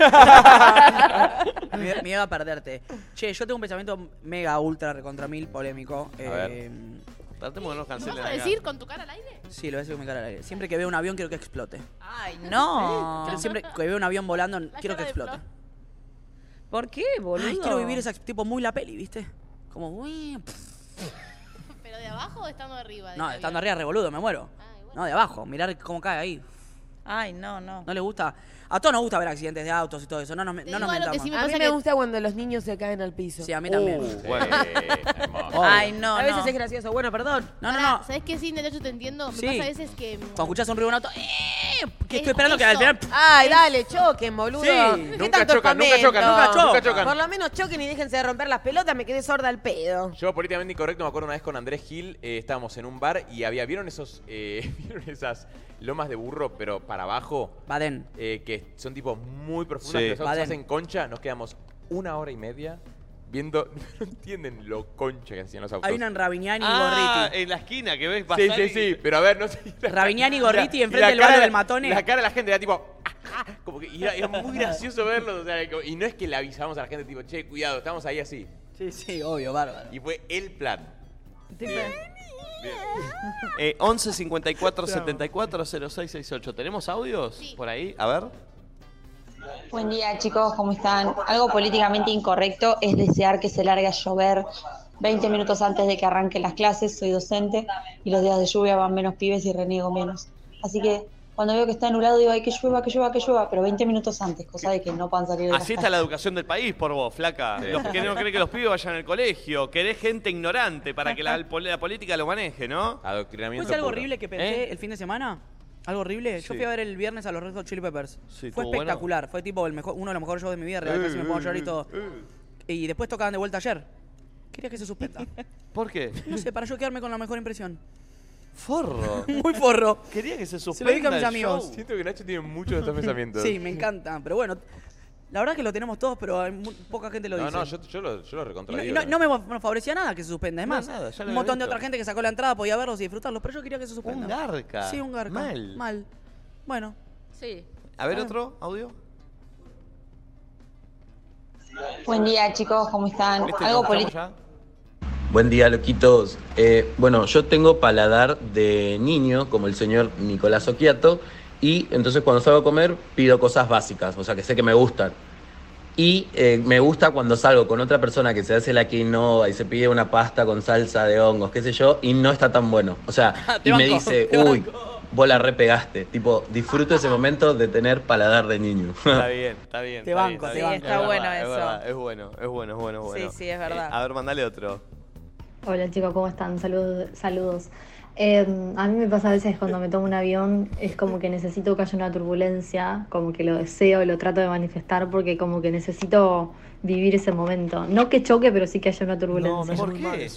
[SPEAKER 4] Mie- Miedo a perderte. Che, yo tengo un pensamiento mega, ultra, recontra mil, polémico.
[SPEAKER 1] A ver.
[SPEAKER 4] Em,
[SPEAKER 1] Tratemos de no
[SPEAKER 17] ¿Lo
[SPEAKER 1] cancelar.
[SPEAKER 17] vas a decir con tu cara al aire?
[SPEAKER 4] Sí, lo voy a decir con mi cara al aire. Siempre que veo un avión quiero que explote.
[SPEAKER 5] Ay, no.
[SPEAKER 4] Quiero- siempre que veo un avión volando quiero que
[SPEAKER 5] cara de
[SPEAKER 4] explote.
[SPEAKER 5] ¿Por qué, boludo?
[SPEAKER 4] Ay, quiero vivir esa tipo muy la peli, ¿viste? Como, uy, pff,
[SPEAKER 17] ¿Pero de abajo o estando arriba? del
[SPEAKER 4] no,
[SPEAKER 17] avión?
[SPEAKER 4] estando arriba revoludo, me muero.
[SPEAKER 8] Ah,
[SPEAKER 4] No, de abajo, mirar cómo cae ahí.
[SPEAKER 5] Ay, no, no.
[SPEAKER 4] No le gusta. A todos nos gusta ver accidentes de autos y todo eso. No nos, no nos mentamos.
[SPEAKER 8] a mí me gusta cuando los niños se caen al piso.
[SPEAKER 4] Sí, a mí también.
[SPEAKER 6] Uh.
[SPEAKER 2] Uh, hermoso.
[SPEAKER 8] Ay,
[SPEAKER 4] no,
[SPEAKER 8] A veces
[SPEAKER 4] no.
[SPEAKER 8] es gracioso. Bueno, perdón.
[SPEAKER 4] No, no,
[SPEAKER 17] Pará,
[SPEAKER 4] no.
[SPEAKER 17] ¿Sabes qué? Sí, Nacho, te entiendo. Me
[SPEAKER 4] Sí.
[SPEAKER 17] pasa a veces que. mm,
[SPEAKER 4] Cuando escuchás un ruido de un auto, ¡eh! Que
[SPEAKER 17] Eso.
[SPEAKER 4] estoy esperando que al final. pff,
[SPEAKER 8] Ay, dale, choquen, boludo.
[SPEAKER 4] Sí.
[SPEAKER 8] ¿Qué
[SPEAKER 2] Nunca
[SPEAKER 8] tanto
[SPEAKER 2] chocan, nunca
[SPEAKER 8] espamento?
[SPEAKER 2] chocan, nunca chocan, nunca chocan.
[SPEAKER 8] Por lo menos choquen y déjense de romper las pelotas, me quedé sorda al pedo.
[SPEAKER 2] Yo políticamente incorrecto me acuerdo una vez con Andrés Gil, eh, estábamos en un bar y había, ¿vieron esos, eh, vieron esas lomas de burro, pero para abajo?
[SPEAKER 4] Baden.
[SPEAKER 2] Eh, que son tipo muy profundas,
[SPEAKER 1] Sí.
[SPEAKER 2] pero son- se
[SPEAKER 4] Badén.
[SPEAKER 2] hacen concha, nos quedamos una hora y media viendo. No entienden lo concha que hacían los autos.
[SPEAKER 4] Hay una en Ravignani y
[SPEAKER 1] Ah,
[SPEAKER 4] Gorriti.
[SPEAKER 1] en la esquina que ves
[SPEAKER 2] Sí,
[SPEAKER 1] pasar
[SPEAKER 2] sí,
[SPEAKER 1] y-
[SPEAKER 2] sí, pero a ver, no sé.
[SPEAKER 4] Ravignani y Gorriti
[SPEAKER 2] Y la-
[SPEAKER 4] enfrente
[SPEAKER 2] y la
[SPEAKER 4] del
[SPEAKER 2] cara
[SPEAKER 4] barrio
[SPEAKER 2] de la-
[SPEAKER 4] del Matone.
[SPEAKER 2] La cara de la gente era tipo. "Ah, ah", Como que y era, era muy gracioso verlo. O sea, como- y no es que le avisamos a la gente, tipo, che, cuidado, estamos ahí así.
[SPEAKER 4] Sí, sí, obvio, bárbaro.
[SPEAKER 2] Y fue el plan.
[SPEAKER 4] pues.
[SPEAKER 1] Eh, 11 54 74 06 68. ¿Tenemos audios por ahí? A ver.
[SPEAKER 5] Buen día chicos, ¿cómo están? Algo políticamente incorrecto es desear que se largue a llover 20 minutos antes de que arranquen las clases, soy docente y los días de lluvia van menos pibes y reniego menos. Así que cuando veo que está nublado digo, ay que llueva, que llueva, que llueva, pero 20 minutos antes, cosa de que no puedan salir de las
[SPEAKER 1] Así está
[SPEAKER 5] casas.
[SPEAKER 1] la educación del país por vos, flaca.
[SPEAKER 2] Sí.
[SPEAKER 1] Los que no creen que los pibes vayan al colegio. Querés gente ignorante para que la, la política lo maneje, ¿no? ¿Eh?
[SPEAKER 4] ¿Pues
[SPEAKER 1] Adoctrinamiento.
[SPEAKER 4] algo horrible que pensé el fin de semana? ¿Algo horrible?
[SPEAKER 1] Sí.
[SPEAKER 4] Yo fui a ver el viernes a los Red Hot Chili Peppers.
[SPEAKER 1] Sí,
[SPEAKER 4] Fue
[SPEAKER 1] ¿estuvo bueno?
[SPEAKER 4] espectacular. Fue tipo el mejor, uno de los mejores shows de mi vida.
[SPEAKER 1] Eh,
[SPEAKER 4] Real, casi me pongo a
[SPEAKER 1] eh,
[SPEAKER 4] llorar y
[SPEAKER 1] eh,
[SPEAKER 4] todo. Y después tocaban de vuelta ayer. Quería que se suspenda.
[SPEAKER 1] ¿Por qué?
[SPEAKER 4] No sé, para yo quedarme con la mejor impresión.
[SPEAKER 1] Forro.
[SPEAKER 4] Muy forro.
[SPEAKER 1] Quería que se
[SPEAKER 4] Se lo dije a mis
[SPEAKER 1] suspenda el
[SPEAKER 4] amigos.
[SPEAKER 1] show.
[SPEAKER 2] Siento que Nacho tiene muchos de estos pensamientos.
[SPEAKER 4] Sí, me encanta. Pero bueno, la verdad que lo tenemos todos, pero hay mu- poca gente lo
[SPEAKER 2] No,
[SPEAKER 4] dice.
[SPEAKER 2] no, yo, yo lo, yo lo
[SPEAKER 4] Y no,
[SPEAKER 2] recontradigo.
[SPEAKER 4] y no- no me fa- no favorecía nada que se suspenda. Es
[SPEAKER 2] No,
[SPEAKER 4] más,
[SPEAKER 2] nada, ya lo
[SPEAKER 4] un
[SPEAKER 2] había
[SPEAKER 4] montón de
[SPEAKER 2] visto.
[SPEAKER 4] otra gente que sacó la entrada podía verlos y disfrutarlos, pero yo quería que se suspenda.
[SPEAKER 1] Un garca.
[SPEAKER 4] Sí, un garca.
[SPEAKER 1] Mal.
[SPEAKER 4] Mal. Bueno.
[SPEAKER 20] Sí.
[SPEAKER 1] A ver, otro audio.
[SPEAKER 5] Buen día chicos, ¿cómo están? Algo político...
[SPEAKER 19] Buen día, loquitos. Eh, bueno, yo tengo paladar de niño, como el señor Nicolás Oquiato, y entonces cuando salgo a comer pido cosas básicas, o sea que sé que me gustan. Y eh, me gusta cuando salgo con otra persona que se hace la quinoa y se pide una pasta con salsa de hongos, qué sé yo, y no está tan bueno. O sea,
[SPEAKER 21] Te
[SPEAKER 19] y me
[SPEAKER 21] banco,
[SPEAKER 19] dice,
[SPEAKER 21] te
[SPEAKER 19] uy, vos la repegaste. Tipo, disfruto ese momento de tener paladar de niño.
[SPEAKER 1] Está bien, está bien.
[SPEAKER 4] Te
[SPEAKER 1] está
[SPEAKER 4] banco,
[SPEAKER 1] bien,
[SPEAKER 4] te
[SPEAKER 1] bien.
[SPEAKER 4] banco. Sí, está
[SPEAKER 1] Es
[SPEAKER 4] bueno
[SPEAKER 1] verdad,
[SPEAKER 4] eso.
[SPEAKER 1] Es, verdad, es bueno, es bueno, es bueno, es bueno.
[SPEAKER 4] Sí, sí, es verdad.
[SPEAKER 1] Eh, a ver, mandale otro.
[SPEAKER 22] Hola chicos, ¿cómo están? Saludos. saludos. Eh, a mí me pasa a veces cuando me tomo un avión, es como que necesito que haya una turbulencia, como que lo deseo, lo trato de manifestar porque como que necesito vivir ese momento. No que choque, pero sí que haya una turbulencia.
[SPEAKER 1] ¿Por qué?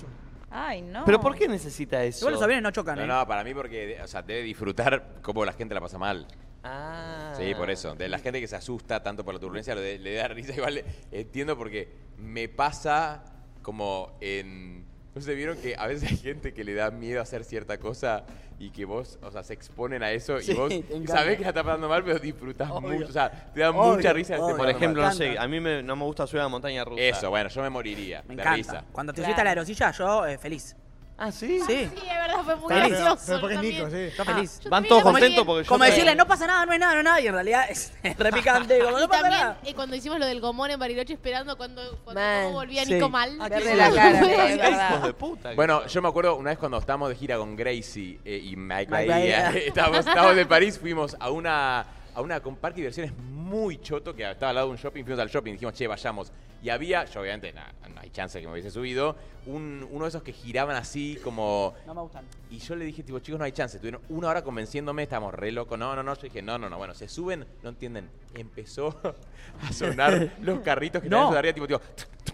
[SPEAKER 20] Ay, no.
[SPEAKER 1] ¿Pero por qué necesita eso?
[SPEAKER 2] No, no, para mí porque, o sea, debe disfrutar cómo la gente la pasa mal.
[SPEAKER 1] Ah.
[SPEAKER 2] Sí, por eso. De la gente que se asusta tanto por la turbulencia, lo de- le da risa igual. le- Entiendo porque me pasa como en... No sé, vieron que a veces hay gente que le da miedo hacer cierta cosa y que vos, o sea, se exponen a eso
[SPEAKER 1] Sí,
[SPEAKER 2] y vos
[SPEAKER 1] te encanta.
[SPEAKER 2] sabés que la está pasando mal, pero disfrutás
[SPEAKER 1] Obvio.
[SPEAKER 2] mucho. O sea, te da mucha risa. que esté
[SPEAKER 1] Por
[SPEAKER 2] pasando
[SPEAKER 1] ejemplo, no
[SPEAKER 2] mal.
[SPEAKER 1] sé, a mí me- no me gusta subir a la montaña rusa.
[SPEAKER 2] Eso, bueno, yo me moriría.
[SPEAKER 4] Me
[SPEAKER 2] de
[SPEAKER 4] encanta.
[SPEAKER 2] risa.
[SPEAKER 4] Cuando te
[SPEAKER 1] Claro.
[SPEAKER 4] subiste a la aerosilla, yo eh, feliz.
[SPEAKER 1] ¿Ah, sí?
[SPEAKER 4] Sí.
[SPEAKER 23] Sí, es verdad, fue muy
[SPEAKER 4] Pero-
[SPEAKER 23] gracioso.
[SPEAKER 4] pero porque
[SPEAKER 23] yo
[SPEAKER 4] es Nico,
[SPEAKER 23] también.
[SPEAKER 4] Yo feliz.
[SPEAKER 1] Van todos
[SPEAKER 23] Como-
[SPEAKER 1] contentos porque yo...
[SPEAKER 4] Como
[SPEAKER 1] te-
[SPEAKER 4] decirle, no pasa nada, no es nada, no es nada. Y en realidad es, es re picante. como,
[SPEAKER 7] Y
[SPEAKER 4] no pasa
[SPEAKER 7] también
[SPEAKER 4] nada.
[SPEAKER 7] eh, cuando hicimos lo del gomón en Bariloche esperando cuando, cuando
[SPEAKER 8] Man.
[SPEAKER 7] cómo volvía
[SPEAKER 2] Sí.
[SPEAKER 7] Nico mal.
[SPEAKER 8] Ah, Verle qué la bueno. cara,
[SPEAKER 1] Ay, hijos de puta.
[SPEAKER 2] Bueno, yo me acuerdo una vez cuando estábamos de gira con Gracie eh, y Mike
[SPEAKER 1] Mike
[SPEAKER 2] Bahía,
[SPEAKER 1] Bahía.
[SPEAKER 2] estábamos, estábamos de París, fuimos a una a una con parque de diversiones muy choto que estaba al lado de un shopping, fuimos al shopping, dijimos, che, vayamos. Y había, yo obviamente, na- no hay chance que me hubiese subido, un- uno de esos que giraban así como...
[SPEAKER 4] No me gustan.
[SPEAKER 2] Y yo le dije, tipo, chicos, no hay chance. Estuvieron una hora convenciéndome, estábamos re locos. No, no, no. Yo dije, no, no, no. Bueno, se suben, no entienden. Empezó a sonar los carritos que
[SPEAKER 4] No.
[SPEAKER 2] estaban de arriba, tipo, tipo,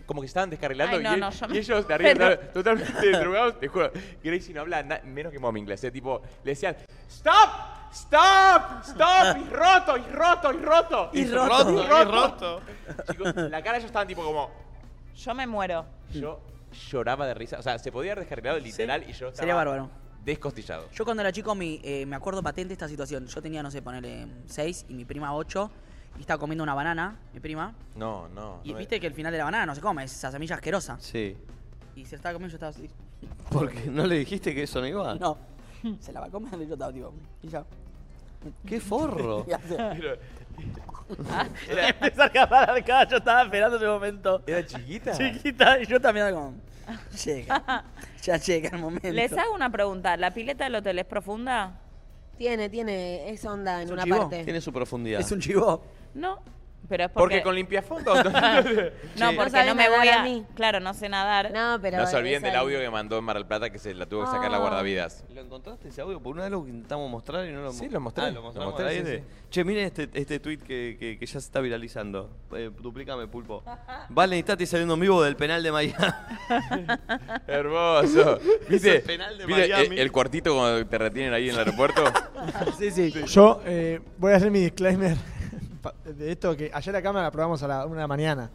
[SPEAKER 2] como que estaban descarrilando.
[SPEAKER 4] Ay, no,
[SPEAKER 2] y,
[SPEAKER 4] no, yo
[SPEAKER 2] y
[SPEAKER 4] me-
[SPEAKER 2] ellos de arriba
[SPEAKER 4] Pero-
[SPEAKER 2] estaban totalmente drogados. Te juro, Gracie no habla na- menos que mom inglés. eh, Tipo, le decían, ¡Stop! ¡Stop! ¡Stop! ¡Y roto! ¡Y roto! ¡Y roto!
[SPEAKER 4] Y roto, y
[SPEAKER 1] roto.
[SPEAKER 2] Chicos, la cara de ellos estaban tipo como...
[SPEAKER 20] Yo me muero.
[SPEAKER 2] Yo lloraba de risa. O sea, se podía haber descarrilado literal y yo estaba...
[SPEAKER 4] Sería bárbaro.
[SPEAKER 2] Descostillado.
[SPEAKER 4] Yo cuando era chico mi, eh, me acuerdo patente esta situación. Yo tenía, no sé, ponerle 6 y mi prima 8 y estaba comiendo una banana, mi prima.
[SPEAKER 2] No, no.
[SPEAKER 4] Y
[SPEAKER 2] no
[SPEAKER 4] viste que el final de la banana no se come, es esa semilla asquerosa.
[SPEAKER 1] Sí.
[SPEAKER 4] Y se la estaba comiendo y yo estaba así.
[SPEAKER 1] Porque no le dijiste que eso no iba.
[SPEAKER 4] No. Se la va a comer y yo estaba tipo. Y ya.
[SPEAKER 1] Qué forro.
[SPEAKER 4] Y hace-
[SPEAKER 1] Era-
[SPEAKER 4] Empezó a agarrar al cara, yo estaba esperando ese momento.
[SPEAKER 2] ¿Era chiquita?
[SPEAKER 4] Chiquita, y yo también era como. Llega. ya llega el momento.
[SPEAKER 20] Les hago una pregunta. ¿La pileta del hotel es profunda?
[SPEAKER 8] Tiene, tiene, es onda en
[SPEAKER 1] Es un
[SPEAKER 8] una
[SPEAKER 1] chivo,
[SPEAKER 8] parte.
[SPEAKER 1] Tiene su profundidad.
[SPEAKER 4] Es un chivo.
[SPEAKER 20] No. Pero es porque...
[SPEAKER 2] Porque con limpiafondos.
[SPEAKER 20] no,
[SPEAKER 2] Sí.
[SPEAKER 20] porque
[SPEAKER 8] sabe
[SPEAKER 20] no me voy
[SPEAKER 8] nadar
[SPEAKER 20] a...
[SPEAKER 8] a mí.
[SPEAKER 20] Claro, no sé nadar.
[SPEAKER 8] No, pero...
[SPEAKER 2] no se olviden
[SPEAKER 8] esa-
[SPEAKER 2] del audio que mandó en Mar del Plata que se la tuvo que sacar la
[SPEAKER 1] Ah.
[SPEAKER 2] guardavidas.
[SPEAKER 1] ¿Lo encontraste ese audio? Por una vez lo intentamos mostrar y no lo
[SPEAKER 2] Sí,
[SPEAKER 1] mo-
[SPEAKER 2] lo mostré,
[SPEAKER 1] Ah, lo
[SPEAKER 2] lo
[SPEAKER 1] mostramos
[SPEAKER 2] mostré,
[SPEAKER 1] al
[SPEAKER 2] sí,
[SPEAKER 1] aire. Che, miren este, este tweet que, que- que ya se está viralizando. Eh, duplícame, pulpo. Valen y Tati saliendo en vivo del penal de Miami.
[SPEAKER 2] Hermoso. ¿Viste?
[SPEAKER 1] Es el penal de
[SPEAKER 2] ¿Viste, eh,
[SPEAKER 1] Miami.
[SPEAKER 2] el cuartito cuando te retienen ahí en el aeropuerto?
[SPEAKER 4] sí, sí.
[SPEAKER 6] Yo eh, voy a hacer mi disclaimer de esto que ayer la cámara la probamos a la una de la mañana.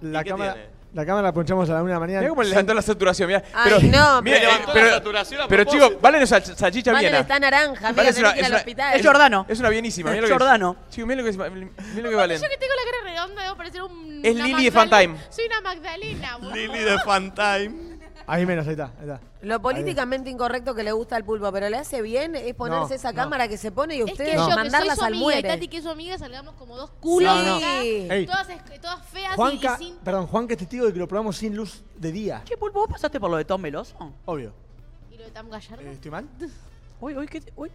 [SPEAKER 6] La
[SPEAKER 2] qué
[SPEAKER 6] cámara,
[SPEAKER 2] tiene?
[SPEAKER 6] la cámara la ponchamos a la una de la mañana.
[SPEAKER 2] Mirá cómo le levantó la saturación, mirá.
[SPEAKER 6] Ay, no,
[SPEAKER 2] mirá,
[SPEAKER 6] pero- Levantó
[SPEAKER 2] eh,
[SPEAKER 6] la saturación a
[SPEAKER 2] pero
[SPEAKER 6] propósito.
[SPEAKER 2] chicos, valen esa salchicha ¿eh?
[SPEAKER 8] Valen
[SPEAKER 2] viena.
[SPEAKER 8] está naranja, amiga,
[SPEAKER 2] Valen
[SPEAKER 8] tenés
[SPEAKER 2] una-
[SPEAKER 8] que ir al
[SPEAKER 2] una-
[SPEAKER 8] hospital. Es
[SPEAKER 2] jordano. Es una bienísima, mirá
[SPEAKER 4] Es
[SPEAKER 2] lo que es.
[SPEAKER 4] jordano.
[SPEAKER 2] Chicos, mirá lo que es, mirá lo que
[SPEAKER 7] Yo
[SPEAKER 2] valen.
[SPEAKER 7] que tengo la cara redonda debo parecer un.
[SPEAKER 2] Es
[SPEAKER 7] una
[SPEAKER 2] Lily de
[SPEAKER 7] Magdalena.
[SPEAKER 2] Funtime.
[SPEAKER 7] Soy una Magdalena, boludo.
[SPEAKER 2] Fantime.
[SPEAKER 6] Ahí menos, ahí está, ahí está.
[SPEAKER 8] Lo políticamente incorrecto que le gusta al pulpo, pero le hace bien es ponerse
[SPEAKER 6] No,
[SPEAKER 8] esa
[SPEAKER 6] no.
[SPEAKER 8] cámara que se pone y ustedes
[SPEAKER 7] que yo, que soy
[SPEAKER 8] mandarlas
[SPEAKER 7] su
[SPEAKER 8] al
[SPEAKER 7] amiga y
[SPEAKER 8] muere.
[SPEAKER 7] Tati, que es su amiga, salgamos como dos culos.
[SPEAKER 6] No, no.
[SPEAKER 7] acá,
[SPEAKER 6] Ey.
[SPEAKER 7] Todas, es- todas feas y-
[SPEAKER 6] Juanca,
[SPEAKER 7] y sin.
[SPEAKER 6] perdón, Juanca es testigo de que lo probamos sin luz de día.
[SPEAKER 4] ¿Qué pulpo? ¿Vos pasaste por lo de Tom Veloso?
[SPEAKER 6] Obvio.
[SPEAKER 7] ¿Y lo de Tam Gallardo?
[SPEAKER 2] Eh,
[SPEAKER 6] ¿Estoy mal?
[SPEAKER 4] Uy, uy, qué. Uy.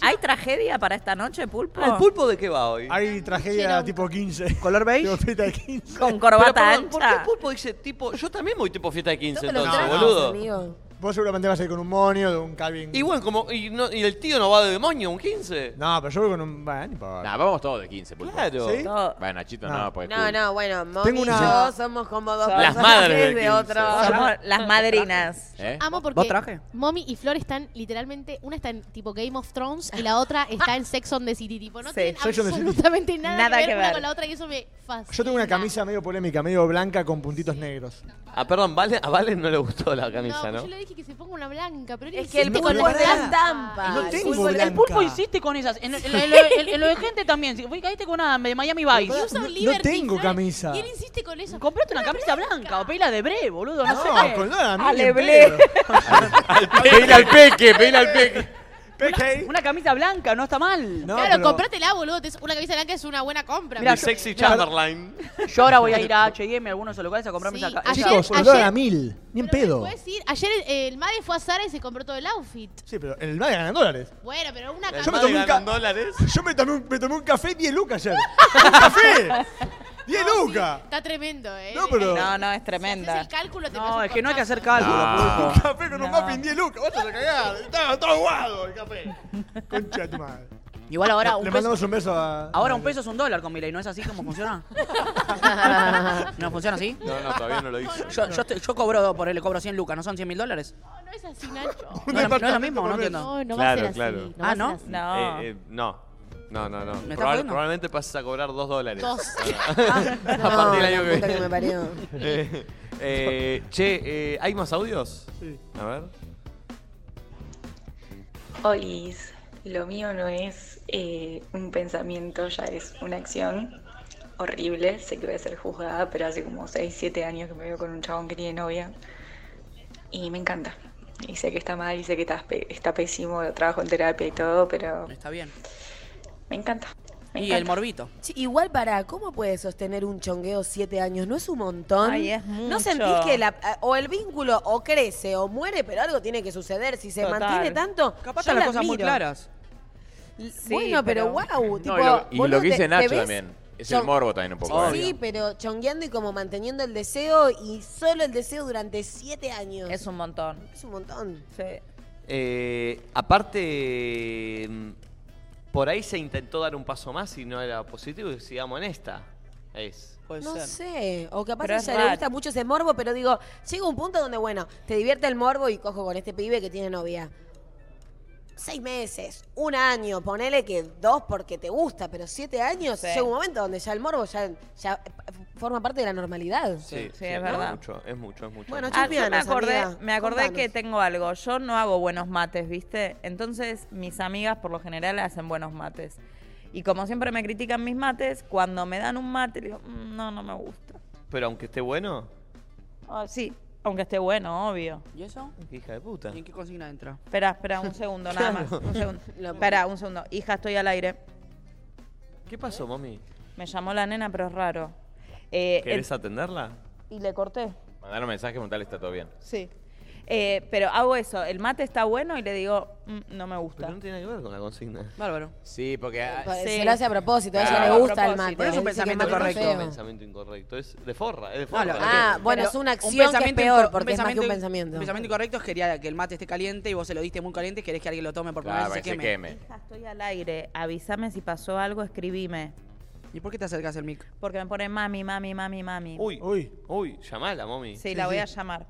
[SPEAKER 5] ¿Hay tragedia para esta noche, Pulpo?
[SPEAKER 1] ¿El pulpo de qué va hoy?
[SPEAKER 6] Hay tragedia tipo 15.
[SPEAKER 4] Ah. ¿Color beige?
[SPEAKER 6] fiesta de 15.
[SPEAKER 5] Con corbata
[SPEAKER 1] Pero, perdón, ¿Por qué
[SPEAKER 5] ancha.
[SPEAKER 1] pulpo dice tipo.? Yo también voy tipo fiesta de 15
[SPEAKER 6] No, pero
[SPEAKER 1] entonces,
[SPEAKER 6] no,
[SPEAKER 1] boludo.
[SPEAKER 6] Vos seguramente vas a ir con un monio, de un Calvin.
[SPEAKER 1] Y bueno, como. Y, no- y el tío no va de demonio, un 15.
[SPEAKER 6] No, pero yo voy con un. Bueno, ni pa-
[SPEAKER 2] Nah, vamos todos de 15, pulpo.
[SPEAKER 1] Claro.
[SPEAKER 6] ¿Sí?
[SPEAKER 2] Bueno, Nachito, no, pues.
[SPEAKER 8] No, no, bueno, Mommy
[SPEAKER 6] Tengo
[SPEAKER 8] y
[SPEAKER 6] una-
[SPEAKER 8] yo somos como dos
[SPEAKER 2] Las
[SPEAKER 8] personajes
[SPEAKER 2] madres del
[SPEAKER 8] de
[SPEAKER 2] 15.
[SPEAKER 8] otro.
[SPEAKER 5] Somos las madrinas.
[SPEAKER 4] ¿Eh?
[SPEAKER 7] Amo porque Mommy y Flor están literalmente, una está en tipo Game of Thrones y la otra está en Sex on the City. Tipo, no
[SPEAKER 5] Sí.
[SPEAKER 7] tienen
[SPEAKER 6] Sex on the City.
[SPEAKER 7] absolutamente nada,
[SPEAKER 5] Nada
[SPEAKER 7] que ver,
[SPEAKER 5] que
[SPEAKER 7] una
[SPEAKER 5] ver.
[SPEAKER 7] con la otra y eso me fascina.
[SPEAKER 6] Yo tengo una camisa medio polémica, medio blanca con puntitos negros.
[SPEAKER 1] Ah, perdón, Valen- a Valen no le gustó la camisa,
[SPEAKER 7] No, pues
[SPEAKER 1] ¿no?
[SPEAKER 7] yo le dije que se ponga una blanca, pero
[SPEAKER 8] Es que el
[SPEAKER 6] No,
[SPEAKER 8] pulpo
[SPEAKER 6] no,
[SPEAKER 8] es la
[SPEAKER 6] no.
[SPEAKER 8] estampa.
[SPEAKER 6] No
[SPEAKER 8] El
[SPEAKER 6] tengo
[SPEAKER 8] pulpo-
[SPEAKER 6] blanca.
[SPEAKER 8] el
[SPEAKER 4] El pulpo hiciste con esas. En, en- en- en lo- en- en lo de gente también. Si- fui- Caíste con una de Miami Vice.
[SPEAKER 7] Y usa
[SPEAKER 6] No-
[SPEAKER 7] un
[SPEAKER 6] no
[SPEAKER 7] Liberty,
[SPEAKER 6] tengo
[SPEAKER 7] Flor.
[SPEAKER 6] camisa.
[SPEAKER 7] ¿Quién insiste con eso?
[SPEAKER 4] Comprate una camisa blanca o pela de Bre, boludo. No, sé.
[SPEAKER 6] con nada, a mí ni en
[SPEAKER 4] Aleblé.
[SPEAKER 6] pedo.
[SPEAKER 2] Peile al peque, peile al peque.
[SPEAKER 6] Peque.
[SPEAKER 4] Una camisa blanca, no está mal.
[SPEAKER 6] No,
[SPEAKER 7] claro,
[SPEAKER 6] pero-
[SPEAKER 7] comprátela, boludo. te- Una camisa blanca es una buena compra.
[SPEAKER 4] Mirá,
[SPEAKER 1] Mi sexy Chamberlain.
[SPEAKER 4] Yo ahora voy a ir a H&M, a algunos de los locales, a comprarme
[SPEAKER 7] Sí,
[SPEAKER 4] esa ca-
[SPEAKER 7] ayer-
[SPEAKER 4] esa-
[SPEAKER 6] Chicos, olor a mil. Ni en pedo.
[SPEAKER 7] Puedes ir. Ayer eh, el Made fue a Zara y se compró todo el outfit.
[SPEAKER 6] Sí, pero en el mar ganan dólares.
[SPEAKER 7] Bueno, pero una
[SPEAKER 6] Yo me
[SPEAKER 7] camisa.
[SPEAKER 6] tomé un ca-
[SPEAKER 1] dólares?
[SPEAKER 6] Yo me tomé un, me tomé un café 10 lucas ayer. ¡Un café! ¡10 lucas!
[SPEAKER 7] Está tremendo, ¿eh?
[SPEAKER 6] No, pero-
[SPEAKER 5] No, no, es
[SPEAKER 7] Haces
[SPEAKER 5] tremenda.
[SPEAKER 7] el cálculo, te
[SPEAKER 4] No,
[SPEAKER 7] pasas
[SPEAKER 4] es que no hay que hacer
[SPEAKER 7] cortando.
[SPEAKER 4] cálculo.
[SPEAKER 2] No.
[SPEAKER 4] pulpo.
[SPEAKER 6] Café con Ah. un muffin 10 lucas. Vos te la cagás. Estaba todo aguado el café. Concha de tu madre.
[SPEAKER 4] Igual ahora un
[SPEAKER 6] Le
[SPEAKER 4] peso,
[SPEAKER 6] mandamos un beso a.
[SPEAKER 4] ahora un peso es un dólar con mi ley, ¿no es así como funciona? ¿No funciona así?
[SPEAKER 1] No, no, todavía no lo hice.
[SPEAKER 4] Yo, yo, estoy- yo cobro, por él, cobro 100 lucas, ¿no son 100 mil dólares?
[SPEAKER 7] No, no es así, Nacho.
[SPEAKER 4] No, es lo- no es lo mismo, no entiendo.
[SPEAKER 7] No, no va a
[SPEAKER 1] Claro,
[SPEAKER 7] ser así.
[SPEAKER 1] claro.
[SPEAKER 7] No va a
[SPEAKER 4] Ah,
[SPEAKER 7] ser
[SPEAKER 4] ¿no?
[SPEAKER 7] así.
[SPEAKER 5] No.
[SPEAKER 1] Eh, eh, no. No, no, no.
[SPEAKER 4] estás
[SPEAKER 1] Probable-
[SPEAKER 4] jodiendo?
[SPEAKER 1] probablemente pases a cobrar dos dólares.
[SPEAKER 7] Dos.
[SPEAKER 1] a
[SPEAKER 8] Ah, No,
[SPEAKER 1] partir del
[SPEAKER 8] la
[SPEAKER 1] año que
[SPEAKER 8] puta que me
[SPEAKER 1] viene.
[SPEAKER 8] parió.
[SPEAKER 1] Eh, eh, che, eh, ¿hay más audios?
[SPEAKER 6] Sí.
[SPEAKER 1] A ver.
[SPEAKER 24] Olis, lo mío no es eh, un pensamiento, ya es una acción horrible. Sé que voy a ser juzgada, pero hace como 6, 7 años que me veo con un chabón que tiene novia. Y me encanta. Y sé que está mal, y sé que está, pe- está pésimo, lo trabajo en terapia y todo, pero
[SPEAKER 4] Está bien.
[SPEAKER 24] me encanta. Me
[SPEAKER 4] Y
[SPEAKER 24] encanta.
[SPEAKER 4] el morbito.
[SPEAKER 8] Che, igual para, ¿cómo puedes sostener un chongueo siete años? ¿No es un montón?
[SPEAKER 5] Ay, es
[SPEAKER 8] ¿No
[SPEAKER 5] mucho.
[SPEAKER 8] sentís que la, eh, o el vínculo o crece o muere, pero algo tiene que suceder? Si se
[SPEAKER 4] Total.
[SPEAKER 8] mantiene tanto,
[SPEAKER 4] Capaz
[SPEAKER 8] yo
[SPEAKER 4] están las
[SPEAKER 8] la
[SPEAKER 4] cosas muy
[SPEAKER 8] admiro.
[SPEAKER 4] claras.
[SPEAKER 8] bueno, pero, wow. Tipo,
[SPEAKER 2] No, y lo- y lo,
[SPEAKER 8] boludo,
[SPEAKER 2] que
[SPEAKER 8] te-
[SPEAKER 2] dice
[SPEAKER 8] te
[SPEAKER 2] Nacho
[SPEAKER 8] ves-
[SPEAKER 2] también. Es el
[SPEAKER 8] Yo-
[SPEAKER 2] morbo también un poco.
[SPEAKER 8] Sí,
[SPEAKER 2] ¿eh?
[SPEAKER 8] pero chongueando y como manteniendo el deseo y solo el deseo durante siete años.
[SPEAKER 5] Es un montón.
[SPEAKER 8] Es un montón.
[SPEAKER 5] Sí.
[SPEAKER 1] Eh, aparte, mm, por ahí se intentó dar un paso más y no era positivo. Y sigamos en esta. Es.
[SPEAKER 4] Puede
[SPEAKER 8] No
[SPEAKER 4] ser.
[SPEAKER 8] sé, o capaz
[SPEAKER 5] Pero
[SPEAKER 8] a
[SPEAKER 5] es
[SPEAKER 8] ella le
[SPEAKER 5] raro.
[SPEAKER 8] gusta mucho ese morbo, pero digo, llega un punto donde, bueno, te divierte el morbo y cojo con este pibe que tiene novia. Seis meses, un año, ponele que dos porque te gusta, pero siete años,
[SPEAKER 5] Sí.
[SPEAKER 8] llega un momento donde ya el morbo ya, ya forma parte de la normalidad.
[SPEAKER 5] Sí, sí, es verdad.
[SPEAKER 1] mucho, es mucho, es mucho.
[SPEAKER 8] Bueno,
[SPEAKER 5] Ah, yo me
[SPEAKER 8] Chusmeanos,
[SPEAKER 5] acordé,
[SPEAKER 8] amiga.
[SPEAKER 5] me acordé que
[SPEAKER 8] Contanos.
[SPEAKER 5] tengo algo. Yo no hago buenos mates, ¿viste? Entonces, mis amigas por lo general hacen buenos mates. Y como siempre me critican mis mates, cuando me dan un mate, digo, "Mm, no, no me gusta.
[SPEAKER 1] Pero aunque esté bueno,
[SPEAKER 5] Ah, sí, aunque esté bueno, obvio.
[SPEAKER 4] ¿Y eso?
[SPEAKER 1] hija de puta.
[SPEAKER 4] ¿Y en qué consigna entra?
[SPEAKER 5] Espera, espera, un segundo, nada más. Un segundo. Espera, un segundo. Hija, estoy al aire.
[SPEAKER 1] ¿Qué pasó, mami?
[SPEAKER 5] Me llamó la nena, pero es raro. Eh,
[SPEAKER 1] ¿Querés atenderla?
[SPEAKER 5] el- y le corté.
[SPEAKER 2] Mandar un mensaje, mental está todo bien.
[SPEAKER 5] Sí. Eh, pero hago eso, el mate está bueno y le digo, "Mm, no me
[SPEAKER 1] Pero
[SPEAKER 5] gusta.
[SPEAKER 1] no tiene nada que ver con la consigna.
[SPEAKER 4] Bárbaro.
[SPEAKER 2] Sí, porque. ah,
[SPEAKER 8] Pa-
[SPEAKER 5] Sí.
[SPEAKER 8] Se lo hace a propósito, a ella
[SPEAKER 2] Claro.
[SPEAKER 8] le gusta el
[SPEAKER 5] A propósito.
[SPEAKER 8] mate.
[SPEAKER 4] Pero es un
[SPEAKER 8] dice que el
[SPEAKER 4] pensamiento
[SPEAKER 8] mate está
[SPEAKER 1] Es un
[SPEAKER 4] correcto.
[SPEAKER 8] feo.
[SPEAKER 1] pensamiento incorrecto. Es de forra, es de
[SPEAKER 4] No,
[SPEAKER 1] forra.
[SPEAKER 4] lo-
[SPEAKER 8] Ah, bueno,
[SPEAKER 4] Pero
[SPEAKER 8] es una
[SPEAKER 4] un
[SPEAKER 8] acción que es
[SPEAKER 4] pensamiento
[SPEAKER 8] peor
[SPEAKER 4] inco-
[SPEAKER 8] porque es más que un
[SPEAKER 4] Un
[SPEAKER 8] pensamiento.
[SPEAKER 4] pensamiento incorrecto es quería que el mate esté caliente y vos se lo diste muy caliente y querés que alguien lo tome por primera
[SPEAKER 2] Claro,
[SPEAKER 4] vez
[SPEAKER 2] para
[SPEAKER 4] y
[SPEAKER 2] que se queme.
[SPEAKER 5] Hija, estoy al aire, avísame si pasó algo, escribime.
[SPEAKER 4] ¿Y por qué te acercas al mic?
[SPEAKER 5] Porque me pone mami, mami, mami, mami.
[SPEAKER 1] Uy,
[SPEAKER 6] Uy.
[SPEAKER 1] uy, llamala, mami.
[SPEAKER 5] sí, la voy a llamar.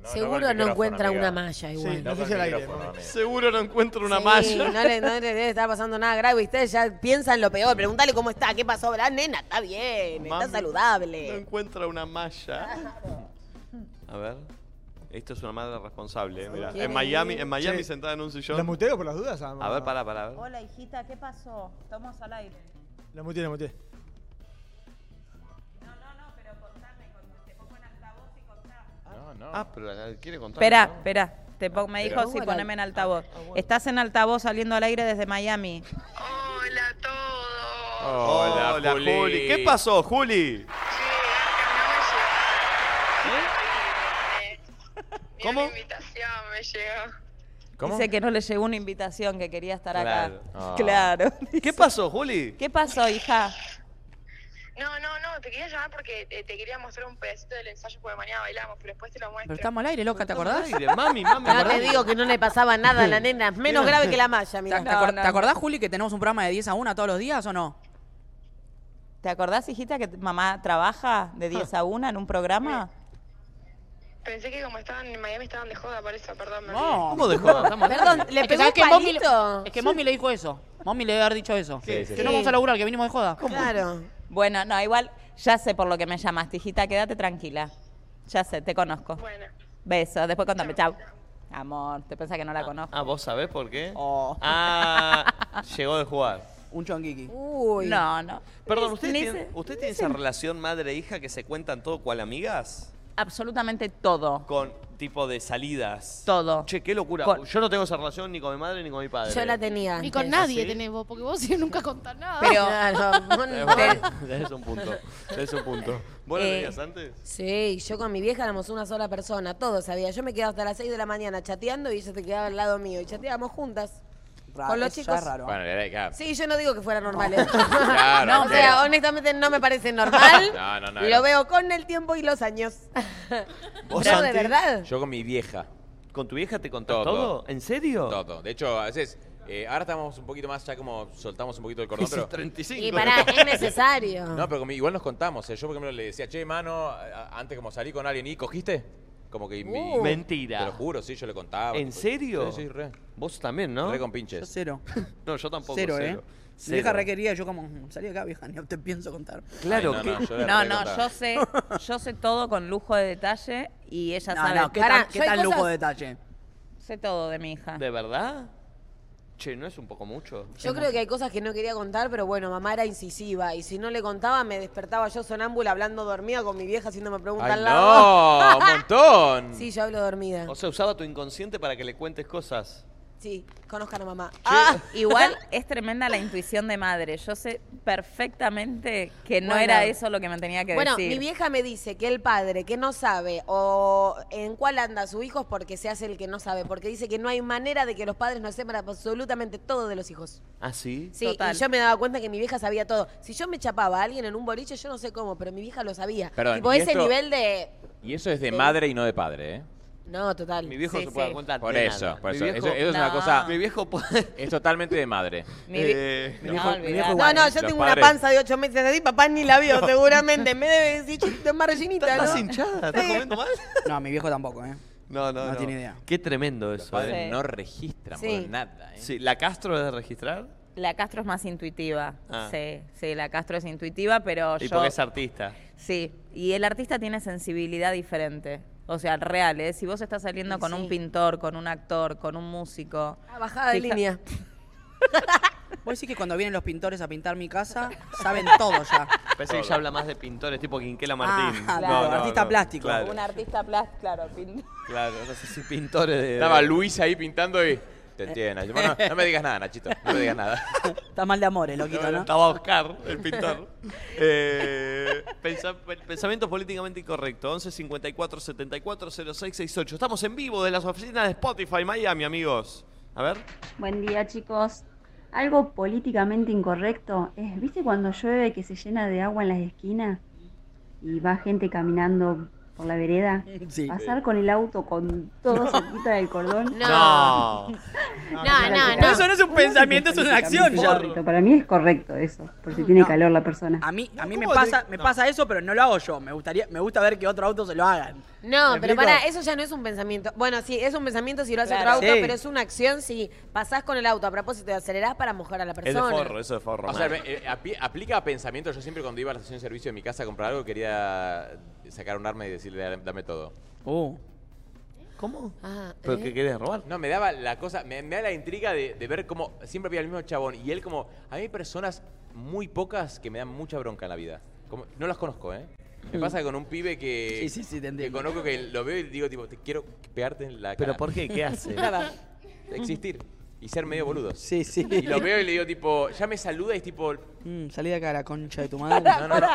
[SPEAKER 8] no Seguro no encuentra una malla igual.
[SPEAKER 6] Sí, no sé si al aire. mami.
[SPEAKER 1] Seguro no encuentro una
[SPEAKER 8] Sí,
[SPEAKER 1] malla.
[SPEAKER 8] No le, no le debe estar pasando nada grave. Ustedes ya piensan lo peor. Pregúntale cómo está, qué pasó. La nena está bien,
[SPEAKER 1] Mami,
[SPEAKER 8] está saludable.
[SPEAKER 1] No encuentra una malla. A ver. Esto es una madre responsable, eh, mirá.
[SPEAKER 6] ¿Quién
[SPEAKER 1] En
[SPEAKER 6] es?
[SPEAKER 1] Miami, en Miami
[SPEAKER 6] Che,
[SPEAKER 1] sentada en un sillón.
[SPEAKER 6] ¿La muteo por las dudas? Ah,
[SPEAKER 1] A ver, pará, pará, a ver.
[SPEAKER 5] Hola, hijita, ¿qué pasó? Estamos al aire.
[SPEAKER 6] La muteé, la muteé.
[SPEAKER 2] No, no.
[SPEAKER 1] Ah, pero la- la- quiere contar.
[SPEAKER 5] Espera,
[SPEAKER 1] ¿no?
[SPEAKER 5] espera. Te po- me dijo
[SPEAKER 1] Pero-
[SPEAKER 5] si
[SPEAKER 1] Bueno,
[SPEAKER 5] poneme en
[SPEAKER 1] ah,
[SPEAKER 5] altavoz. Estás en altavoz saliendo al aire desde Miami.
[SPEAKER 1] Hola,
[SPEAKER 2] Hola,
[SPEAKER 1] Juli.
[SPEAKER 2] Juli.
[SPEAKER 1] ¿Qué pasó, Juli?
[SPEAKER 5] ¿Cómo?
[SPEAKER 2] ¿Cómo?
[SPEAKER 5] Dice que no le llegó una invitación, que quería estar
[SPEAKER 2] Claro.
[SPEAKER 5] acá.
[SPEAKER 2] Ah.
[SPEAKER 5] Claro.
[SPEAKER 1] ¿Qué pasó, Juli?
[SPEAKER 5] ¿Qué pasó, hija?
[SPEAKER 25] No, no, no, te quería llamar porque eh, te quería mostrar un pedacito del ensayo porque mañana bailamos, pero después te lo muestro.
[SPEAKER 4] Pero estamos al aire, loca, ¿te acordás?
[SPEAKER 1] mami, mami.
[SPEAKER 8] No, te digo que no le pasaba nada a la nena. Menos grave que la malla, mira.
[SPEAKER 4] ¿Te, acor- te acordás, Juli, que tenemos un programa de 10 a 1 todos los días o no?
[SPEAKER 5] ¿Te acordás, hijita, que t- mamá trabaja de 10 a 1 en un programa?
[SPEAKER 25] Pensé que como estaban en Miami estaban de joda por eso, perdón. me olvidé.
[SPEAKER 1] ¿Cómo dejó?
[SPEAKER 25] Perdón, le pegó
[SPEAKER 4] ¿sabes
[SPEAKER 25] un
[SPEAKER 4] Mommy le-
[SPEAKER 25] palito.
[SPEAKER 4] es que mommy le dijo eso. Mommy le debe haber dicho eso.
[SPEAKER 2] Sí, sí,
[SPEAKER 4] que
[SPEAKER 2] sí.
[SPEAKER 4] no vamos a laburar, que vinimos de joda.
[SPEAKER 8] Claro.
[SPEAKER 5] Bueno, no, igual ya sé por lo que me llamaste, hijita, quédate tranquila. Ya sé, te conozco.
[SPEAKER 25] Bueno.
[SPEAKER 5] Besos, después contame, chau. Amor, te pensás que no la conozco.
[SPEAKER 1] Ah, ¿vos sabés por qué?
[SPEAKER 5] Oh.
[SPEAKER 1] Ah, llegó de jugar.
[SPEAKER 4] Un chonguiki.
[SPEAKER 8] Uy.
[SPEAKER 5] No, no.
[SPEAKER 1] Perdón,
[SPEAKER 5] Ni-
[SPEAKER 1] ¿ustedes
[SPEAKER 5] ni
[SPEAKER 1] tienen,
[SPEAKER 5] se-
[SPEAKER 1] ¿ustedes
[SPEAKER 5] ni
[SPEAKER 1] tienen
[SPEAKER 5] se-
[SPEAKER 1] esa relación madre-hija que se cuentan todo cual amigas?
[SPEAKER 5] Absolutamente todo.
[SPEAKER 1] Con tipo de salidas.
[SPEAKER 5] Todo.
[SPEAKER 1] Che, qué locura.
[SPEAKER 5] Con-
[SPEAKER 1] Yo no tengo esa relación ni con mi madre ni con mi padre.
[SPEAKER 8] Yo la tenía.
[SPEAKER 7] Ni con
[SPEAKER 1] ¿Ah,
[SPEAKER 7] nadie
[SPEAKER 1] sí?
[SPEAKER 7] tenés vos, porque vos sí nunca contás nada.
[SPEAKER 5] Pero-
[SPEAKER 8] Claro, vos
[SPEAKER 1] Es
[SPEAKER 8] no.
[SPEAKER 1] verdad. Tenés un punto. Tenés un punto. ¿Vos la
[SPEAKER 8] Eh,
[SPEAKER 1] tenías antes?
[SPEAKER 8] Sí, yo con mi vieja éramos una sola persona, todo sabía. Yo me quedaba hasta las 6 de la mañana chateando y ella se quedaba al lado mío y chateábamos juntas. con los
[SPEAKER 4] eso
[SPEAKER 8] chicos.
[SPEAKER 4] es raro.
[SPEAKER 2] Bueno, era acá.
[SPEAKER 8] Sí, yo no digo que fuera normal. ¿eh?
[SPEAKER 2] Claro,
[SPEAKER 8] no, o sea,
[SPEAKER 2] claro.
[SPEAKER 8] honestamente no me parece normal.
[SPEAKER 2] No, no, no,
[SPEAKER 8] Lo
[SPEAKER 2] era-
[SPEAKER 8] veo con el tiempo y los años.
[SPEAKER 2] ¿Vos,
[SPEAKER 8] Pero de
[SPEAKER 2] Santi?
[SPEAKER 8] verdad.
[SPEAKER 2] Yo con mi vieja.
[SPEAKER 1] ¿Con tu vieja te contás todo? ¿En serio?
[SPEAKER 2] Todo. De hecho, a veces, eh, ahora estamos un poquito más, ya como soltamos un poquito el cordón,
[SPEAKER 1] Ese
[SPEAKER 2] pero...
[SPEAKER 1] 35.
[SPEAKER 8] Y pará, es necesario.
[SPEAKER 2] No, pero con mi- igual nos contamos. eh. Yo, por ejemplo, le decía, che, mano, a- antes como salí con alguien y cogiste. Como que... mi-
[SPEAKER 1] Uh. Mentira.
[SPEAKER 2] Te lo juro, sí, yo le contaba.
[SPEAKER 1] ¿En
[SPEAKER 2] tipo,
[SPEAKER 1] serio?
[SPEAKER 2] Sí, sí, re.
[SPEAKER 1] Vos también, ¿no?
[SPEAKER 2] Re con pinches. Yo
[SPEAKER 4] cero.
[SPEAKER 1] no, yo tampoco.
[SPEAKER 4] Cero,
[SPEAKER 1] Cero,
[SPEAKER 4] ¿eh? Mi vieja requería, yo como, "Mm, salí de acá, vieja, ni te pienso contar.
[SPEAKER 1] Claro
[SPEAKER 2] Ay,
[SPEAKER 1] que.
[SPEAKER 2] no, no, yo le
[SPEAKER 5] No,
[SPEAKER 2] re
[SPEAKER 5] no,
[SPEAKER 2] contaba.
[SPEAKER 5] yo sé, yo sé todo con lujo de detalle y ella
[SPEAKER 4] No,
[SPEAKER 5] sabe.
[SPEAKER 4] no, ¿qué
[SPEAKER 5] Pará,
[SPEAKER 4] tal, qué
[SPEAKER 5] yo hay
[SPEAKER 4] tal lujo
[SPEAKER 5] cosas-
[SPEAKER 4] de detalle?
[SPEAKER 5] Sé todo de mi hija.
[SPEAKER 1] ¿De verdad? Che, ¿no es un poco mucho?
[SPEAKER 8] Yo creo que hay cosas que no quería contar, pero bueno, mamá era incisiva y si no le contaba me despertaba yo sonámbula hablando dormida con mi vieja haciéndome preguntas
[SPEAKER 2] ¡Ay,
[SPEAKER 8] al lado.
[SPEAKER 2] no! ¡Un montón!
[SPEAKER 8] Sí, yo hablo dormida.
[SPEAKER 1] O sea, usaba tu inconsciente para que le cuentes cosas.
[SPEAKER 8] Sí, conozcan a mamá.
[SPEAKER 5] Ah, igual es tremenda la intuición de madre. Yo sé perfectamente que no
[SPEAKER 8] Bueno.
[SPEAKER 5] era eso lo que me tenía que
[SPEAKER 8] Bueno,
[SPEAKER 5] decir.
[SPEAKER 8] mi vieja me dice que el padre que no sabe o en cuál anda su hijo es porque se hace el que no sabe, porque dice que no hay manera de que los padres no sepan absolutamente todo de los hijos.
[SPEAKER 1] ¿Ah, sí?
[SPEAKER 8] Sí, y yo me daba cuenta que mi vieja sabía todo. Si yo me chapaba a alguien en un boliche, yo no sé cómo, pero mi vieja lo sabía.
[SPEAKER 2] Perdón,
[SPEAKER 8] tipo,
[SPEAKER 2] y
[SPEAKER 8] ese
[SPEAKER 2] esto-
[SPEAKER 8] nivel de...
[SPEAKER 2] Y eso es de madre y no de padre, ¿eh?
[SPEAKER 8] No, total.
[SPEAKER 1] Mi viejo
[SPEAKER 8] Sí,
[SPEAKER 1] se puede
[SPEAKER 8] sí.
[SPEAKER 1] dar cuenta
[SPEAKER 2] Por
[SPEAKER 1] de
[SPEAKER 2] eso,
[SPEAKER 1] nada.
[SPEAKER 2] por
[SPEAKER 1] Mi
[SPEAKER 2] eso.
[SPEAKER 1] viejo-
[SPEAKER 2] Eso- eso es una
[SPEAKER 8] No.
[SPEAKER 2] cosa...
[SPEAKER 1] Mi viejo puede...
[SPEAKER 2] Es totalmente de madre.
[SPEAKER 5] Mi vi-
[SPEAKER 1] Mi
[SPEAKER 8] No,
[SPEAKER 1] viejo- Eh, mi viejo
[SPEAKER 8] no,
[SPEAKER 1] igual.
[SPEAKER 8] no, yo
[SPEAKER 2] Los
[SPEAKER 8] tengo
[SPEAKER 2] padres-
[SPEAKER 8] una panza de ocho meses así, papá ni la vio, seguramente. Me debe decir, "Chiste, más rellenita, ¿no?
[SPEAKER 1] ¿Estás hinchada? ¿Estás comiendo mal?
[SPEAKER 4] No, mi viejo tampoco, ¿eh?
[SPEAKER 1] No, no,
[SPEAKER 4] No tiene idea.
[SPEAKER 1] Qué tremendo
[SPEAKER 2] Los
[SPEAKER 1] eso,
[SPEAKER 2] padres
[SPEAKER 1] ¿eh?
[SPEAKER 2] no registran
[SPEAKER 5] Sí.
[SPEAKER 2] por nada, ¿eh?
[SPEAKER 1] Sí, ¿La Castro es de registrar?
[SPEAKER 5] La Castro es más intuitiva.
[SPEAKER 1] Ah.
[SPEAKER 5] Sí, sí, la Castro es intuitiva, pero
[SPEAKER 1] Y
[SPEAKER 5] yo.
[SPEAKER 1] porque es artista.
[SPEAKER 5] Sí, y el artista tiene sensibilidad diferente. O sea, real, ¿eh? Si vos estás saliendo
[SPEAKER 8] Y
[SPEAKER 5] con
[SPEAKER 8] sí.
[SPEAKER 5] un pintor, con un actor, con un músico.
[SPEAKER 8] Ah, bajada de
[SPEAKER 5] fija-
[SPEAKER 8] línea.
[SPEAKER 4] Vos decís que cuando vienen los pintores a pintar mi casa, saben todo ya.
[SPEAKER 1] Parece que ella habla más de pintores, tipo Quinquela Martín.
[SPEAKER 4] Ah, claro, artista plástico.
[SPEAKER 1] Claro,
[SPEAKER 5] Un artista plástico, claro. pin-
[SPEAKER 1] claro, no sé si pintores de...
[SPEAKER 2] Estaba Luis ahí pintando y... Te entiendo. Yo, bueno, no me digas nada, Nachito. No me digas nada.
[SPEAKER 4] Está mal de amores, loquito, ¿no?
[SPEAKER 1] Estaba Oscar, el pintor. Eh, pensa- pensamientos políticamente incorrectos. 11 54 74 06 68. Estamos en vivo de las oficinas de Spotify Miami, amigos. A ver.
[SPEAKER 26] Buen día, chicos. Algo políticamente incorrecto es, ¿viste cuando llueve que se llena de agua en las esquinas? Y va gente caminando
[SPEAKER 27] por la vereda,
[SPEAKER 4] Sí.
[SPEAKER 27] pasar con el auto con todo cerquita del cordón.
[SPEAKER 4] No.
[SPEAKER 27] No,
[SPEAKER 4] no, no. Eso no es un pensamiento, eso es una acción ya.
[SPEAKER 27] Correcto, Para mí es correcto eso, por si tiene calor la persona.
[SPEAKER 4] A mí, a mí me,
[SPEAKER 27] ¿cómo te-
[SPEAKER 4] pasa, me
[SPEAKER 27] no.
[SPEAKER 4] pasa eso, pero no lo hago yo. Me gustaría, me gusta ver que otro auto se lo hagan.
[SPEAKER 28] No,
[SPEAKER 4] ¿Me
[SPEAKER 28] pero
[SPEAKER 4] explico?
[SPEAKER 28] para, eso ya no es un pensamiento. Bueno, sí, es un pensamiento si lo hace
[SPEAKER 4] Claro.
[SPEAKER 28] otro auto,
[SPEAKER 4] Sí.
[SPEAKER 28] pero es una acción si pasás con el auto a propósito y acelerás para mojar a la persona.
[SPEAKER 1] eso es forro,
[SPEAKER 2] O sea,
[SPEAKER 1] man.
[SPEAKER 2] me- eh, api- aplica a pensamiento. Yo siempre cuando iba a la estación de servicio de mi casa a comprar algo quería sacar un arma y decirle, "Dame- dame todo.
[SPEAKER 4] Uh.
[SPEAKER 1] ¿Cómo?
[SPEAKER 28] Ah,
[SPEAKER 4] ¿Eh?
[SPEAKER 5] ¿eh?
[SPEAKER 1] ¿Pero qué querés robar?
[SPEAKER 2] No, me daba la cosa, me, me da la intriga de, de ver cómo siempre había el mismo chabón. Y él como, a mí hay personas muy pocas que me dan mucha bronca en la vida. Como- no las conozco, ¿eh? Me
[SPEAKER 4] Mm.
[SPEAKER 2] pasa con un pibe que,
[SPEAKER 4] Sí, sí, sí, te
[SPEAKER 2] que
[SPEAKER 4] entiendo.
[SPEAKER 2] conozco que lo veo y digo, tipo, te quiero pegarte en la cara.
[SPEAKER 1] ¿Pero por qué? ¿Qué hace?
[SPEAKER 2] Nada. Existir. Y ser medio boludo.
[SPEAKER 4] Sí, sí.
[SPEAKER 2] Y lo veo y le digo, tipo, ya me saluda y es tipo,
[SPEAKER 4] Mm, salí de acá, la concha de tu madre.
[SPEAKER 2] Pará, pará.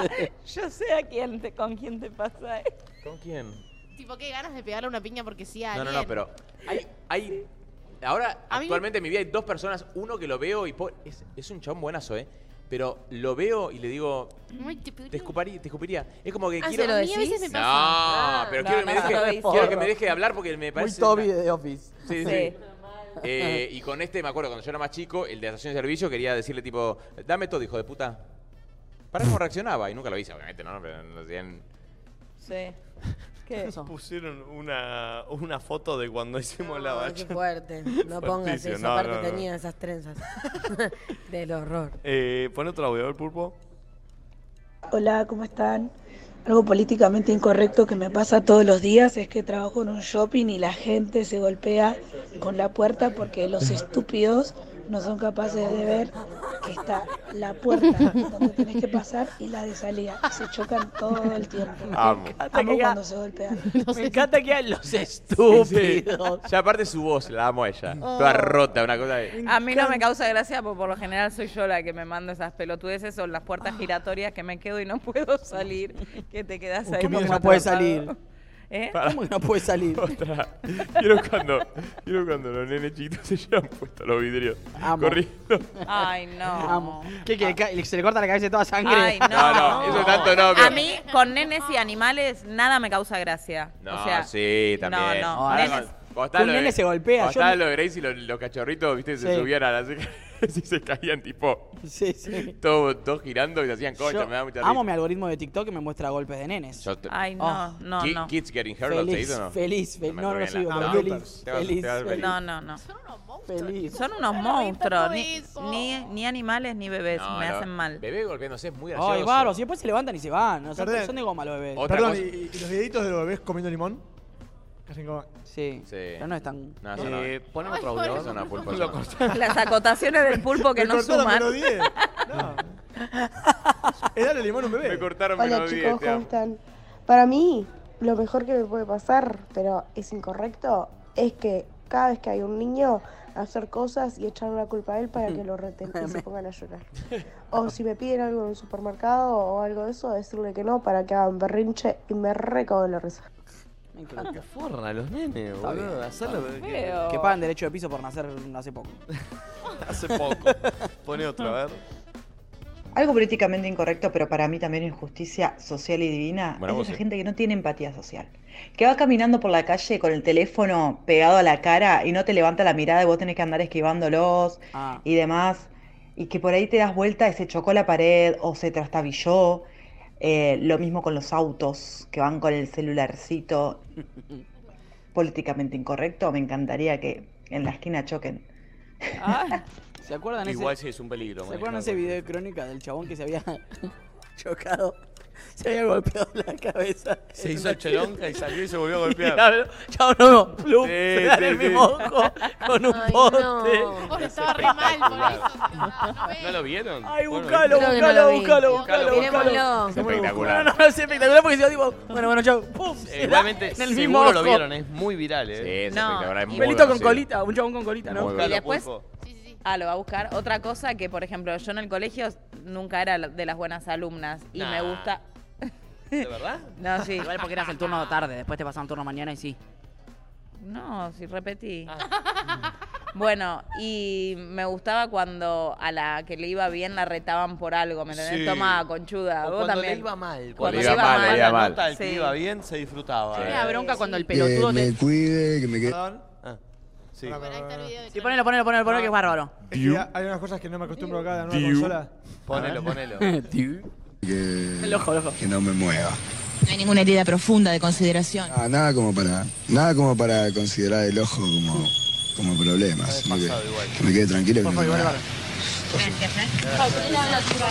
[SPEAKER 5] Yo sé a quién te- con quién te pasa esto.
[SPEAKER 2] ¿con quién?
[SPEAKER 29] Tipo, qué ganas de pegarle una piña porque sí a
[SPEAKER 2] No, no,
[SPEAKER 29] alguien.
[SPEAKER 2] no, pero hay... hay ahora,
[SPEAKER 29] A mí me-
[SPEAKER 2] actualmente en mi vida hay dos personas. Uno que lo veo y... po- Es, es un chabón buenazo, ¿eh? Pero lo veo y le digo,
[SPEAKER 29] Ay, te pe-
[SPEAKER 2] te, escuparía, te escupiría. Es como que
[SPEAKER 29] Ah,
[SPEAKER 2] quiero...
[SPEAKER 29] ¿se lo A mí a veces decís? me pasa.
[SPEAKER 2] No,
[SPEAKER 29] Ah.
[SPEAKER 2] pero
[SPEAKER 29] No,
[SPEAKER 2] quiero, que me
[SPEAKER 29] no, no,
[SPEAKER 2] deje,
[SPEAKER 29] no, no,
[SPEAKER 2] quiero que
[SPEAKER 29] no.
[SPEAKER 2] me deje de hablar porque me parece... una-
[SPEAKER 6] de Office.
[SPEAKER 2] Sí, sí. sí. Eh, y con este, me acuerdo, cuando yo era más chico, el de la estación de servicio quería decirle tipo, dame todo, hijo de puta. Para cómo reaccionaba, y nunca lo hice, obviamente, ¿no? Pero no hacían...
[SPEAKER 5] Sí. ¿Qué?
[SPEAKER 1] Pusieron una, una foto de cuando hicimos la
[SPEAKER 28] Ay,
[SPEAKER 1] bacha.
[SPEAKER 28] qué fuerte. No pongas
[SPEAKER 1] Fuertísimo,
[SPEAKER 28] eso.
[SPEAKER 1] no,
[SPEAKER 28] Aparte
[SPEAKER 1] no, no.
[SPEAKER 28] tenía esas trenzas. Del horror.
[SPEAKER 1] Eh, pon otro audio, a ver, Pulpo.
[SPEAKER 8] Hola, ¿cómo están? Algo políticamente incorrecto que me pasa todos los días es que trabajo en un shopping y la gente se golpea con la puerta porque los estúpidos no son capaces de ver que está la puerta donde tenés que pasar y la de salida. Se chocan todo el tiempo.
[SPEAKER 2] Amo.
[SPEAKER 8] Amo cuando se golpean.
[SPEAKER 4] Me encanta que hagan los
[SPEAKER 2] Sí,
[SPEAKER 4] estúpidos.
[SPEAKER 2] sí. Ya aparte su voz, la amo a ella.
[SPEAKER 5] Oh.
[SPEAKER 2] Toda rota, una cosa de...
[SPEAKER 5] A mí no me causa gracia porque por lo general soy yo la que me manda esas pelotudeces o las puertas giratorias que me quedo y no puedo salir, que te quedas ahí.
[SPEAKER 4] que
[SPEAKER 5] como
[SPEAKER 4] no puede
[SPEAKER 5] atrapado.
[SPEAKER 4] salir.
[SPEAKER 5] ¿Eh?
[SPEAKER 4] ¿Cómo que no puede salir?
[SPEAKER 1] Otra. Vieron cuando, vieron cuando los nenes chiquitos se llevan puestos los vidrios.
[SPEAKER 4] Amo.
[SPEAKER 1] Corriendo.
[SPEAKER 5] Ay, no.
[SPEAKER 4] Amo. ¿Qué, qué, ca- se le corta la cabeza de toda sangre?
[SPEAKER 5] Ay, no.
[SPEAKER 2] No, no, eso tanto no, pero-
[SPEAKER 5] A mí, con nenes y animales, nada me causa gracia.
[SPEAKER 2] No,
[SPEAKER 5] o sea,
[SPEAKER 2] sí, también.
[SPEAKER 5] no,
[SPEAKER 2] Ahora,
[SPEAKER 5] nenes.
[SPEAKER 2] cuando- cuando estaba
[SPEAKER 4] Un
[SPEAKER 2] lo de-
[SPEAKER 4] nene se golpea,
[SPEAKER 2] Cuando
[SPEAKER 4] yo
[SPEAKER 2] estaba
[SPEAKER 4] me-
[SPEAKER 2] lo de Grace y los, los cachorritos, viste, se
[SPEAKER 4] Sí.
[SPEAKER 2] subían a las escaleras y se caían tipo...
[SPEAKER 4] Sí, sí.
[SPEAKER 2] Todos, todos girando y se hacían concha,
[SPEAKER 4] Yo
[SPEAKER 2] me da mucha risa.
[SPEAKER 4] amo mi algoritmo de TikTok que me muestra golpes de nenes. Ah.
[SPEAKER 2] Yo te-
[SPEAKER 5] Ay, no, no,
[SPEAKER 2] Ki-
[SPEAKER 5] no.
[SPEAKER 2] Kids Getting Hurt, ¿lo
[SPEAKER 4] Feliz,
[SPEAKER 2] seguís o no?
[SPEAKER 4] feliz, fel-
[SPEAKER 2] me
[SPEAKER 4] no,
[SPEAKER 2] acuerdo
[SPEAKER 4] no
[SPEAKER 2] bien
[SPEAKER 4] sigo,
[SPEAKER 2] la-
[SPEAKER 4] no, feliz,
[SPEAKER 2] Te vas-
[SPEAKER 4] feliz,
[SPEAKER 2] te vas-
[SPEAKER 4] feliz.
[SPEAKER 5] No, no, no.
[SPEAKER 4] Feliz.
[SPEAKER 5] Son unos monstruos. Ni, ni, ni animales ni bebés
[SPEAKER 2] No,
[SPEAKER 5] me
[SPEAKER 2] no.
[SPEAKER 5] hacen mal.
[SPEAKER 2] Bebé golpeándose es muy gracioso.
[SPEAKER 4] Ay, bárbaro, y después se levantan y se van. No, son,
[SPEAKER 6] Perdón.
[SPEAKER 4] son de goma los bebés.
[SPEAKER 2] Otra
[SPEAKER 6] Perdón,
[SPEAKER 2] cosa-
[SPEAKER 6] ¿y, y los deditos de los bebés comiendo limón? Que hacen como-
[SPEAKER 4] Sí. Pero no es tan.
[SPEAKER 2] No, eso no.
[SPEAKER 1] Eh, pon otro
[SPEAKER 2] Ay,
[SPEAKER 1] audio.
[SPEAKER 2] eso no, Pulpo, eso
[SPEAKER 1] Lo
[SPEAKER 2] no.
[SPEAKER 1] cortaron.
[SPEAKER 5] Las acotaciones del pulpo que
[SPEAKER 6] Me
[SPEAKER 5] no
[SPEAKER 6] cortaron
[SPEAKER 5] suman.
[SPEAKER 6] melodía. No. Es darle limón a un bebé. Me
[SPEAKER 2] cortaron
[SPEAKER 7] Hola chicos, ¿cómo están? Para mí, lo mejor que me puede pasar, pero es incorrecto, es que cada vez que hay un niño, hacer cosas y echarle la culpa a él para que lo reten y se pongan a llorar. O si me piden algo en un supermercado o algo de eso, decirle que no para que hagan berrinche y me recago en la risa.
[SPEAKER 4] Me encanta.
[SPEAKER 1] Forra a los nenes,
[SPEAKER 4] Está bien,
[SPEAKER 1] boludo.
[SPEAKER 4] está
[SPEAKER 1] Hacerlo
[SPEAKER 4] bien.
[SPEAKER 1] que-
[SPEAKER 4] Que pagan derecho de piso por nacer hace poco.
[SPEAKER 1] hace poco. Pone otro, a ver.
[SPEAKER 22] Algo políticamente incorrecto, pero para mí también injusticia social y divina,
[SPEAKER 2] Buena
[SPEAKER 22] es
[SPEAKER 2] voz,
[SPEAKER 22] esa
[SPEAKER 2] eh.
[SPEAKER 22] gente que no tiene empatía social. Que va caminando por la calle con el teléfono pegado a la cara y no te levanta la mirada y vos tenés que andar esquivándolos
[SPEAKER 4] Ah.
[SPEAKER 22] y demás. Y que por ahí te das vuelta y se chocó la pared o se trastabilló. Eh, lo mismo con los autos que van con el celularcito. Políticamente incorrecto, me encantaría que en la esquina choquen.
[SPEAKER 4] ¿Se acuerdan ese?
[SPEAKER 1] Igual sí es un
[SPEAKER 4] ¿Se
[SPEAKER 1] peligro. manejar
[SPEAKER 4] acuerdan ese
[SPEAKER 1] cualquier-
[SPEAKER 4] video de crónica del chabón que se había chocado? Se había golpeado la cabeza.
[SPEAKER 1] Se
[SPEAKER 4] en
[SPEAKER 1] hizo
[SPEAKER 4] una
[SPEAKER 1] chelonca y salió y se volvió a
[SPEAKER 4] Y
[SPEAKER 1] golpear.
[SPEAKER 4] habló- Chao, no, no, plum,
[SPEAKER 1] Sí,
[SPEAKER 4] se da en el
[SPEAKER 1] sí, sí.
[SPEAKER 4] mismo ojo con un
[SPEAKER 1] Ay, no.
[SPEAKER 4] poste.
[SPEAKER 1] Pobre, estaba re mal por eso. ¿No lo vieron?
[SPEAKER 4] Ay,
[SPEAKER 1] Bueno,
[SPEAKER 4] buscalo,
[SPEAKER 1] Creo que
[SPEAKER 4] buscalo,
[SPEAKER 1] no lo vi.
[SPEAKER 4] buscalo,
[SPEAKER 1] Buscalo,
[SPEAKER 4] buscalo.
[SPEAKER 1] buscalo.
[SPEAKER 4] buscalo.
[SPEAKER 1] Es
[SPEAKER 4] No,
[SPEAKER 1] espectacular.
[SPEAKER 4] no, es espectacular porque se va tipo, bueno, bueno, chao, pum.
[SPEAKER 1] Eh,
[SPEAKER 4] se da
[SPEAKER 1] Seguramente,
[SPEAKER 4] en el mismo
[SPEAKER 1] seguro lo
[SPEAKER 4] ojo.
[SPEAKER 1] vieron, es muy viral, eh. Sí,
[SPEAKER 5] es No, espectacular, es muy
[SPEAKER 4] Pelito con colita, un chabón con colita, ¿no?
[SPEAKER 1] Muy
[SPEAKER 5] Y después, ah, lo va a buscar. Otra cosa que, por ejemplo, yo en el colegio nunca era la- de las buenas alumnas y
[SPEAKER 4] Nah.
[SPEAKER 5] me gusta.
[SPEAKER 4] ¿De verdad?
[SPEAKER 5] No, sí.
[SPEAKER 4] Igual porque eras el turno tarde, después te pasaron turno mañana y sí.
[SPEAKER 5] No, si repetí. Bueno, y me gustaba cuando a la que le iba bien la retaban por algo, ¿me entendés?
[SPEAKER 1] Sí.
[SPEAKER 5] Toma, conchuda,
[SPEAKER 1] O
[SPEAKER 5] vos
[SPEAKER 1] cuando
[SPEAKER 5] también.
[SPEAKER 1] le iba mal.
[SPEAKER 5] Cuando
[SPEAKER 1] le
[SPEAKER 5] le iba mal,
[SPEAKER 1] la
[SPEAKER 5] la
[SPEAKER 1] nota,
[SPEAKER 5] nota,
[SPEAKER 1] el que
[SPEAKER 5] sí.
[SPEAKER 1] iba bien se disfrutaba. ¿eh?
[SPEAKER 4] me da bronca cuando el
[SPEAKER 30] Que
[SPEAKER 4] pelotudo
[SPEAKER 30] me
[SPEAKER 4] te...
[SPEAKER 30] cuide, que me quede.
[SPEAKER 1] Ah, sí.
[SPEAKER 4] Sí, ponelo, ponelo, ponelo, ponelo, que es bárbaro.
[SPEAKER 6] Es que ya hay unas cosas que no me acostumbro acá de la nueva
[SPEAKER 30] Diu.
[SPEAKER 6] consola.
[SPEAKER 1] Ponelo,
[SPEAKER 6] A ver.
[SPEAKER 1] ponelo.
[SPEAKER 30] Que,
[SPEAKER 4] El ojo, el ojo.
[SPEAKER 30] que no me mueva.
[SPEAKER 22] No hay ninguna herida profunda de consideración.
[SPEAKER 30] Ah, nada como para nada como para considerar el ojo como, como problema. sino que, que me quede tranquilo que no me mueva.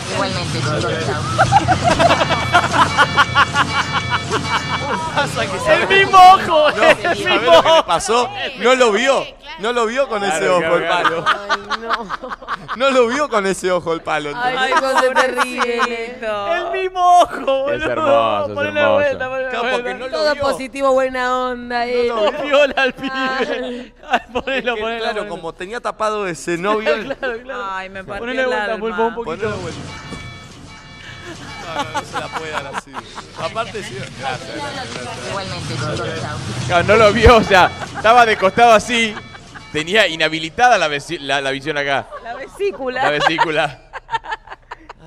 [SPEAKER 22] Igualmente,
[SPEAKER 5] Eh,
[SPEAKER 22] chicos. chao.
[SPEAKER 1] Pasa que
[SPEAKER 22] El
[SPEAKER 1] sabe-
[SPEAKER 22] mismo ojo,
[SPEAKER 1] No,
[SPEAKER 22] el
[SPEAKER 1] ¿sabés
[SPEAKER 22] mismo
[SPEAKER 1] lo que le
[SPEAKER 22] ojo.
[SPEAKER 1] pasó? No lo vio. No lo vio con
[SPEAKER 2] Claro,
[SPEAKER 1] ese ojo el
[SPEAKER 2] claro,
[SPEAKER 1] palo. No lo vio con ese ojo el palo.
[SPEAKER 5] Ay,
[SPEAKER 1] ¿entendés?
[SPEAKER 5] cosa terrible.
[SPEAKER 22] El mismo ojo,
[SPEAKER 1] Es hermoso, es
[SPEAKER 22] Ponele
[SPEAKER 1] hermoso.
[SPEAKER 22] vuelta, ponele
[SPEAKER 1] Claro,
[SPEAKER 22] vuelta.
[SPEAKER 1] porque no lo
[SPEAKER 8] Todo positivo, buena onda. eh.
[SPEAKER 22] No lo viola al pibe. Ay,
[SPEAKER 1] Es que,
[SPEAKER 22] ponelo, ponelo.
[SPEAKER 1] claro, como tenía tapado ese novio.
[SPEAKER 22] Claro, claro.
[SPEAKER 5] Ay, me partió
[SPEAKER 22] Ponele
[SPEAKER 5] el
[SPEAKER 22] vuelta,
[SPEAKER 5] alma.
[SPEAKER 22] pulpo, un poquito.
[SPEAKER 1] Ponelo vuelta. No, no, no se la puede dar así. Aparte, sí. Gracias.
[SPEAKER 22] Igualmente, chicos. Chao.
[SPEAKER 2] Claro, no lo vio, o sea, estaba de costado así. Tenía inhabilitada la, vesi- la- la visión acá.
[SPEAKER 5] La vesícula.
[SPEAKER 2] La vesícula.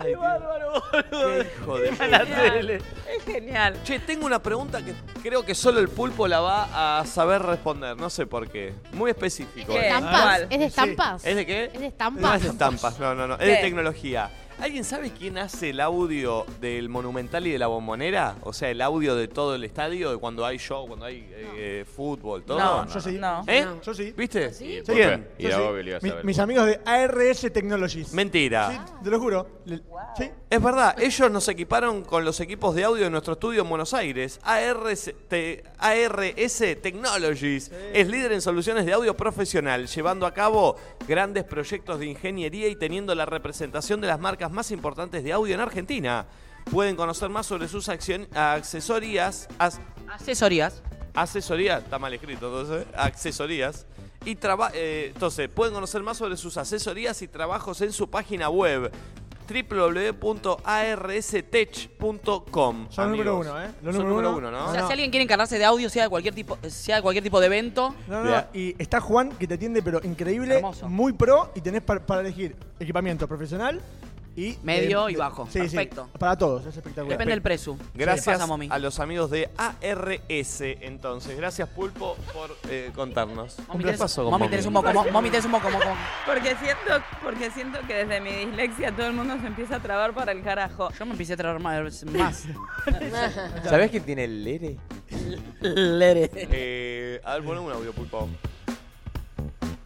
[SPEAKER 22] Qué bárbaro, boludo.
[SPEAKER 1] Hijo de
[SPEAKER 22] Mira la
[SPEAKER 1] puta.
[SPEAKER 22] tele.
[SPEAKER 5] Es genial.
[SPEAKER 1] Che, tengo una pregunta que creo que solo el pulpo la va a saber responder. No sé por qué. Muy específico.
[SPEAKER 7] ¿Es de
[SPEAKER 1] eh.
[SPEAKER 7] estampas? ¿Es de estampas?
[SPEAKER 1] ¿Es de qué?
[SPEAKER 7] ¿Es de
[SPEAKER 1] No es
[SPEAKER 7] estampas?
[SPEAKER 1] de estampas, no, no, no. Es
[SPEAKER 7] ¿Qué?
[SPEAKER 1] de tecnología. ¿Alguien sabe quién hace el audio del Monumental y de la Bombonera? O sea, el audio de todo el estadio, de cuando hay show, cuando hay eh, fútbol, todo.
[SPEAKER 6] No, yo sí.
[SPEAKER 1] ¿Eh?
[SPEAKER 6] No. Yo sí.
[SPEAKER 1] ¿Viste?
[SPEAKER 6] Sí.
[SPEAKER 1] ¿Quién?
[SPEAKER 6] ¿Quién? Yo sí. Mi- mis amigos de ARS Technologies.
[SPEAKER 1] Mentira.
[SPEAKER 6] Sí, te lo juro. Le- Sí.
[SPEAKER 1] Es verdad, ellos nos equiparon con los equipos de audio de nuestro estudio en Buenos Aires. ARS, te- ARS Technologies es líder en soluciones de audio profesional, llevando a cabo grandes proyectos de ingeniería y teniendo la representación de las marcas más importantes de audio en Argentina. Pueden conocer más sobre sus accion- accesorías. as-
[SPEAKER 4] Asesorías.
[SPEAKER 1] Asesoría, está mal escrito, entonces. Accesorías. Y traba- eh, entonces, pueden conocer más sobre sus asesorías y trabajos en su página web www.arstech.com.
[SPEAKER 6] Son
[SPEAKER 1] amigos.
[SPEAKER 6] número uno, ¿eh? Lo
[SPEAKER 1] Son
[SPEAKER 6] número
[SPEAKER 1] número
[SPEAKER 6] uno.
[SPEAKER 1] uno, ¿no?
[SPEAKER 4] O sea, si alguien quiere encargarse de audio, sea de cualquier tipo, sea de cualquier tipo de evento.
[SPEAKER 6] No, no, no. Y está Juan que te atiende, pero increíble,
[SPEAKER 4] Hermoso.
[SPEAKER 6] muy pro y tenés par- para elegir equipamiento profesional y.
[SPEAKER 4] Medio
[SPEAKER 6] eh,
[SPEAKER 4] y bajo.
[SPEAKER 6] Sí, sí.
[SPEAKER 4] Perfecto.
[SPEAKER 6] Para todos, es espectacular.
[SPEAKER 4] Depende del precio.
[SPEAKER 1] Gracias
[SPEAKER 4] Sí, pasa, mami.
[SPEAKER 1] a los amigos de ARS, entonces. Gracias, Pulpo, por eh, contarnos.
[SPEAKER 4] Mami,
[SPEAKER 1] ¿Qué
[SPEAKER 4] tenés-
[SPEAKER 1] pasó con
[SPEAKER 4] mami,
[SPEAKER 1] Mami?
[SPEAKER 4] tenés un moco, mo- mami, tenés un moco, moco.
[SPEAKER 5] Porque siento, porque siento que desde mi dislexia todo el mundo se empieza a trabar para el carajo.
[SPEAKER 4] Yo me empecé a traer más. más.
[SPEAKER 31] ¿Sabés quién tiene el Lere?
[SPEAKER 4] Lere.
[SPEAKER 1] Eh, a ver, poneme un audio, Pulpo.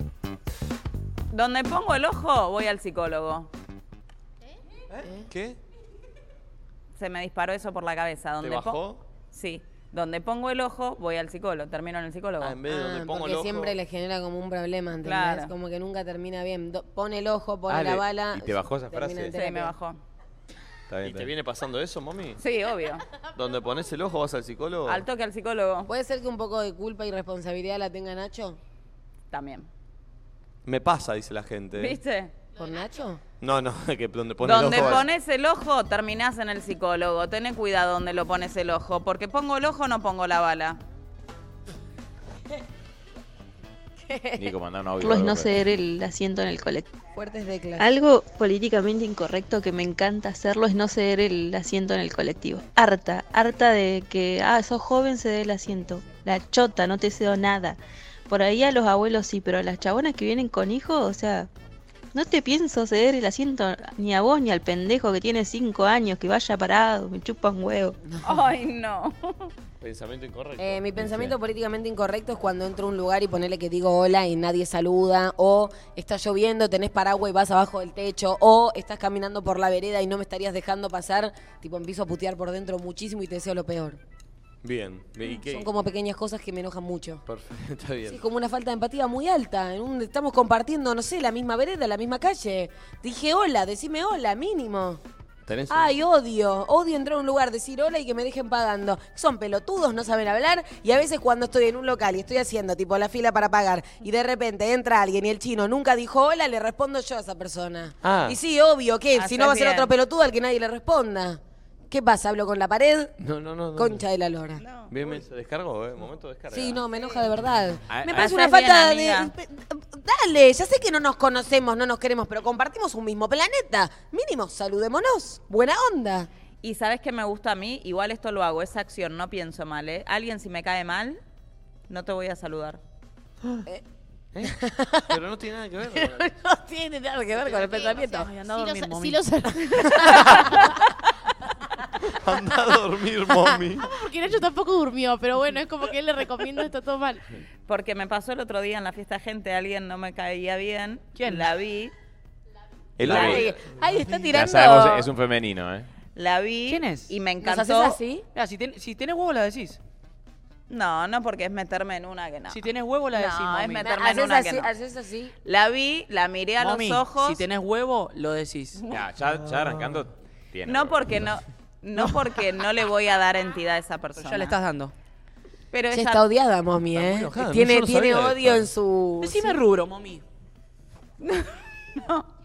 [SPEAKER 5] Donde pongo el ojo, voy al psicólogo.
[SPEAKER 1] ¿Qué?
[SPEAKER 5] Se me disparó eso por la cabeza. Donde po-
[SPEAKER 1] bajó?
[SPEAKER 5] Sí. Donde pongo el ojo, voy al psicólogo. Termino en el psicólogo.
[SPEAKER 1] en vez de donde
[SPEAKER 8] Ah, porque siempre le genera como un problema, ¿entendés?
[SPEAKER 5] Claro.
[SPEAKER 8] Como que nunca termina bien. Do- pone el ojo, pone
[SPEAKER 2] Ah,
[SPEAKER 8] la
[SPEAKER 2] le-
[SPEAKER 8] bala.
[SPEAKER 2] ¿y te bajó esa
[SPEAKER 8] termina
[SPEAKER 2] frase?
[SPEAKER 8] en
[SPEAKER 2] Sí,
[SPEAKER 8] terapia.
[SPEAKER 5] me bajó.
[SPEAKER 1] ¿Y te viene pasando eso, Mami?
[SPEAKER 5] Sí, obvio.
[SPEAKER 1] ¿Donde pones el ojo vas al psicólogo?
[SPEAKER 5] Al toque al psicólogo.
[SPEAKER 8] ¿Puede ser que un poco de culpa y responsabilidad la tenga Nacho?
[SPEAKER 5] También.
[SPEAKER 1] Me pasa, dice la gente. ¿eh?
[SPEAKER 5] ¿Viste?
[SPEAKER 8] ¿Por Nacho?
[SPEAKER 1] No, no, que donde pones el ojo.
[SPEAKER 5] Donde
[SPEAKER 1] vas-
[SPEAKER 5] pones el ojo, terminás en el psicólogo. Tené cuidado donde lo pones el ojo, porque pongo el ojo, no pongo la bala.
[SPEAKER 2] Nico, mandá un audio.
[SPEAKER 32] Luego es no ceder el asiento en el colectivo.
[SPEAKER 8] Fuertes declaraciones.
[SPEAKER 32] Algo políticamente incorrecto que me encanta hacerlo es no ceder el asiento en el colectivo. Harta, harta de que, ah, sos joven, cede el asiento. La chota, no te cedo nada. Por ahí a los abuelos sí, pero a las chabonas que vienen con hijos, o sea, no te pienso ceder el asiento ni a vos ni al pendejo que tiene cinco años, que vaya parado, me chupa un huevo.
[SPEAKER 5] Ay, no.
[SPEAKER 1] Pensamiento incorrecto.
[SPEAKER 8] Eh, mi pensamiento políticamente incorrecto es cuando entro a un lugar y ponerle que digo hola y nadie saluda, o está lloviendo, tenés paraguas y vas abajo del techo, o estás caminando por la vereda y no me estarías dejando pasar, tipo empiezo a putear por dentro muchísimo y te deseo lo peor.
[SPEAKER 1] Bien. ¿Y qué?
[SPEAKER 8] Son como pequeñas cosas que me enojan mucho.
[SPEAKER 1] Perfecto, está bien.
[SPEAKER 8] Sí, como una falta de empatía muy alta. en un- estamos compartiendo, no sé, la misma vereda, la misma calle. Dije hola, decime hola, mínimo.
[SPEAKER 1] ¿Tenés un-
[SPEAKER 8] Ay, odio, odio entrar a un lugar, decir hola y que me dejen pagando. Son pelotudos, no saben hablar y a veces cuando estoy en un local y estoy haciendo tipo la fila para pagar y de repente entra alguien y el chino nunca dijo hola, le respondo yo a esa persona.
[SPEAKER 1] Ah.
[SPEAKER 8] Y sí, obvio, que si
[SPEAKER 5] Haces
[SPEAKER 8] no va a ser
[SPEAKER 5] bien.
[SPEAKER 8] otro pelotudo al que nadie le responda. ¿Qué pasa? ¿Hablo con la pared?
[SPEAKER 1] No, no, no. no.
[SPEAKER 8] Concha de la lora.
[SPEAKER 1] Bien, bien. ¿Se descargó, eh? Momento de descarga.
[SPEAKER 8] Sí, no, me enoja de verdad.
[SPEAKER 1] A-
[SPEAKER 8] Me
[SPEAKER 1] a-
[SPEAKER 8] parece
[SPEAKER 1] haces
[SPEAKER 8] una falta
[SPEAKER 1] bien,
[SPEAKER 8] de... Dale, ya sé que no nos conocemos, no nos queremos, pero compartimos un mismo planeta. Mínimo, saludémonos. Buena onda.
[SPEAKER 5] Y sabes que me gusta a mí, igual esto lo hago, es acción, no pienso mal, ¿eh? Alguien si me cae mal, no te voy a saludar.
[SPEAKER 1] Ah.
[SPEAKER 8] Eh,
[SPEAKER 1] Pero no tiene nada que ver. con la-
[SPEAKER 8] no tiene nada que ver con el pensamiento.
[SPEAKER 7] Si lo- si
[SPEAKER 8] lo
[SPEAKER 1] Anda a dormir, mami.
[SPEAKER 7] Amo porque Nacho tampoco durmió, pero bueno, es como que él le recomienda está todo mal.
[SPEAKER 5] Porque me pasó el otro día en la fiesta de gente, alguien no me caía bien. ¿Quién? La vi.
[SPEAKER 2] El
[SPEAKER 5] La
[SPEAKER 2] ave.
[SPEAKER 5] vi.
[SPEAKER 8] Ahí está
[SPEAKER 2] Ya sabemos, es un femenino, ¿eh?
[SPEAKER 5] La vi. ¿Quién es? Y me
[SPEAKER 4] ¿Nos
[SPEAKER 5] encantó.
[SPEAKER 4] haces así? Mira, si, ten- si tenés huevo la decís.
[SPEAKER 5] No, no, porque es meterme en una que no.
[SPEAKER 4] Si tenés huevo la
[SPEAKER 5] No,
[SPEAKER 4] decís, mami.
[SPEAKER 5] es meterme en una que no.
[SPEAKER 8] así?
[SPEAKER 5] La vi, la miré a
[SPEAKER 4] Mami,
[SPEAKER 5] los ojos.
[SPEAKER 4] si tenés huevo, lo decís.
[SPEAKER 2] Ya, ya, ya arrancando, tiene.
[SPEAKER 5] No porque no, no porque no le voy a dar entidad a esa
[SPEAKER 8] Pues
[SPEAKER 5] persona.
[SPEAKER 4] ya le estás dando.
[SPEAKER 5] Pero
[SPEAKER 8] Se
[SPEAKER 5] ella-
[SPEAKER 8] está odiada, mommy, ¿eh?
[SPEAKER 5] enojada,
[SPEAKER 8] tiene
[SPEAKER 5] yo no
[SPEAKER 8] tiene
[SPEAKER 5] sabía
[SPEAKER 8] odio
[SPEAKER 5] esto.
[SPEAKER 8] en su...
[SPEAKER 4] Decime
[SPEAKER 8] sí.
[SPEAKER 4] rubro, mami.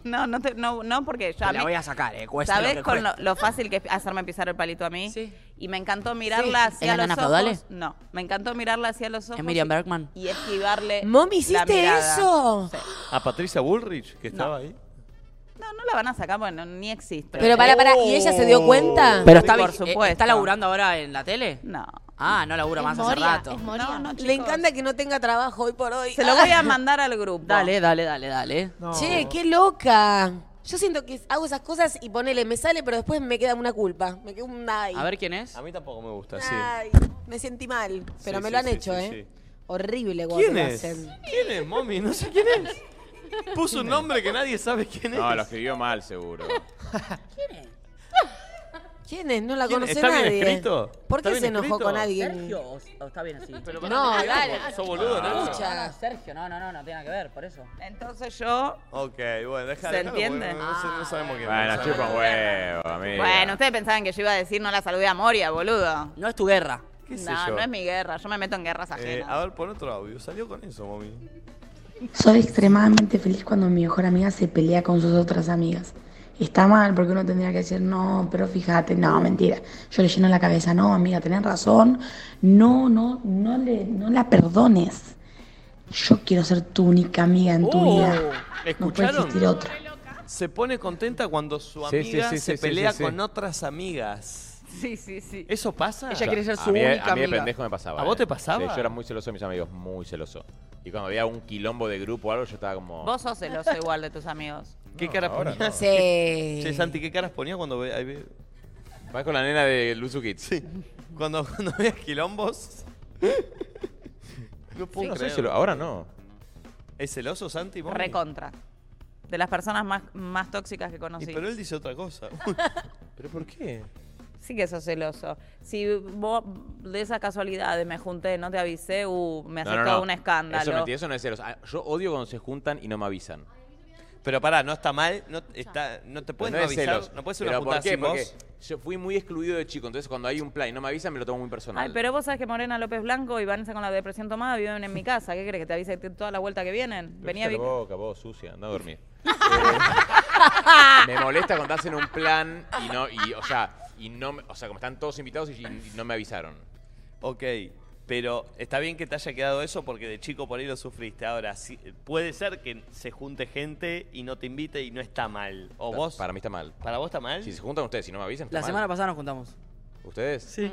[SPEAKER 5] No, no, te- no, no, porque ya.
[SPEAKER 4] Te la voy a sacar, eh, cueste
[SPEAKER 5] ¿Sabes
[SPEAKER 4] lo que
[SPEAKER 5] con lo,
[SPEAKER 4] cueste.
[SPEAKER 5] lo fácil que es hacerme pisar el palito a mí? Y me encantó mirarla
[SPEAKER 4] Sí.
[SPEAKER 5] hacia
[SPEAKER 4] ¿Es
[SPEAKER 5] los
[SPEAKER 4] Nana
[SPEAKER 5] ojos.
[SPEAKER 4] Feudale?
[SPEAKER 5] No, me encantó mirarla hacia los ojos.
[SPEAKER 4] Es Miriam
[SPEAKER 5] y-
[SPEAKER 4] Bergman.
[SPEAKER 5] Y esquivarle.
[SPEAKER 8] Mommy,
[SPEAKER 5] la
[SPEAKER 8] ¿hiciste
[SPEAKER 5] mirada.
[SPEAKER 8] eso?
[SPEAKER 1] ¿A Patricia Bullrich, que estaba ahí?
[SPEAKER 5] No, no la van a sacar, bueno, ni existe.
[SPEAKER 8] Pero pará, pará, ¿y ella se dio cuenta?
[SPEAKER 4] Oh. Pero está,
[SPEAKER 5] Por
[SPEAKER 4] vi- eh,
[SPEAKER 5] supuesto.
[SPEAKER 4] ¿Está laburando ahora en la tele?
[SPEAKER 5] No.
[SPEAKER 4] Ah, no labura más hace rato.
[SPEAKER 8] No, no, Le encanta que no tenga trabajo hoy por hoy. Ah.
[SPEAKER 5] Se lo voy a mandar al grupo.
[SPEAKER 4] Dale, dale, dale, dale.
[SPEAKER 8] Che, qué loca. Yo siento que hago esas cosas y ponele, me sale, pero después me queda una culpa. Me queda un ay.
[SPEAKER 4] A ver quién es.
[SPEAKER 1] A mí tampoco me
[SPEAKER 4] Ah,
[SPEAKER 1] gusta, sí.
[SPEAKER 8] Ay, me sentí mal, pero
[SPEAKER 1] Sí,
[SPEAKER 8] me
[SPEAKER 1] sí,
[SPEAKER 8] lo han
[SPEAKER 1] sí,
[SPEAKER 8] hecho,
[SPEAKER 1] sí,
[SPEAKER 8] ¿eh?
[SPEAKER 1] sí.
[SPEAKER 8] Horrible cuando
[SPEAKER 1] ¿Quién
[SPEAKER 8] lo
[SPEAKER 1] es?
[SPEAKER 8] hacen.
[SPEAKER 1] ¿Quién es, mami? No sé quién es. Puso un nombre que nadie sabe quién es.
[SPEAKER 2] No, lo escribió mal, seguro.
[SPEAKER 8] ¿Quién es? No la
[SPEAKER 1] ¿Quién-
[SPEAKER 8] conoce
[SPEAKER 1] está bien
[SPEAKER 8] nadie.
[SPEAKER 1] escrito?
[SPEAKER 8] ¿Por
[SPEAKER 1] ¿Está
[SPEAKER 8] qué
[SPEAKER 1] bien
[SPEAKER 8] se enojó
[SPEAKER 1] escrito?
[SPEAKER 8] con alguien?
[SPEAKER 4] Sergio, o, o está bien así.
[SPEAKER 8] No, dale.
[SPEAKER 1] ¿Sos boludo,
[SPEAKER 8] Ah.
[SPEAKER 1] Nacho?
[SPEAKER 4] No, no, Sergio, no, no, no, no tiene nada que ver, por eso.
[SPEAKER 5] Entonces yo.
[SPEAKER 1] Ok, bueno, deja
[SPEAKER 5] ¿Se
[SPEAKER 1] dejalo, porque
[SPEAKER 5] entiende?
[SPEAKER 1] No, sé- no sabemos quién es.
[SPEAKER 2] Bueno, chupa un huevo, amigo.
[SPEAKER 5] Bueno, ustedes pensaban que yo iba a decir no la saludé a Moria, boludo.
[SPEAKER 4] No es tu guerra.
[SPEAKER 1] ¿Qué sé
[SPEAKER 5] no,
[SPEAKER 1] yo?
[SPEAKER 5] no es mi guerra. Yo me meto en guerras
[SPEAKER 1] Eh,
[SPEAKER 5] ajenas.
[SPEAKER 1] a ver, pon otro audio. Salió con eso, mami.
[SPEAKER 6] Soy extremadamente feliz cuando mi mejor amiga se pelea con sus otras amigas. Está mal porque uno tendría que decir, no, pero fíjate, no, mentira. Yo le lleno la cabeza, no, amiga, tenés razón. No, no, no, le, no la perdones. Yo quiero ser tu única amiga en tu
[SPEAKER 1] Oh,
[SPEAKER 6] vida. No puede
[SPEAKER 1] ¿Escucharon?
[SPEAKER 6] existir otra.
[SPEAKER 1] Se pone contenta cuando su
[SPEAKER 2] Sí,
[SPEAKER 1] amiga
[SPEAKER 2] sí, sí,
[SPEAKER 1] se
[SPEAKER 2] sí,
[SPEAKER 1] pelea
[SPEAKER 2] sí, sí.
[SPEAKER 1] con otras amigas.
[SPEAKER 5] Sí, sí, sí.
[SPEAKER 1] ¿Eso pasa?
[SPEAKER 4] Ella quiere ser
[SPEAKER 2] a mí, a mí de pendejo me pasaba.
[SPEAKER 1] ¿A vos
[SPEAKER 2] eh.
[SPEAKER 1] te pasaba?
[SPEAKER 2] Sí, yo era muy celoso de mis amigos, muy celoso. Y cuando había un quilombo de grupo o algo, yo estaba como.
[SPEAKER 5] Vos sos celoso igual de tus amigos.
[SPEAKER 1] ¿Qué caras ponías?
[SPEAKER 8] Sí.
[SPEAKER 1] Che, Santi, ¿qué caras ponías cuando ve, ahí ve-
[SPEAKER 2] Vas con la nena de Luzu Kids.
[SPEAKER 1] Sí. Cuando, cuando veas quilombos? No puedo
[SPEAKER 2] Yo no soy
[SPEAKER 1] creer.
[SPEAKER 2] celo- ahora no.
[SPEAKER 1] ¿Es celoso, Santi? mami?
[SPEAKER 5] Recontra. De las personas más, más tóxicas que
[SPEAKER 1] Y
[SPEAKER 5] conocí.
[SPEAKER 1] pero él dice otra cosa. Uy, ¿Pero por qué?
[SPEAKER 5] Sí que sos celoso. Si vos de esas casualidades me junté, no te avisé, uh, me
[SPEAKER 2] No,
[SPEAKER 5] haces
[SPEAKER 2] no,
[SPEAKER 5] todo
[SPEAKER 2] no.
[SPEAKER 5] un escándalo.
[SPEAKER 2] Eso, mentira, eso no es celos. Ah, Yo odio cuando se juntan y no me avisan.
[SPEAKER 1] Pero pará, no está mal, no, está, no te pueden
[SPEAKER 2] no es
[SPEAKER 1] avisar,
[SPEAKER 2] celos.
[SPEAKER 1] no puedes ser una
[SPEAKER 2] Pero ¿por
[SPEAKER 1] putada
[SPEAKER 2] qué?
[SPEAKER 1] sin
[SPEAKER 2] Porque
[SPEAKER 1] vos.
[SPEAKER 2] yo fui muy excluido de chico, entonces cuando hay un plan y no me avisan, me lo tomo muy personal.
[SPEAKER 5] Ay, pero vos sabés que Morena López Blanco y Vanessa con la depresión tomada viven en mi casa. ¿Qué crees que te avise t- toda la vuelta que vienen?
[SPEAKER 2] Pero
[SPEAKER 5] Venía
[SPEAKER 2] cállate
[SPEAKER 5] Vic-
[SPEAKER 2] la boca, vos, sucia, anda a dormir. Eh, me molesta cuando hacen un plan y no, y, o sea, y no, me- o sea, como están todos invitados y, y no me avisaron.
[SPEAKER 1] Ok, pero está bien que te haya quedado eso porque de chico por ahí lo sufriste. Ahora, sí, puede ser que se junte gente y no te invite y no está mal. ¿O
[SPEAKER 2] Ta-
[SPEAKER 1] vos?
[SPEAKER 2] Para mí está mal.
[SPEAKER 1] ¿Para vos está mal?
[SPEAKER 2] Si se juntan ustedes y no me avisan, está
[SPEAKER 4] La
[SPEAKER 2] mal.
[SPEAKER 4] semana pasada nos juntamos.
[SPEAKER 2] ¿Ustedes?
[SPEAKER 4] Sí.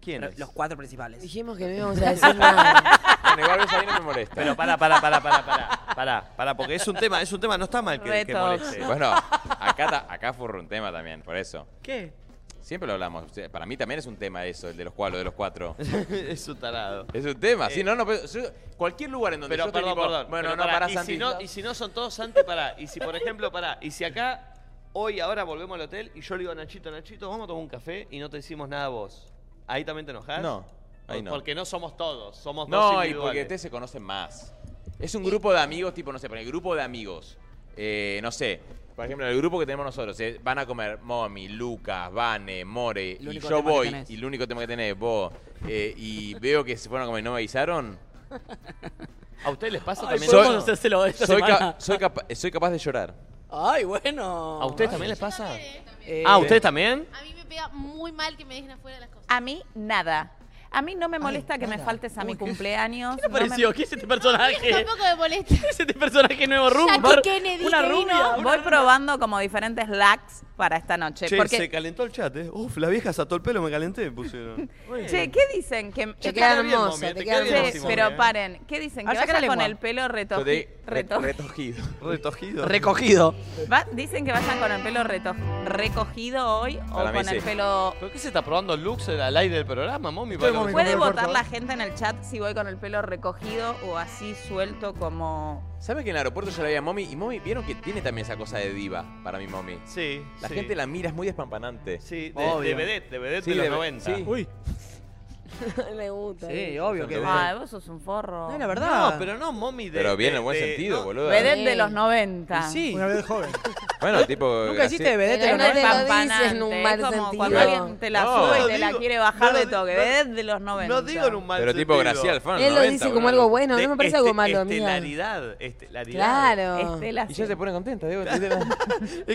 [SPEAKER 1] ¿Quiénes?
[SPEAKER 4] Los cuatro principales.
[SPEAKER 8] Dijimos que no íbamos a decir nada.
[SPEAKER 2] Bueno, igual ves, a mí no me molesta.
[SPEAKER 1] Pero pará, pará, pará, pará, pará, pará, pará, porque es un tema, es un tema, no está mal que, que moleste.
[SPEAKER 2] Bueno, acá, ta- acá fue un tema también, por eso.
[SPEAKER 4] ¿Qué?
[SPEAKER 2] Siempre lo hablamos. O sea, Para mí también es un tema eso, el de los cuatro, de los cuatro.
[SPEAKER 1] es un tarado. Eh.
[SPEAKER 2] Es un tema. Sí, no, no, pero yo- cualquier lugar en donde
[SPEAKER 1] Pero
[SPEAKER 2] yo
[SPEAKER 1] perdón,
[SPEAKER 2] estoy, tipo,
[SPEAKER 1] perdón.
[SPEAKER 2] Bueno,
[SPEAKER 1] pero
[SPEAKER 2] no,
[SPEAKER 1] pará,
[SPEAKER 2] para
[SPEAKER 1] y si
[SPEAKER 2] Santi.
[SPEAKER 1] no, y si no son todos Santi, pará. Y si, por ejemplo, pará, y si acá hoy, ahora volvemos al hotel y yo le digo a Nachito, Nachito, vamos a tomar un café y no te decimos nada a vos. ¿Ahí también te enojás?
[SPEAKER 2] No, ahí no.
[SPEAKER 1] Porque no somos todos, somos dos
[SPEAKER 2] No, y
[SPEAKER 1] individuales.
[SPEAKER 2] porque ustedes se conocen más. Es un grupo de amigos, tipo, no sé, pone grupo de amigos. Eh, no sé. Por ejemplo, el grupo que tenemos nosotros, eh, van a comer Momi, Lucas, Vane, More,
[SPEAKER 4] El
[SPEAKER 2] y
[SPEAKER 4] único
[SPEAKER 2] yo
[SPEAKER 4] tema que
[SPEAKER 2] voy,
[SPEAKER 4] tenés.
[SPEAKER 2] y el único tema que tenés, vos, eh, y veo que se fueron a comer y no me avisaron.
[SPEAKER 1] ¿A ustedes les pasa
[SPEAKER 4] Ay,
[SPEAKER 1] también?
[SPEAKER 4] podemos
[SPEAKER 1] eso?
[SPEAKER 4] hacérselo esta
[SPEAKER 2] soy, ca-
[SPEAKER 4] semana.
[SPEAKER 2] soy capa- soy capaz de llorar.
[SPEAKER 4] Ay, bueno.
[SPEAKER 1] ¿A ustedes también les pasa?
[SPEAKER 4] Eh,
[SPEAKER 1] ah, ¿a ustedes también?
[SPEAKER 7] pega muy mal que me dejen afuera de las cosas.
[SPEAKER 5] A mí, nada. A mí no me molesta que me faltes a mi cumpleaños.
[SPEAKER 33] ¿Qué apareció? ¿Qué es este personaje?
[SPEAKER 7] Tampoco me molesta.
[SPEAKER 33] ¿Qué es este personaje nuevo, Rumbar? Una rubia.
[SPEAKER 5] Voy probando como diferentes lags para esta noche.
[SPEAKER 1] Che,
[SPEAKER 5] porque,
[SPEAKER 1] se calentó el chat, ¿eh? Uf, la vieja se ató el pelo, me calenté, pusieron.
[SPEAKER 5] Che, ¿qué dicen? Que,
[SPEAKER 1] Te queda hermoso, te queda
[SPEAKER 5] Che,
[SPEAKER 1] hermosísimo,
[SPEAKER 5] Pero
[SPEAKER 1] eh.
[SPEAKER 5] paren, ¿qué dicen?
[SPEAKER 1] Ah,
[SPEAKER 5] Que
[SPEAKER 1] saca
[SPEAKER 5] vaya
[SPEAKER 1] la
[SPEAKER 5] con
[SPEAKER 1] lengua.
[SPEAKER 5] el pelo retoji-
[SPEAKER 2] Re-
[SPEAKER 5] reto-
[SPEAKER 2] Retojido.
[SPEAKER 1] Retojido.
[SPEAKER 33] Recogido.
[SPEAKER 5] Va- Dicen que vayan con el pelo reto- recogido hoy o
[SPEAKER 33] Para mí
[SPEAKER 5] con
[SPEAKER 33] sí.
[SPEAKER 5] el pelo...
[SPEAKER 33] ¿Pero qué se está probando el Lux al aire del programa, mommy? Para-
[SPEAKER 5] ¿Puede votar la gente en el chat si voy con el pelo recogido o así suelto como...
[SPEAKER 2] ¿Sabe que en el aeropuerto yo la vi a Mommy? Y Mommy, vieron que tiene también esa cosa de diva para mi Mommy.
[SPEAKER 1] Sí.
[SPEAKER 2] La
[SPEAKER 1] sí.
[SPEAKER 2] gente la mira, es muy despampanante. Sí,
[SPEAKER 1] de- Obvio. de vedette, de vedette de los 90.
[SPEAKER 2] Uy.
[SPEAKER 8] Me gusta. Ah,
[SPEAKER 2] Sí, obvio que-
[SPEAKER 5] Ay, vos sos un forro.
[SPEAKER 2] No, la verdad.
[SPEAKER 1] No, pero no, mommy de.
[SPEAKER 2] Pero bien en
[SPEAKER 1] de-
[SPEAKER 2] el buen
[SPEAKER 1] de-
[SPEAKER 2] sentido,
[SPEAKER 1] no.
[SPEAKER 2] boludo.
[SPEAKER 5] Vedette de los 90.
[SPEAKER 33] Sí.
[SPEAKER 6] Una vez joven.
[SPEAKER 2] Bueno, tipo.
[SPEAKER 5] Nunca
[SPEAKER 2] así-
[SPEAKER 5] hiciste vedette de los 90. es como cuando alguien te la
[SPEAKER 2] No.
[SPEAKER 5] sube y
[SPEAKER 2] No
[SPEAKER 5] te la
[SPEAKER 2] digo-
[SPEAKER 5] quiere bajar
[SPEAKER 2] no
[SPEAKER 5] de
[SPEAKER 2] lo-
[SPEAKER 5] toque.
[SPEAKER 2] no-
[SPEAKER 5] vedette de los 90.
[SPEAKER 1] No digo en un mal
[SPEAKER 2] Pero tipo
[SPEAKER 1] sentido. este-
[SPEAKER 2] Graciela Alfano,
[SPEAKER 8] Él lo 90, dice como boludo. algo bueno, no me parece algo malo, amiga.
[SPEAKER 1] Estelaridad, estelaridad.
[SPEAKER 8] Claro. Estela
[SPEAKER 2] Y ya se ponen contentas, digo.
[SPEAKER 1] Es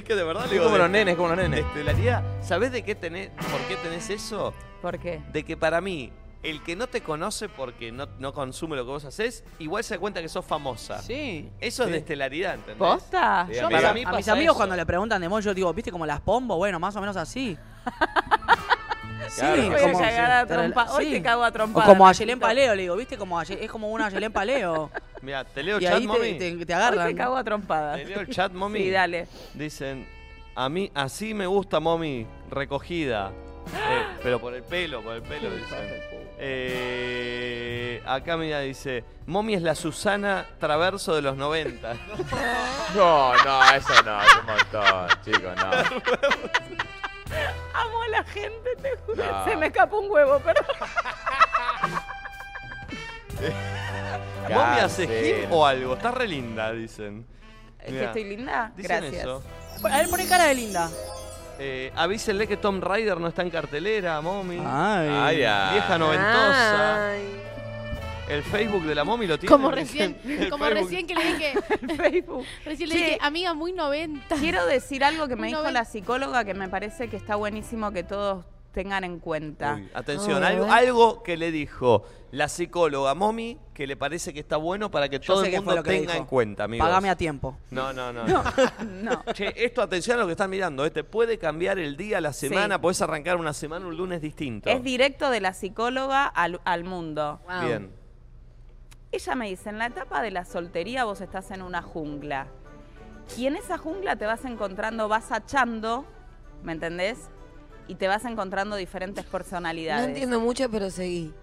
[SPEAKER 1] que de verdad
[SPEAKER 2] Es como los nenes, como los nenes.
[SPEAKER 1] Estelaridad. ¿Sabés de qué tenés, por qué tenés eso?
[SPEAKER 5] ¿Por qué?
[SPEAKER 1] De que para mí, el que no te conoce porque no, no consume lo que vos haces, igual se da cuenta que sos famosa.
[SPEAKER 4] Sí.
[SPEAKER 1] Eso es
[SPEAKER 4] Sí.
[SPEAKER 1] de estelaridad, ¿entendés?
[SPEAKER 5] ¿Posta?
[SPEAKER 4] Yo a mis-
[SPEAKER 1] para
[SPEAKER 4] a
[SPEAKER 1] mí
[SPEAKER 4] mis,
[SPEAKER 1] pasa
[SPEAKER 4] amigos
[SPEAKER 1] eso.
[SPEAKER 4] cuando le preguntan de moyo, digo, ¿viste como las pombo? Bueno, más o menos así. sí,
[SPEAKER 5] Claro, Te voy a
[SPEAKER 4] como-
[SPEAKER 5] cagar a
[SPEAKER 4] te rela-
[SPEAKER 5] trompa- hoy te cago a trompadas,
[SPEAKER 4] O como a
[SPEAKER 5] Nachito.
[SPEAKER 4] Yelén Paleo, le digo, ¿viste? Como a Ye- es como una Yelén Paleo.
[SPEAKER 1] Mira, te leo
[SPEAKER 4] Y
[SPEAKER 1] chat,
[SPEAKER 4] ahí te-
[SPEAKER 1] mami.
[SPEAKER 4] te- te agarran. Hoy te cago
[SPEAKER 5] a trompadas.
[SPEAKER 1] Te leo el chat, mami.
[SPEAKER 5] Sí, dale.
[SPEAKER 1] Dicen, a mí así me gusta, mami, recogida. Eh, pero por el pelo, por el pelo, dicen. Eh, acá mira, dice, Mommy es la Susana Traverso de los 90.
[SPEAKER 2] No, no, eso no, es un montón, chicos, no.
[SPEAKER 5] Amo a la gente, te juro.
[SPEAKER 1] Ah.
[SPEAKER 2] No.
[SPEAKER 5] Se me escapó un huevo, pero...
[SPEAKER 1] Mommy hace
[SPEAKER 2] Cancel.
[SPEAKER 1] hip o algo, está re linda, dicen.
[SPEAKER 5] ¿Es que
[SPEAKER 1] Mirá,
[SPEAKER 5] estoy linda?
[SPEAKER 1] Dicen
[SPEAKER 5] Gracias.
[SPEAKER 1] eso.
[SPEAKER 4] A ver, poné cara de linda.
[SPEAKER 1] Eh, avísenle que Tom Ryder no está en cartelera, Mommy.
[SPEAKER 4] Ay.
[SPEAKER 2] Ay, ay.
[SPEAKER 1] Vieja noventosa. El Facebook de la Mommy lo tiene.
[SPEAKER 7] Como recién,
[SPEAKER 1] El
[SPEAKER 7] como
[SPEAKER 1] Facebook.
[SPEAKER 7] recién que le dije,
[SPEAKER 5] Facebook.
[SPEAKER 7] recién le
[SPEAKER 5] Che.
[SPEAKER 7] dije, amiga muy 90.
[SPEAKER 5] Quiero decir algo que me
[SPEAKER 7] Muy
[SPEAKER 5] dijo
[SPEAKER 7] 90.
[SPEAKER 5] la psicóloga que me parece que está buenísimo que todos tengan en cuenta.
[SPEAKER 1] Uy, atención, algo, algo que le dijo la psicóloga Momi que le parece que está bueno para que todo
[SPEAKER 4] sé
[SPEAKER 1] el
[SPEAKER 4] qué fue
[SPEAKER 1] mundo
[SPEAKER 4] lo que le
[SPEAKER 1] tenga
[SPEAKER 4] dijo.
[SPEAKER 1] en cuenta, amigos.
[SPEAKER 4] Pagame a tiempo.
[SPEAKER 1] No, no, no. no. Che, esto, atención a lo que están mirando. ¿eh? Te puede cambiar el día, la semana. Podés arrancar una semana, un lunes distinto.
[SPEAKER 5] Es directo de la psicóloga al, al mundo.
[SPEAKER 1] Bien.
[SPEAKER 5] Ella me dice, en la etapa de la soltería vos estás en una jungla. Y en esa jungla te vas encontrando, vas achando, ¿me entendés? Y te vas encontrando diferentes
[SPEAKER 8] No
[SPEAKER 5] personalidades.
[SPEAKER 8] entiendo mucho, pero seguí.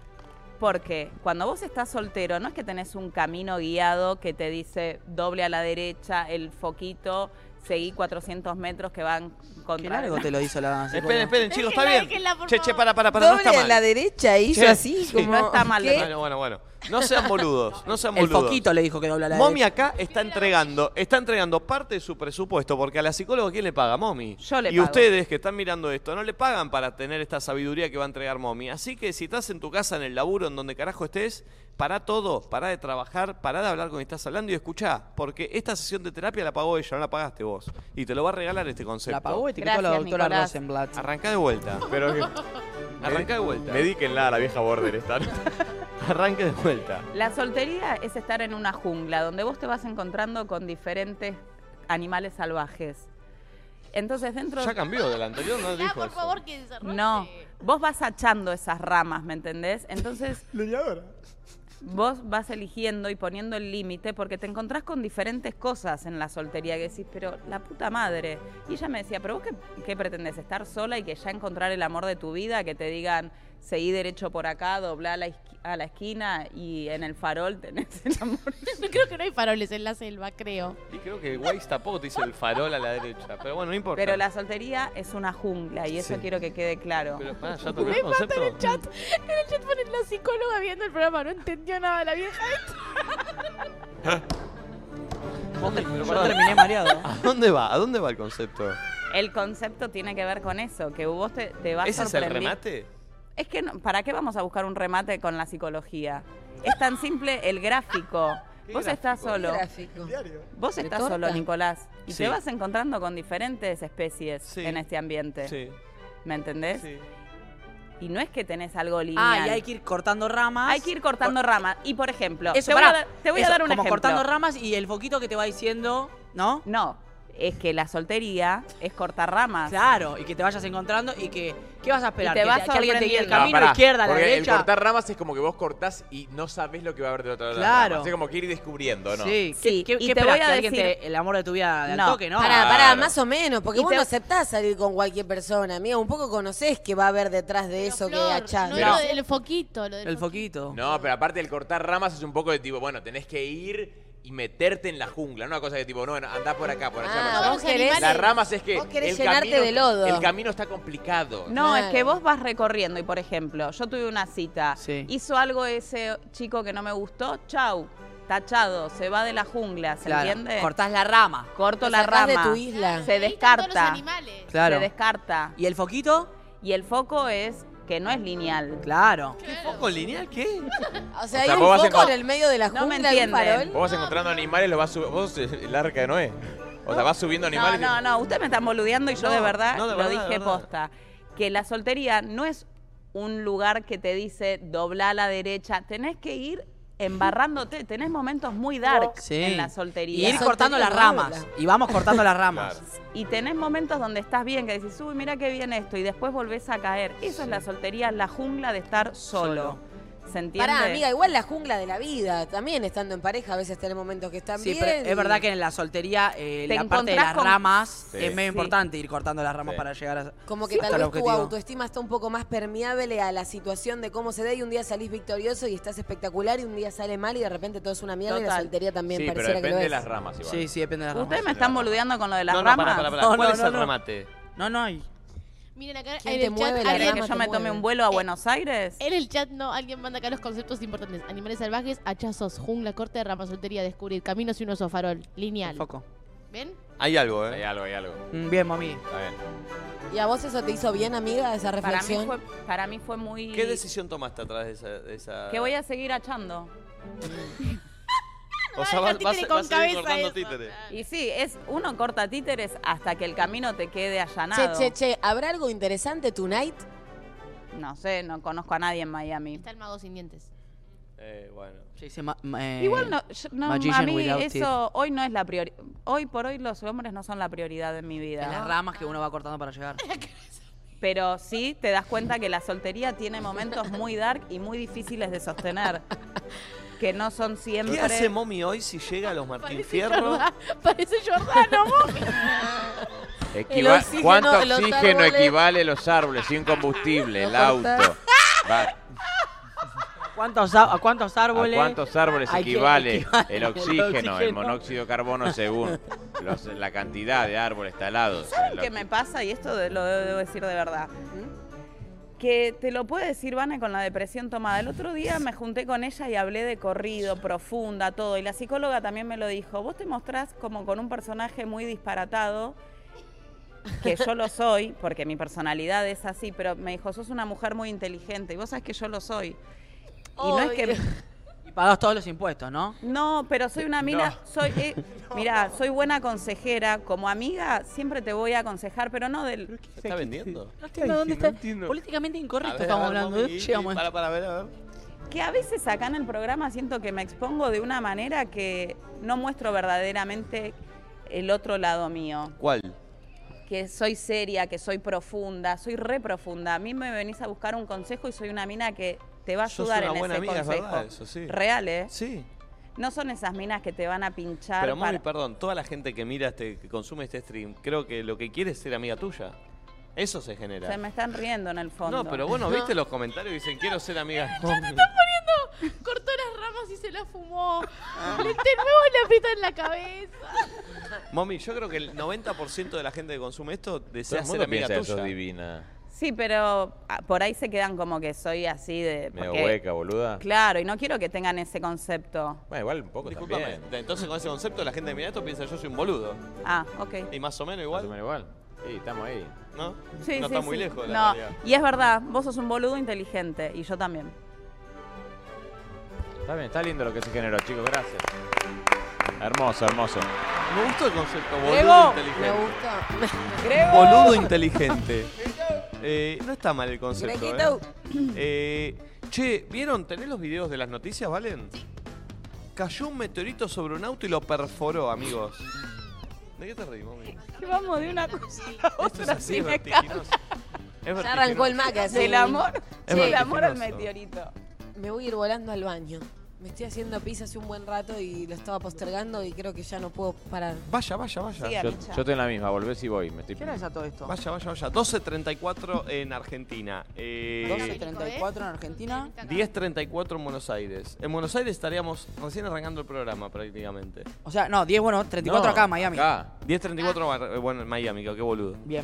[SPEAKER 5] Porque cuando vos estás soltero, no es que tenés un camino guiado que te dice doble a la derecha, el foquito, seguí 400 metros que van contra...
[SPEAKER 4] Qué largo te lo hizo la
[SPEAKER 1] Esperen,
[SPEAKER 4] psicóloga.
[SPEAKER 1] esperen, chicos, está
[SPEAKER 5] Déjenla,
[SPEAKER 1] bien.
[SPEAKER 5] déjenla, por
[SPEAKER 1] Che, che, para, para, para. no
[SPEAKER 8] Doble
[SPEAKER 1] está
[SPEAKER 8] a
[SPEAKER 1] mal.
[SPEAKER 8] la derecha hizo
[SPEAKER 1] Che,
[SPEAKER 8] así,
[SPEAKER 1] sí.
[SPEAKER 8] como... ¿qué?
[SPEAKER 1] Bueno, bueno, bueno. No sean boludos, no sean
[SPEAKER 4] El
[SPEAKER 1] boludos.
[SPEAKER 4] foquito le dijo que dobla la
[SPEAKER 1] Momi
[SPEAKER 4] derecha.
[SPEAKER 1] acá está entregando, está entregando parte de su presupuesto, porque a la psicóloga ¿quién le paga? Momi.
[SPEAKER 5] Yo le
[SPEAKER 1] y
[SPEAKER 5] pago.
[SPEAKER 1] ustedes que están mirando esto, no le pagan para tener esta sabiduría que va a entregar Momi. Así que si estás en tu casa, en el laburo, en donde carajo estés, para todo, para de trabajar, para de hablar con quien estás hablando y escuchá, porque esta sesión de terapia la pagó ella, no la pagaste vos. Y te lo va a regalar este concepto.
[SPEAKER 4] La pagó y te quitó la
[SPEAKER 5] Gracias,
[SPEAKER 4] doctora
[SPEAKER 5] Nicolás.
[SPEAKER 4] Rosenblatt.
[SPEAKER 1] Arrancá de vuelta.
[SPEAKER 2] Pero que.
[SPEAKER 1] Arranca de vuelta.
[SPEAKER 2] Dedíquenla a la vieja border esta.
[SPEAKER 1] Arranca de vuelta.
[SPEAKER 5] La soltería es estar en una jungla donde vos te vas encontrando con diferentes animales salvajes. Entonces dentro...
[SPEAKER 1] Ya cambió del anterior, no dijo
[SPEAKER 7] por
[SPEAKER 1] eso.
[SPEAKER 7] favor que desarrolle.
[SPEAKER 5] No, vos vas achando esas ramas, ¿me entendés? Entonces... Vos vas eligiendo y poniendo el límite porque te encontrás con diferentes cosas en la soltería que decís, pero la puta madre. Y ella me decía, pero vos qué, qué pretendés, estar sola y que ya encontrar el amor de tu vida, que te digan, seguí derecho por acá, doblá a la, esqui- a la esquina y en el farol tenés el amor.
[SPEAKER 7] No creo que no hay faroles en la selva, creo.
[SPEAKER 1] Y creo que Waze tampoco te dice el farol a la derecha. Pero bueno, no importa.
[SPEAKER 5] Pero la soltería es una jungla y eso
[SPEAKER 1] Sí.
[SPEAKER 5] quiero que quede claro.
[SPEAKER 1] Pero, pará, ya terminó
[SPEAKER 7] Me
[SPEAKER 1] el
[SPEAKER 7] mata en el
[SPEAKER 1] concepto.
[SPEAKER 7] chat. En el chat ponen la psicóloga viendo el programa, no entendió nada la vieja esta.
[SPEAKER 1] Yo terminé mareado. ¿A dónde va? ¿A dónde va el concepto?
[SPEAKER 5] El concepto tiene que ver con eso, que vos te, te vas a
[SPEAKER 1] ¿Ese es el
[SPEAKER 5] sorprender.
[SPEAKER 1] remate?
[SPEAKER 5] Es que, no- ¿para qué vamos a buscar un remate con la psicología? Es tan simple el gráfico.
[SPEAKER 1] Ah,
[SPEAKER 5] Vos estás solo. Vos
[SPEAKER 8] ¿De
[SPEAKER 5] estás
[SPEAKER 8] torta?
[SPEAKER 5] solo, Nicolás. Y
[SPEAKER 1] Sí.
[SPEAKER 5] te vas encontrando con diferentes especies
[SPEAKER 1] Sí.
[SPEAKER 5] en este ambiente.
[SPEAKER 1] Sí.
[SPEAKER 5] ¿Me entendés? Y no es que tenés algo
[SPEAKER 4] Ah,
[SPEAKER 5] lineal.
[SPEAKER 4] y hay que ir cortando ramas.
[SPEAKER 5] Hay que ir cortando ramas. Y por ejemplo,
[SPEAKER 4] Eso,
[SPEAKER 5] te,
[SPEAKER 4] pará,
[SPEAKER 5] voy a dar, te voy a
[SPEAKER 4] eso,
[SPEAKER 5] dar un
[SPEAKER 4] como
[SPEAKER 5] ejemplo.
[SPEAKER 4] cortando ramas y el foquito que te va diciendo, ¿no?
[SPEAKER 5] No, es que la soltería es cortar ramas.
[SPEAKER 4] Claro, y que te vayas encontrando y que. ¿Qué vas a esperar?
[SPEAKER 5] Y te
[SPEAKER 4] que,
[SPEAKER 5] vas
[SPEAKER 4] que alguien te guíe el
[SPEAKER 5] sorprendiendo.
[SPEAKER 4] camino,
[SPEAKER 2] pará,
[SPEAKER 4] izquierda, la
[SPEAKER 2] porque
[SPEAKER 4] derecha.
[SPEAKER 2] El cortar ramas es como que vos cortás y no sabés lo que va a haber de otro lado.
[SPEAKER 4] Claro.
[SPEAKER 2] Es como que ir descubriendo, ¿no?
[SPEAKER 4] Sí,
[SPEAKER 5] Sí,
[SPEAKER 4] ¿qué,
[SPEAKER 5] y
[SPEAKER 4] qué
[SPEAKER 5] te
[SPEAKER 4] esperás?
[SPEAKER 5] voy a
[SPEAKER 4] que alguien
[SPEAKER 5] decir-
[SPEAKER 4] te- Eh, el amor de tu vida de al
[SPEAKER 5] No.
[SPEAKER 4] toque, ¿no?
[SPEAKER 2] Ah,
[SPEAKER 8] Pará, pará,
[SPEAKER 4] Claro.
[SPEAKER 8] más o menos, porque
[SPEAKER 4] Y
[SPEAKER 8] vos
[SPEAKER 4] te-
[SPEAKER 8] no aceptás salir con cualquier persona, amigo. Un poco conocés que va a haber detrás de eso que achás.
[SPEAKER 7] No, lo del foquito, lo del
[SPEAKER 4] El foquito.
[SPEAKER 2] No, pero aparte del cortar ramas es un poco de tipo, bueno, tenés que ir y meterte en la jungla. No una cosa de tipo, no, bueno, andá por acá, por allá,
[SPEAKER 8] Ah,
[SPEAKER 2] por allá.
[SPEAKER 8] vos querés-
[SPEAKER 2] Las ramas es que.
[SPEAKER 8] vos querés
[SPEAKER 2] el
[SPEAKER 8] llenarte
[SPEAKER 2] camino-
[SPEAKER 8] de lodo.
[SPEAKER 2] El camino está complicado.
[SPEAKER 5] No, es que vos vas recorriendo y por ejemplo, yo tuve una cita,
[SPEAKER 2] Sí.
[SPEAKER 5] hizo algo ese chico que no me gustó, chau, tachado, se va de la jungla, ¿se
[SPEAKER 4] Claro,
[SPEAKER 5] entiende?
[SPEAKER 4] cortás la rama.
[SPEAKER 5] Corto
[SPEAKER 4] Lo
[SPEAKER 5] la
[SPEAKER 4] sacás
[SPEAKER 5] rama.
[SPEAKER 4] de tu isla.
[SPEAKER 5] Se
[SPEAKER 4] Ahí están todos los
[SPEAKER 5] descarta.
[SPEAKER 4] animales. Claro.
[SPEAKER 5] Se descarta.
[SPEAKER 4] ¿Y el foquito?
[SPEAKER 5] Y el foco es que no es lineal.
[SPEAKER 4] Claro.
[SPEAKER 5] ¿Qué
[SPEAKER 34] foco lineal qué?
[SPEAKER 8] O
[SPEAKER 2] sea, hay un vos vas foco en-
[SPEAKER 8] en el medio de la
[SPEAKER 5] No me
[SPEAKER 8] jungla, hay un
[SPEAKER 5] entienden.
[SPEAKER 8] farol.
[SPEAKER 2] Vos vas encontrando animales, los vas subiendo. Vos sos el arca de Noé. O sea, vas
[SPEAKER 5] No,
[SPEAKER 2] subiendo animales. y-
[SPEAKER 5] no, no, ustedes me están boludeando y yo
[SPEAKER 2] No,
[SPEAKER 5] de verdad
[SPEAKER 2] no, de
[SPEAKER 5] lo
[SPEAKER 2] verdad,
[SPEAKER 5] dije
[SPEAKER 2] de verdad.
[SPEAKER 5] posta. Que la soltería no es un lugar que te dice dobla a la derecha, tenés que ir embarrándote, tenés momentos muy dark
[SPEAKER 4] Sí.
[SPEAKER 5] en la
[SPEAKER 4] Y
[SPEAKER 5] soltería.
[SPEAKER 4] ir cortando las ramas. Y vamos cortando las ramas.
[SPEAKER 5] Y tenés momentos donde estás bien, que decís, uy, mira qué bien esto, y después volvés a caer. Eso es la soltería, la jungla de estar solo. ¿Se entiende?
[SPEAKER 8] Pará, amiga, igual la jungla de la vida. También estando en pareja, a veces tenés momentos que están
[SPEAKER 4] Sí,
[SPEAKER 8] bien.
[SPEAKER 4] pero es
[SPEAKER 8] y-
[SPEAKER 4] verdad que en la soltería eh,
[SPEAKER 8] Te
[SPEAKER 4] la parte de
[SPEAKER 8] encontrás
[SPEAKER 4] las
[SPEAKER 8] con-
[SPEAKER 4] ramas
[SPEAKER 8] Sí.
[SPEAKER 4] es medio
[SPEAKER 8] Sí.
[SPEAKER 4] importante ir cortando las ramas para llegar a
[SPEAKER 8] Como que
[SPEAKER 4] hasta
[SPEAKER 8] tal
[SPEAKER 4] el
[SPEAKER 8] vez tu
[SPEAKER 4] objetivo.
[SPEAKER 8] autoestima está un poco más permeable a la situación de cómo se da y un día salís victorioso y estás espectacular y un día sale mal y de repente todo es una mierda y la
[SPEAKER 5] Total.
[SPEAKER 8] soltería también
[SPEAKER 2] Sí, pero
[SPEAKER 8] pareciera que lo
[SPEAKER 2] depende de
[SPEAKER 8] es.
[SPEAKER 2] las ramas igual.
[SPEAKER 4] Sí, sí, depende de las ramas.
[SPEAKER 5] Ustedes me están boludeando con lo de las
[SPEAKER 34] No, no,
[SPEAKER 5] ramas.
[SPEAKER 34] pará, pará, pará. ¿Cuál es el remate?
[SPEAKER 4] No, no, y-
[SPEAKER 7] Miren acá
[SPEAKER 5] ¿Quién
[SPEAKER 7] en
[SPEAKER 5] te
[SPEAKER 7] el chat.
[SPEAKER 5] mueve
[SPEAKER 7] alguien-
[SPEAKER 5] la rama, ¿Que yo te me tome mueve? un vuelo a Buenos Aires?
[SPEAKER 7] En el chat no, alguien manda acá los conceptos importantes. Animales salvajes, hachazos, jungla, corte de rama, soltería, descubrir, caminos y un oso farol, lineal.
[SPEAKER 4] Foco.
[SPEAKER 7] ¿Ven?
[SPEAKER 2] Hay algo, ¿eh? Hay algo, hay algo.
[SPEAKER 4] Mm, Bien, mami.
[SPEAKER 2] Está bien.
[SPEAKER 8] ¿Y a vos eso te hizo bien, amiga, esa
[SPEAKER 5] Para mí,
[SPEAKER 8] reflexión?
[SPEAKER 5] fue, para mí fue muy...
[SPEAKER 1] ¿Qué decisión tomaste a través de esa...? de esa-
[SPEAKER 5] que voy a seguir achando.
[SPEAKER 1] O sea,
[SPEAKER 5] va a
[SPEAKER 1] vas,
[SPEAKER 5] dejar
[SPEAKER 1] vas-
[SPEAKER 5] títere
[SPEAKER 1] vas
[SPEAKER 5] con
[SPEAKER 1] a seguir
[SPEAKER 5] cabeza
[SPEAKER 1] cortando
[SPEAKER 5] eso.
[SPEAKER 1] títere.
[SPEAKER 5] Y sí, es uno corta títeres hasta que el camino te quede
[SPEAKER 8] Che,
[SPEAKER 5] allanado.
[SPEAKER 8] che, che, ¿habrá algo interesante tonight?
[SPEAKER 5] No sé, no conozco a nadie en Miami. Está
[SPEAKER 7] el mago sin dientes.
[SPEAKER 1] Eh, bueno.
[SPEAKER 4] Se dice ma- ma- eh,
[SPEAKER 5] Igual no, yo- no, a
[SPEAKER 4] magician
[SPEAKER 5] mí
[SPEAKER 4] without
[SPEAKER 5] eso
[SPEAKER 4] teeth.
[SPEAKER 5] hoy no es la prioridad. Hoy por hoy los hombres no son la prioridad en mi vida.
[SPEAKER 4] En las ramas que uno va cortando para llegar.
[SPEAKER 5] Pero sí te das cuenta que la soltería tiene momentos muy dark y muy difíciles de sostener. que no son siempre.
[SPEAKER 1] ¿Qué hace Mommy hoy si llega a los Martín Fierro?
[SPEAKER 7] Jordan- Parece Jordano, mami.
[SPEAKER 2] Equiva-
[SPEAKER 7] El oxígeno
[SPEAKER 2] ¿Cuánto
[SPEAKER 7] de los
[SPEAKER 2] oxígeno
[SPEAKER 7] árboles?
[SPEAKER 2] equivale a los árboles sin combustible, el auto? Va-
[SPEAKER 4] ¿Cuántos, a, a cuántos árboles?
[SPEAKER 2] ¿A cuántos árboles
[SPEAKER 4] hay que-
[SPEAKER 2] equivale,
[SPEAKER 4] equivale
[SPEAKER 2] el, oxígeno, el monóxido de carbono según los- la cantidad de árboles talados?
[SPEAKER 5] ¿Saben qué me pasa? Y esto de- lo debo, debo decir de verdad. Que te lo puede decir Vane con la depresión tomada. El otro día me junté con ella y hablé de corrido, profunda, todo. Y la psicóloga también me lo dijo. Vos te mostrás como con un personaje muy disparatado, que yo lo soy, porque mi personalidad es así, pero me dijo, sos una mujer muy inteligente. Y vos sabés que yo lo soy. Y no es que...
[SPEAKER 4] Y pagás todos los impuestos, ¿no?
[SPEAKER 5] No, pero soy una mina, soy, eh, mirá, soy buena consejera, como amiga siempre te voy a aconsejar, pero no del...
[SPEAKER 1] ¿Está vendiendo?
[SPEAKER 5] No
[SPEAKER 1] entiendo dónde está.
[SPEAKER 5] Políticamente
[SPEAKER 1] A ver, a ver, Mommy, y- Para, para, ver, a ver.
[SPEAKER 5] Que a veces acá en el programa siento que me expongo de una manera que no muestro verdaderamente el otro lado mío.
[SPEAKER 1] ¿Cuál?
[SPEAKER 5] Que soy seria, que soy profunda, soy re profunda. A mí me venís a buscar un consejo y soy una mina que te va a
[SPEAKER 1] Sos
[SPEAKER 5] ayudar
[SPEAKER 1] una
[SPEAKER 5] en
[SPEAKER 1] buena
[SPEAKER 5] ese
[SPEAKER 1] amiga, es
[SPEAKER 5] consejo.
[SPEAKER 1] verdad eso, sí.
[SPEAKER 5] Real, ¿eh?
[SPEAKER 1] Sí.
[SPEAKER 5] No son esas minas que te van a pinchar
[SPEAKER 1] Pero
[SPEAKER 5] para-
[SPEAKER 1] Mommy, perdón, toda la gente que mira, este, que consume este stream, creo que lo que quiere es ser amiga tuya. Eso se genera.
[SPEAKER 5] Se me están riendo en el fondo.
[SPEAKER 1] No, pero bueno, viste los comentarios y dicen, quiero ser amiga. de Mommy.
[SPEAKER 7] poniendo. Cortó las ramas y se las fumó. El té nuevo le aprieta en la cabeza.
[SPEAKER 1] Mommy, yo creo que el 90% de la gente que consume esto
[SPEAKER 2] Todo
[SPEAKER 1] desea
[SPEAKER 2] el
[SPEAKER 1] ser
[SPEAKER 2] mundo
[SPEAKER 1] amiga
[SPEAKER 2] piensa que
[SPEAKER 1] tuya.
[SPEAKER 2] sos divina.
[SPEAKER 5] Sí, pero ah, por ahí se quedan como que soy así de...
[SPEAKER 2] Medio
[SPEAKER 5] porque-
[SPEAKER 2] hueca, boluda.
[SPEAKER 5] Claro, y no quiero que tengan ese concepto.
[SPEAKER 2] Bueno, Ah, igual un poco
[SPEAKER 1] Disculpame,
[SPEAKER 2] también.
[SPEAKER 1] entonces con ese concepto la gente que mira esto piensa yo soy un boludo.
[SPEAKER 5] Ah, ok.
[SPEAKER 1] Y más o menos igual. Más o menos
[SPEAKER 2] igual. Sí, estamos ahí.
[SPEAKER 1] ¿No?
[SPEAKER 5] Sí,
[SPEAKER 1] no
[SPEAKER 5] sí,
[SPEAKER 1] está
[SPEAKER 5] sí.
[SPEAKER 1] muy lejos de la
[SPEAKER 5] No,
[SPEAKER 1] realidad.
[SPEAKER 5] y es verdad, vos sos un boludo inteligente y yo también.
[SPEAKER 2] Está bien, está lindo lo que se generó, chicos, gracias. Hermoso, hermoso.
[SPEAKER 1] Me gustó el concepto, boludo
[SPEAKER 2] Grego.
[SPEAKER 1] inteligente.
[SPEAKER 8] Me gustó.
[SPEAKER 1] Boludo inteligente. Eh, no está mal el concepto.
[SPEAKER 8] Grequito.
[SPEAKER 1] ¿eh? Eh, che, ¿vieron? ¿Tenés los videos de las noticias, Valen? Cayó un meteorito sobre un auto y lo perforó, amigos. ¿De qué te reís, mami?
[SPEAKER 5] Que Vamos de una cosa a
[SPEAKER 1] Esto es
[SPEAKER 5] otra
[SPEAKER 1] así,
[SPEAKER 5] sin
[SPEAKER 1] vertiginoso. Es
[SPEAKER 8] Ya arrancó el maca, sí.
[SPEAKER 5] Del amor,
[SPEAKER 8] Es
[SPEAKER 5] del amor al
[SPEAKER 8] vertiginoso.
[SPEAKER 5] meteorito.
[SPEAKER 8] Me voy a ir volando al baño. Me estoy haciendo pis hace un buen rato y lo estaba postergando y creo que ya no puedo parar.
[SPEAKER 1] Vaya, vaya, vaya.
[SPEAKER 8] Sí,
[SPEAKER 2] yo,
[SPEAKER 8] amicha.
[SPEAKER 2] yo estoy en la misma, volvés y voy. Me estoy...
[SPEAKER 4] ¿Qué hora es ya todo esto?
[SPEAKER 1] Vaya, vaya, vaya. 12.34 en Argentina. Eh,
[SPEAKER 4] 12.34 en Argentina.
[SPEAKER 1] 10.34 en Buenos Aires. En Buenos Aires estaríamos recién arrancando el programa prácticamente.
[SPEAKER 4] O sea, no, 10, bueno, 34 acá en Miami.
[SPEAKER 1] Acá. 10.34 bar- eh, bueno, en Miami, qué boludo.
[SPEAKER 4] Bien.